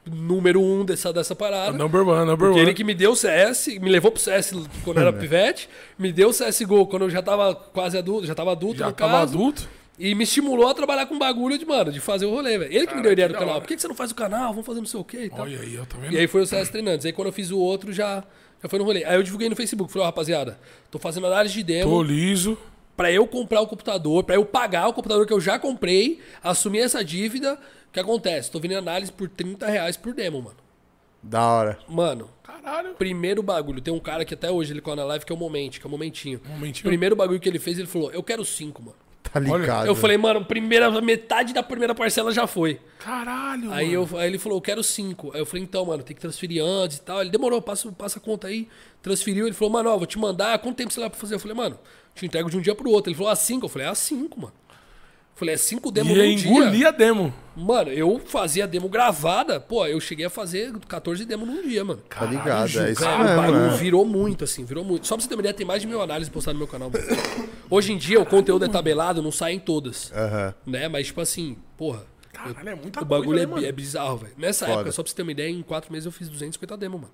[SPEAKER 3] número um dessa, dessa parada.
[SPEAKER 2] Number one, number
[SPEAKER 3] Porque
[SPEAKER 2] one.
[SPEAKER 3] ele que me deu o CS, me levou pro CS quando
[SPEAKER 2] É,
[SPEAKER 3] eu era
[SPEAKER 2] né?
[SPEAKER 3] pivete, me deu o CSGO quando eu já tava quase adulto, já tava adulto
[SPEAKER 2] Já
[SPEAKER 3] no
[SPEAKER 2] tava
[SPEAKER 3] caso,
[SPEAKER 2] adulto.
[SPEAKER 3] e me estimulou a trabalhar com bagulho de, mano, de fazer o rolê, velho. Ele que me deu a ideia
[SPEAKER 2] que
[SPEAKER 3] do
[SPEAKER 2] da
[SPEAKER 3] canal.
[SPEAKER 2] hora.
[SPEAKER 3] Por que, que você não faz o canal? Vamos fazer não sei o quê e tal.
[SPEAKER 2] Olha aí, ó, tá vendo?
[SPEAKER 3] E aí foi o CS Treinantes. Aí quando eu fiz o outro, já, já foi no rolê. Aí eu divulguei no Facebook. Falei, ó, rapaziada, tô fazendo análise de demo.
[SPEAKER 2] Tô liso.
[SPEAKER 3] Pra eu comprar o computador, pra eu pagar o computador que eu já comprei, assumir essa dívida, o que acontece? Tô vendendo análise por 30 reais por demo, mano.
[SPEAKER 1] Da hora.
[SPEAKER 3] Mano,
[SPEAKER 2] Caralho.
[SPEAKER 3] primeiro bagulho, tem um cara que até hoje ele cola na live que é o Momento, que é o Momentinho.
[SPEAKER 2] Momentinho.
[SPEAKER 3] Primeiro bagulho que ele fez, ele falou, eu quero cinco, mano.
[SPEAKER 1] Tá ligado.
[SPEAKER 3] Eu falei, mano, primeira, metade da primeira parcela já foi.
[SPEAKER 2] Caralho.
[SPEAKER 3] Aí,
[SPEAKER 2] mano.
[SPEAKER 3] eu, aí ele falou, eu quero cinco. Aí eu falei, então, mano, tem que transferir antes e tal. Ele demorou, passa, passa a conta aí. Transferiu, ele falou, mano, ó, vou te mandar. Quanto tempo você leva pra fazer? Eu falei, mano, te entrego de um dia pro outro. Ele falou, ah, cinco. Eu falei, ah, cinco, mano. Eu falei, é cinco demo
[SPEAKER 2] E
[SPEAKER 3] num
[SPEAKER 2] eu engoli
[SPEAKER 3] dia.
[SPEAKER 2] a demo.
[SPEAKER 3] Mano, eu fazia demo gravada. Pô, eu cheguei a fazer 14 demo num dia, mano.
[SPEAKER 1] Tá ligado. É isso
[SPEAKER 3] Cara, o
[SPEAKER 1] mesmo.
[SPEAKER 2] né?
[SPEAKER 3] bagulho
[SPEAKER 1] é.
[SPEAKER 3] virou muito, assim, virou muito. Só pra você ter uma ideia, tem mais de mil análises postadas no meu canal. mano. Hoje em dia, o conteúdo é tabelado, não sai em todas.
[SPEAKER 1] Aham.
[SPEAKER 3] Né? Mas, tipo assim, porra.
[SPEAKER 2] Caralho, é muita coisa,
[SPEAKER 3] O bagulho
[SPEAKER 2] né,
[SPEAKER 3] é,
[SPEAKER 2] mano?
[SPEAKER 3] bi- é bizarro, velho. Nessa
[SPEAKER 1] Foda.
[SPEAKER 3] época, só pra você ter uma ideia, em quatro meses eu fiz 250 demos, mano.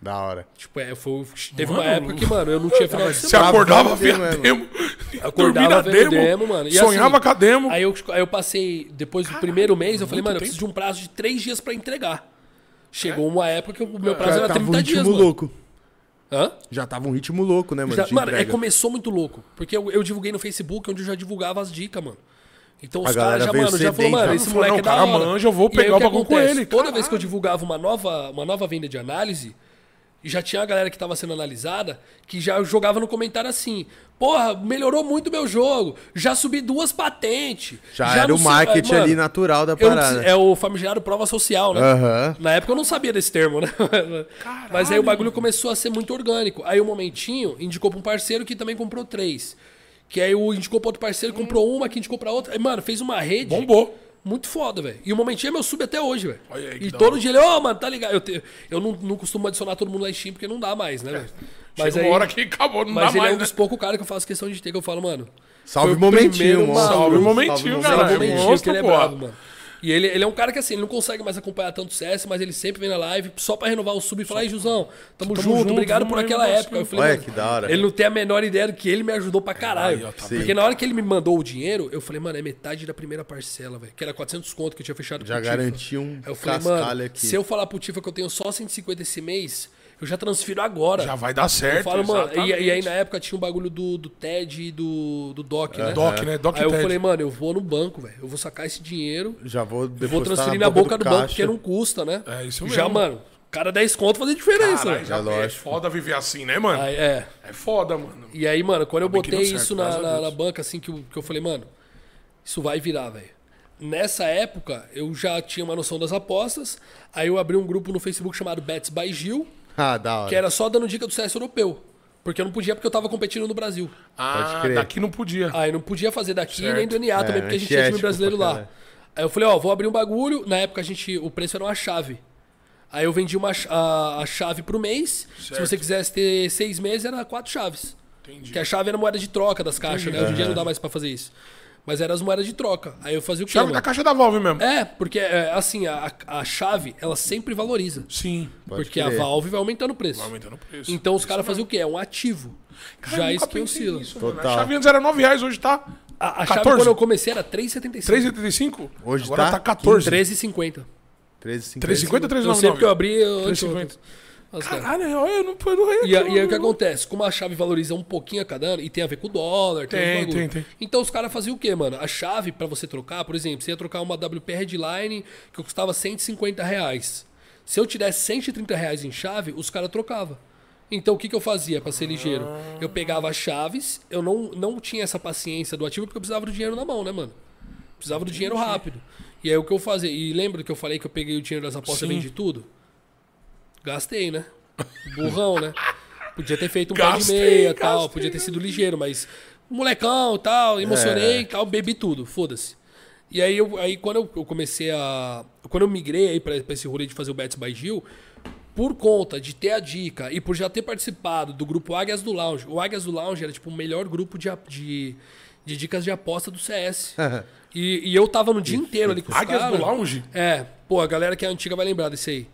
[SPEAKER 1] Da hora.
[SPEAKER 3] Tipo, é, foi, teve uma
[SPEAKER 2] Mano,
[SPEAKER 3] época que, mano, eu não tinha final de
[SPEAKER 2] Você
[SPEAKER 3] semana.
[SPEAKER 2] acordava,
[SPEAKER 1] vendo
[SPEAKER 2] via
[SPEAKER 1] demo,
[SPEAKER 2] demo.
[SPEAKER 3] Acordava
[SPEAKER 2] dormia
[SPEAKER 3] vendo demo, mano. E
[SPEAKER 2] sonhava
[SPEAKER 3] assim,
[SPEAKER 2] com a demo.
[SPEAKER 3] Aí eu, aí eu passei, depois do primeiro mês, eu falei,
[SPEAKER 2] muito
[SPEAKER 3] mano, eu
[SPEAKER 2] tempo. É?
[SPEAKER 3] preciso de um prazo de três dias pra entregar. Chegou uma época que o meu prazo era
[SPEAKER 1] tava um
[SPEAKER 3] 30
[SPEAKER 1] ritmo
[SPEAKER 3] dias, mano.
[SPEAKER 1] louco.
[SPEAKER 3] Hã?
[SPEAKER 1] Já tava um ritmo louco, né, mano?
[SPEAKER 3] Já-
[SPEAKER 1] de
[SPEAKER 3] mano, é,
[SPEAKER 1] entrega.
[SPEAKER 3] começou muito louco. Porque eu, eu divulguei no Facebook, onde eu já divulgava as dicas, mano. Então
[SPEAKER 1] A
[SPEAKER 3] os
[SPEAKER 1] galera
[SPEAKER 3] caras já,
[SPEAKER 1] veio
[SPEAKER 3] mano, já falou,
[SPEAKER 1] sedenta.
[SPEAKER 3] mano, esse
[SPEAKER 2] Falou,
[SPEAKER 3] moleque
[SPEAKER 2] não,
[SPEAKER 3] é da
[SPEAKER 2] cara,
[SPEAKER 3] hora.
[SPEAKER 2] manja, eu vou
[SPEAKER 3] E aí,
[SPEAKER 2] pegar
[SPEAKER 3] o que
[SPEAKER 2] o bagulho com
[SPEAKER 3] acontece?
[SPEAKER 2] ele,
[SPEAKER 3] Toda
[SPEAKER 2] caralho.
[SPEAKER 3] vez que eu divulgava uma nova, uma nova venda de análise, já tinha a galera que tava sendo analisada que já jogava no comentário assim: Porra, melhorou muito meu jogo, já subi duas patentes.
[SPEAKER 1] Já era
[SPEAKER 3] não
[SPEAKER 1] o
[SPEAKER 3] sei-
[SPEAKER 1] marketing
[SPEAKER 3] Mano,
[SPEAKER 1] ali natural da
[SPEAKER 3] eu não
[SPEAKER 1] parada.
[SPEAKER 3] preciso- é o famigerado prova social, né?
[SPEAKER 1] Aham.
[SPEAKER 3] Na época eu não sabia desse termo, né? Mas aí o bagulho começou a ser muito orgânico. Aí o Momentinho indicou pra um parceiro que também comprou três. Que aí o indicou pra outro parceiro, comprou uma, que indicou pra outra. Aí, mano, fez uma rede.
[SPEAKER 2] Bombou.
[SPEAKER 3] Muito foda, velho. E o Momentinho é meu sub até hoje, velho.
[SPEAKER 2] Olha aí que
[SPEAKER 3] E
[SPEAKER 2] da
[SPEAKER 3] todo dia ele, ó, mano, tá ligado? Eu, te- eu não, não costumo adicionar todo mundo lá em Steam porque não dá mais, né, velho?
[SPEAKER 2] Mas É. Chega uma hora que acabou, não
[SPEAKER 3] mas
[SPEAKER 2] dá
[SPEAKER 3] ele é
[SPEAKER 2] mais,
[SPEAKER 3] um
[SPEAKER 2] né?
[SPEAKER 3] dos poucos caras que eu faço questão de ter, que eu falo, mano.
[SPEAKER 1] Salve
[SPEAKER 3] foi o primeiro
[SPEAKER 1] momentinho, mano.
[SPEAKER 3] maluco.
[SPEAKER 2] Salve momentinho,
[SPEAKER 3] Não,
[SPEAKER 2] Caralho,
[SPEAKER 3] vou mentir,
[SPEAKER 2] monstro,
[SPEAKER 3] que ele é
[SPEAKER 2] porra.
[SPEAKER 3] brabo, mano. E ele, ele é um cara que assim, ele não consegue mais acompanhar tanto o CS, mas ele sempre vem na live só pra renovar o sub e falar, ei, Juzão, tamo, junto,
[SPEAKER 2] junto,
[SPEAKER 3] obrigado
[SPEAKER 2] vamos
[SPEAKER 3] por
[SPEAKER 2] aí,
[SPEAKER 3] aquela
[SPEAKER 2] vamos
[SPEAKER 3] época.
[SPEAKER 2] assim.
[SPEAKER 3] Eu falei,
[SPEAKER 1] Olha
[SPEAKER 3] mano,
[SPEAKER 1] que da hora. tá
[SPEAKER 3] Ele não tem a menor ideia do que ele me ajudou pra caralho.
[SPEAKER 1] vendo?
[SPEAKER 3] Porque na hora que ele me mandou o dinheiro, eu falei, mano, é metade da primeira parcela, velho. Que era 400 conto que eu tinha fechado
[SPEAKER 1] Já
[SPEAKER 3] o Tifa.
[SPEAKER 1] garantiu um
[SPEAKER 3] Aí eu falei,
[SPEAKER 1] cascalho
[SPEAKER 3] mano,
[SPEAKER 1] aqui.
[SPEAKER 3] se eu falar pro Tifa que eu tenho só 150 esse mês, eu já transfiro agora.
[SPEAKER 2] Já vai dar
[SPEAKER 3] Eu
[SPEAKER 2] certo.
[SPEAKER 3] falo, mano, e,
[SPEAKER 2] exatamente.
[SPEAKER 3] e aí na época tinha um bagulho do, do TED e do, do DOC, né?
[SPEAKER 2] Doc, né? Doc
[SPEAKER 3] aí eu
[SPEAKER 2] Ted.
[SPEAKER 3] falei, mano, eu vou no banco, velho. Eu vou sacar esse dinheiro,
[SPEAKER 1] Já vou
[SPEAKER 3] eu vou
[SPEAKER 1] depositar
[SPEAKER 3] transferir na boca, do, banco,
[SPEAKER 1] caixa.
[SPEAKER 3] porque não custa, né?
[SPEAKER 2] É, isso
[SPEAKER 3] Já,
[SPEAKER 2] mesmo.
[SPEAKER 3] mano, cada 10 conto fazia diferença,
[SPEAKER 2] Caralho,
[SPEAKER 3] né?
[SPEAKER 2] já
[SPEAKER 1] É
[SPEAKER 2] é
[SPEAKER 1] lógico.
[SPEAKER 2] foda viver assim, né, mano?
[SPEAKER 3] Aí, é.
[SPEAKER 2] É foda, mano.
[SPEAKER 3] E aí, mano, quando eu
[SPEAKER 2] Ainda bem que
[SPEAKER 3] botei
[SPEAKER 2] deu certo,
[SPEAKER 3] isso na,
[SPEAKER 2] graças a
[SPEAKER 3] na-
[SPEAKER 2] Deus.
[SPEAKER 3] na banca, assim, que eu, que eu falei, mano, isso vai virar, velho. Nessa época, eu já tinha uma noção das apostas, aí eu abri um grupo no Facebook chamado Bets by Gil,
[SPEAKER 1] Ah, da hora.
[SPEAKER 3] que era só dando dica do CS europeu. Porque eu não podia, porque eu tava competindo no Brasil.
[SPEAKER 2] Ah,
[SPEAKER 1] crer.
[SPEAKER 2] daqui não podia.
[SPEAKER 3] Aí não podia fazer daqui nem do NA
[SPEAKER 1] É,
[SPEAKER 3] também, porque a gente
[SPEAKER 1] antiético
[SPEAKER 3] tinha time brasileiro
[SPEAKER 1] pra
[SPEAKER 3] lá.
[SPEAKER 1] caralho.
[SPEAKER 3] Aí eu falei, ó, vou abrir um bagulho. Na época a gente, o preço era uma chave. Aí eu vendi uma, ch- a, a chave pro mês. Se você quisesse ter seis meses, era quatro chaves.
[SPEAKER 2] Entendi.
[SPEAKER 3] Porque a chave era moeda de troca das caixas, né? Hoje em dia não dá mais pra fazer isso. Mas eram as moedas de troca. Aí eu fazia o quê?
[SPEAKER 2] Chave
[SPEAKER 3] mano?
[SPEAKER 2] da caixa da Valve mesmo.
[SPEAKER 3] É, porque é, assim, a, a chave, ela sempre valoriza.
[SPEAKER 2] Sim.
[SPEAKER 1] Pode
[SPEAKER 3] porque
[SPEAKER 1] crer.
[SPEAKER 3] a Valve vai aumentando o preço.
[SPEAKER 2] Aumentando o preço.
[SPEAKER 3] Então os caras faziam o quê? É um ativo. Já isso que é um oscila.
[SPEAKER 2] isso, mano. A
[SPEAKER 1] Total.
[SPEAKER 2] chave antes era 9 reais, hoje tá
[SPEAKER 3] A, a chave
[SPEAKER 2] 14.
[SPEAKER 3] quando eu comecei era 3,75.
[SPEAKER 2] 3,75?
[SPEAKER 1] Hoje
[SPEAKER 2] Agora
[SPEAKER 1] tá
[SPEAKER 2] tá 14.
[SPEAKER 3] 13,50.
[SPEAKER 1] 13,50.
[SPEAKER 2] 3,50 ou
[SPEAKER 3] Eu sei porque
[SPEAKER 2] 3,99?
[SPEAKER 3] eu abri eu- antes.
[SPEAKER 2] 3,50.
[SPEAKER 3] Mas, cara,
[SPEAKER 2] Caralho, eu não eu não-
[SPEAKER 3] E, a- e aí o que acontece? Como a chave valoriza um pouquinho a cada ano, e tem a ver com o dólar, tem,
[SPEAKER 2] Tem,
[SPEAKER 3] os bagulho.
[SPEAKER 2] tem, tem.
[SPEAKER 3] Então os caras faziam o quê, mano? A chave pra você trocar, por exemplo, você ia trocar uma WP Headline que custava 150 reais. Se eu tivesse 130 reais em chave, os caras trocavam. Então o que, que eu fazia pra ser ligeiro?
[SPEAKER 2] Ah.
[SPEAKER 3] Eu pegava as chaves, eu não, não tinha essa paciência do ativo porque eu precisava do dinheiro na mão, né, mano? Precisava do dinheiro rápido. E aí o que eu fazia? E lembra que eu falei que eu peguei o dinheiro das apostas
[SPEAKER 2] Sim.
[SPEAKER 3] e vendi tudo? Gastei, né? Burrão, né? Podia ter feito um
[SPEAKER 2] Gastei,
[SPEAKER 3] pé de meia tal,
[SPEAKER 2] gastei,
[SPEAKER 3] podia ter sido ligeiro, mas molecão tal, emocionei tal, bebi tudo, foda-se. E aí, eu, aí quando eu eu comecei a. Quando eu migrei aí pra, pra esse rolê de fazer o Bets by Gil, por conta de ter a dica e por já ter participado do grupo Águias do Lounge, o Águias do Lounge era tipo o melhor grupo de, a- de, de dicas de aposta do CS. e, e eu tava no dia inteiro ali com os
[SPEAKER 2] Águias do
[SPEAKER 3] cara.
[SPEAKER 2] Lounge?
[SPEAKER 3] É, pô, a galera que é antiga vai lembrar desse aí.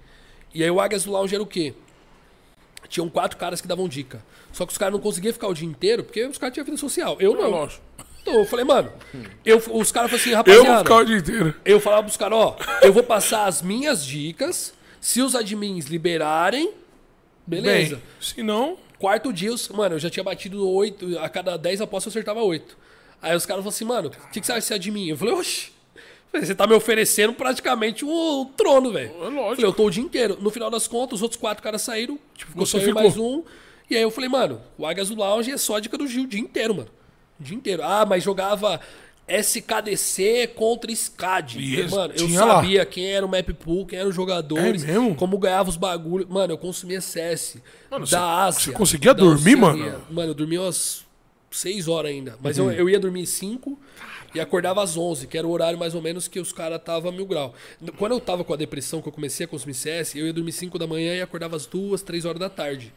[SPEAKER 3] E aí o Águias do Lounge era o quê? Tinham quatro caras que davam dica. Só que os caras não conseguiam ficar o dia inteiro, porque os caras tinham vida social. Eu
[SPEAKER 2] É
[SPEAKER 3] não.
[SPEAKER 2] lógico. Hum.
[SPEAKER 3] Então eu falei, mano, eu, os caras falaram assim,
[SPEAKER 2] Eu
[SPEAKER 3] rapaziada.
[SPEAKER 2] vou ficar o dia inteiro.
[SPEAKER 3] Eu falava pros caras, ó, eu vou passar as minhas dicas. Se os admins liberarem, beleza.
[SPEAKER 2] Bem, se não,
[SPEAKER 3] Quarto dia, os- mano, eu já tinha batido oito, a cada dez apostas eu acertava oito. Aí os caras falaram assim, mano, o que, que você acha de mim? Eu falei, oxi. Falei, Você tá me oferecendo praticamente um trono, velho.
[SPEAKER 2] É lógico.
[SPEAKER 3] Falei, eu tô o dia inteiro. No final das contas, os outros quatro caras saíram, tipo, ficou
[SPEAKER 2] Você
[SPEAKER 3] só eu e
[SPEAKER 2] ficou.
[SPEAKER 3] mais um. E aí eu falei, mano, o Águias do Lounge é só dica do Gil o dia inteiro, mano. O dia inteiro. Ah, mas jogava SKDC contra SCAD.
[SPEAKER 2] E esse-
[SPEAKER 3] mano, eu
[SPEAKER 2] tinha lá.
[SPEAKER 3] sabia quem era o map pool, quem eram os jogadores,
[SPEAKER 2] É mesmo?
[SPEAKER 3] como ganhava os bagulhos. Mano, eu consumia CS.
[SPEAKER 2] Mano,
[SPEAKER 3] da
[SPEAKER 2] você-
[SPEAKER 3] Ásia.
[SPEAKER 2] você conseguia
[SPEAKER 3] da
[SPEAKER 2] dormir,
[SPEAKER 3] Oceania.
[SPEAKER 2] mano?
[SPEAKER 3] Mano, eu dormia umas 6 horas ainda. Mas eu, eu ia dormir 5 e acordava às 11, que era o horário mais ou menos que os caras tava mil grau. N- Quando eu tava com a depressão, que eu comecei a consumir CS, eu ia dormir 5 da manhã e acordava às 2, 3 horas da tarde.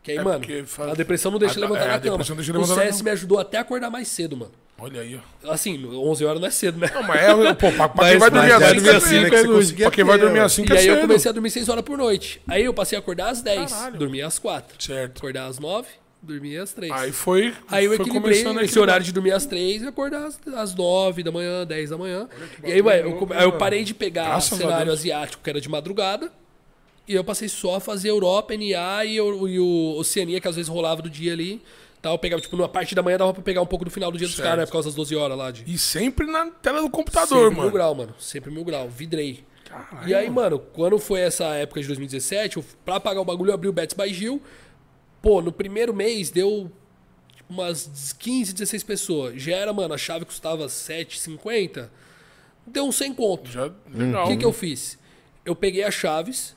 [SPEAKER 3] Que aí, mano,
[SPEAKER 2] É porque faz-
[SPEAKER 3] a depressão não deixa
[SPEAKER 2] a-
[SPEAKER 3] levantar
[SPEAKER 2] é, a
[SPEAKER 3] na cama.
[SPEAKER 2] depressão deixa
[SPEAKER 3] o
[SPEAKER 2] levantar na
[SPEAKER 3] CS
[SPEAKER 2] cama.
[SPEAKER 3] me ajudou até a acordar mais cedo, mano.
[SPEAKER 2] Olha aí, ó.
[SPEAKER 3] Assim, 11 horas não é cedo, né?
[SPEAKER 2] Não, mas é, pô, pra, pra quem
[SPEAKER 3] Mas-
[SPEAKER 2] vai dormir
[SPEAKER 3] mas
[SPEAKER 2] às
[SPEAKER 3] vai
[SPEAKER 2] 5
[SPEAKER 3] dormir
[SPEAKER 2] é
[SPEAKER 3] às
[SPEAKER 2] cedo.
[SPEAKER 3] cinco,
[SPEAKER 2] né?
[SPEAKER 3] é
[SPEAKER 2] Que
[SPEAKER 1] luz.
[SPEAKER 2] você Pra quem vai dormir às 5
[SPEAKER 3] E
[SPEAKER 2] é
[SPEAKER 3] aí eu
[SPEAKER 2] cedo.
[SPEAKER 3] comecei a dormir 6 horas por noite. Aí eu passei a acordar às 10,
[SPEAKER 2] Caralho.
[SPEAKER 3] dormia às 4.
[SPEAKER 2] Certo.
[SPEAKER 3] Acordar às 9, dormia às 3.
[SPEAKER 2] Aí foi,
[SPEAKER 3] Aí eu
[SPEAKER 2] foi
[SPEAKER 3] equilibrei
[SPEAKER 2] começando a
[SPEAKER 3] esse
[SPEAKER 2] equilibrar.
[SPEAKER 3] horário de dormir às 3 e acordar às, às 9 da manhã, 10 da manhã. E aí, vai, eu,
[SPEAKER 2] louco,
[SPEAKER 3] come- aí eu
[SPEAKER 2] mano.
[SPEAKER 3] parei de pegar
[SPEAKER 2] Graças a
[SPEAKER 3] cenário
[SPEAKER 2] Deus.
[SPEAKER 3] asiático, que era de madrugada. E eu passei só a fazer Europa, NA e, eu- e o Oceania, que às vezes rolava do dia ali. Tá, eu pegava, tipo, numa parte da manhã dava pra pegar um pouco do final do dia dos
[SPEAKER 2] Certo.
[SPEAKER 3] caras, né? Por causa das 12 horas lá de.
[SPEAKER 2] E sempre na tela do computador,
[SPEAKER 3] Sempre mil
[SPEAKER 2] mano.
[SPEAKER 3] grau, mano. Sempre mil grau. Vidrei.
[SPEAKER 2] Caralho,
[SPEAKER 3] E aí, mano, quando foi essa época de 2017, eu, pra pagar o bagulho, eu abri o Bets by Gil. Pô, no primeiro mês deu tipo, umas 15, 16 pessoas. Já era, mano, a chave custava 7,50. Deu uns 100 conto.
[SPEAKER 2] Já, legal.
[SPEAKER 3] O que, que eu fiz? Eu peguei as chaves,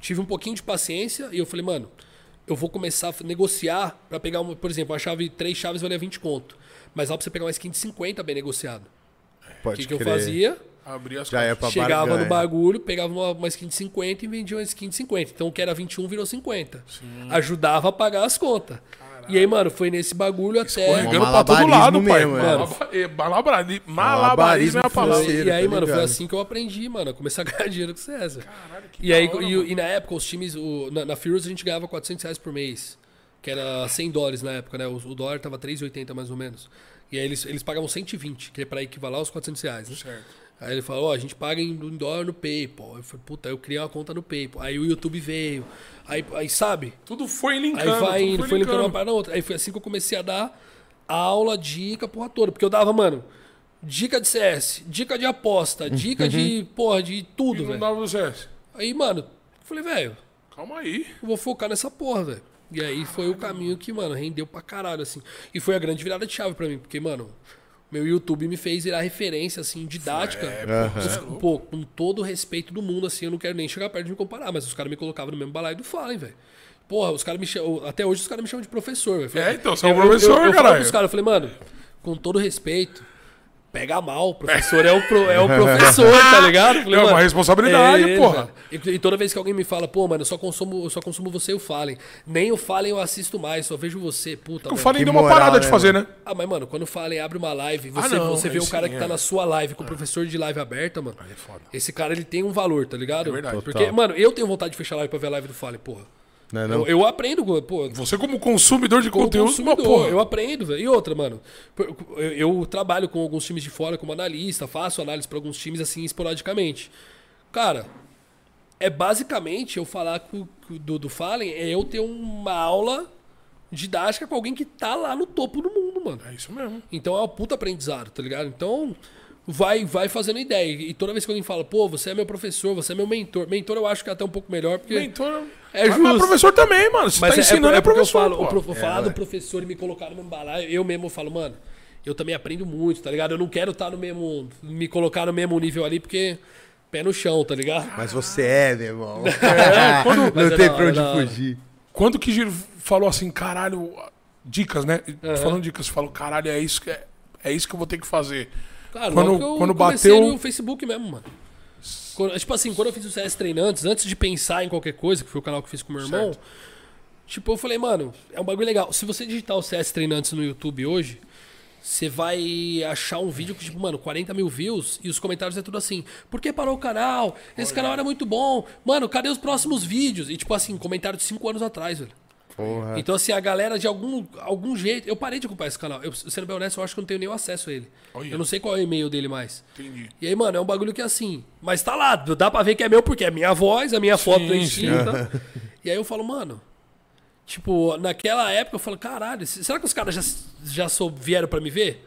[SPEAKER 3] tive um pouquinho de paciência e eu falei, mano, eu vou começar a negociar pra pegar, uma, por exemplo, uma chave, três chaves valia 20 conto. Mas lá pra você pegar uma skin de 50 bem negociado. O
[SPEAKER 1] Pode
[SPEAKER 3] que, que eu
[SPEAKER 1] crer.
[SPEAKER 3] fazia?
[SPEAKER 2] Abri as
[SPEAKER 1] Já é pra
[SPEAKER 3] Chegava
[SPEAKER 1] barganha.
[SPEAKER 3] no bagulho, pegava uma, uma skin de 50 e vendia uma skin de 50. Então o que era 21 virou 50. Ajudava a pagar as contas. E aí, mano, foi nesse bagulho até.
[SPEAKER 2] Escorregando
[SPEAKER 1] Um
[SPEAKER 2] pra todo lado,
[SPEAKER 1] malabarismo
[SPEAKER 2] pai.
[SPEAKER 1] mesmo, é.
[SPEAKER 2] Malaba- eh, Malabarismo, malabarismo é a palavra.
[SPEAKER 1] financeiro.
[SPEAKER 3] E aí,
[SPEAKER 1] tá
[SPEAKER 3] mano, foi
[SPEAKER 1] ligado?
[SPEAKER 3] assim que eu aprendi, mano. a Começar a ganhar dinheiro com o César. e aí, e, e na época, os times. o- na, na Furious a gente ganhava 400 reais por mês. Que era 100 dólares na época, né? O, o dólar tava 3,80 mais ou menos. E aí eles, eles pagavam 120, que é pra equivaler aos 400 reais, né?
[SPEAKER 2] Certo.
[SPEAKER 3] Aí ele falou, ó, a gente paga em, em dólar no PayPal. Eu falei, puta, eu criei uma conta no PayPal. Aí o YouTube veio. Aí, aí sabe?
[SPEAKER 2] Tudo foi
[SPEAKER 3] Aí
[SPEAKER 2] linkando.
[SPEAKER 3] vai
[SPEAKER 2] tudo
[SPEAKER 3] indo, foi linkando uma parada na outra. Aí foi assim que eu comecei a dar aula, dica, porra toda. Porque eu dava, mano, dica de CS, dica de aposta, dica de, porra, de
[SPEAKER 2] Uhum. E
[SPEAKER 3] tudo,
[SPEAKER 2] não
[SPEAKER 3] velho.
[SPEAKER 2] dava sucesso.
[SPEAKER 3] Aí, mano, eu falei, velho,
[SPEAKER 2] Calma aí.
[SPEAKER 1] Tá
[SPEAKER 3] eu vou focar nessa porra, velho. E aí foi o caminho que, mano, rendeu pra caralho, assim. E foi a grande virada de chave pra mim, porque, mano, meu YouTube me fez virar referência, assim, didática.
[SPEAKER 2] é Aham.
[SPEAKER 3] Pô, com todo o respeito do mundo, assim, eu não quero nem chegar perto de me comparar, mas os caras me colocavam no mesmo balaio do Fallen, velho. Porra, os caras me chamam. Até hoje os caras me chamam de professor, velho.
[SPEAKER 2] É, então, você é um
[SPEAKER 3] Eu- eu- eu-
[SPEAKER 2] professor,
[SPEAKER 3] eu,
[SPEAKER 2] caralho.
[SPEAKER 3] falei pros caras, eu falei, mano, com todo respeito, pega mal, o professor é o, pro- é o professor, tá ligado? Eu falei,
[SPEAKER 2] É uma
[SPEAKER 3] mano,
[SPEAKER 2] responsabilidade,
[SPEAKER 3] ele,
[SPEAKER 2] porra.
[SPEAKER 3] velho. E, e toda vez que alguém me fala, pô, mano, eu só consumo, eu só consumo você e o Fallen. Nem o Fallen eu assisto mais, só vejo você, puta.
[SPEAKER 2] O
[SPEAKER 3] mano.
[SPEAKER 2] Fallen
[SPEAKER 1] Que
[SPEAKER 2] deu uma
[SPEAKER 1] moral,
[SPEAKER 2] parada de
[SPEAKER 1] né,
[SPEAKER 2] fazer, né?
[SPEAKER 1] mano?
[SPEAKER 3] Ah, mas, mano, quando o Fallen abre uma live, você,
[SPEAKER 2] Ah, não,
[SPEAKER 3] você vê
[SPEAKER 2] aí
[SPEAKER 3] o cara
[SPEAKER 2] sim,
[SPEAKER 3] que tá
[SPEAKER 2] é.
[SPEAKER 3] na sua live com o professor de live aberta, mano.
[SPEAKER 2] é foda.
[SPEAKER 3] Esse cara, ele tem um valor, tá ligado? É
[SPEAKER 2] verdade.
[SPEAKER 3] Porque, mano, eu tenho vontade de fechar a live pra ver a live do Fallen, porra.
[SPEAKER 1] Não é não?
[SPEAKER 3] Eu, eu aprendo, pô.
[SPEAKER 2] Você como consumidor de
[SPEAKER 3] Como
[SPEAKER 2] conteúdo,
[SPEAKER 3] consumidor,
[SPEAKER 2] uma porra.
[SPEAKER 3] Eu aprendo, velho. E outra, mano. por- Eu, eu trabalho com alguns times de fora como analista, faço análise pra alguns times assim esporadicamente. Cara, é basicamente eu falar com, com- do, do Fallen, é eu ter uma aula didática com alguém que tá lá no topo do mundo, mano.
[SPEAKER 2] É isso mesmo.
[SPEAKER 3] Então é um puta aprendizado, tá ligado? Então vai vai fazendo ideia. E toda vez que alguém fala, pô, você é meu professor, você é meu mentor. Mentor eu acho que é até um pouco melhor, porque.
[SPEAKER 2] Mentor. um-
[SPEAKER 3] É
[SPEAKER 2] mas,
[SPEAKER 3] justo.
[SPEAKER 2] mas professor também, mano. Você
[SPEAKER 3] Mas
[SPEAKER 2] tá
[SPEAKER 3] é,
[SPEAKER 2] ensinando,
[SPEAKER 3] é,
[SPEAKER 2] é,
[SPEAKER 3] é porque eu
[SPEAKER 2] professor.
[SPEAKER 3] falo,
[SPEAKER 2] pô.
[SPEAKER 3] o prof- falar do professor e me colocar no mesmo balaio, eu mesmo falo, mano, eu também aprendo muito, tá ligado? Eu não quero estar no mesmo. me colocar no mesmo nível ali, porque pé no chão, tá ligado?
[SPEAKER 1] Mas você é, meu irmão.
[SPEAKER 3] Mas é
[SPEAKER 1] Não tem pra
[SPEAKER 3] da hora,
[SPEAKER 1] onde
[SPEAKER 3] da hora. Tipo
[SPEAKER 1] fugir.
[SPEAKER 2] Quando que Giro falou assim, caralho, dicas, né? Tô Falando dicas, falou, caralho, é isso que é, é isso que eu vou ter que fazer.
[SPEAKER 3] Cara,
[SPEAKER 2] Quando-
[SPEAKER 3] Ah, logo que eu
[SPEAKER 2] quando
[SPEAKER 3] comecei
[SPEAKER 2] bateu-
[SPEAKER 3] no Facebook mesmo, mano. Quando- tipo assim, quando eu fiz o CS Treinantes, antes de pensar em qualquer coisa, que foi o canal que eu fiz com meu irmão, tipo, eu falei, mano, é um bagulho legal. Se você digitar o CS Treinantes no YouTube hoje, você vai achar um vídeo que, tipo, mano, 40 mil views e os comentários é tudo assim. Por que parou o canal? Esse canal era muito bom. Mano, cadê os próximos vídeos? E, tipo assim, comentário de 5 anos atrás, velho.
[SPEAKER 1] Porra.
[SPEAKER 3] Então, assim, a galera, de algum, algum jeito. Eu parei de ocupar esse canal. Eu, sendo bem honesto, eu acho que eu não tenho nenhum acesso a ele.
[SPEAKER 2] Olha.
[SPEAKER 3] Eu não sei qual é o e-mail dele mais.
[SPEAKER 2] Entendi.
[SPEAKER 3] E aí, mano, é um bagulho que é assim. Mas tá lá, dá pra ver que é meu porque é minha voz, a minha foto é extinta. E aí eu falo, mano. Tipo, naquela época eu falo, caralho, se- será que os caras já, já sou, vieram pra me ver?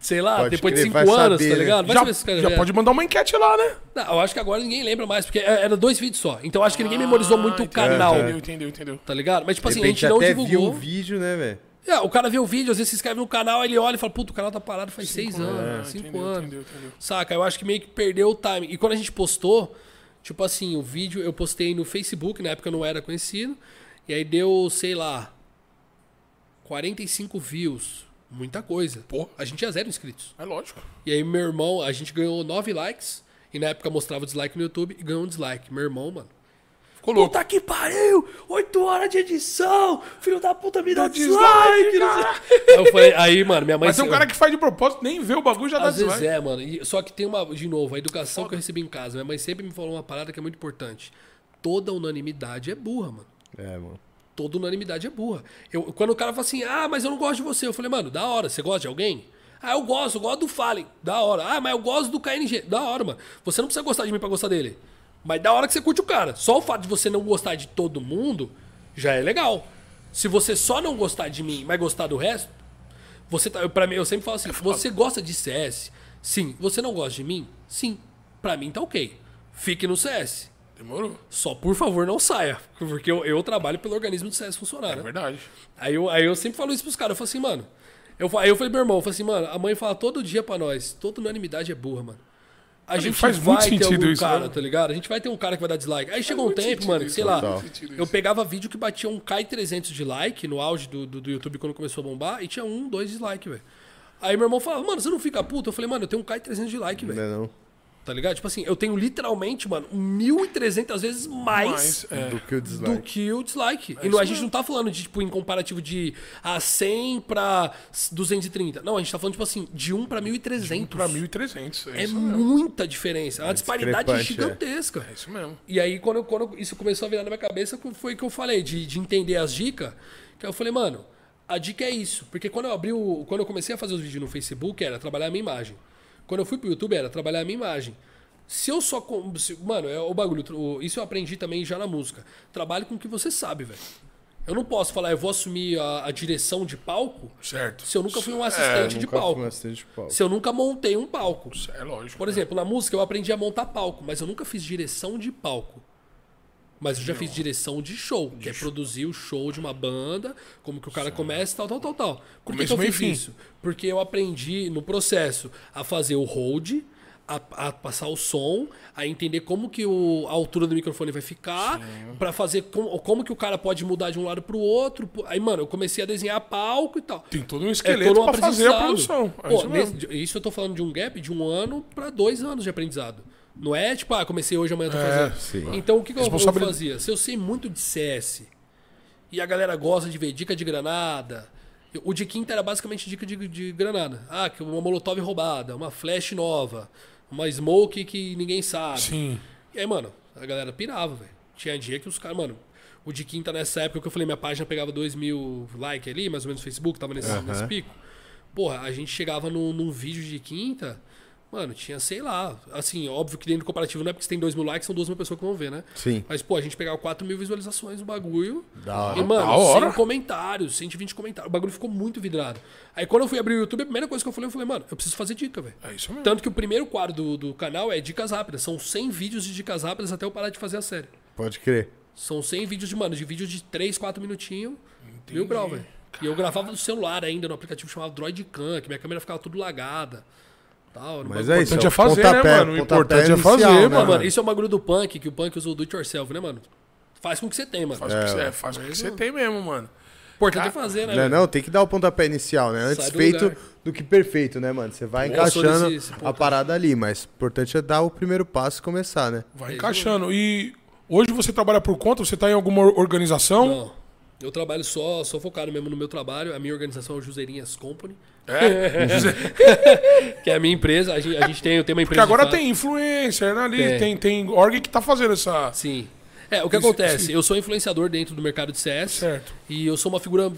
[SPEAKER 3] Sei lá,
[SPEAKER 1] Pode
[SPEAKER 3] depois
[SPEAKER 1] crer,
[SPEAKER 3] de
[SPEAKER 1] vai
[SPEAKER 3] cinco anos,
[SPEAKER 1] saber,
[SPEAKER 3] tá
[SPEAKER 1] né?
[SPEAKER 3] ligado? Vai
[SPEAKER 2] já
[SPEAKER 3] saber se os caras
[SPEAKER 2] já
[SPEAKER 3] vieram.
[SPEAKER 2] pode mandar uma enquete lá, né?
[SPEAKER 3] Não, eu acho que agora ninguém lembra mais, porque é- era dois vídeos só. Então eu acho que ninguém memorizou muito o canal,
[SPEAKER 2] Entendeu, entendeu, entendeu.
[SPEAKER 3] tá ligado? Mas, tipo
[SPEAKER 1] Ah, De
[SPEAKER 3] assim, a gente
[SPEAKER 1] repente
[SPEAKER 3] não
[SPEAKER 1] até
[SPEAKER 3] divulgou.
[SPEAKER 1] viu o vídeo, né, velho?
[SPEAKER 3] É, o cara vê o vídeo, às vezes se inscreve no canal, ele olha e fala, puta, o canal tá parado faz seis anos, né? cinco
[SPEAKER 2] entendeu,
[SPEAKER 3] anos.
[SPEAKER 2] entendeu, entendeu.
[SPEAKER 3] Saca? Eu acho que meio que perdeu o time. E quando a gente postou, tipo assim, o vídeo eu postei no Facebook, na época eu não era conhecido, e aí deu, sei lá, 45 views. Muita coisa.
[SPEAKER 2] Pô.
[SPEAKER 3] A gente tinha zero inscritos.
[SPEAKER 2] É lógico.
[SPEAKER 3] E aí meu irmão, a gente ganhou nove likes, e na época eu mostrava o dislike no YouTube e ganhou um dislike. Meu irmão, mano,
[SPEAKER 2] Ficou louco.
[SPEAKER 3] Puta que pariu! Oito horas de edição! Filho da puta, me dá
[SPEAKER 2] Dá dislike,
[SPEAKER 3] dislike! não sei-
[SPEAKER 2] cara.
[SPEAKER 3] Aí eu falei, aí, mano, minha mãe.
[SPEAKER 2] Mas tem um cara que faz de propósito, nem vê o bagulho já dá
[SPEAKER 3] Às vezes
[SPEAKER 2] dislike.
[SPEAKER 3] é, mano. E- Só que tem uma, de novo, a educação que eu recebi em casa. Minha mãe sempre me falou uma parada que é muito importante. Toda unanimidade é burra, mano.
[SPEAKER 1] É, mano.
[SPEAKER 3] Toda unanimidade é burra. Eu, quando o cara fala assim, ah, mas eu não gosto de você. Eu falei, mano, da hora, você gosta de alguém? Ah, eu gosto, eu gosto do Fallen. Da hora. Ah, mas eu gosto do KNG. Da hora, mano. Você não precisa gostar de mim pra gostar dele. Mas da hora que você curte o cara. Só o fato de você não gostar de todo mundo já é legal. Se você só não gostar de mim, mas gostar do resto, você tá, para mim, eu sempre falo assim, você gosta de CS? Sim. Você não gosta de mim? Sim. Pra mim tá ok. Fique no CS.
[SPEAKER 2] Demorou.
[SPEAKER 3] Só por favor não saia, porque eu, eu trabalho pelo organismo do CS funcionar,
[SPEAKER 2] É
[SPEAKER 3] né?
[SPEAKER 2] verdade.
[SPEAKER 3] Aí eu, aí eu sempre falo isso pros caras, eu falo assim, mano. Eu, fa- aí eu falei pro meu irmão, eu falei assim, mano, a mãe fala todo dia pra nós, toda unanimidade é burra, mano. A gente
[SPEAKER 2] faz
[SPEAKER 3] vai
[SPEAKER 2] muito
[SPEAKER 3] ter
[SPEAKER 2] sentido
[SPEAKER 3] algum
[SPEAKER 2] isso,
[SPEAKER 3] cara,
[SPEAKER 2] né?
[SPEAKER 3] tá ligado? A gente vai ter um cara que vai dar dislike. Aí chegou um
[SPEAKER 2] muito
[SPEAKER 3] tempo,
[SPEAKER 2] sentido
[SPEAKER 3] mano, que,
[SPEAKER 2] isso,
[SPEAKER 3] sei lá,
[SPEAKER 2] total. Sentido
[SPEAKER 3] eu
[SPEAKER 2] isso.
[SPEAKER 3] pegava vídeo que batia um K e 300 de like no auge do, do, do YouTube quando começou a bombar e tinha um, dois dislike, velho. Aí meu irmão falava, mano, você não fica puto? Eu falei, mano, eu tenho um K e 300 de like,
[SPEAKER 1] Não
[SPEAKER 2] Né?
[SPEAKER 3] velho.
[SPEAKER 1] é não?
[SPEAKER 3] Tá ligado? Tipo assim, eu tenho literalmente, mano, 1.300 vezes mais,
[SPEAKER 2] Mas, é.
[SPEAKER 1] Do que o
[SPEAKER 3] do
[SPEAKER 1] dislike.
[SPEAKER 3] que o dislike. e não, a gente não tá falando de, tipo, em comparativo de a 100 pra 230. Não, a gente tá falando, tipo assim, de 1 pra 1.300.
[SPEAKER 2] Pra 1.300. É,
[SPEAKER 3] É
[SPEAKER 2] isso mesmo.
[SPEAKER 3] muita diferença. É uma disparidade
[SPEAKER 1] discrepante, é.
[SPEAKER 3] gigantesca.
[SPEAKER 2] É isso mesmo.
[SPEAKER 3] E aí, quando, eu- quando isso começou a virar na minha cabeça, foi que eu falei, de, de entender as dicas, que eu falei, mano, a dica é isso. Porque quando eu abri o. Quando eu comecei a fazer os vídeos no Facebook, era trabalhar a minha imagem. Quando eu fui pro YouTube, era trabalhar a minha imagem. Se eu só. com- se- mano, é o bagulho. o- Isso eu aprendi também já na música. Trabalhe com o que você sabe, velho. Eu não posso falar, eu vou assumir a, a direção de palco
[SPEAKER 2] Certo.
[SPEAKER 3] se eu nunca fui um assistente de
[SPEAKER 1] Nunca fui
[SPEAKER 3] palco.
[SPEAKER 1] um assistente de palco.
[SPEAKER 3] Se eu nunca montei um palco.
[SPEAKER 2] É lógico.
[SPEAKER 3] Por exemplo, na música eu aprendi a montar palco, mas eu nunca fiz direção de palco. Mas eu já fiz direção de show, que é produzir o show de uma banda, como que o cara começa e tal, tal, tal, tal. Por que que,
[SPEAKER 2] Começo,
[SPEAKER 3] eu
[SPEAKER 2] meio e
[SPEAKER 3] fiz
[SPEAKER 2] fim.
[SPEAKER 3] isso? Porque eu aprendi no processo a fazer o hold, a, a passar o som, a entender como que o- a altura do microfone vai ficar, pra fazer com- como que o cara pode mudar de um lado pro outro. Aí, mano, eu comecei a desenhar palco e tal.
[SPEAKER 2] Tem todo um
[SPEAKER 3] É
[SPEAKER 2] esqueleto
[SPEAKER 3] todo um
[SPEAKER 2] pra fazer a
[SPEAKER 3] aprendizado.
[SPEAKER 2] produção. É
[SPEAKER 3] Pô,
[SPEAKER 2] isso mesmo.
[SPEAKER 3] nesse- isso eu tô falando de um gap de um ano pra dois anos de aprendizado. Não é tipo, ah, comecei hoje, amanhã eu tô
[SPEAKER 2] É,
[SPEAKER 3] fazendo.
[SPEAKER 1] sim.
[SPEAKER 3] Então o que, que eu, eu
[SPEAKER 2] Responsabilidade.
[SPEAKER 3] fazia? Se eu sei muito de CS e a galera gosta de ver dica de granada. eu- O de quinta era basicamente dica de, de granada. Ah, que uma molotov roubada, uma flash nova, uma smoke que ninguém sabe.
[SPEAKER 2] Sim.
[SPEAKER 3] E aí, mano, a galera pirava, velho. Tinha dia que os caras, mano, o de quinta nessa época que eu falei, minha página pegava 2 mil likes ali, mais ou menos no Facebook, tava nesse, nesse pico. Porra, a gente chegava num, num vídeo de quinta, mano, tinha, sei lá, assim, óbvio que dentro do comparativo não é porque você tem 2 mil likes, são 2 mil pessoas que vão ver, né?
[SPEAKER 1] Sim.
[SPEAKER 3] Mas, pô, a gente pegava 4 mil visualizações no bagulho.
[SPEAKER 1] Da hora.
[SPEAKER 3] E, mano,
[SPEAKER 2] Da hora.
[SPEAKER 3] 100 comentários, 120 comentários. O bagulho ficou muito vidrado. Aí quando eu fui abrir o YouTube, a primeira coisa que eu falei, eu falei, mano, eu preciso fazer dica, velho.
[SPEAKER 2] É isso mesmo.
[SPEAKER 3] Tanto que o primeiro quadro do, do canal é dicas rápidas. São 100 vídeos de dicas rápidas até eu parar de fazer a série.
[SPEAKER 1] Pode crer.
[SPEAKER 3] São 100 vídeos de, mano, de vídeos de 3, 4 minutinhos. Mil grau, velho. E eu gravava no celular ainda, no aplicativo chamado Droidcam, que minha câmera ficava tudo lagada. Tal, era um
[SPEAKER 1] Mas
[SPEAKER 3] bagulho-
[SPEAKER 1] é isso.
[SPEAKER 2] importante
[SPEAKER 1] o
[SPEAKER 2] é fazer, né,
[SPEAKER 1] pontapé-
[SPEAKER 2] mano? O
[SPEAKER 1] pontapé
[SPEAKER 2] importante é
[SPEAKER 1] inicial,
[SPEAKER 2] fazer,
[SPEAKER 1] né,
[SPEAKER 2] mano.
[SPEAKER 3] Mano, isso é um bagulho do punk, que o punk usa o do it yourself, né, mano? Faz com o que você tem, mano.
[SPEAKER 2] Faz o que você- é, faz o que você tem mesmo, mano.
[SPEAKER 3] Importante é fazer, né?
[SPEAKER 1] Não,
[SPEAKER 3] velho?
[SPEAKER 1] não, tem que dar o pontapé inicial, né? Antes
[SPEAKER 3] Sai do
[SPEAKER 1] feito
[SPEAKER 3] lugar.
[SPEAKER 1] do que perfeito, né, mano? Você vai
[SPEAKER 3] Boa, sou
[SPEAKER 1] encaixando
[SPEAKER 3] desse- desse
[SPEAKER 1] a
[SPEAKER 3] ponto.
[SPEAKER 1] parada ali, mas o importante é dar o primeiro passo e começar, né?
[SPEAKER 2] Vai encaixando. E hoje você trabalha por conta? Você tá em alguma or- organização?
[SPEAKER 3] Não, eu trabalho só, sou focado mesmo no meu trabalho. A minha organização é o Juseirinhas Company,
[SPEAKER 2] É.
[SPEAKER 3] que é a minha empresa. A gente, a gente tem, eu tenho uma
[SPEAKER 2] Porque
[SPEAKER 3] empresa. de
[SPEAKER 2] agora
[SPEAKER 3] fato.
[SPEAKER 2] tem influencer né, ali,
[SPEAKER 3] Tem.
[SPEAKER 2] tem, tem org que tá fazendo essa.
[SPEAKER 3] Sim. É, o que
[SPEAKER 2] Isso,
[SPEAKER 3] acontece?
[SPEAKER 2] sim.
[SPEAKER 3] Eu sou influenciador dentro do mercado de CS.
[SPEAKER 2] Certo.
[SPEAKER 3] E eu sou uma figura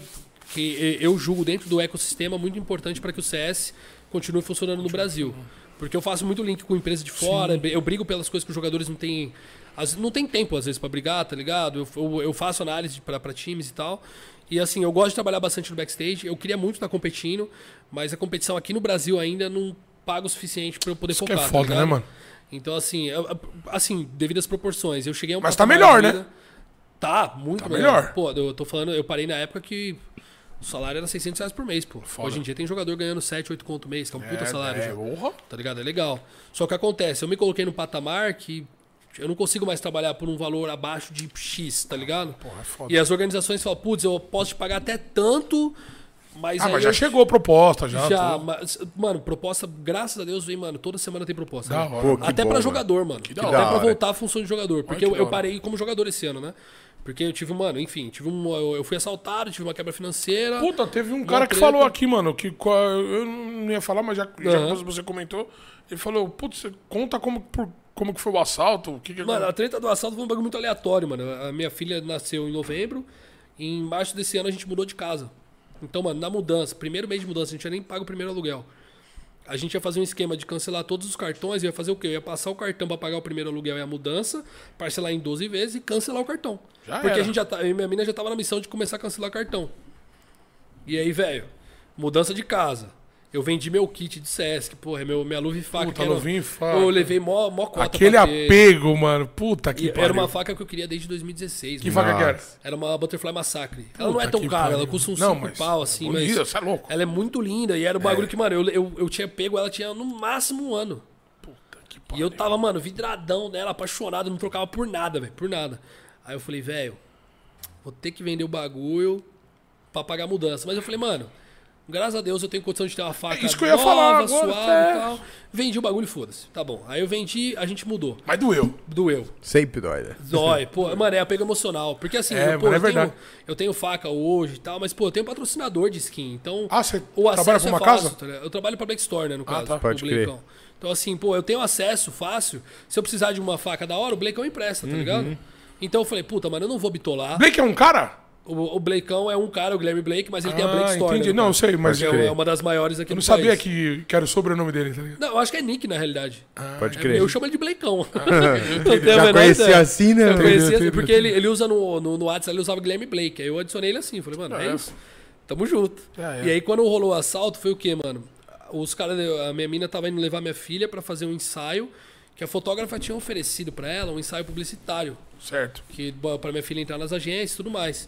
[SPEAKER 3] que e- eu julgo dentro do ecossistema muito importante para que o CS continue funcionando no Brasil. Porque eu faço muito link com empresa de fora, eu brigo pelas coisas que os jogadores não têm. às- Não tem tempo, às vezes, para brigar, tá ligado? Eu, eu, eu faço análise para times e tal. E assim, eu gosto de trabalhar bastante no backstage. Eu queria muito estar competindo, mas a competição aqui no Brasil ainda não paga o suficiente para eu poder
[SPEAKER 2] Isso que é
[SPEAKER 3] focar. tá
[SPEAKER 2] foda,
[SPEAKER 3] ligado?
[SPEAKER 2] né, mano?
[SPEAKER 3] Então, assim, eu- assim, devido às proporções, eu cheguei a um
[SPEAKER 2] Mas tá
[SPEAKER 3] patamar
[SPEAKER 2] melhor,
[SPEAKER 3] de
[SPEAKER 2] né?
[SPEAKER 3] vida- Tá, muito
[SPEAKER 2] Tá
[SPEAKER 3] melhor.
[SPEAKER 2] melhor.
[SPEAKER 3] Pô, eu tô falando, eu parei na época que o salário era 600 reais por mês, pô. Hoje em dia tem jogador ganhando 7, 8 conto mês, que é um puta salário.
[SPEAKER 2] É,
[SPEAKER 3] já,
[SPEAKER 2] porra.
[SPEAKER 3] Tá ligado? É legal. Só que acontece, eu me coloquei num patamar que eu não consigo mais trabalhar por um valor abaixo de X, tá ligado?
[SPEAKER 2] Porra, é foda.
[SPEAKER 3] E as organizações falam, putz, eu posso te pagar até tanto Mas
[SPEAKER 2] Ah,
[SPEAKER 3] aí
[SPEAKER 2] mas já
[SPEAKER 3] eu-
[SPEAKER 2] chegou proposta, já. tá
[SPEAKER 3] Já,
[SPEAKER 2] tudo.
[SPEAKER 3] mas, mano, proposta, graças a Deus, vem, mano. Toda semana tem proposta.
[SPEAKER 2] Da
[SPEAKER 3] né?
[SPEAKER 2] hora.
[SPEAKER 1] Pô, que
[SPEAKER 3] Até
[SPEAKER 1] bom,
[SPEAKER 3] pra
[SPEAKER 1] mano.
[SPEAKER 3] jogador, mano.
[SPEAKER 2] da
[SPEAKER 3] Até
[SPEAKER 2] hora.
[SPEAKER 3] pra voltar à função de jogador. Porque
[SPEAKER 2] que
[SPEAKER 3] eu,
[SPEAKER 2] da
[SPEAKER 3] eu
[SPEAKER 2] hora.
[SPEAKER 3] parei como jogador esse ano, né? Porque eu tive, mano, enfim, tive um, eu eu fui assaltado, tive uma quebra financeira.
[SPEAKER 2] Puta, teve um
[SPEAKER 3] uma
[SPEAKER 2] cara que
[SPEAKER 3] treta.
[SPEAKER 2] falou aqui, mano, que co- eu não ia falar, mas já, já
[SPEAKER 3] Aham.
[SPEAKER 2] que você comentou. Ele falou, putz, você conta como, por- como que foi o assalto, o que que
[SPEAKER 3] Mano, a treta do assalto foi um bagulho muito aleatório, mano. A minha filha nasceu em novembro e em março desse ano a gente mudou de casa. Então, mano, na mudança, primeiro mês de mudança, a gente já nem paga o primeiro aluguel. A gente ia fazer um esquema de cancelar todos os cartões e ia fazer o quê? Eu ia passar o cartão pra pagar o primeiro aluguel e a mudança, parcelar em 12 vezes e cancelar o cartão.
[SPEAKER 2] Já
[SPEAKER 3] Porque
[SPEAKER 2] era.
[SPEAKER 3] a gente já tá, eu e minha mina já tava na missão de começar a cancelar cartão. E aí, velho, mudança de casa. Eu vendi meu kit de Sesc, porra, é meu, minha luva e faca.
[SPEAKER 2] Puta,
[SPEAKER 3] que era-
[SPEAKER 2] luvinha e faca.
[SPEAKER 3] Eu levei mó, mó cota
[SPEAKER 2] Aquele
[SPEAKER 3] pra ter.
[SPEAKER 2] apego, mano. Puta que
[SPEAKER 3] E
[SPEAKER 2] pariu.
[SPEAKER 3] era uma faca que eu queria desde 2016.
[SPEAKER 2] Que
[SPEAKER 3] mano.
[SPEAKER 2] faca que era?
[SPEAKER 1] Nossa.
[SPEAKER 3] né? Era uma Butterfly Massacre. ela não
[SPEAKER 2] Puta
[SPEAKER 3] é tão
[SPEAKER 2] que
[SPEAKER 3] cara,
[SPEAKER 2] pariu.
[SPEAKER 3] ela custa uns
[SPEAKER 2] Não,
[SPEAKER 3] 5
[SPEAKER 2] mas
[SPEAKER 3] pau, assim.
[SPEAKER 2] bonita,
[SPEAKER 3] mas
[SPEAKER 2] você é louco.
[SPEAKER 3] Ela é muito linda e era o bagulho que, mano, eu, eu, eu tinha pego, ela tinha no máximo um ano.
[SPEAKER 2] Puta que
[SPEAKER 3] E
[SPEAKER 2] pariu.
[SPEAKER 3] eu tava, mano, vidradão nela, apaixonado, não trocava por nada, velho, por nada. Aí eu falei, velho, vou ter que vender o bagulho pra pagar a mudança. Mas eu falei, mano, graças a Deus eu tenho condição de ter uma faca
[SPEAKER 2] É isso que eu ia falar agora,
[SPEAKER 3] suave
[SPEAKER 2] é.
[SPEAKER 3] e tal. Vendi o bagulho, e foda-se. Tá bom. Aí eu vendi, a gente mudou.
[SPEAKER 2] Mas doeu.
[SPEAKER 3] Doeu.
[SPEAKER 1] Sempre dói, né?
[SPEAKER 3] Dói, pô, mano, é apego emocional. Porque assim,
[SPEAKER 2] É,
[SPEAKER 3] eu, pô,
[SPEAKER 2] mano, é
[SPEAKER 3] eu, tenho,
[SPEAKER 2] verdade.
[SPEAKER 3] eu tenho faca hoje e tal, mas, pô, eu tenho patrocinador de skin. Então,
[SPEAKER 2] Ah, você
[SPEAKER 3] o
[SPEAKER 2] trabalha
[SPEAKER 3] acesso
[SPEAKER 2] pra uma
[SPEAKER 3] é fácil,
[SPEAKER 2] casa?
[SPEAKER 3] tá ligado? Eu trabalho pra Black Store, né, no caso.
[SPEAKER 2] tá.
[SPEAKER 3] pro
[SPEAKER 1] Pode crer.
[SPEAKER 3] Blakeão. Então, assim, pô, eu tenho acesso fácil. Se eu precisar de uma faca da hora, o Blakeão empresta,
[SPEAKER 1] Uhum.
[SPEAKER 3] tá ligado? Então eu falei, puta, mano, eu não vou bitolar.
[SPEAKER 2] Blake é um cara?
[SPEAKER 3] O, o Blakeão é um cara, o Guilherme Blake, mas ele tem a Black Store.
[SPEAKER 2] Ah, entendi.
[SPEAKER 3] né,
[SPEAKER 2] não,
[SPEAKER 3] no
[SPEAKER 2] eu
[SPEAKER 3] caso,
[SPEAKER 2] sei, mas
[SPEAKER 3] que
[SPEAKER 2] eu,
[SPEAKER 3] é, é
[SPEAKER 2] eu
[SPEAKER 3] uma das maiores aqui
[SPEAKER 2] não
[SPEAKER 3] no
[SPEAKER 2] sabia
[SPEAKER 3] país.
[SPEAKER 2] que, que era o sobrenome dele, tá ligado?
[SPEAKER 3] Não, eu acho que é Nick, na realidade.
[SPEAKER 1] Pode
[SPEAKER 3] É,
[SPEAKER 1] crer.
[SPEAKER 3] Eu chamo ele de Blakeão. Não tenho a
[SPEAKER 1] Já
[SPEAKER 3] menor
[SPEAKER 1] conhecia
[SPEAKER 3] ideia.
[SPEAKER 1] assim, né,
[SPEAKER 3] Eu
[SPEAKER 1] mano?
[SPEAKER 3] conhecia
[SPEAKER 2] Entendi,
[SPEAKER 3] assim, porque
[SPEAKER 2] entendi.
[SPEAKER 3] ele, ele usa no, no, no WhatsApp, ele usava Guilherme Blake. Aí eu adicionei ele assim. Falei, mano, é,
[SPEAKER 2] É.
[SPEAKER 3] isso. Tamo junto.
[SPEAKER 2] Já é.
[SPEAKER 3] E aí quando rolou o assalto, foi o quê, mano? Os caras, a minha mina tava indo levar minha filha pra fazer um ensaio que a fotógrafa tinha oferecido pra ela, um ensaio publicitário
[SPEAKER 2] Certo.
[SPEAKER 3] que bom, pra minha filha entrar nas agências e tudo mais.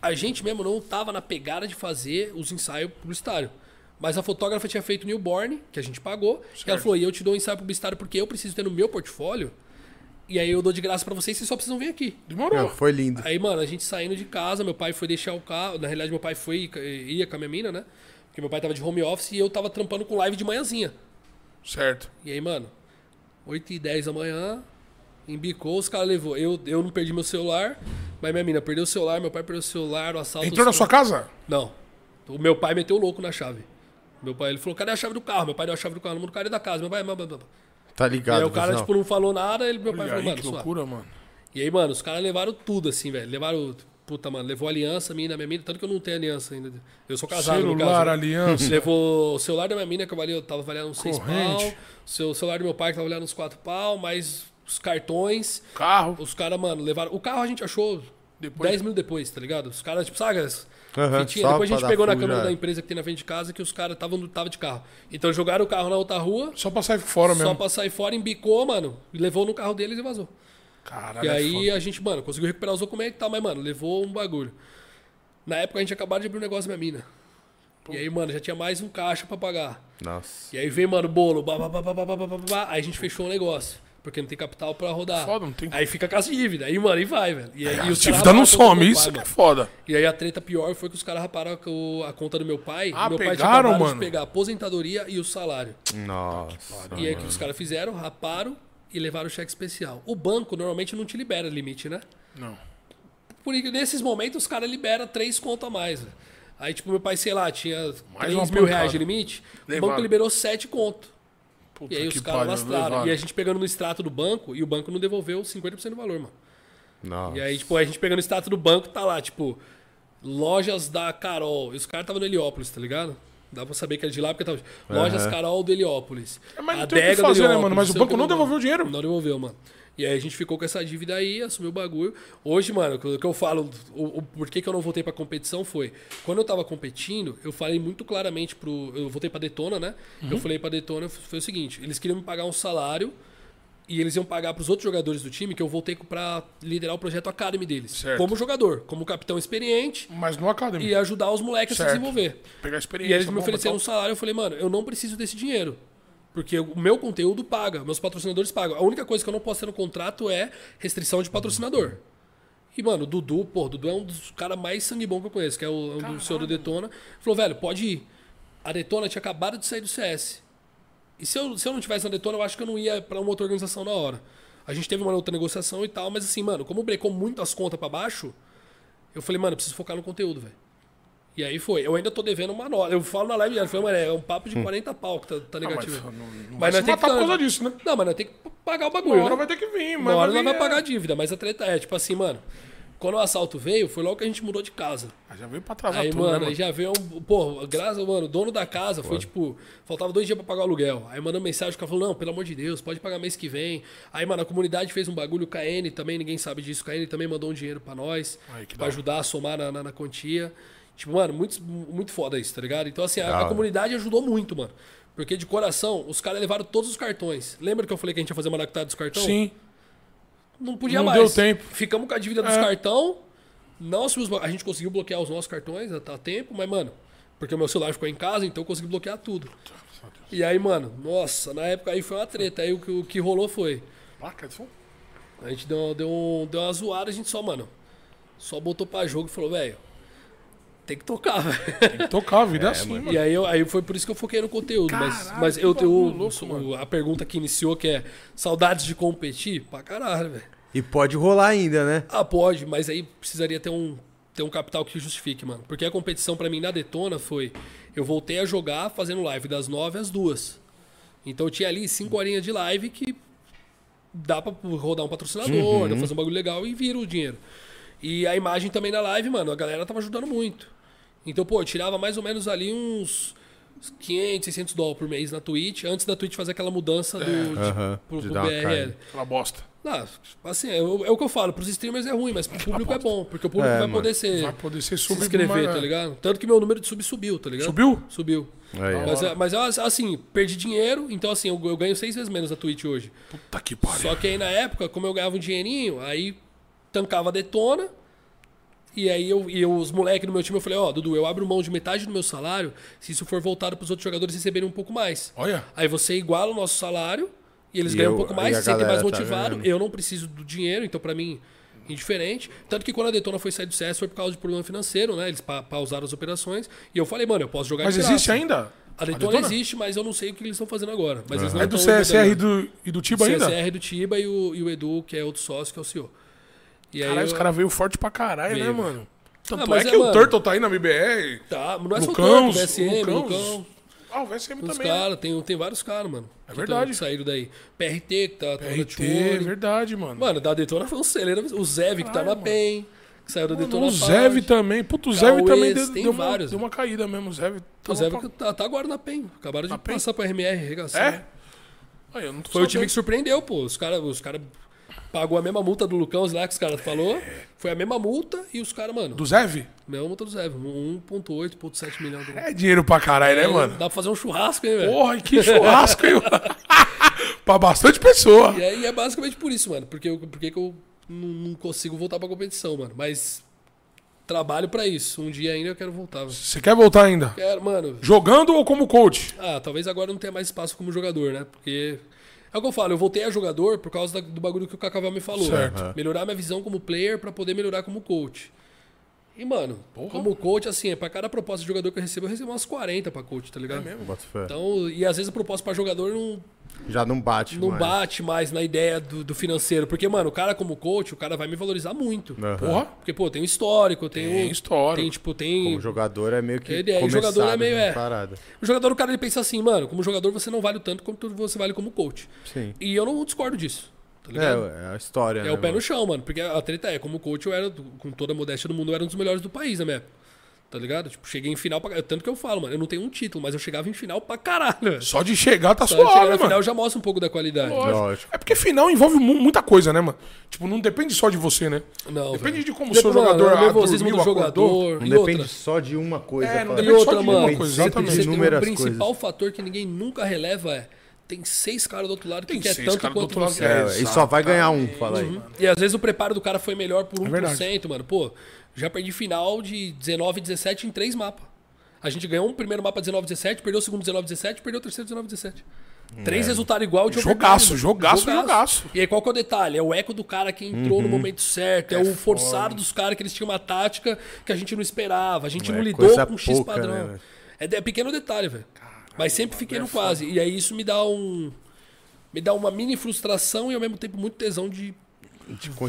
[SPEAKER 3] A gente mesmo não tava na pegada de fazer os ensaios publicitários. Mas a fotógrafa tinha feito newborn, que a gente pagou, e ela falou: e eu te dou um ensaio publicitário porque eu preciso ter no meu portfólio, e aí eu dou de graça pra vocês, vocês só precisam vir aqui.
[SPEAKER 2] Demorou.
[SPEAKER 1] Não, foi lindo.
[SPEAKER 3] Aí, mano, a gente saindo de casa, meu pai foi deixar o carro. Na realidade, meu pai foi ia com a minha mina, né? Porque meu pai tava de home office e eu tava trampando com live de manhãzinha.
[SPEAKER 2] Certo.
[SPEAKER 3] E aí, mano, 8 e 10 da manhã, embicou, os caras levou. Eu, eu não perdi meu celular, mas minha mina perdeu o celular, meu pai perdeu o celular, o assalto.
[SPEAKER 2] Entrou na
[SPEAKER 3] os-
[SPEAKER 2] sua casa?
[SPEAKER 3] Não. O meu pai meteu o louco na chave. Meu pai, ele falou, cadê a chave do carro? Meu pai deu a chave do carro, no mundo, cadê da casa? Meu pai, blá, blá, blá.
[SPEAKER 1] Tá
[SPEAKER 3] E
[SPEAKER 1] ligado,
[SPEAKER 3] aí o cara,
[SPEAKER 1] Guzão?
[SPEAKER 3] tipo, não falou nada, ele, meu pai
[SPEAKER 2] Olha
[SPEAKER 3] falou,
[SPEAKER 2] aí,
[SPEAKER 3] mano,
[SPEAKER 2] que
[SPEAKER 3] suave.
[SPEAKER 2] loucura, mano.
[SPEAKER 3] E aí, mano, os caras levaram tudo, assim, velho. Levaram, puta, mano, levou aliança, minha, minha mina, tanto que eu não tenho aliança ainda. Eu sou casado, no caso,
[SPEAKER 2] Celular,
[SPEAKER 3] né?
[SPEAKER 2] aliança.
[SPEAKER 3] Levou o celular da minha mina, que eu valia, tava valendo uns seis
[SPEAKER 2] Corrente.
[SPEAKER 3] pau. Seu- O celular do meu pai, que tava valendo uns quatro pau, mais os cartões.
[SPEAKER 2] Carro.
[SPEAKER 3] Os caras, mano, levaram. O carro a gente achou
[SPEAKER 2] Depois-
[SPEAKER 3] 10 minutos depois, tá ligado? Os caras, tipo, sabe? as
[SPEAKER 1] Aham,
[SPEAKER 3] fitinhas?
[SPEAKER 1] só
[SPEAKER 3] Depois a
[SPEAKER 1] pra
[SPEAKER 3] gente
[SPEAKER 1] dar
[SPEAKER 3] pegou na
[SPEAKER 1] fuga,
[SPEAKER 3] câmera
[SPEAKER 1] já
[SPEAKER 3] da
[SPEAKER 1] era.
[SPEAKER 3] empresa que tem na frente de casa que os caras estavam tava de carro. Então jogaram o carro na outra rua,
[SPEAKER 2] Só pra sair fora
[SPEAKER 3] só
[SPEAKER 2] mesmo.
[SPEAKER 3] pra sair fora, embicou, mano, e levou no carro deles e vazou.
[SPEAKER 2] Caralho,
[SPEAKER 3] E
[SPEAKER 2] é
[SPEAKER 3] aí
[SPEAKER 2] foda.
[SPEAKER 3] a gente, mano, conseguiu recuperar os documentos e tal, mas, mano, levou um bagulho. Na época a gente acabou de abrir um negócio da minha mina. E aí, mano, já tinha mais um caixa pra pagar.
[SPEAKER 1] Nossa.
[SPEAKER 3] E aí vem, mano, bolo, bá, bá, bá, bá, bá, bá, bá, bá, bá. aí a gente fechou o negócio. Porque não tem capital pra rodar.
[SPEAKER 2] Foda, não tem-
[SPEAKER 3] Aí fica com as dívidas. Aí, mano, e vai, velho. E aí, e os
[SPEAKER 2] Se
[SPEAKER 3] caras
[SPEAKER 2] dá não
[SPEAKER 3] raparam a conta do
[SPEAKER 2] some,
[SPEAKER 3] meu
[SPEAKER 2] isso
[SPEAKER 3] pai,
[SPEAKER 2] que é
[SPEAKER 3] mano.
[SPEAKER 2] foda.
[SPEAKER 3] E aí a treta pior foi que os caras raparam com a conta do meu pai.
[SPEAKER 2] Ah,
[SPEAKER 3] meu pai
[SPEAKER 2] pegaram,
[SPEAKER 3] acabado
[SPEAKER 2] mano.
[SPEAKER 3] de pegar a aposentadoria e o salário.
[SPEAKER 1] Nossa.
[SPEAKER 3] E aí o que os caras fizeram? Raparam e levaram o cheque especial. O banco normalmente não te libera limite, né?
[SPEAKER 2] Não.
[SPEAKER 3] Por isso, nesses momentos, os caras liberam três conto a mais. né? Aí, tipo, meu pai, sei lá, tinha
[SPEAKER 2] Mais
[SPEAKER 3] 3
[SPEAKER 2] uma
[SPEAKER 3] mil
[SPEAKER 2] pancada.
[SPEAKER 3] reais de limite,
[SPEAKER 2] Levaram.
[SPEAKER 3] o banco liberou sete conto.
[SPEAKER 2] Puta
[SPEAKER 3] E aí
[SPEAKER 2] que
[SPEAKER 3] os caras
[SPEAKER 2] pariu, é
[SPEAKER 3] lastraram.
[SPEAKER 2] levaram.
[SPEAKER 3] E a gente pegando no extrato do banco, e o banco não devolveu 50% do valor, mano.
[SPEAKER 1] Nossa.
[SPEAKER 3] E aí, tipo, a gente pegando o extrato do banco, tá lá, tipo, lojas da Carol. E os caras estavam no Heliópolis, tá ligado? Dá pra saber que era de lá, porque tava. Lojas Carol do Heliópolis.
[SPEAKER 2] É, mas não
[SPEAKER 3] Adega
[SPEAKER 2] tem o que
[SPEAKER 3] do
[SPEAKER 2] fazer, né, mano?
[SPEAKER 3] Heliópolis,
[SPEAKER 2] Mas o
[SPEAKER 3] sei
[SPEAKER 2] banco
[SPEAKER 3] que
[SPEAKER 2] não
[SPEAKER 3] lá.
[SPEAKER 2] devolveu o dinheiro.
[SPEAKER 3] Não devolveu, mano. E aí a gente ficou com essa dívida aí, assumiu o bagulho. Hoje, mano, o que eu falo, o, o porquê que eu não voltei pra competição foi, quando eu tava competindo, eu falei muito claramente pro. Eu voltei pra Detona, né? Eu falei pra Detona, foi o seguinte, eles queriam me pagar um salário e eles iam pagar pros outros jogadores do time que eu voltei pra liderar o projeto Academy deles.
[SPEAKER 2] Certo.
[SPEAKER 3] Como jogador, como capitão experiente
[SPEAKER 2] Mas no Academy.
[SPEAKER 3] e ajudar os moleques a
[SPEAKER 2] Certo.
[SPEAKER 3] se desenvolver.
[SPEAKER 2] Pegar a
[SPEAKER 3] E
[SPEAKER 2] experiência.
[SPEAKER 3] eles me
[SPEAKER 2] bomba, então.
[SPEAKER 3] ofereceram um
[SPEAKER 2] tal.
[SPEAKER 3] salário, eu falei, mano, eu não preciso desse dinheiro. Porque o meu conteúdo paga, meus patrocinadores pagam. A única coisa que eu não posso ter no contrato é restrição de patrocinador. E, mano, o Dudu, pô, o Dudu é um dos caras mais sangue bom que eu conheço, que é o, é o do senhor do Detona. Falou, velho, pode ir. A Detona tinha acabado de sair do CS. E se eu, se eu não tivesse na Detona, eu acho que eu não ia pra uma outra organização na hora. A gente teve uma outra negociação e tal, mas assim, mano, como brecou muito as contas pra baixo, eu falei, mano, eu preciso focar no conteúdo, velho. E aí foi. Eu ainda tô devendo uma nota. Eu falo na live, eu falei, mano, é um papo de 40 pau que tá, tá negativo.
[SPEAKER 2] Hum. Ah, mas não- não vai
[SPEAKER 3] mas
[SPEAKER 2] se
[SPEAKER 3] nós tem que
[SPEAKER 2] matar por causa disso, né?
[SPEAKER 3] Não, mas nós tem que pagar o bagulho.
[SPEAKER 2] Uma hora vai
[SPEAKER 3] né?
[SPEAKER 2] ter que vir,
[SPEAKER 3] Uma
[SPEAKER 2] mas.
[SPEAKER 3] hora
[SPEAKER 2] vir
[SPEAKER 3] nós vai
[SPEAKER 2] é-
[SPEAKER 3] pagar a dívida, mas a treta é, tipo assim, mano, quando o assalto veio, foi logo que a gente mudou de casa.
[SPEAKER 2] Ah, Já veio pra atrasar
[SPEAKER 3] Aí,
[SPEAKER 2] tudo,
[SPEAKER 3] mano,
[SPEAKER 2] né,
[SPEAKER 3] aí já veio um. Pô, graças, mano, o dono da casa foi tipo. Faltava dois dias pra pagar o aluguel. Aí mandou mensagem, o cara falou: não, pelo amor de Deus, pode pagar mês que vem. Aí, mano, a comunidade fez um bagulho, o KN também, ninguém sabe disso. O KN também mandou um dinheiro pra nós,
[SPEAKER 2] Ai, que da
[SPEAKER 3] pra
[SPEAKER 2] hora.
[SPEAKER 3] ajudar a somar na, na- na quantia. Tipo, mano, muito, muito foda isso, tá ligado? Então, assim, a-
[SPEAKER 1] Da
[SPEAKER 3] a,
[SPEAKER 1] hora.
[SPEAKER 3] comunidade ajudou muito, mano. Porque de coração, os caras levaram todos os cartões. Lembra que eu falei que a gente ia fazer uma adaptada dos cartões?
[SPEAKER 2] Sim.
[SPEAKER 3] Não podia
[SPEAKER 2] Não
[SPEAKER 3] mais.
[SPEAKER 2] deu tempo. É.
[SPEAKER 3] Ficamos com a dívida dos cartão. Não assumimos, a gente conseguiu bloquear os nossos cartões a a tempo, mas, mano, porque o meu celular ficou em casa, então eu consegui bloquear tudo. E aí, mano, nossa, na época aí foi uma treta. Aí o, que- o que rolou foi.
[SPEAKER 2] Placa de som?
[SPEAKER 3] A gente deu, deu, um- deu uma zoada, a gente só, mano, só botou pra jogo e falou, velho, tem que tocar, velho.
[SPEAKER 2] Tem que tocar a vida é, assim, mano.
[SPEAKER 3] E aí, eu, aí foi por isso que eu foquei no conteúdo. mas
[SPEAKER 2] Caralho,
[SPEAKER 3] mas
[SPEAKER 2] que
[SPEAKER 3] eu, eu,
[SPEAKER 2] bagulho louco, mano.
[SPEAKER 3] a pergunta que iniciou, que é saudades de competir? Pra caralho, velho.
[SPEAKER 1] E pode rolar ainda, né?
[SPEAKER 3] Ah, pode, mas aí precisaria ter um, ter um capital que justifique, mano. Porque a competição pra mim na Detona foi. Eu voltei a jogar fazendo live das 9 às 2. Então eu tinha ali 5 horinhas de live que dá pra rodar um patrocinador, dá pra fazer um bagulho legal e vira o dinheiro. E a imagem também na live, mano, a galera tava ajudando muito. Então, pô, eu tirava mais ou menos ali uns 500, 600 dólares por mês na Twitch, antes da Twitch fazer aquela mudança do, de-
[SPEAKER 1] Aham,
[SPEAKER 3] pro,
[SPEAKER 1] de
[SPEAKER 3] pro
[SPEAKER 1] dar uma
[SPEAKER 3] BRL.
[SPEAKER 1] caída.
[SPEAKER 2] Aquela bosta.
[SPEAKER 3] Ah, assim, é, o é o que eu falo, pros streamers é ruim, mas pro público é bom, porque o público
[SPEAKER 1] É,
[SPEAKER 3] vai
[SPEAKER 1] mano.
[SPEAKER 3] poder ser,
[SPEAKER 2] Vai poder ser
[SPEAKER 3] se
[SPEAKER 2] sub
[SPEAKER 3] inscrever,
[SPEAKER 2] mas-
[SPEAKER 3] tá ligado? Tanto que meu número de sub subiu, tá ligado?
[SPEAKER 2] Subiu?
[SPEAKER 3] Subiu.
[SPEAKER 1] Aí, ó.
[SPEAKER 3] Mas, é- mas é assim, perdi dinheiro, então assim, eu, eu ganho seis vezes menos na Twitch hoje.
[SPEAKER 2] Puta que pariu.
[SPEAKER 3] Só que aí na época, como eu ganhava um dinheirinho, aí tancava a detona. E aí eu, e eu- os moleques do meu time, eu falei, ó, Dudu, eu abro mão de metade do meu salário se isso for voltado pros outros jogadores receberem um pouco mais.
[SPEAKER 2] Olha.
[SPEAKER 3] Aí você iguala o nosso salário e eles
[SPEAKER 1] E
[SPEAKER 3] ganham
[SPEAKER 1] eu-
[SPEAKER 3] um pouco
[SPEAKER 1] e
[SPEAKER 3] mais,
[SPEAKER 1] a
[SPEAKER 3] se sentem mais
[SPEAKER 1] galera tá
[SPEAKER 3] motivado.
[SPEAKER 1] ganhando.
[SPEAKER 3] eu não preciso do dinheiro, então pra mim, indiferente. Tanto que quando a Detona foi sair do CS foi por causa de problema financeiro, né? Eles pa- pausaram as operações. E eu falei, mano, eu posso jogar
[SPEAKER 2] Mas
[SPEAKER 3] de graça.
[SPEAKER 2] existe ainda?
[SPEAKER 3] A Detona, existe, mas eu não sei o que eles estão fazendo agora. tá Mas eles não
[SPEAKER 2] É do
[SPEAKER 3] tão
[SPEAKER 2] CSR e
[SPEAKER 3] mudando.
[SPEAKER 2] do, e do Tiba ainda?
[SPEAKER 3] CSR do Tiba e o, e o Edu, que é outro sócio, que é o CEO. E aí
[SPEAKER 2] Caralho,
[SPEAKER 3] eu-
[SPEAKER 2] os caras veio forte pra caralho, né,
[SPEAKER 3] Veio.
[SPEAKER 2] mano?
[SPEAKER 3] Ah,
[SPEAKER 2] Tanto é
[SPEAKER 3] mas
[SPEAKER 2] que
[SPEAKER 3] é,
[SPEAKER 2] o
[SPEAKER 3] mano.
[SPEAKER 2] Turtle tá aí na MBR.
[SPEAKER 3] Tá, não é só o
[SPEAKER 2] Lucão,
[SPEAKER 3] Tanto, o SM,
[SPEAKER 2] Lucão.
[SPEAKER 3] Lucão,
[SPEAKER 2] Ah, o VSM
[SPEAKER 3] os
[SPEAKER 2] também. né? É
[SPEAKER 3] caras, tem, tem vários caras, mano. que tão-
[SPEAKER 2] verdade.
[SPEAKER 3] que Saíram daí. PRT, que tá... tá na
[SPEAKER 2] RT, é
[SPEAKER 3] Tune.
[SPEAKER 2] verdade, mano.
[SPEAKER 3] Mano, da Detona foi um celeiro. O Zev, que tá
[SPEAKER 2] Caralho,
[SPEAKER 3] na
[SPEAKER 2] mano.
[SPEAKER 3] PEN, que saiu da
[SPEAKER 2] Mano,
[SPEAKER 3] Detona
[SPEAKER 2] o
[SPEAKER 3] Fácil.
[SPEAKER 2] Zev tá também. Puta, o Zev também deu,
[SPEAKER 3] tem
[SPEAKER 2] deu uma,
[SPEAKER 3] vários,
[SPEAKER 2] deu uma caída mesmo. O Zev tá
[SPEAKER 3] O Zev
[SPEAKER 2] pra-
[SPEAKER 3] que tá, tá agora na PEN. Acabaram de
[SPEAKER 2] Na PEN?
[SPEAKER 3] passar pra RMR, regaçar.
[SPEAKER 2] É? Aí, eu não tô
[SPEAKER 3] Foi o
[SPEAKER 2] sabendo.
[SPEAKER 3] time que surpreendeu, pô. Os caras os cara pagou a mesma multa do Lucão lá que os caras falou. Foi a mesma multa e os caras, mano...
[SPEAKER 2] Do Zev?
[SPEAKER 3] Mesma multa do Zev. 1.8, 1.7 milhão. Do...
[SPEAKER 2] É dinheiro pra caralho, né, mano?
[SPEAKER 3] Dá pra fazer um churrasco, hein, velho?
[SPEAKER 2] Porra, que churrasco, hein? pra bastante pessoa.
[SPEAKER 3] E aí é basicamente por isso, mano. Porque eu, porque que eu não, não consigo voltar pra competição, mano. Mas trabalho pra isso. Um dia ainda eu quero voltar, velho.
[SPEAKER 2] Você quer voltar ainda?
[SPEAKER 3] Quero, mano.
[SPEAKER 2] Jogando ou como coach?
[SPEAKER 3] Ah, talvez agora não tenha mais espaço como jogador, né? Porque. É o que eu falo, eu voltei a jogador por causa da- do bagulho que o Cacavel me falou.
[SPEAKER 2] Certo.
[SPEAKER 3] Uhum. Melhorar minha visão como player pra poder melhorar como coach. E, mano, como coach, assim, é pra cada proposta de jogador que eu recebo, eu recebo umas 40 pra coach, tá ligado?
[SPEAKER 1] Bota fé.
[SPEAKER 3] Então, e às vezes a proposta pra jogador não,
[SPEAKER 1] Já não bate,
[SPEAKER 3] não
[SPEAKER 1] mais.
[SPEAKER 3] bate mais na ideia do, do financeiro. Porque, mano, o cara como coach, o cara vai me valorizar muito.
[SPEAKER 1] Aham.
[SPEAKER 2] Porra.
[SPEAKER 3] Porque, pô, tem um histórico, tem,
[SPEAKER 2] Tem
[SPEAKER 3] um-
[SPEAKER 2] histórico.
[SPEAKER 3] Tem, tipo, tem.
[SPEAKER 1] Como jogador é meio que.
[SPEAKER 3] Ele é- e
[SPEAKER 1] começado,
[SPEAKER 3] jogador é meio,
[SPEAKER 1] né,
[SPEAKER 3] é.
[SPEAKER 1] Parada.
[SPEAKER 3] O jogador, o cara, ele pensa assim, mano, como jogador você não vale tanto quanto você vale como coach.
[SPEAKER 1] Sim.
[SPEAKER 3] E eu não discordo disso, tá ligado?
[SPEAKER 1] É, é a história.
[SPEAKER 3] É,
[SPEAKER 1] né,
[SPEAKER 3] o pé
[SPEAKER 1] mano?
[SPEAKER 3] no chão, mano. Porque a treta é, como coach, eu era, com toda a modéstia do mundo, eu era um dos melhores do país na minha época. Tá ligado? Tipo, cheguei em final pra... Tanto que eu falo, mano, eu não tenho um título, mas eu chegava em final pra caralho. velho.
[SPEAKER 2] Só de chegar tá
[SPEAKER 3] Então, eu chegar
[SPEAKER 2] suave,
[SPEAKER 3] na
[SPEAKER 2] mano.
[SPEAKER 3] final já mostra um pouco da qualidade.
[SPEAKER 2] Lógico.
[SPEAKER 1] Lógico.
[SPEAKER 2] É porque final envolve mu- muita coisa, né, mano? Tipo, não depende só de você, né?
[SPEAKER 3] Não,
[SPEAKER 2] Depende
[SPEAKER 3] velho.
[SPEAKER 2] de como o
[SPEAKER 3] Depende,
[SPEAKER 2] seu
[SPEAKER 3] mano,
[SPEAKER 2] jogador
[SPEAKER 3] O nervosismo
[SPEAKER 2] dormiu,
[SPEAKER 3] do
[SPEAKER 2] acordou.
[SPEAKER 3] jogador. tipo,
[SPEAKER 1] Não
[SPEAKER 3] E
[SPEAKER 1] depende
[SPEAKER 3] outra,
[SPEAKER 1] só de uma coisa.
[SPEAKER 2] É, não
[SPEAKER 1] cara.
[SPEAKER 3] E
[SPEAKER 2] depende só
[SPEAKER 3] outra,
[SPEAKER 2] de
[SPEAKER 3] mano,
[SPEAKER 2] uma coisa,
[SPEAKER 3] você tem-
[SPEAKER 2] exatamente.
[SPEAKER 3] você tem o
[SPEAKER 1] Inúmeras
[SPEAKER 3] principal
[SPEAKER 1] coisas.
[SPEAKER 3] fator que ninguém nunca releva é tem seis caras do outro lado que
[SPEAKER 2] Tem
[SPEAKER 3] quer
[SPEAKER 2] seis
[SPEAKER 3] tanto
[SPEAKER 2] caras do
[SPEAKER 3] quanto
[SPEAKER 2] outro lado
[SPEAKER 3] você.
[SPEAKER 2] que
[SPEAKER 1] É, e só vai ganhar um, fala aí.
[SPEAKER 3] E às vezes o preparo do cara foi melhor por
[SPEAKER 2] É verdade.
[SPEAKER 3] 1%, mano. Pô, já perdi final de 19 17 em três mapas. A gente ganhou um primeiro mapa 19 17, perdeu o segundo 19 17, perdeu o terceiro 19 17. Três
[SPEAKER 1] É.
[SPEAKER 3] resultados igual de
[SPEAKER 2] Jogaço,
[SPEAKER 3] overtime.
[SPEAKER 2] jogaço, jogaço.
[SPEAKER 3] E aí qual que é o detalhe? É o eco do cara que entrou
[SPEAKER 1] Uhum.
[SPEAKER 3] no momento certo, é, o forçado dos caras que eles tinham uma tática que a gente não esperava, a gente
[SPEAKER 1] É,
[SPEAKER 3] não lidou
[SPEAKER 1] coisa
[SPEAKER 3] com o X
[SPEAKER 1] pouca,
[SPEAKER 3] padrão.
[SPEAKER 1] né, velho?
[SPEAKER 3] é, de- é pequeno detalhe, velho. Mas sempre fiquei
[SPEAKER 2] é
[SPEAKER 3] no quase. E aí isso me dá um me dá uma mini frustração e ao mesmo tempo muito tesão de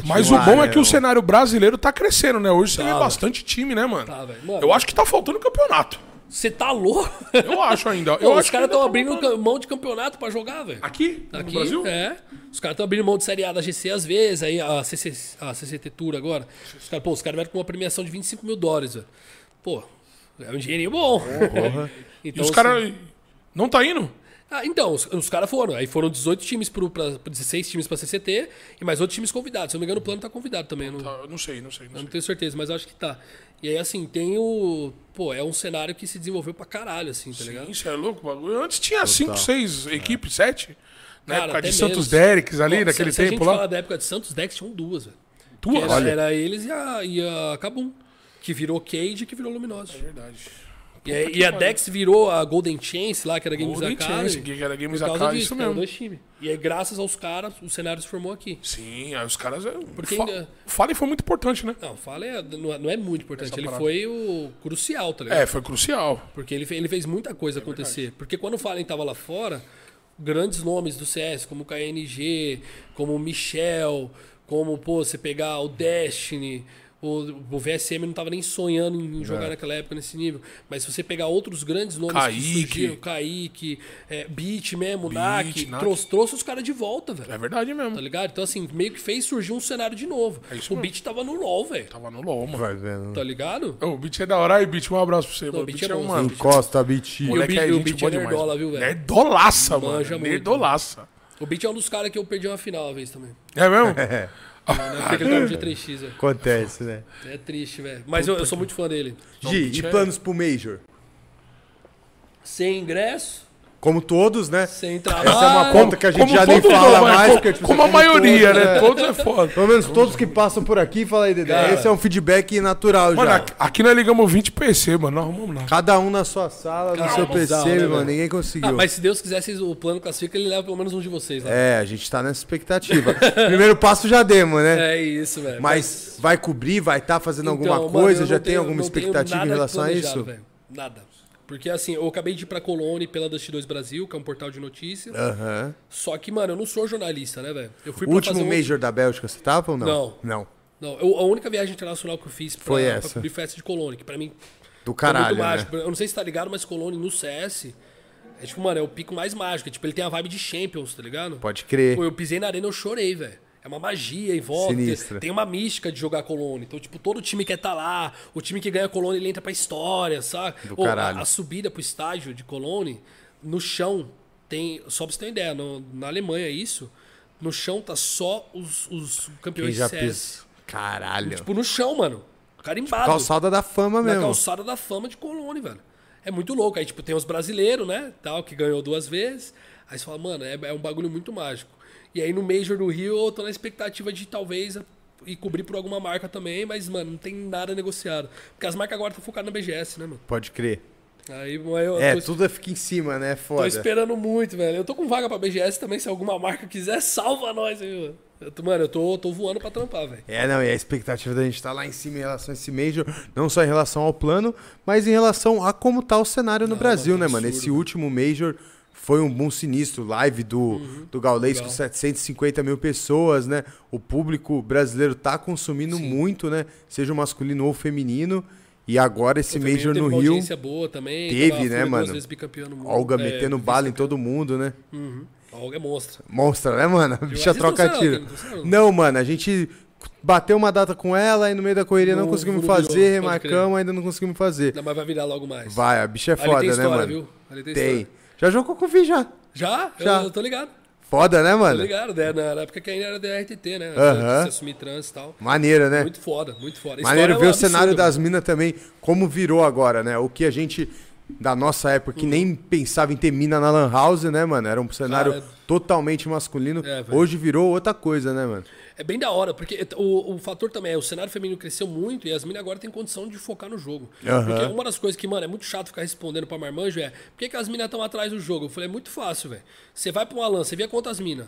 [SPEAKER 2] Mas o bom é que
[SPEAKER 1] cenário.
[SPEAKER 2] o cenário brasileiro tá crescendo, né? Hoje você vê
[SPEAKER 3] Tá,
[SPEAKER 2] bastante time, né, mano?
[SPEAKER 3] Tá, velho. Mano.
[SPEAKER 2] Eu acho que tá faltando campeonato.
[SPEAKER 3] você tá louco?
[SPEAKER 2] Eu acho ainda.
[SPEAKER 3] Pô,
[SPEAKER 2] Eu
[SPEAKER 3] os
[SPEAKER 2] acho que
[SPEAKER 3] caras
[SPEAKER 2] ainda
[SPEAKER 3] estão
[SPEAKER 2] tá
[SPEAKER 3] abrindo
[SPEAKER 2] faltando.
[SPEAKER 3] ca- mão de campeonato pra jogar, velho.
[SPEAKER 2] Aqui?
[SPEAKER 3] Aqui,
[SPEAKER 2] no Brasil?
[SPEAKER 3] é. Os caras estão abrindo mão de Série A da GC às vezes, aí a, CC, a CCT Tour agora. Os caras, pô, os caras vieram com uma premiação de 25 mil dólares, velho. Pô, é um dinheirinho bom.
[SPEAKER 2] E
[SPEAKER 3] então,
[SPEAKER 2] os
[SPEAKER 3] assim-
[SPEAKER 2] caras. Não tá indo?
[SPEAKER 3] Ah, então, os, os caras foram. Aí foram 18 times pro, pra, 16 times pra CCT e mais outros times convidados. Se eu não me engano, o plano tá convidado também. eu Não,
[SPEAKER 2] Tá, eu Não sei, não sei. Não
[SPEAKER 3] eu
[SPEAKER 2] sei.
[SPEAKER 3] não tenho certeza, mas eu acho que tá. E aí, assim, tem o. Pô, é um cenário que se desenvolveu pra caralho, assim, tá ligado?
[SPEAKER 2] Isso é louco, o bagulho. Antes tinha 5, 6
[SPEAKER 1] É.
[SPEAKER 2] equipes, 7. Na
[SPEAKER 3] Cara,
[SPEAKER 2] época
[SPEAKER 3] até
[SPEAKER 2] de
[SPEAKER 3] menos.
[SPEAKER 2] Santos Derricks ali,
[SPEAKER 3] Pô,
[SPEAKER 2] naquele
[SPEAKER 3] se, se a
[SPEAKER 2] tempo
[SPEAKER 3] gente falar
[SPEAKER 2] lá.
[SPEAKER 3] da época de Santos Dex, tinham duas, velho.
[SPEAKER 2] Duas?
[SPEAKER 3] Era, era eles e a, e a Kabum, que virou Cage e que virou Luminosa.
[SPEAKER 2] É Verdade.
[SPEAKER 3] e a- e a Dex virou a Golden Chance lá, que era Games
[SPEAKER 2] Golden
[SPEAKER 3] Academy.
[SPEAKER 2] Chance, que era Games
[SPEAKER 3] por causa
[SPEAKER 2] Academy,
[SPEAKER 3] disso,
[SPEAKER 2] isso
[SPEAKER 3] que eram
[SPEAKER 2] mesmo.
[SPEAKER 3] dois times. E aí, graças aos caras, o cenário se formou aqui.
[SPEAKER 2] Sim, aí os caras. é,
[SPEAKER 3] Porque
[SPEAKER 2] Porque
[SPEAKER 3] ainda-
[SPEAKER 2] Fallen foi muito importante, né?
[SPEAKER 3] Não, fala é, não é- não é muito importante. Ele
[SPEAKER 2] parada.
[SPEAKER 3] foi o crucial, tá ligado?
[SPEAKER 2] É, foi crucial.
[SPEAKER 3] Porque ele, fe- ele fez muita coisa
[SPEAKER 2] É
[SPEAKER 3] acontecer. Porque quando o Fallen tava lá fora, grandes nomes do CS, como o KNG, como o Michel, como, pô, você pegar o Destiny, o, o VSM não tava nem sonhando em
[SPEAKER 2] É.
[SPEAKER 3] jogar naquela época nesse nível. Mas se você pegar outros grandes nomes
[SPEAKER 2] Kaique.
[SPEAKER 3] que surgiram, Kaique, é, Beat mesmo, Nak,
[SPEAKER 2] Nak.
[SPEAKER 3] trouxe, trouxe os caras de volta, velho.
[SPEAKER 2] É verdade mesmo.
[SPEAKER 3] Tá ligado? Então, assim, meio que fez surgir um cenário de novo.
[SPEAKER 2] É isso
[SPEAKER 3] o
[SPEAKER 2] mesmo.
[SPEAKER 3] Beat tava no LoL, velho.
[SPEAKER 2] Tava no LOL, mano.
[SPEAKER 1] Vai vendo.
[SPEAKER 3] Tá ligado?
[SPEAKER 2] Ô, O Beat é da hora. Aí, Beat, um abraço pra você. mano. O
[SPEAKER 3] Beat
[SPEAKER 2] Beat,
[SPEAKER 3] é
[SPEAKER 2] é,
[SPEAKER 3] bom,
[SPEAKER 2] uma.
[SPEAKER 3] sim.
[SPEAKER 1] Encosta, Beat.
[SPEAKER 3] E o
[SPEAKER 2] Moleque
[SPEAKER 3] Beat-
[SPEAKER 2] é
[SPEAKER 3] e o
[SPEAKER 2] gente
[SPEAKER 3] Beat
[SPEAKER 2] boa
[SPEAKER 3] é
[SPEAKER 2] demais.
[SPEAKER 3] nerdola, viu, velho?
[SPEAKER 2] Nerdolaça, mano.
[SPEAKER 3] Manja muito.
[SPEAKER 2] Nerdolaça.
[SPEAKER 3] O Beat é um dos caras que eu perdi uma final uma vez também. é
[SPEAKER 2] É mesmo? Ah,
[SPEAKER 3] Porque ele tava no G3X, velho.
[SPEAKER 1] Acontece, né?
[SPEAKER 3] É triste, velho. Mas eu, eu sou muito fã dele.
[SPEAKER 1] Gi,
[SPEAKER 2] Beat
[SPEAKER 1] e
[SPEAKER 2] é-
[SPEAKER 1] planos pro Major?
[SPEAKER 3] Sem ingresso,
[SPEAKER 1] Como todos, né?
[SPEAKER 3] sem
[SPEAKER 1] Essa
[SPEAKER 3] trabalho.
[SPEAKER 1] é uma conta que a gente já nem
[SPEAKER 2] todo
[SPEAKER 1] fala
[SPEAKER 2] mundo, mas
[SPEAKER 1] mais.
[SPEAKER 2] co-
[SPEAKER 1] porque, tipo,
[SPEAKER 2] como a
[SPEAKER 1] como
[SPEAKER 2] maioria,
[SPEAKER 1] todos,
[SPEAKER 2] né? Todos é foda.
[SPEAKER 1] Pelo menos todos que passam por aqui, fala aí, Dedé.
[SPEAKER 3] Cara.
[SPEAKER 1] Esse é um feedback natural
[SPEAKER 2] Mano,
[SPEAKER 1] já.
[SPEAKER 2] aqui- aqui nós ligamos 20 PC, mano. Não arrumamos nada.
[SPEAKER 1] Cada um na sua sala, no
[SPEAKER 3] Cara,
[SPEAKER 1] seu
[SPEAKER 3] não dá,
[SPEAKER 1] PC,
[SPEAKER 3] né,
[SPEAKER 1] mano.
[SPEAKER 3] velho?
[SPEAKER 1] Ninguém conseguiu.
[SPEAKER 3] Ah, mas se Deus quiser, vocês- o plano classifica, ele leva pelo menos um de vocês lá.
[SPEAKER 1] É, a gente tá nessa expectativa. Primeiro passo já demos, né?
[SPEAKER 3] É, isso, velho.
[SPEAKER 1] Mas vai cobrir, vai estar fazendo
[SPEAKER 3] Então,
[SPEAKER 1] alguma
[SPEAKER 3] mano,
[SPEAKER 1] coisa?
[SPEAKER 3] eu
[SPEAKER 1] Já
[SPEAKER 3] não
[SPEAKER 1] tem
[SPEAKER 3] tenho-
[SPEAKER 1] alguma
[SPEAKER 3] não tenho
[SPEAKER 1] expectativa em
[SPEAKER 3] nada
[SPEAKER 1] relação a
[SPEAKER 3] planejado,
[SPEAKER 1] isso?
[SPEAKER 3] velho. Nada. Porque assim, eu acabei de ir pra Colônia pela Dust 2 Brasil, que é um portal de notícias.
[SPEAKER 1] Aham.
[SPEAKER 3] Só que, mano, eu não sou jornalista, né, velho? Eu fui
[SPEAKER 1] O
[SPEAKER 3] pra fazer
[SPEAKER 1] último
[SPEAKER 3] um-
[SPEAKER 1] Major da Bélgica você tava ou não?
[SPEAKER 3] Não.
[SPEAKER 1] Não.
[SPEAKER 3] Não, eu- a única viagem internacional que eu fiz pra,
[SPEAKER 1] Foi
[SPEAKER 3] pra
[SPEAKER 1] essa.
[SPEAKER 3] cobrir foi essa de Colônia, que pra mim
[SPEAKER 1] Do
[SPEAKER 3] É muito
[SPEAKER 1] caralho, né?
[SPEAKER 3] mágico. Eu não sei se tá ligado, mas Colônia no CS é tipo, mano, é o pico mais mágico. É, tipo, ele tem a vibe de Champions, tá ligado?
[SPEAKER 1] Pode crer.
[SPEAKER 3] Pô, eu pisei na arena, eu chorei, velho. É uma magia em volta.
[SPEAKER 1] Sinistra.
[SPEAKER 3] Tem uma mística de jogar Colônia. Então, tipo, todo time quer tá lá. O time que ganha Colônia, ele entra pra história, saca?
[SPEAKER 1] Do
[SPEAKER 3] Pô,
[SPEAKER 1] caralho.
[SPEAKER 3] A, a subida pro estádio de Colônia, no chão, tem... Só pra você ter uma ideia, no- na Alemanha é isso. No chão tá só os, os
[SPEAKER 1] Quem
[SPEAKER 3] campeões de
[SPEAKER 1] já
[SPEAKER 3] CS.
[SPEAKER 1] pis... Caralho.
[SPEAKER 3] Tipo, no chão, mano. Carimbado.
[SPEAKER 1] Calçada da fama
[SPEAKER 3] Na
[SPEAKER 1] mesmo.
[SPEAKER 3] calçada da fama de Colônia, velho. É muito louco. Aí, tipo, tem os brasileiros, né? Tal, que ganhou duas vezes. Aí você fala, mano, é, é um bagulho muito mágico. E aí no Major do Rio eu tô na expectativa de talvez a- ir cobrir por alguma marca também, mas, mano, não tem nada negociado. Porque as marcas agora estão focadas na BGS, né, mano?
[SPEAKER 1] Pode crer.
[SPEAKER 3] Aí mano, eu
[SPEAKER 1] É,
[SPEAKER 3] tô,
[SPEAKER 1] tudo fica em cima, né?
[SPEAKER 3] tô
[SPEAKER 1] Foda.
[SPEAKER 3] esperando muito, velho. Eu tô com vaga pra BGS também, se alguma marca quiser, salva nós aí, mano. Eu tô- mano, eu tô, tô voando pra trampar, velho.
[SPEAKER 1] É, não, e a expectativa da gente estar lá em cima em relação a esse Major, não só em relação ao plano, mas em relação a como tá o cenário no Brasil,
[SPEAKER 3] mano,
[SPEAKER 1] né, mano?
[SPEAKER 3] absurdo,
[SPEAKER 1] Esse último Major foi um boom sinistro, live do, do Gaulês com
[SPEAKER 3] Uhum. Legal.
[SPEAKER 1] 750 mil pessoas, né? O público brasileiro tá consumindo muito, né? Seja o masculino ou o feminino. E agora esse
[SPEAKER 3] Também
[SPEAKER 1] Major
[SPEAKER 3] teve
[SPEAKER 1] no
[SPEAKER 3] uma
[SPEAKER 1] Rio,
[SPEAKER 3] audiência boa também.
[SPEAKER 1] teve,
[SPEAKER 3] tava a
[SPEAKER 1] né,
[SPEAKER 3] Fúria duas
[SPEAKER 1] mano?
[SPEAKER 3] vezes bicampeã no mundo.
[SPEAKER 1] Olga
[SPEAKER 3] É,
[SPEAKER 1] metendo bala em todo mundo, né?
[SPEAKER 3] A Olga é monstro.
[SPEAKER 1] Monstra, né, mano? A bicha
[SPEAKER 3] vocês
[SPEAKER 1] troca
[SPEAKER 3] trouxeram
[SPEAKER 1] tiro.
[SPEAKER 3] alguém, não trouxeram?
[SPEAKER 1] Não, mano, a gente bateu uma data com ela e no meio da correria não,
[SPEAKER 3] Não,
[SPEAKER 1] conseguimos
[SPEAKER 3] não
[SPEAKER 1] fazer,
[SPEAKER 3] virou, pode crer.
[SPEAKER 1] remarcamos, ainda não conseguimos fazer.
[SPEAKER 3] Não, mas vai virar logo mais.
[SPEAKER 1] Vai, a bicha é
[SPEAKER 3] Ali
[SPEAKER 1] foda,
[SPEAKER 3] tem
[SPEAKER 1] né,
[SPEAKER 3] história,
[SPEAKER 1] mano?
[SPEAKER 3] viu? Ali tem,
[SPEAKER 1] Tem.
[SPEAKER 3] história.
[SPEAKER 1] Já jogou com o Vi já.
[SPEAKER 3] Já? Eu-
[SPEAKER 1] Já.
[SPEAKER 3] Eu, tô ligado.
[SPEAKER 1] Foda, né,
[SPEAKER 3] Tô
[SPEAKER 1] mano?
[SPEAKER 3] ligado, né? Na época que ainda era DRTT, né?
[SPEAKER 1] Aham.
[SPEAKER 3] Se assumir trans e tal.
[SPEAKER 1] Maneiro, né?
[SPEAKER 3] Muito foda, muito foda. A
[SPEAKER 1] Maneiro
[SPEAKER 3] história é
[SPEAKER 1] ver
[SPEAKER 3] um
[SPEAKER 1] o cenário
[SPEAKER 3] absurdo,
[SPEAKER 1] das minas também, como virou agora, né? O que a gente da nossa época que nem pensava em ter mina na Lan House, né, mano? Era um cenário
[SPEAKER 3] Uhum. Cara,
[SPEAKER 1] totalmente masculino.
[SPEAKER 3] É, velho.
[SPEAKER 1] Hoje virou outra coisa, né, mano?
[SPEAKER 3] É bem da hora, porque o, o fator também é, o cenário feminino cresceu muito e as minas agora têm condição de focar no jogo.
[SPEAKER 1] Aham.
[SPEAKER 3] Porque uma das coisas que, mano, é muito chato ficar respondendo pra marmanjo é por que, que as minas estão atrás do jogo? Eu falei, é muito fácil, velho. Você vai pra uma LAN, você vê quantas minas.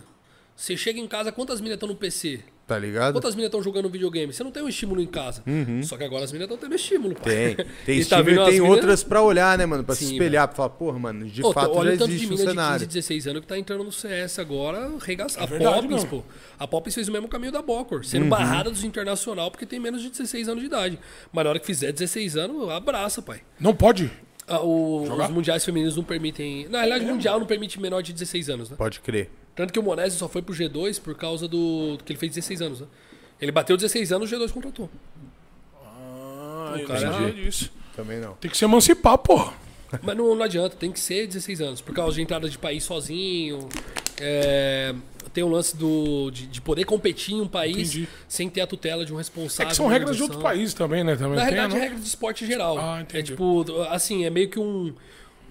[SPEAKER 3] Você chega em casa, quantas minas estão no PC?
[SPEAKER 1] Tá ligado?
[SPEAKER 3] Quantas minas estão jogando videogame? Você não tem um estímulo em casa. Só que agora as minas estão tendo estímulo, pai.
[SPEAKER 1] Uhum. Tem. Tem
[SPEAKER 3] E tá
[SPEAKER 1] estímulo e
[SPEAKER 3] vindo
[SPEAKER 1] tem
[SPEAKER 3] umas mina-
[SPEAKER 1] outras pra olhar, né, mano? Pra se
[SPEAKER 3] Sim,
[SPEAKER 1] espelhar, pra falar, porra, mano, de
[SPEAKER 3] Ô,
[SPEAKER 1] fato
[SPEAKER 3] olha
[SPEAKER 1] já
[SPEAKER 3] o tanto de
[SPEAKER 1] existe um
[SPEAKER 3] mina de 15,
[SPEAKER 1] cenário. É
[SPEAKER 3] 16 anos que tá entrando no CS agora, regaça. a
[SPEAKER 2] verdade,
[SPEAKER 3] Poppins,
[SPEAKER 2] mano.
[SPEAKER 3] pô. A Poppins fez o mesmo caminho da Bocor,
[SPEAKER 1] Uhum.
[SPEAKER 3] sendo barrada dos internacional porque tem menos de 16 anos de idade. Mas na hora que fizer 16 anos, abraça, pai.
[SPEAKER 2] Não pode?
[SPEAKER 3] Ah, o-
[SPEAKER 2] Jogar?
[SPEAKER 3] os mundiais femininos não permitem. Na
[SPEAKER 1] É
[SPEAKER 3] realidade, o mundial não permite menor de 16 anos, né?
[SPEAKER 1] Pode crer.
[SPEAKER 3] Tanto que o Monese só foi pro G2 por causa do. que ele fez 16 anos, né? Ele bateu 16 anos, o G2 contratou.
[SPEAKER 2] Ah, eu
[SPEAKER 3] cara,
[SPEAKER 2] não sabia disso.
[SPEAKER 1] Também não.
[SPEAKER 2] Tem que se emancipar, porra.
[SPEAKER 3] Mas não, não adianta, tem que ser 16 anos, por causa de entrada de país sozinho. é, tem o lance do, de, de poder competir em um país
[SPEAKER 2] Entendi.
[SPEAKER 3] sem ter a tutela de um responsável.
[SPEAKER 2] É que são
[SPEAKER 3] da
[SPEAKER 2] regras de outro
[SPEAKER 3] organização.
[SPEAKER 2] país também, né? Também
[SPEAKER 3] Na
[SPEAKER 2] tem,
[SPEAKER 3] realidade, é
[SPEAKER 2] né?
[SPEAKER 3] regra de esporte geral.
[SPEAKER 2] Ah,
[SPEAKER 3] é
[SPEAKER 2] entendi.
[SPEAKER 3] tipo, assim, é meio que um.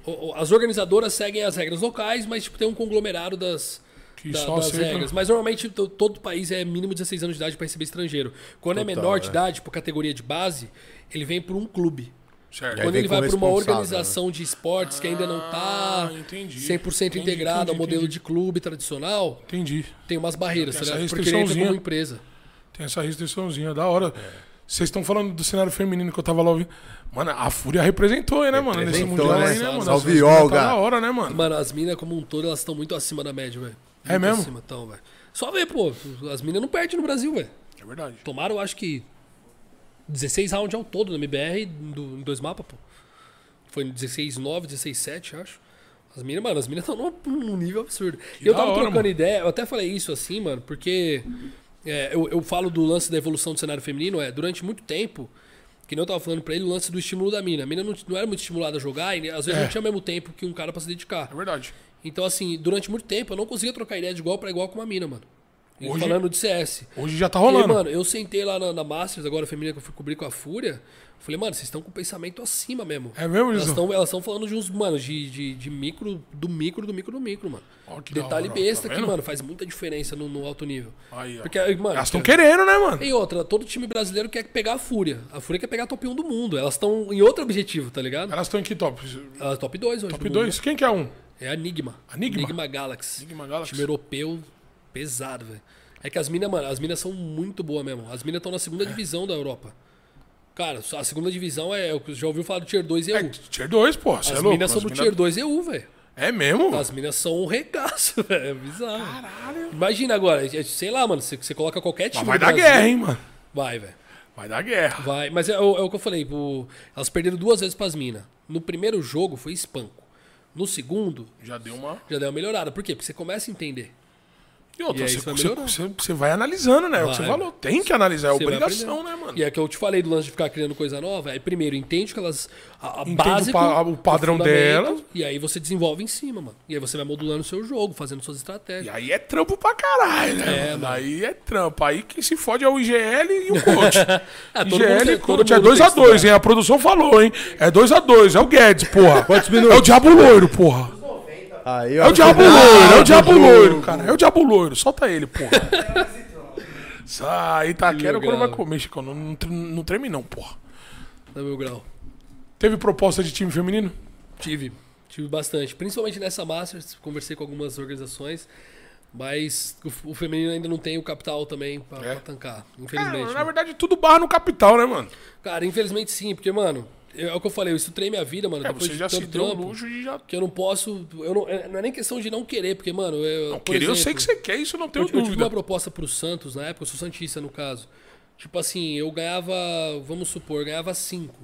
[SPEAKER 3] o- o- As organizadoras seguem as regras locais, mas tipo, tem um conglomerado das,
[SPEAKER 2] Que
[SPEAKER 3] da-
[SPEAKER 2] só
[SPEAKER 3] das
[SPEAKER 2] aceita.
[SPEAKER 3] regras. Mas normalmente to- todo país é mínimo 16 anos de idade para receber estrangeiro. Quando é menor de idade, por categoria de base, ele vem por um clube.
[SPEAKER 1] Aí
[SPEAKER 2] Certo.
[SPEAKER 3] Quando
[SPEAKER 1] vem
[SPEAKER 3] ele
[SPEAKER 1] com
[SPEAKER 3] vai para uma
[SPEAKER 1] responsável, né?
[SPEAKER 3] organização de esportes que ainda não tá
[SPEAKER 2] Ah, entendi.
[SPEAKER 3] 100%
[SPEAKER 2] Entendi,
[SPEAKER 3] integrada ao
[SPEAKER 2] entendi,
[SPEAKER 3] modelo
[SPEAKER 2] entendi.
[SPEAKER 3] de clube tradicional,
[SPEAKER 2] Entendi.
[SPEAKER 3] tem umas barreiras,
[SPEAKER 2] Tem
[SPEAKER 3] tá
[SPEAKER 2] essa
[SPEAKER 3] ligado? porque ele entra
[SPEAKER 2] restriçãozinha.
[SPEAKER 3] como empresa.
[SPEAKER 2] Tem essa restriçãozinha, da hora. Vocês estão falando do cenário feminino que eu tava lá ouvindo. Mano, a Fúria representou, hein, né, mano? Nesse
[SPEAKER 1] Representou,
[SPEAKER 2] mundial
[SPEAKER 1] né?
[SPEAKER 2] aí, né, mano?
[SPEAKER 1] Salve,
[SPEAKER 2] As minas
[SPEAKER 1] Olga.
[SPEAKER 2] Tá da hora, né, mano?
[SPEAKER 3] Mano, as minas como um todo, elas estão muito acima da média, velho.
[SPEAKER 2] É
[SPEAKER 3] Muito
[SPEAKER 2] mesmo?
[SPEAKER 3] Acima, tão, velho. Só ver, pô, as minas não perdem no Brasil, velho.
[SPEAKER 2] É verdade.
[SPEAKER 3] Tomaram, acho que 16 rounds ao todo no MBR do- em dois mapas, pô. Foi no 16-9, 16-7, acho. As minas, mano, as minas estão num, num nível absurdo. E eu
[SPEAKER 2] da
[SPEAKER 3] tava
[SPEAKER 2] hora,
[SPEAKER 3] trocando
[SPEAKER 2] mano.
[SPEAKER 3] ideia, eu até falei isso assim, mano, porque é, eu, eu falo do lance da evolução do cenário feminino, é, durante muito tempo, que nem eu tava falando pra ele, o lance do estímulo da mina. A mina não, não era muito estimulada a jogar e às vezes
[SPEAKER 2] É.
[SPEAKER 3] não tinha o mesmo tempo que um cara pra se dedicar.
[SPEAKER 2] É verdade.
[SPEAKER 3] Então, assim, durante muito tempo eu não conseguia trocar ideia de igual pra igual com uma mina, mano. E
[SPEAKER 2] Hoje-
[SPEAKER 3] Falando de CS.
[SPEAKER 2] Hoje já tá
[SPEAKER 3] E aí,
[SPEAKER 2] rolando.
[SPEAKER 3] mano, eu sentei lá na, na Masters, agora a feminina que eu fui cobrir com a Fúria. Falei, mano, vocês estão com o pensamento acima mesmo.
[SPEAKER 2] É mesmo,
[SPEAKER 3] Elas
[SPEAKER 2] Gilson?
[SPEAKER 3] estão elas tão falando de uns, mano, de, de, de micro, do micro, do micro, do micro, mano.
[SPEAKER 2] Ó, que da
[SPEAKER 3] Detalhe
[SPEAKER 2] hora,
[SPEAKER 3] besta
[SPEAKER 2] tá
[SPEAKER 3] que,
[SPEAKER 2] vendo?
[SPEAKER 3] mano, faz muita diferença no, no alto nível.
[SPEAKER 2] Aí, ó.
[SPEAKER 3] Porque, aí, mano.
[SPEAKER 2] Elas estão
[SPEAKER 3] cara,
[SPEAKER 2] querendo, né, mano?
[SPEAKER 3] E outra, todo time brasileiro quer pegar a Fúria. A Fúria quer pegar a top 1 do mundo. Elas estão em outro objetivo, tá ligado?
[SPEAKER 2] Elas estão em que top?
[SPEAKER 3] Elas top 2 hoje.
[SPEAKER 2] Top
[SPEAKER 3] do mundo,
[SPEAKER 2] 2? Quem que é um?
[SPEAKER 3] é a Enigma.
[SPEAKER 2] A Enigma?
[SPEAKER 3] Galaxy.
[SPEAKER 2] Enigma Galaxy.
[SPEAKER 3] Time europeu pesado, velho. É que as minas, mano, as minas são muito boas mesmo. As minas estão na
[SPEAKER 2] É.
[SPEAKER 3] segunda divisão da Europa. Cara, a segunda divisão é. Já ouviu falar do Tier 2 EU?
[SPEAKER 2] É, tier 2, pô. Cê é
[SPEAKER 3] as
[SPEAKER 2] louco.
[SPEAKER 3] minas são
[SPEAKER 2] As
[SPEAKER 3] do
[SPEAKER 2] mina-
[SPEAKER 3] Tier 2 EU, velho.
[SPEAKER 2] É mesmo?
[SPEAKER 3] As minas são um regaço, velho. É bizarro. Caralho. Imagina agora, é, sei lá, mano, você, você coloca qualquer time.
[SPEAKER 2] Mas vai
[SPEAKER 3] do
[SPEAKER 2] dar
[SPEAKER 3] Brasil-
[SPEAKER 2] guerra, hein, mano?
[SPEAKER 3] Vai, velho.
[SPEAKER 2] Vai dar guerra.
[SPEAKER 3] Vai, mas é, o é o que eu falei, o- elas perderam duas vezes pras minas. No primeiro jogo foi espanco. No segundo,
[SPEAKER 2] Já deu uma.
[SPEAKER 3] já deu uma melhorada. Por quê? Porque você começa a entender.
[SPEAKER 2] E outra,
[SPEAKER 3] E aí
[SPEAKER 2] você,
[SPEAKER 3] isso vai
[SPEAKER 2] você-
[SPEAKER 3] melhorar.
[SPEAKER 2] você- você vai analisando, né? É o que você
[SPEAKER 3] Vai.
[SPEAKER 2] falou. Tem que analisar, é
[SPEAKER 3] Você vai
[SPEAKER 2] obrigação, né,
[SPEAKER 3] aprendendo.
[SPEAKER 2] mano?
[SPEAKER 3] E é que eu te falei do lance de ficar criando coisa nova. É primeiro, entende que elas. A, a
[SPEAKER 2] Entende
[SPEAKER 3] básico,
[SPEAKER 2] o pa- o padrão
[SPEAKER 3] fundamento,
[SPEAKER 2] delas.
[SPEAKER 3] E aí você desenvolve em cima, mano. E aí você vai modulando o seu jogo, fazendo suas
[SPEAKER 2] E
[SPEAKER 3] estratégias.
[SPEAKER 2] aí é trampo pra caralho, né?
[SPEAKER 3] É,
[SPEAKER 2] mano?
[SPEAKER 3] mano.
[SPEAKER 2] Aí é trampo. Aí quem se fode é o IGL e o coach.
[SPEAKER 3] Ah, todo mundo
[SPEAKER 2] IGL
[SPEAKER 3] tem-
[SPEAKER 2] e
[SPEAKER 3] todo
[SPEAKER 2] coach. É
[SPEAKER 3] mundo tem que
[SPEAKER 2] 2x2,
[SPEAKER 3] estudar.
[SPEAKER 2] hein? A produção falou, hein? É 2x2. É o Guedes, porra.
[SPEAKER 1] Quantos minutos?
[SPEAKER 2] É o Diabo Loiro, porra.
[SPEAKER 1] Aí,
[SPEAKER 2] É o Diabo Loiro, é o Diabo Loiro, cara. É o Diabo Loiro. Solta ele, porra. Sai, Itaquera
[SPEAKER 3] legal.
[SPEAKER 2] quando vai comer, Chico. Não, não, tre- não treme não, porra.
[SPEAKER 3] No né, meu grau.
[SPEAKER 2] Teve proposta de time feminino?
[SPEAKER 3] Tive. Tive bastante. Principalmente nessa Masters, conversei com algumas organizações. Mas o, f- o feminino ainda não tem o capital também pra,
[SPEAKER 2] É.
[SPEAKER 3] pra tancar,
[SPEAKER 2] Cara,
[SPEAKER 3] infelizmente.
[SPEAKER 2] Ah, na
[SPEAKER 3] né?
[SPEAKER 2] verdade, tudo barra no capital, né, mano?
[SPEAKER 3] Cara, infelizmente sim, porque, mano, eu- é o que eu falei, eu estudei minha vida, mano.
[SPEAKER 2] É,
[SPEAKER 3] depois
[SPEAKER 2] você
[SPEAKER 3] de
[SPEAKER 2] já se
[SPEAKER 3] tanto
[SPEAKER 2] deu o
[SPEAKER 3] trampo,
[SPEAKER 2] luxo e já...
[SPEAKER 3] Que eu não posso. Eu não, é- não é nem questão de não querer, porque, mano. Eu,
[SPEAKER 2] Não,
[SPEAKER 3] por
[SPEAKER 2] querer, eu sei
[SPEAKER 3] exemplo,
[SPEAKER 2] que você quer, isso eu não
[SPEAKER 3] Eu,
[SPEAKER 2] tenho
[SPEAKER 3] eu tive
[SPEAKER 2] dúvida.
[SPEAKER 3] uma proposta pro Santos na época, eu sou Santista no caso. Tipo assim, eu ganhava, vamos supor, ganhava 5.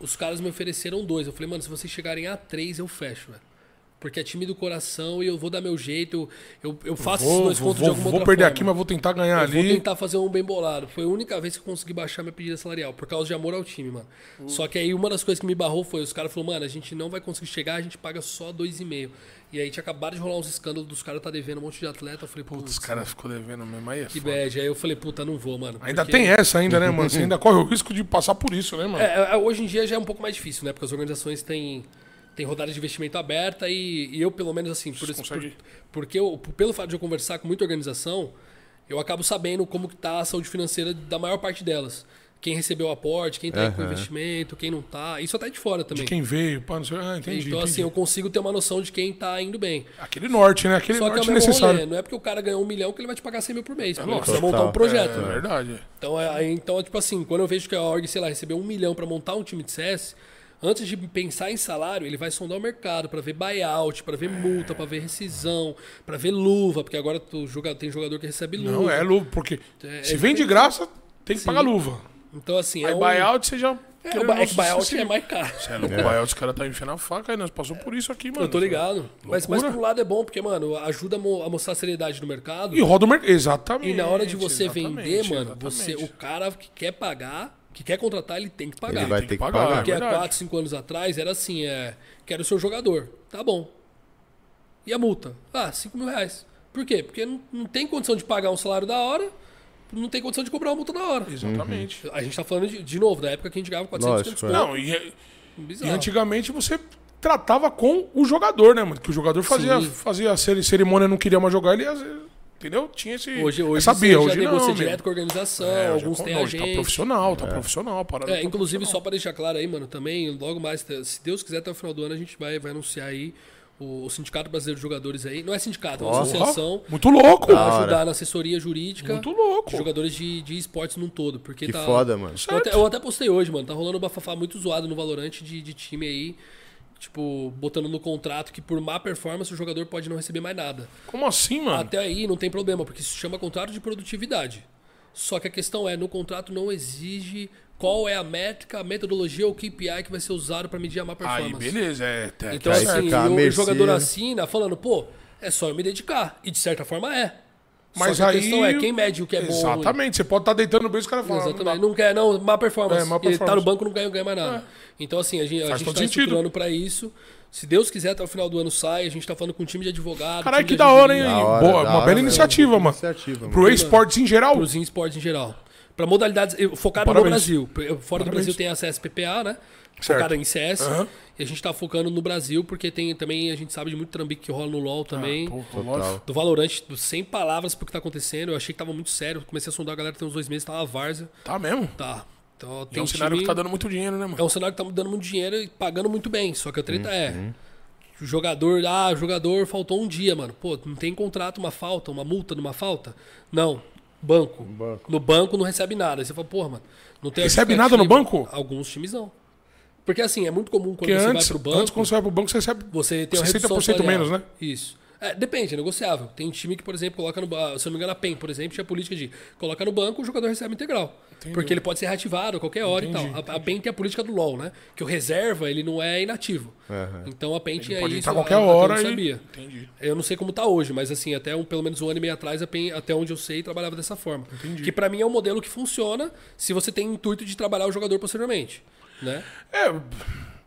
[SPEAKER 3] Os caras me ofereceram dois. Eu falei, mano, se vocês chegarem a 3, eu fecho, velho. Porque é time do coração e eu vou dar meu jeito, eu, eu, eu faço esses
[SPEAKER 2] Vou,
[SPEAKER 3] dois
[SPEAKER 2] vou,
[SPEAKER 3] contos de
[SPEAKER 2] vou,
[SPEAKER 3] alguma
[SPEAKER 2] vou
[SPEAKER 3] outra
[SPEAKER 2] perder
[SPEAKER 3] forma.
[SPEAKER 2] aqui, mas vou tentar ganhar
[SPEAKER 3] Eu vou
[SPEAKER 2] ali.
[SPEAKER 3] tentar fazer um bem bolado. Foi a única vez que eu consegui baixar minha pedida salarial, por causa de amor ao time, mano.
[SPEAKER 2] Hum.
[SPEAKER 3] Só que aí uma das coisas que me barrou foi os caras falaram, mano, a gente não vai conseguir chegar, a gente paga só 2,5. E aí tinha acabado de rolar uns escândalos dos caras tá devendo um monte de atleta. Eu falei, putz,
[SPEAKER 2] Os caras ficou devendo mesmo, aí é
[SPEAKER 3] que
[SPEAKER 2] foda.
[SPEAKER 3] bad. Aí eu falei, puta, não vou, mano.
[SPEAKER 2] Ainda
[SPEAKER 3] porque-
[SPEAKER 2] tem essa ainda, né, mano? Você ainda corre o risco de passar por isso, né, mano?
[SPEAKER 3] É, é, hoje em dia já é um pouco mais difícil, né? Porque as organizações têm, têm rodada de investimento aberta e, e eu, pelo menos, assim, por, esse, por,
[SPEAKER 2] consegue-
[SPEAKER 3] porque eu, pelo fato de eu conversar com muita organização, eu acabo sabendo como que tá a saúde financeira da maior parte delas. Quem recebeu o aporte, quem tá aí com o investimento, quem não tá. Isso até de fora também.
[SPEAKER 2] De quem veio, pá, não sei. Ah, entendi.
[SPEAKER 3] então, assim,
[SPEAKER 2] entendi.
[SPEAKER 3] eu consigo ter uma noção de quem tá indo bem.
[SPEAKER 2] Aquele norte, né? Aquele
[SPEAKER 3] Só que é o
[SPEAKER 2] norte
[SPEAKER 3] mesmo rolê.
[SPEAKER 2] necessário.
[SPEAKER 3] Não é porque o cara ganhou um milhão que ele vai te pagar 100 mil por mês. pô. Ele
[SPEAKER 2] lógico.
[SPEAKER 3] precisa montar
[SPEAKER 1] Total.
[SPEAKER 3] um projeto.
[SPEAKER 2] É
[SPEAKER 3] né?
[SPEAKER 2] verdade.
[SPEAKER 3] Então, é, aí, então, é tipo assim, quando eu vejo que a org, sei lá, recebeu um milhão pra montar um time de CS, antes de pensar em salário, ele vai sondar o mercado pra ver buyout, pra ver multa, pra ver rescisão, pra ver luva, porque agora tu joga, tem jogador que recebe luva.
[SPEAKER 2] Não, é luva, porque
[SPEAKER 3] É,
[SPEAKER 2] se
[SPEAKER 3] é-
[SPEAKER 2] vem de graça, tem que pagar luva.
[SPEAKER 3] Então, assim,
[SPEAKER 2] Aí
[SPEAKER 3] é um...
[SPEAKER 2] buyout, você já.
[SPEAKER 3] É, o bu- é que buyout é mais caro.
[SPEAKER 2] É louco, o buyout, os caras tá enfiando a faca, aí nós passou por isso aqui, mano. é
[SPEAKER 3] Eu tô ligado. Mas, mas
[SPEAKER 2] Loucura.
[SPEAKER 3] por um lado é bom, porque, mano, ajuda a mo- a mostrar a seriedade no mercado.
[SPEAKER 2] E roda o mercado. Exatamente.
[SPEAKER 3] E na hora de você
[SPEAKER 2] exatamente,
[SPEAKER 3] vender, mano,
[SPEAKER 2] exatamente.
[SPEAKER 3] você, o cara que quer pagar, que quer contratar, ele tem que pagar.
[SPEAKER 1] Ele vai
[SPEAKER 2] tem que
[SPEAKER 1] ter que
[SPEAKER 2] pagar, é
[SPEAKER 1] pagar.
[SPEAKER 3] Porque há
[SPEAKER 2] verdade.
[SPEAKER 3] 4, 5 anos atrás era assim, é. Quero ser o jogador. Tá bom. E a multa? Ah, 5 mil reais. Por quê? Porque não, não tem condição de pagar um salário da hora, não tem condição de cobrar uma multa da hora.
[SPEAKER 2] Exatamente.
[SPEAKER 1] Uhum.
[SPEAKER 3] A gente tá falando, de, de novo, da época que a gente ganhava 400
[SPEAKER 1] Lógico, é.
[SPEAKER 3] conto.
[SPEAKER 2] Não, e, e
[SPEAKER 3] Bizarro.
[SPEAKER 2] antigamente você tratava com o jogador, né, mano? Que o jogador fazia,
[SPEAKER 3] Sim.
[SPEAKER 2] fazia a cere- cerimônia, não queria mais jogar, ele às vezes, entendeu? Tinha esse.
[SPEAKER 3] Hoje, hoje
[SPEAKER 2] sabia,
[SPEAKER 3] você
[SPEAKER 2] hoje
[SPEAKER 3] já
[SPEAKER 2] não,
[SPEAKER 3] negocia
[SPEAKER 2] meu.
[SPEAKER 3] direto com a organização,
[SPEAKER 2] É, hoje é
[SPEAKER 3] alguns
[SPEAKER 2] con-
[SPEAKER 3] têm
[SPEAKER 2] não, hoje tá
[SPEAKER 3] agente.
[SPEAKER 2] profissional, tá profissional, a parada.
[SPEAKER 3] É,
[SPEAKER 2] tá
[SPEAKER 3] inclusive,
[SPEAKER 2] profissional.
[SPEAKER 3] só pra deixar claro aí, mano, também, logo mais, se Deus quiser, até o final do ano, a gente vai, vai anunciar aí o, o Sindicato Brasileiro de Jogadores aí. Não é sindicato, é uma associação.
[SPEAKER 2] Porra, Muito louco!
[SPEAKER 3] Pra
[SPEAKER 1] hora.
[SPEAKER 3] ajudar na assessoria jurídica
[SPEAKER 2] Muito louco.
[SPEAKER 3] de jogadores de, de esportes num todo. Porque
[SPEAKER 1] Que
[SPEAKER 3] tá,
[SPEAKER 1] foda, mano.
[SPEAKER 3] Eu até, eu até postei hoje, mano. Tá rolando um bafafá muito zoado no Valorante de, de time aí. Tipo, botando no contrato que por má performance o jogador pode não receber mais nada.
[SPEAKER 2] Como assim, mano?
[SPEAKER 3] Até aí não tem problema, porque isso chama contrato de produtividade. Só que a questão é, no contrato não exige qual é a métrica, a metodologia ou KPI que vai ser usado pra medir a má
[SPEAKER 2] Aí,
[SPEAKER 3] performance.
[SPEAKER 2] beleza, é. até
[SPEAKER 3] Então,
[SPEAKER 2] que-
[SPEAKER 1] Aí
[SPEAKER 3] assim,
[SPEAKER 1] fica à
[SPEAKER 3] o
[SPEAKER 1] mercê,
[SPEAKER 3] jogador
[SPEAKER 1] né?
[SPEAKER 3] assina falando, pô, é só eu me dedicar. E de certa forma é.
[SPEAKER 2] Mas
[SPEAKER 3] só que
[SPEAKER 2] aí-
[SPEAKER 3] a questão é quem mede o que é bom. ou ruim.
[SPEAKER 2] Exatamente, você pode estar deitando bem e os caras falam. ah, não dá.
[SPEAKER 3] Exatamente. Não quer, não, má performance.
[SPEAKER 2] É, má
[SPEAKER 3] Ele tá no
[SPEAKER 2] performance. É.
[SPEAKER 3] banco, não ganha, não ganha mais nada. Então, assim, a gente, a
[SPEAKER 2] Faz
[SPEAKER 3] gente
[SPEAKER 2] todo
[SPEAKER 3] tá
[SPEAKER 2] sentido.
[SPEAKER 3] estruturando pra isso. Se Deus quiser, até o final do ano sai. A gente tá falando com um time de advogado.
[SPEAKER 2] Caralho,
[SPEAKER 3] time
[SPEAKER 2] que
[SPEAKER 3] de
[SPEAKER 2] da hora, hein?
[SPEAKER 3] advogado,
[SPEAKER 1] Da hora,
[SPEAKER 2] Boa,
[SPEAKER 1] da
[SPEAKER 2] uma
[SPEAKER 1] hora
[SPEAKER 2] bela
[SPEAKER 1] mesmo.
[SPEAKER 2] iniciativa, mano.
[SPEAKER 1] Iniciativa, mano.
[SPEAKER 2] Pro esportes em geral.
[SPEAKER 3] Pros esportes em geral. Pra modalidades, eu- focado no
[SPEAKER 2] Parabéns.
[SPEAKER 3] Brasil. Fora do Brasil tem a CSPPA, né? Focada em CS.
[SPEAKER 2] Aham.
[SPEAKER 3] E a gente tá focando no Brasil, porque tem também, a gente sabe de muito trambique que rola no LoL também.
[SPEAKER 2] Porra,
[SPEAKER 1] Total.
[SPEAKER 2] lógico.
[SPEAKER 3] Do Valorante, do- sem palavras pro que tá acontecendo. Eu achei que tava muito sério. Comecei a sondar a galera tem uns dois meses, tava várzea.
[SPEAKER 2] Tá mesmo.
[SPEAKER 3] Tá. Então, tem
[SPEAKER 2] É um
[SPEAKER 3] time-
[SPEAKER 2] cenário que tá dando muito dinheiro, né,
[SPEAKER 3] É
[SPEAKER 2] mano?
[SPEAKER 3] um cenário que tá dando muito dinheiro e pagando muito bem. Só que a
[SPEAKER 2] Uhum.
[SPEAKER 3] treta é. O jogador, ah, o jogador faltou um dia, mano. Pô, não tem contrato, uma falta, uma multa numa falta? Não. Banco. No banco não recebe nada. Aí você fala, porra, mano, não tem
[SPEAKER 2] Recebe nada no
[SPEAKER 3] justificativa.
[SPEAKER 2] banco?
[SPEAKER 3] Alguns times não. Porque assim, é muito comum quando
[SPEAKER 2] Porque
[SPEAKER 3] você
[SPEAKER 2] antes,
[SPEAKER 3] vai pro banco.
[SPEAKER 2] antes, quando você vai pro banco, você recebe.
[SPEAKER 3] Você tem uma
[SPEAKER 2] 60%
[SPEAKER 3] redução salarial.
[SPEAKER 2] menos, né?
[SPEAKER 3] Isso. É, depende, é negociável. Tem time que, por exemplo, coloca no banco. Se eu não me engano, a PEN, por exemplo, tinha política de coloca no banco, o jogador recebe integral. Porque ele pode ser reativado a qualquer hora e tal. A, a PEN tem a política do LOL, né? Que o reserva, ele não é inativo. Então a PEN tinha
[SPEAKER 2] pode
[SPEAKER 3] isso.
[SPEAKER 2] entrar a qualquer
[SPEAKER 3] eu- eu
[SPEAKER 2] hora
[SPEAKER 3] não
[SPEAKER 2] e-
[SPEAKER 3] sabia.
[SPEAKER 2] Entendi.
[SPEAKER 3] Eu não sei como tá hoje, mas assim, até um, pelo menos um ano e meio atrás, a PEN, até onde eu sei, trabalhava dessa forma. Que pra mim é um modelo que funciona se você tem intuito de trabalhar o jogador posteriormente. Né?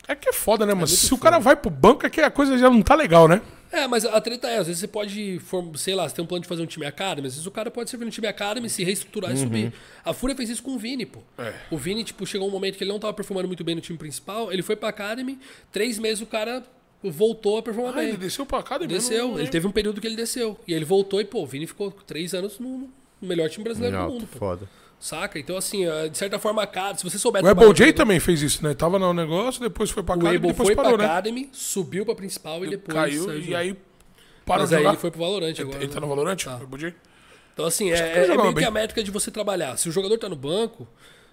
[SPEAKER 2] É, é que é foda, né, mano? Se o cara vai pro banco, é que a coisa já não tá legal, né?
[SPEAKER 3] É, mas a treta é, às vezes você pode, form- sei lá, você tem um plano de fazer um time academy, às vezes o cara pode servir no time academy, se reestruturar e subir. A Fúria fez isso com o Vini, pô.
[SPEAKER 2] É.
[SPEAKER 3] O Vini, tipo, chegou um momento que ele não tava performando muito bem no time principal, ele foi pra academy, três meses o cara voltou a performar
[SPEAKER 2] Ah,
[SPEAKER 3] bem.
[SPEAKER 2] ele é. desceu pra cá,
[SPEAKER 3] Desceu, ele teve um período que ele desceu. E ele voltou e, pô, o Vini ficou três anos no no melhor time brasileiro do
[SPEAKER 1] Alto,
[SPEAKER 3] mundo, pô.
[SPEAKER 1] tá foda.
[SPEAKER 3] Saca? Então, assim, é, de certa forma, a academy, se você souber...
[SPEAKER 2] O
[SPEAKER 3] trabalhar
[SPEAKER 2] Rebel J também fez isso, né? Tava no negócio, depois foi pra
[SPEAKER 3] O
[SPEAKER 2] cá e
[SPEAKER 3] Able
[SPEAKER 2] depois
[SPEAKER 3] foi
[SPEAKER 2] parou,
[SPEAKER 3] pra
[SPEAKER 2] né?
[SPEAKER 3] academy, subiu pra principal e depois
[SPEAKER 2] Caiu
[SPEAKER 3] saiu de
[SPEAKER 2] e
[SPEAKER 3] lá.
[SPEAKER 2] aí parou
[SPEAKER 3] Mas
[SPEAKER 2] de
[SPEAKER 3] aí
[SPEAKER 2] jogar.
[SPEAKER 3] ele foi pro Valorante agora.
[SPEAKER 2] Ele
[SPEAKER 3] né?
[SPEAKER 2] tá no Valorante?
[SPEAKER 3] Tá.
[SPEAKER 2] Rebel J?
[SPEAKER 3] Então, assim, é,
[SPEAKER 2] que ele
[SPEAKER 3] é
[SPEAKER 2] jogava
[SPEAKER 3] meio que
[SPEAKER 2] bem.
[SPEAKER 3] a métrica de você trabalhar. Se o jogador tá no banco,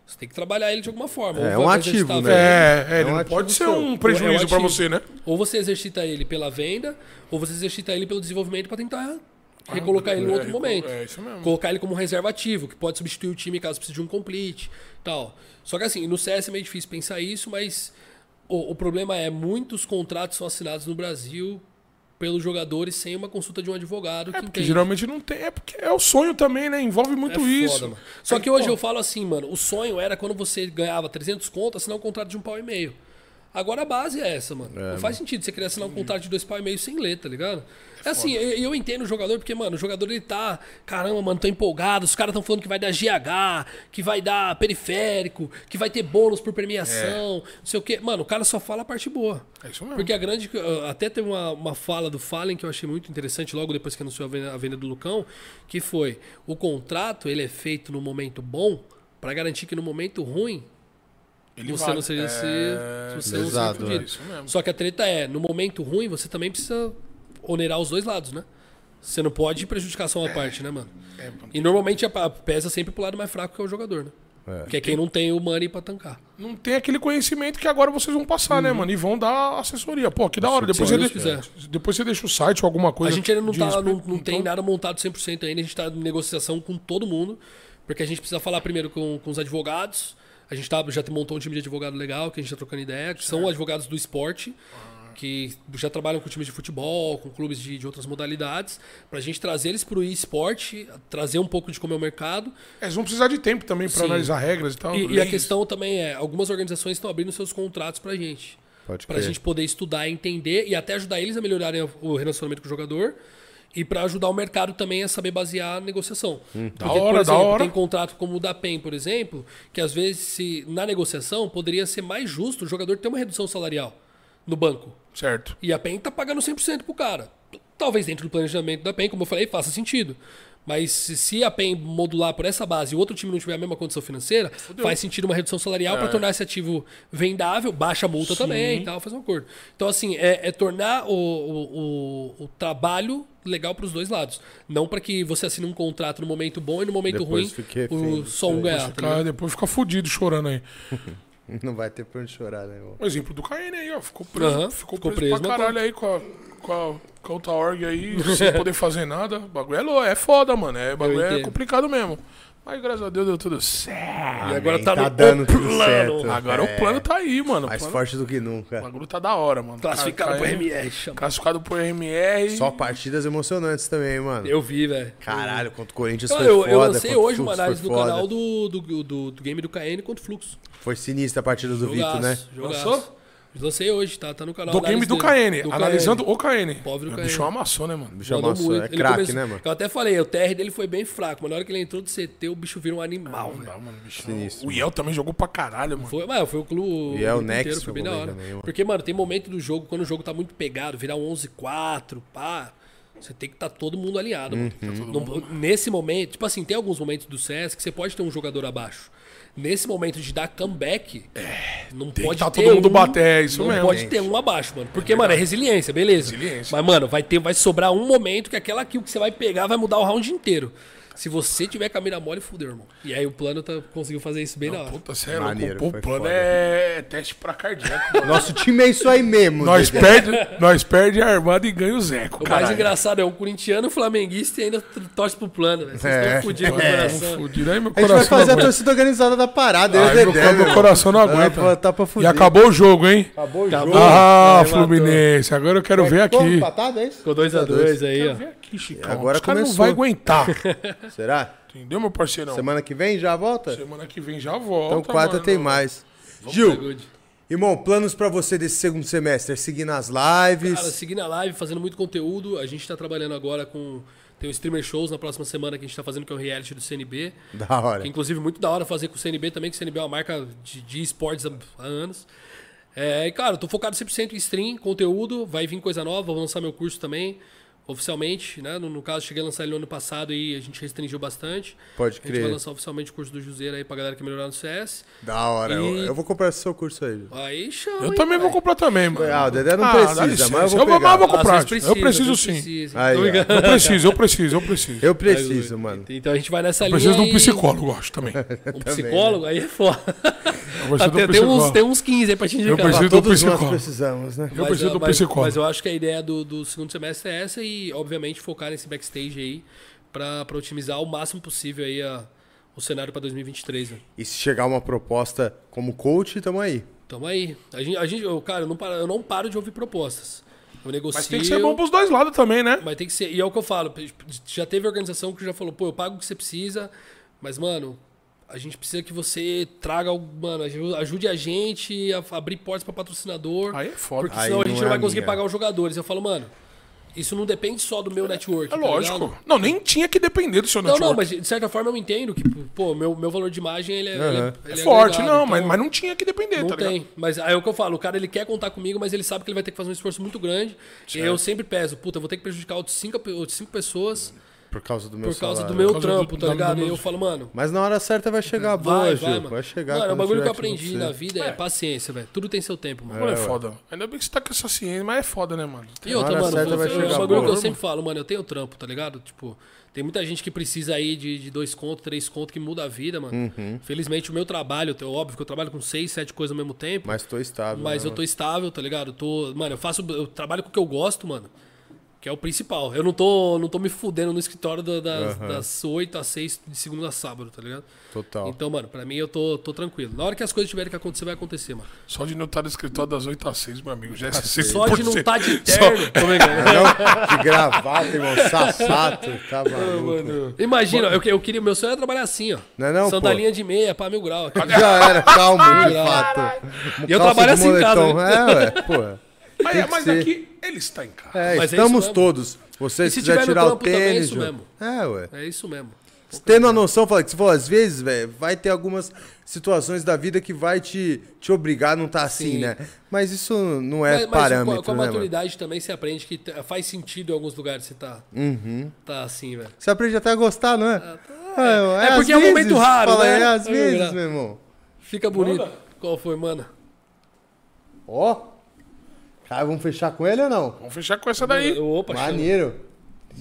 [SPEAKER 3] você tem que trabalhar ele de alguma forma.
[SPEAKER 1] É,
[SPEAKER 3] Ou
[SPEAKER 1] um
[SPEAKER 3] vai exercitar
[SPEAKER 1] ativo,
[SPEAKER 3] a
[SPEAKER 1] né?
[SPEAKER 3] venda.
[SPEAKER 2] É, é,
[SPEAKER 1] um
[SPEAKER 2] ele não
[SPEAKER 1] ativo
[SPEAKER 2] pode ser
[SPEAKER 1] seu.
[SPEAKER 2] um
[SPEAKER 3] É um
[SPEAKER 2] prejuízo
[SPEAKER 3] ativo.
[SPEAKER 2] pra você, né?
[SPEAKER 3] Ou você exercita ele pela venda, ou você exercita ele pelo desenvolvimento pra tentar recolocar ele em
[SPEAKER 2] é,
[SPEAKER 3] outro
[SPEAKER 2] recol-
[SPEAKER 3] momento.
[SPEAKER 2] é, isso mesmo.
[SPEAKER 3] Colocar ele como um reserva ativo, que pode substituir o time caso precise de um complete tal. Só que assim, no CS é meio difícil pensar isso, mas o, o problema é muitos contratos são assinados no Brasil pelos jogadores sem uma consulta de um advogado
[SPEAKER 2] É
[SPEAKER 3] que
[SPEAKER 2] porque
[SPEAKER 3] entende.
[SPEAKER 2] geralmente não tem. É porque é o sonho também, né? Envolve
[SPEAKER 3] É
[SPEAKER 2] muito
[SPEAKER 3] foda,
[SPEAKER 2] isso.
[SPEAKER 3] mano. Só que hoje eu falo assim, mano, o sonho era quando você ganhava 300 conto, assinar um contrato de um pau e meio. Agora a base é essa, mano. não faz sentido você querer assinar um contrato de dois pau e meio sem ler, tá ligado? É assim, eu, eu entendo o jogador, porque, mano, o jogador ele tá. Caramba, mano, tô empolgado. Os caras tão falando que vai dar GH, que vai dar periférico, que vai ter bônus por premiação, não sei o quê. Mano, o cara só fala a parte boa.
[SPEAKER 2] É isso mesmo.
[SPEAKER 3] Porque a grande. ah, Até teve uma, uma fala do Fallen que eu achei muito interessante logo depois que anunciou a venda, a venda do Lucão, que foi: o contrato ele é feito no momento bom para garantir que no momento ruim
[SPEAKER 2] Ele
[SPEAKER 3] você
[SPEAKER 2] vale.
[SPEAKER 3] não seja
[SPEAKER 2] É,
[SPEAKER 3] se, você
[SPEAKER 1] exato,
[SPEAKER 3] não seja
[SPEAKER 2] é isso
[SPEAKER 3] impedido.
[SPEAKER 2] mesmo.
[SPEAKER 3] Só que a treta é: no momento ruim você também precisa onerar os dois lados, né? Você não pode prejudicar só uma parte, né, mano?
[SPEAKER 2] É,
[SPEAKER 3] E normalmente a- a pesa sempre pro lado mais fraco que é o jogador, né? Que é quem não tem o money pra tancar.
[SPEAKER 2] Não tem aquele conhecimento que agora vocês vão passar,
[SPEAKER 3] Uhum.
[SPEAKER 2] né, mano? E vão dar assessoria. Pô, que da hora. Depois,
[SPEAKER 3] se
[SPEAKER 2] você,
[SPEAKER 3] Deus
[SPEAKER 2] deixa,
[SPEAKER 3] quiser.
[SPEAKER 2] depois você deixa o site ou alguma
[SPEAKER 3] A
[SPEAKER 2] coisa.
[SPEAKER 3] gente ainda não,
[SPEAKER 2] de
[SPEAKER 3] tá,
[SPEAKER 2] respeito.
[SPEAKER 3] não, não tem
[SPEAKER 2] Então,
[SPEAKER 3] nada montado 100% ainda, a gente tá em negociação com todo mundo, porque a gente precisa falar primeiro com, com os advogados. A gente tá, já montou um time de advogado legal, que a gente tá trocando ideia, que são advogados do esporte, que já trabalham com times de futebol, com clubes de, de outras modalidades, pra gente trazer eles pro esporte, trazer um pouco de como é o mercado,
[SPEAKER 2] Eles vão precisar de tempo também pra
[SPEAKER 3] Sim.
[SPEAKER 2] analisar regras e tal.
[SPEAKER 3] e, e a
[SPEAKER 2] leis.
[SPEAKER 3] questão também é, algumas organizações estão abrindo seus contratos pra gente.
[SPEAKER 1] Pode
[SPEAKER 3] pra
[SPEAKER 1] crer.
[SPEAKER 3] gente poder estudar, entender e até ajudar eles a melhorarem o relacionamento com o jogador. E pra ajudar o mercado também a saber basear a negociação.
[SPEAKER 1] Hum,
[SPEAKER 3] Porque,
[SPEAKER 2] Da hora, da hora.
[SPEAKER 3] tem contrato como o da PEN, por exemplo, que às vezes se, na negociação poderia ser mais justo o jogador ter uma redução salarial no banco.
[SPEAKER 2] Certo.
[SPEAKER 3] E a PEN tá pagando 100% pro cara. Talvez dentro do planejamento da PEN, como eu falei, faça sentido. Mas se- se a PEN modular por essa base e o outro time não tiver a mesma condição financeira, faz sentido uma redução salarial
[SPEAKER 2] É.
[SPEAKER 3] pra tornar esse ativo vendável, baixa a multa também e tal, faz um acordo. Então, assim, é, é tornar o, o, o- o trabalho legal pros dois lados. Não pra que você assine um contrato no momento bom e no momento
[SPEAKER 1] Depois
[SPEAKER 3] ruim
[SPEAKER 1] fique refém
[SPEAKER 3] o
[SPEAKER 1] disso
[SPEAKER 3] só um ganhar. tá ligado?
[SPEAKER 2] Cara, depois fica fudido chorando aí.
[SPEAKER 1] Não vai ter pra onde chorar, né, irmão?
[SPEAKER 2] O exemplo do Caene aí, ó. Ficou preso,
[SPEAKER 3] Aham,
[SPEAKER 2] ficou
[SPEAKER 3] ficou
[SPEAKER 2] preso,
[SPEAKER 3] preso,
[SPEAKER 2] pra
[SPEAKER 3] mas tá
[SPEAKER 2] caralho aí com a, com a, com a outra org aí, sem poder fazer nada. O bagulho é louco, é foda, mano. É, o bagulho é
[SPEAKER 3] entendo.
[SPEAKER 2] complicado mesmo. Mas graças a Deus deu tudo certo.
[SPEAKER 1] Amém.
[SPEAKER 3] agora tá no
[SPEAKER 1] dando tudo
[SPEAKER 3] plano.
[SPEAKER 1] certo.
[SPEAKER 2] Agora
[SPEAKER 1] É,
[SPEAKER 2] o plano tá aí, mano. O
[SPEAKER 1] Mais
[SPEAKER 2] plano-
[SPEAKER 1] forte do que
[SPEAKER 2] O
[SPEAKER 1] nunca.
[SPEAKER 2] bagulho tá da hora, mano.
[SPEAKER 3] Classificado pro
[SPEAKER 2] Caene-
[SPEAKER 3] MR, chama.
[SPEAKER 2] Classificado pro RMR.
[SPEAKER 1] Só partidas emocionantes também, hein, mano.
[SPEAKER 3] Eu vi, velho.
[SPEAKER 1] Caralho, contra o Corinthians
[SPEAKER 3] Cara,
[SPEAKER 1] foi
[SPEAKER 3] eu,
[SPEAKER 1] foda.
[SPEAKER 3] eu lancei
[SPEAKER 1] contra o
[SPEAKER 3] hoje uma
[SPEAKER 1] Fluxo foi
[SPEAKER 3] análise no
[SPEAKER 1] foda.
[SPEAKER 3] canal do, do, do, do game do KN contra o Fluxo.
[SPEAKER 1] Foi sinistra a partida do Vitor, né?
[SPEAKER 3] jogaço.
[SPEAKER 2] Lançou?
[SPEAKER 3] Lancei hoje, tá, tá no canal.
[SPEAKER 2] Do game
[SPEAKER 3] análise
[SPEAKER 2] do
[SPEAKER 3] dele.
[SPEAKER 2] Caene.
[SPEAKER 3] Do
[SPEAKER 2] Analisando
[SPEAKER 3] KN.
[SPEAKER 2] o Caene.
[SPEAKER 3] Pobre do
[SPEAKER 2] O
[SPEAKER 3] Caene.
[SPEAKER 2] bichão amassou, né, mano?
[SPEAKER 1] Bicho
[SPEAKER 3] Mandou
[SPEAKER 1] amassou,
[SPEAKER 3] muito.
[SPEAKER 1] é
[SPEAKER 3] Ele
[SPEAKER 1] craque,
[SPEAKER 3] começou-
[SPEAKER 1] né, mano?
[SPEAKER 3] Eu até falei, o TR dele foi bem fraco, mas na hora que ele entrou do CT, o bicho vira um animal, velho.
[SPEAKER 2] Não, mano, bichão.
[SPEAKER 1] Sinistro.
[SPEAKER 2] O Yel também jogou pra caralho, mano.
[SPEAKER 3] Foi, mas foi o clube
[SPEAKER 1] E é o
[SPEAKER 3] grupo
[SPEAKER 1] Nex
[SPEAKER 3] inteiro, foi bem da
[SPEAKER 1] jogou bem
[SPEAKER 3] hora.
[SPEAKER 1] também, mano.
[SPEAKER 3] Porque, mano, tem momento do jogo, quando o jogo tá muito pegado, virar um 11-4, pá. Você tem que estar todo mundo alinhado, mano.
[SPEAKER 2] Uhum.
[SPEAKER 3] Tá Não- Nesse momento, tipo assim, tem alguns momentos do CS que você pode ter um jogador abaixo. Nesse momento de dar comeback, não
[SPEAKER 2] tem
[SPEAKER 3] pode
[SPEAKER 2] que tá
[SPEAKER 3] ter
[SPEAKER 2] todo mundo
[SPEAKER 3] um,
[SPEAKER 2] bater, é isso
[SPEAKER 3] não
[SPEAKER 2] mesmo.
[SPEAKER 3] pode ter um abaixo, mano. Porque, mano, é resiliência, beleza.
[SPEAKER 2] Resiliência.
[SPEAKER 3] Mas, mano, vai, ter, vai sobrar um momento que aquela kill que você vai pegar vai mudar o round inteiro. Se você tiver com a mira mole, fudeu, irmão. E aí o plano tá, conseguiu fazer isso bem na hora.
[SPEAKER 2] Puta, sério,
[SPEAKER 1] Maneiro,
[SPEAKER 2] o
[SPEAKER 1] foi
[SPEAKER 2] plano
[SPEAKER 1] foda.
[SPEAKER 2] é teste pra cardíaco, mano.
[SPEAKER 1] Nosso time é isso aí mesmo.
[SPEAKER 2] Nós
[SPEAKER 1] Dedé.
[SPEAKER 2] perde, nós perde a Armada e ganha o Zeco,
[SPEAKER 3] O
[SPEAKER 2] cara.
[SPEAKER 3] mais engraçado é um corintiano, um flamenguista e ainda t- torce pro plano, velho. Vocês estão
[SPEAKER 1] É.
[SPEAKER 3] fudidos com o
[SPEAKER 1] É.
[SPEAKER 3] coração.
[SPEAKER 2] Aí meu
[SPEAKER 1] A gente vai
[SPEAKER 2] coração
[SPEAKER 1] fazer a
[SPEAKER 2] não aguenta.
[SPEAKER 1] torcida organizada da parada. eu e o
[SPEAKER 2] Aí meu,
[SPEAKER 1] Dedé,
[SPEAKER 2] meu
[SPEAKER 1] meu.
[SPEAKER 2] coração não
[SPEAKER 1] Ah,
[SPEAKER 2] aguenta.
[SPEAKER 1] tá pra
[SPEAKER 2] e
[SPEAKER 1] fuder.
[SPEAKER 2] acabou o jogo, hein?
[SPEAKER 1] Acabou o jogo.
[SPEAKER 2] Ah, Fluminense, agora eu quero ver
[SPEAKER 1] Como,
[SPEAKER 2] aqui.
[SPEAKER 1] empatado, é isso?
[SPEAKER 3] Ficou 2x2 aí, ó.
[SPEAKER 2] aqui, Chicão.
[SPEAKER 1] É, Agora
[SPEAKER 2] Os caras não
[SPEAKER 1] começou.
[SPEAKER 2] vai aguentar.
[SPEAKER 3] é.
[SPEAKER 1] Será?
[SPEAKER 2] Entendeu, meu parceirão? Semana,
[SPEAKER 1] Semana que vem já volta?
[SPEAKER 2] que vem já volta.
[SPEAKER 1] então quarta
[SPEAKER 2] mano.
[SPEAKER 1] tem mais. Gil, irmão, planos pra você desse segundo semestre? Seguindo as lives.
[SPEAKER 3] Cara, assim, seguindo a live, fazendo muito conteúdo. A gente tá trabalhando agora com. Tem o Streamer Shows na próxima semana que a gente tá fazendo, que é o reality do CNB.
[SPEAKER 1] Da hora.
[SPEAKER 2] É.
[SPEAKER 3] Que, inclusive, muito da hora fazer com o CNB também, que o CNB é uma marca de, de esportes há há anos. É, e, cara, eu tô focado 100% em stream, conteúdo, vai vir coisa nova, vou lançar meu curso também, oficialmente, né? No, no caso, cheguei a lançar ele no ano passado e a gente restringiu bastante.
[SPEAKER 1] Pode
[SPEAKER 3] A gente
[SPEAKER 1] crer.
[SPEAKER 3] vai lançar oficialmente o curso do Juseiro aí pra galera que melhorar no CS.
[SPEAKER 1] Da hora. Eu,
[SPEAKER 3] E-
[SPEAKER 1] eu vou comprar esse seu curso aí. Gil.
[SPEAKER 3] Aí chama,
[SPEAKER 2] Eu
[SPEAKER 3] hein,
[SPEAKER 2] também vou comprar também, mano.
[SPEAKER 1] Ah, o Dedé não
[SPEAKER 2] Ah, dá
[SPEAKER 1] precisa,
[SPEAKER 2] licença.
[SPEAKER 1] mas eu vou
[SPEAKER 2] Eu vou-
[SPEAKER 1] pegar.
[SPEAKER 2] mas eu vou-
[SPEAKER 3] Ah,
[SPEAKER 2] comprar.
[SPEAKER 3] vocês precisam,
[SPEAKER 2] Eu preciso
[SPEAKER 3] vocês
[SPEAKER 2] sim.
[SPEAKER 3] precisam.
[SPEAKER 1] Aí, ó.
[SPEAKER 2] Eu preciso, eu preciso, eu preciso. Eu
[SPEAKER 1] Eu preciso, mano.
[SPEAKER 3] Então a gente vai nessa linha.
[SPEAKER 2] preciso de um
[SPEAKER 3] aí.
[SPEAKER 2] psicólogo, acho, também. né? Eu
[SPEAKER 3] Um psicólogo? Aí é foda. Tá,
[SPEAKER 2] preciso de um
[SPEAKER 3] Tem, tem uns,
[SPEAKER 2] psicólogo.
[SPEAKER 3] tem uns 15 aí pra te indicar.
[SPEAKER 2] preciso do
[SPEAKER 1] Todos nós
[SPEAKER 2] psicólogo.
[SPEAKER 1] precisamos, né?
[SPEAKER 2] Eu preciso
[SPEAKER 3] ah,
[SPEAKER 2] do psicólogo.
[SPEAKER 3] Mas eu acho que a ideia do, do segundo semestre é essa e, obviamente, focar nesse backstage aí pra, pra otimizar o máximo possível aí a- o cenário pra 2023, né?
[SPEAKER 1] E se chegar uma proposta como coach, tamo aí.
[SPEAKER 3] Tamo aí. A gente, a gente, eu, cara, eu não, paro, eu não paro de ouvir propostas. Eu negocio.
[SPEAKER 2] Mas tem que ser bom pros dois lados também, né?
[SPEAKER 3] Mas tem que ser. E é o que eu falo. Já teve organização que já falou, pô, eu pago o que você precisa, mas, mano, a gente precisa que você traga, algo- mano, aju- ajude a gente a f- abrir portas pra patrocinador.
[SPEAKER 2] Aí é foda.
[SPEAKER 3] Porque
[SPEAKER 1] Aí
[SPEAKER 3] senão a gente
[SPEAKER 1] não
[SPEAKER 3] não,
[SPEAKER 1] é
[SPEAKER 3] vai
[SPEAKER 1] a
[SPEAKER 3] conseguir
[SPEAKER 1] minha.
[SPEAKER 3] pagar os jogadores. Eu falo, mano, isso não depende só do meu network.
[SPEAKER 2] É
[SPEAKER 3] tá
[SPEAKER 2] lógico.
[SPEAKER 3] ligado?
[SPEAKER 2] Não, nem tinha que depender do seu
[SPEAKER 3] Não,
[SPEAKER 2] network.
[SPEAKER 3] não, mas de certa forma eu entendo que, pô, meu, meu valor de imagem ele é, ele
[SPEAKER 1] Aham.
[SPEAKER 2] É
[SPEAKER 3] ele
[SPEAKER 2] forte,
[SPEAKER 3] agregado,
[SPEAKER 2] não,
[SPEAKER 3] então-
[SPEAKER 2] mas, mas não tinha que depender,
[SPEAKER 3] não
[SPEAKER 2] tá ligado?
[SPEAKER 3] tem. Mas aí é o que eu falo, o cara ele quer contar comigo, mas ele sabe que ele vai ter que fazer um esforço muito grande. E eu sempre peso, puta, eu vou ter que prejudicar outras cinco, pe- outras cinco pessoas
[SPEAKER 1] Por né? causa do meu
[SPEAKER 3] por causa
[SPEAKER 1] salário.
[SPEAKER 3] do meu
[SPEAKER 2] Por causa do-
[SPEAKER 3] trampo, tá
[SPEAKER 2] da-
[SPEAKER 3] ligado?
[SPEAKER 2] do
[SPEAKER 3] E
[SPEAKER 2] meu-
[SPEAKER 3] eu falo, mano,
[SPEAKER 1] Mas na hora certa vai chegar boa,
[SPEAKER 3] vai,
[SPEAKER 1] Gil.
[SPEAKER 3] vai, mano.
[SPEAKER 1] Tá Vai chegar
[SPEAKER 3] Mano, o
[SPEAKER 1] quando
[SPEAKER 3] bagulho que eu
[SPEAKER 1] tiver com
[SPEAKER 3] aprendi
[SPEAKER 1] você.
[SPEAKER 3] na vida é, paciência, velho. Tudo tem seu tempo, mano.
[SPEAKER 2] Não é, foda. Ainda bem que você tá com essa ciência, mas é foda, né, mano?
[SPEAKER 3] E outra,
[SPEAKER 1] hora
[SPEAKER 3] mano,
[SPEAKER 1] certa
[SPEAKER 3] eu-
[SPEAKER 1] vai
[SPEAKER 3] eu-
[SPEAKER 1] chegar
[SPEAKER 3] é um
[SPEAKER 1] a
[SPEAKER 3] bagulho
[SPEAKER 1] boa.
[SPEAKER 3] que eu sempre falo, mano, eu tenho trampo, tá ligado? Tipo, tem muita gente que precisa aí de, de dois contos, três contos que muda a vida, mano.
[SPEAKER 1] Uhum.
[SPEAKER 3] Felizmente o meu trabalho, é óbvio que eu trabalho com seis, sete coisas ao mesmo tempo.
[SPEAKER 1] Mas tô estável.
[SPEAKER 3] Mas
[SPEAKER 1] né,
[SPEAKER 3] eu tô estável, tá ligado? Eu Tô, mano, eu faço. Eu trabalho com o que eu gosto, mano. Que é o principal. Eu não tô, não tô me fudendo no escritório da- das, das 8 às 6 de segunda a sábado, tá ligado?
[SPEAKER 1] Total.
[SPEAKER 3] Então, mano, pra mim eu tô, tô tranquilo. Na hora que as coisas tiverem que acontecer, vai acontecer, mano.
[SPEAKER 2] Só de não estar no escritório das 8 às 6, meu amigo. Já é 60%.
[SPEAKER 3] Só de não tá de terno. Tô brincando.
[SPEAKER 1] Não, de gravata, irmão. Sassato. Tá maluco.
[SPEAKER 3] Imagina, eu, que- eu queria. Meu sonho era trabalhar assim, ó.
[SPEAKER 1] Não é não, pô?
[SPEAKER 3] Sandalinha de meia, pá, mil grau. aqui.
[SPEAKER 1] Já era, calmo, de fato.
[SPEAKER 3] E eu
[SPEAKER 1] Calça
[SPEAKER 3] trabalho
[SPEAKER 1] de
[SPEAKER 3] assim em casa,
[SPEAKER 1] moletom. É, ué, pô. Tem
[SPEAKER 2] Mas, é,
[SPEAKER 1] que
[SPEAKER 2] mas
[SPEAKER 1] ser.
[SPEAKER 2] aqui, ele está em casa.
[SPEAKER 1] É,
[SPEAKER 3] Mas é isso
[SPEAKER 1] estamos
[SPEAKER 3] mesmo.
[SPEAKER 1] todos. Você
[SPEAKER 3] E se
[SPEAKER 1] se quiser
[SPEAKER 3] tiver no
[SPEAKER 1] tirar o
[SPEAKER 3] campo também, é
[SPEAKER 1] tênis.
[SPEAKER 3] isso
[SPEAKER 1] Ju.
[SPEAKER 3] mesmo.
[SPEAKER 1] É, ué.
[SPEAKER 3] É isso mesmo.
[SPEAKER 1] Tendo a noção, fala que você falou, às vezes, velho, vai ter algumas situações da vida que vai te, te obrigar a não estar assim,
[SPEAKER 3] Sim.
[SPEAKER 1] né? Mas isso não
[SPEAKER 3] Mas-
[SPEAKER 1] é
[SPEAKER 3] mas com
[SPEAKER 1] parâmetro,
[SPEAKER 3] a, com a
[SPEAKER 1] né, mano?
[SPEAKER 3] maturidade também você aprende que t- faz sentido em alguns lugares você tá,
[SPEAKER 1] Uhum.
[SPEAKER 3] tá assim, velho.
[SPEAKER 1] Você aprende até a gostar, não é?
[SPEAKER 3] é
[SPEAKER 1] às
[SPEAKER 3] porque é um momento raro,
[SPEAKER 1] fala,
[SPEAKER 3] né?
[SPEAKER 1] É, às
[SPEAKER 3] É
[SPEAKER 1] vezes,
[SPEAKER 3] verdade.
[SPEAKER 1] meu irmão.
[SPEAKER 3] Fica bonito. Qual foi, mano?
[SPEAKER 1] Ó. Cara, vamos fechar com ele ou não?
[SPEAKER 2] Vamos fechar com essa daí.
[SPEAKER 3] Opa,
[SPEAKER 1] Maneiro.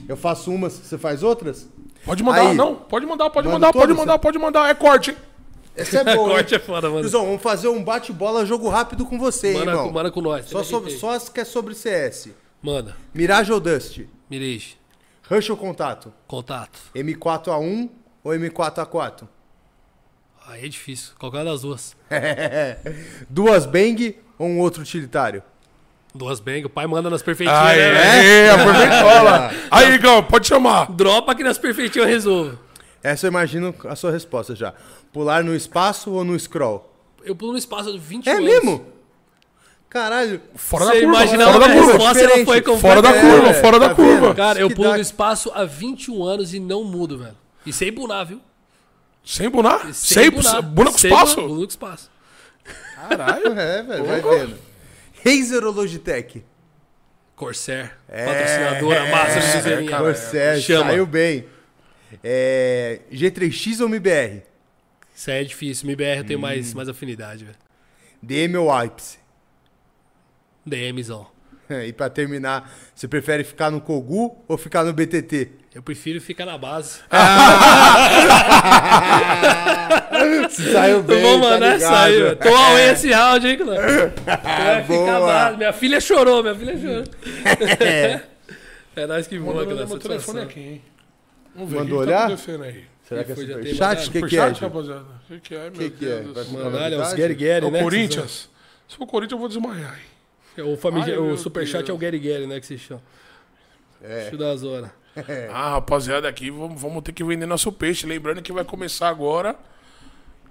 [SPEAKER 1] Eu faço umas, você faz outras?
[SPEAKER 2] Pode mandar,
[SPEAKER 1] Aí.
[SPEAKER 2] não. Pode mandar, pode
[SPEAKER 1] Manda
[SPEAKER 2] mandar, pode
[SPEAKER 1] todos,
[SPEAKER 2] mandar,
[SPEAKER 1] né?
[SPEAKER 2] pode mandar. É corte, hein?
[SPEAKER 1] Essa é boa. hein?
[SPEAKER 3] Corte é foda, mano.
[SPEAKER 1] Cusão, vamos fazer um bate-bola jogo rápido com você, hein,
[SPEAKER 3] Manda,
[SPEAKER 1] irmão.
[SPEAKER 3] com, manda com nós.
[SPEAKER 1] Só, sobre, só as que é sobre CS.
[SPEAKER 3] Manda.
[SPEAKER 1] Mirage ou Dust?
[SPEAKER 3] Mirage.
[SPEAKER 1] Rush ou Contato?
[SPEAKER 3] Contato.
[SPEAKER 1] M4A1 ou M4A4?
[SPEAKER 3] Aí é difícil. Qualquer uma das duas.
[SPEAKER 1] Duas Bang ou um outro utilitário?
[SPEAKER 3] Duas bang. O pai manda nas perfeitinhas.
[SPEAKER 1] Ah,
[SPEAKER 2] Aí,
[SPEAKER 3] né, velho?
[SPEAKER 2] é, aproveitola. Aí, Igão, pode chamar.
[SPEAKER 3] Dropa que nas perfeitinhas eu resolvo.
[SPEAKER 1] Essa eu imagino a sua resposta já. Pular no espaço ou no scroll?
[SPEAKER 3] Eu pulo no espaço de 20
[SPEAKER 1] É
[SPEAKER 3] anos.
[SPEAKER 1] mesmo? Caralho.
[SPEAKER 2] Fora da
[SPEAKER 3] Você
[SPEAKER 2] curva,
[SPEAKER 3] imaginava
[SPEAKER 2] fora da
[SPEAKER 3] que a
[SPEAKER 2] curva.
[SPEAKER 3] resposta não foi
[SPEAKER 1] Diferente.
[SPEAKER 3] completa.
[SPEAKER 2] Fora da
[SPEAKER 3] É,
[SPEAKER 2] curva,
[SPEAKER 1] é,
[SPEAKER 2] fora da
[SPEAKER 1] tá
[SPEAKER 2] curva.
[SPEAKER 1] vendo?
[SPEAKER 3] Cara, eu
[SPEAKER 1] Que
[SPEAKER 3] pulo
[SPEAKER 1] dá-
[SPEAKER 3] no espaço há 21 anos e não mudo, velho. E sem bunar, viu?
[SPEAKER 2] Sem bunar? Sem bunar. Buna com
[SPEAKER 3] Sem
[SPEAKER 2] espaço?
[SPEAKER 3] bunar, Buna com espaço.
[SPEAKER 1] Caralho. É, velho, vai vendo. Razer ou Logitech?
[SPEAKER 3] Corsair.
[SPEAKER 1] É,
[SPEAKER 3] Patrocinadora, massa, chuzeirinha.
[SPEAKER 1] Você
[SPEAKER 3] Chama.
[SPEAKER 1] É, saiu bem. É, G3X ou MBR?
[SPEAKER 3] Isso aí é difícil. MBR eu tenho
[SPEAKER 1] Hum.
[SPEAKER 3] mais, mais afinidade, velho.
[SPEAKER 1] DM ou Aips?
[SPEAKER 3] DMzão.
[SPEAKER 1] E pra terminar, você prefere ficar no Kogu ou ficar no BTT?
[SPEAKER 3] Eu prefiro ficar na base.
[SPEAKER 1] Ah, Você saiu
[SPEAKER 3] Não
[SPEAKER 1] bem, tá É.
[SPEAKER 3] vou mandar essa aí, né? velho. Tô ao esse round, hein, Clã? Vai ficar
[SPEAKER 1] Boa.
[SPEAKER 3] base. Minha filha chorou, minha filha chorou. É nóis que voa, Clã.
[SPEAKER 2] meu
[SPEAKER 3] satisfação.
[SPEAKER 2] telefone aqui, hein? Vamos ver
[SPEAKER 1] Mandou
[SPEAKER 2] o que que tá
[SPEAKER 1] olhar?
[SPEAKER 2] acontecendo aí.
[SPEAKER 1] Será que é
[SPEAKER 3] Foi, já
[SPEAKER 1] super
[SPEAKER 3] tem
[SPEAKER 1] chat?
[SPEAKER 3] mandado?
[SPEAKER 1] O que,
[SPEAKER 2] Por
[SPEAKER 1] que é?
[SPEAKER 2] chat,
[SPEAKER 1] Gil?
[SPEAKER 2] rapaziada? O que, que é, meu
[SPEAKER 1] que é?
[SPEAKER 2] Deus
[SPEAKER 1] Vai
[SPEAKER 3] um
[SPEAKER 2] do céu?
[SPEAKER 1] mandar?
[SPEAKER 3] Olha, os
[SPEAKER 1] Verdade.
[SPEAKER 3] Gary
[SPEAKER 2] É
[SPEAKER 3] Gary,
[SPEAKER 2] o
[SPEAKER 3] né?
[SPEAKER 2] Corinthians? Se for Corinthians, eu vou desmaiar, hein?
[SPEAKER 3] É O, famig...
[SPEAKER 2] Ai,
[SPEAKER 3] o
[SPEAKER 2] meu
[SPEAKER 3] superchat
[SPEAKER 2] Deus.
[SPEAKER 3] é o Gary Gary, né? Que se chama. É. Deixa eu dar as horas.
[SPEAKER 2] Ah, rapaziada, aqui vamos, vamos ter que vender nosso peixe. Lembrando que vai começar agora.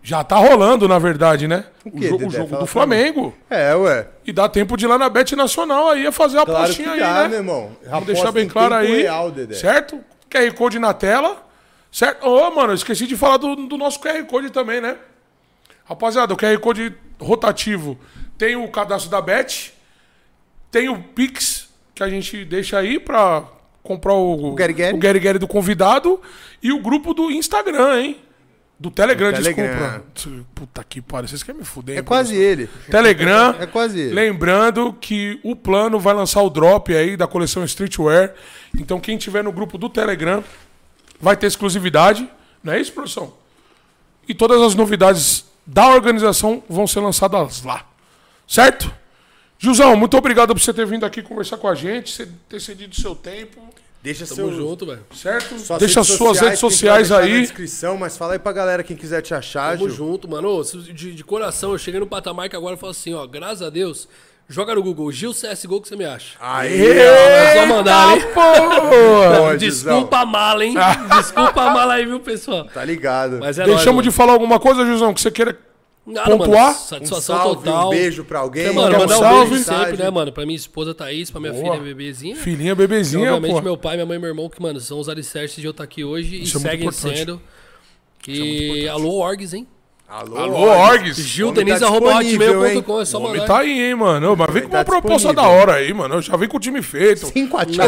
[SPEAKER 2] Já tá rolando, na verdade, né? O,
[SPEAKER 1] quê,
[SPEAKER 2] jogo- o
[SPEAKER 1] Dedé? Fala
[SPEAKER 2] jogo do
[SPEAKER 1] pra mim.
[SPEAKER 2] Flamengo.
[SPEAKER 1] É, ué.
[SPEAKER 2] E dá tempo de ir lá na Bet Nacional aí a fazer a
[SPEAKER 3] Tá
[SPEAKER 1] Claro que
[SPEAKER 2] apostinha aí,
[SPEAKER 1] dá,
[SPEAKER 2] né?
[SPEAKER 1] meu irmão.
[SPEAKER 2] Vamos deixar bem claro aí.
[SPEAKER 1] Real, Dedé.
[SPEAKER 2] certo? QR Code na tela. Certo? Ô, mano, esqueci de falar do, do nosso QR Code também, né? Rapaziada, o QR Code rotativo tem o cadastro da Bet, tem o Pix, que a gente deixa aí pra comprar o, o
[SPEAKER 1] Gary Gary.
[SPEAKER 2] Gary do convidado, e o grupo do Instagram, hein? Do Telegram,
[SPEAKER 1] Do Telegram.
[SPEAKER 2] desculpa. Puta que pariu, vocês querem me fuder.
[SPEAKER 1] É
[SPEAKER 2] hein,
[SPEAKER 1] quase ele.
[SPEAKER 2] Telegram.
[SPEAKER 1] É quase ele.
[SPEAKER 2] Lembrando que o plano vai lançar o drop aí da coleção Streetwear. Então quem tiver no grupo do Telegram vai ter exclusividade. Não é isso, produção? E todas as novidades da organização vão ser lançadas lá. Certo? Jusão, muito obrigado por você ter vindo aqui conversar com a gente, você ter cedido seu tempo,
[SPEAKER 1] Deixa
[SPEAKER 3] Tamo junto, velho.
[SPEAKER 2] certo?
[SPEAKER 1] suas
[SPEAKER 2] Deixa
[SPEAKER 1] redes
[SPEAKER 2] suas redes
[SPEAKER 1] quem quiser
[SPEAKER 2] sociais
[SPEAKER 1] deixar Na
[SPEAKER 2] aí.
[SPEAKER 1] descrição, mas fala aí pra galera quem quiser te achar,
[SPEAKER 3] Tamo
[SPEAKER 1] Gil.
[SPEAKER 3] junto, mano. Ô, se- De, de coração, eu cheguei no patamar que agora eu falo assim, ó, graças a Deus, Joga no Google Gil CSGO que você me acha.
[SPEAKER 1] Ah,
[SPEAKER 2] Aê!
[SPEAKER 3] É só mandar, hein? É
[SPEAKER 2] Pô!
[SPEAKER 1] Ó, Gizão,
[SPEAKER 3] Desculpa a mala, hein? Desculpa a mala aí, viu, pessoal?
[SPEAKER 1] Tá ligado.
[SPEAKER 3] Mas é
[SPEAKER 2] Deixamos
[SPEAKER 3] nóis,
[SPEAKER 2] de falar alguma coisa, Jusão, que você queira.
[SPEAKER 3] mano. Nada, mano,
[SPEAKER 2] pontuar?
[SPEAKER 1] um
[SPEAKER 3] Satisfação
[SPEAKER 1] salve,
[SPEAKER 3] total.
[SPEAKER 1] um beijo pra alguém.
[SPEAKER 3] Mano,
[SPEAKER 2] Quer um
[SPEAKER 3] mandar um
[SPEAKER 2] salve?
[SPEAKER 3] beijo sempre,
[SPEAKER 1] Mensagem.
[SPEAKER 3] né, mano? Pra minha esposa Thaís, pra minha
[SPEAKER 2] Boa.
[SPEAKER 3] filha bebezinha.
[SPEAKER 2] Filhinha,
[SPEAKER 3] E,
[SPEAKER 2] bebezinha,
[SPEAKER 3] obviamente,
[SPEAKER 2] pô.
[SPEAKER 3] meu pai, minha mãe e meu irmão, que, mano, são os alicerces de eu estar aqui hoje
[SPEAKER 2] Isso é muito
[SPEAKER 3] e seguem
[SPEAKER 2] importante. é
[SPEAKER 3] sendo. E alô, Orgs, hein?
[SPEAKER 1] Alô,
[SPEAKER 2] Alô,
[SPEAKER 1] Orgs.
[SPEAKER 2] Orgs.
[SPEAKER 3] Gil,
[SPEAKER 1] homem tá
[SPEAKER 3] Denise, arroba
[SPEAKER 1] disponível,
[SPEAKER 3] hotmail.com, é só
[SPEAKER 2] O homem
[SPEAKER 3] mandar.
[SPEAKER 2] tá aí, hein, mano. Mas vem com
[SPEAKER 1] tá
[SPEAKER 2] uma proposta da
[SPEAKER 1] disponível.
[SPEAKER 2] hora aí, mano. Eu já vim com o time feito.
[SPEAKER 1] Cinco
[SPEAKER 2] Pô,
[SPEAKER 1] ativos.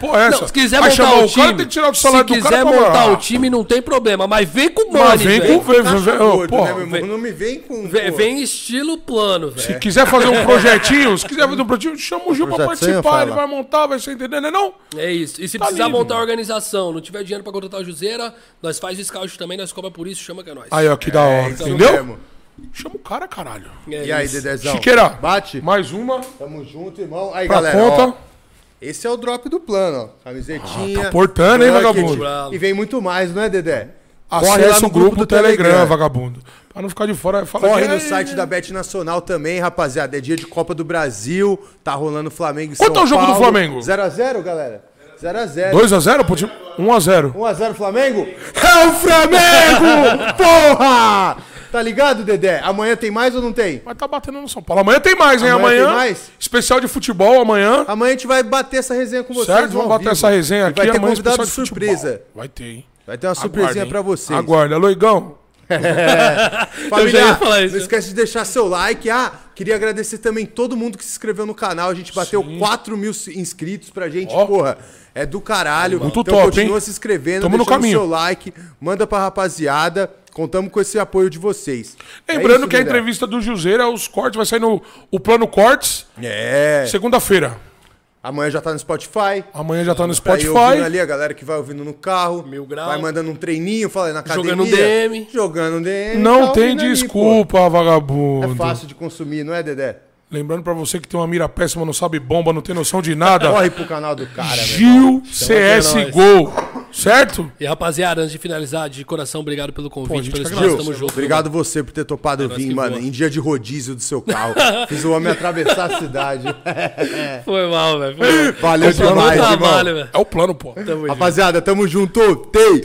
[SPEAKER 2] pô, é essa.
[SPEAKER 3] Não, se quiser
[SPEAKER 2] Vai
[SPEAKER 3] montar
[SPEAKER 2] chamar
[SPEAKER 3] o
[SPEAKER 2] o cara,
[SPEAKER 3] time,
[SPEAKER 2] tem que tirar o salário
[SPEAKER 3] se
[SPEAKER 2] do cara
[SPEAKER 3] quiser
[SPEAKER 2] pra
[SPEAKER 3] montar
[SPEAKER 2] morar.
[SPEAKER 3] o time, não tem problema, mas vem com
[SPEAKER 2] Mas
[SPEAKER 3] money,
[SPEAKER 2] vem
[SPEAKER 3] velho.
[SPEAKER 2] com. Vem, vem,
[SPEAKER 1] Caixa
[SPEAKER 2] vem, ô,
[SPEAKER 1] gordo,
[SPEAKER 2] pô.
[SPEAKER 1] né, meu irmão? Não me vem com...
[SPEAKER 3] Vem,
[SPEAKER 1] pô.
[SPEAKER 3] vem estilo plano, velho.
[SPEAKER 2] Se quiser fazer um projetinho, se quiser fazer um projetinho, chama o Gil pra
[SPEAKER 1] Projeto sem eu
[SPEAKER 2] participar. Ele
[SPEAKER 1] falo.
[SPEAKER 2] vai montar, vai ser entendendo, né? Não?
[SPEAKER 3] É isso. E se
[SPEAKER 2] Tá
[SPEAKER 3] precisar
[SPEAKER 2] livre,
[SPEAKER 3] montar a
[SPEAKER 2] mano.
[SPEAKER 3] organização, não tiver dinheiro pra contratar a Juseira, nós faz o scout também, nós cobra por isso, chama que é nós.
[SPEAKER 2] Aí, ó, que da hora.
[SPEAKER 1] Isso
[SPEAKER 2] Entendeu?
[SPEAKER 1] mesmo.
[SPEAKER 2] Chama o cara, caralho.
[SPEAKER 3] É
[SPEAKER 1] E aí,
[SPEAKER 3] isso.
[SPEAKER 1] Dedezão?
[SPEAKER 2] Chiqueira.
[SPEAKER 1] Bate.
[SPEAKER 2] Mais uma
[SPEAKER 1] Tamo junto, irmão. Aí,
[SPEAKER 2] pra
[SPEAKER 1] galera, ó,
[SPEAKER 2] conta.
[SPEAKER 1] Esse é o drop do plano, ó. Camisetinha.
[SPEAKER 2] Ah, tá portando, hein,
[SPEAKER 1] bucket.
[SPEAKER 2] vagabundo?
[SPEAKER 3] Bravo.
[SPEAKER 1] E vem muito mais, não é, Dedé? Corre lá
[SPEAKER 2] Acesse
[SPEAKER 1] no
[SPEAKER 2] o grupo do Telegram, vagabundo. Pra não ficar de fora, fala
[SPEAKER 1] Corre
[SPEAKER 2] que é-
[SPEAKER 1] no site da Bet Nacional também, rapaziada. É dia de Copa do Brasil. Tá rolando Flamengo e São
[SPEAKER 2] Quanto é o jogo do Flamengo?
[SPEAKER 1] 0x0, galera. 0x0.
[SPEAKER 2] 2x0 pro time. 1x0.
[SPEAKER 1] 1x0 Flamengo? É o Flamengo! Porra! Tá ligado, Dedé? Amanhã tem mais ou não tem?
[SPEAKER 2] Mas tá batendo no São Paulo. Amanhã tem mais, hein?
[SPEAKER 1] Amanhã
[SPEAKER 2] Amanhã.
[SPEAKER 1] tem mais?
[SPEAKER 2] Especial de futebol amanhã.
[SPEAKER 1] Amanhã a gente vai bater essa resenha com vocês.
[SPEAKER 2] certo?
[SPEAKER 1] ao
[SPEAKER 2] Vamos bater
[SPEAKER 1] vivo.
[SPEAKER 2] essa resenha
[SPEAKER 1] E
[SPEAKER 2] aqui.
[SPEAKER 1] Vai ter
[SPEAKER 2] amanhã é
[SPEAKER 1] convidado
[SPEAKER 2] especial de
[SPEAKER 1] surpresa.
[SPEAKER 2] futebol. Vai ter, hein?
[SPEAKER 1] Vai ter uma surpresinha
[SPEAKER 2] Aguardem.
[SPEAKER 1] pra vocês.
[SPEAKER 2] Aguarda. Alô, Igão.
[SPEAKER 1] Família,
[SPEAKER 3] Eu já ia falar isso.
[SPEAKER 1] não esquece de deixar seu like. Ah, queria agradecer também todo mundo que se inscreveu no canal. A gente bateu 4 mil se- inscritos pra gente.
[SPEAKER 2] Ó.
[SPEAKER 1] Porra, é do caralho.
[SPEAKER 2] Muito
[SPEAKER 1] então
[SPEAKER 2] top,
[SPEAKER 1] continua
[SPEAKER 2] hein?
[SPEAKER 1] se inscrevendo,
[SPEAKER 2] Tamo no
[SPEAKER 1] deixando
[SPEAKER 2] caminho.
[SPEAKER 1] seu like. Manda pra rapaziada. Contamos com esse apoio de vocês. É
[SPEAKER 2] Lembrando
[SPEAKER 1] isso,
[SPEAKER 2] que a
[SPEAKER 1] Dedé.
[SPEAKER 2] entrevista do Juseira, os cortes, vai sair no o plano cortes,
[SPEAKER 1] É.
[SPEAKER 2] segunda-feira.
[SPEAKER 1] Amanhã já tá no Spotify.
[SPEAKER 2] Amanhã já tá no
[SPEAKER 1] Pra ir ouvindo
[SPEAKER 2] Spotify.
[SPEAKER 1] ali, a galera que vai ouvindo no carro.
[SPEAKER 3] Mil grau.
[SPEAKER 1] Vai mandando um treininho, fala aí na academia.
[SPEAKER 3] Jogando DM.
[SPEAKER 1] Jogando DM.
[SPEAKER 2] Não
[SPEAKER 1] tá
[SPEAKER 2] tem
[SPEAKER 1] ouvindo ali,
[SPEAKER 2] desculpa,
[SPEAKER 1] pô. É
[SPEAKER 2] vagabundo.
[SPEAKER 1] fácil de consumir, não é, Dedé?
[SPEAKER 2] Lembrando pra você que tem uma mira péssima, não sabe bomba, não tem noção de nada.
[SPEAKER 1] Corre pro canal do cara, Então velho.
[SPEAKER 2] Gil
[SPEAKER 3] é
[SPEAKER 2] CSGO. Certo?
[SPEAKER 3] E rapaziada, antes de finalizar, de coração, obrigado pelo convite,
[SPEAKER 2] gente
[SPEAKER 3] pelo
[SPEAKER 2] que
[SPEAKER 3] espaço,
[SPEAKER 1] Gil,
[SPEAKER 3] tamo junto. É
[SPEAKER 1] obrigado você por ter topado
[SPEAKER 3] nós
[SPEAKER 1] vir,
[SPEAKER 3] que
[SPEAKER 1] mano.
[SPEAKER 3] voa.
[SPEAKER 1] Em dia de rodízio do seu carro. Fiz o homem atravessar a cidade.
[SPEAKER 3] é. Foi mal, velho. foi mal.
[SPEAKER 1] Valeu
[SPEAKER 3] Foi mal
[SPEAKER 1] demais,
[SPEAKER 3] trabalho,
[SPEAKER 1] irmão.
[SPEAKER 3] velho.
[SPEAKER 2] É o plano, pô.
[SPEAKER 1] Rapaziada, tamo junto. Tei!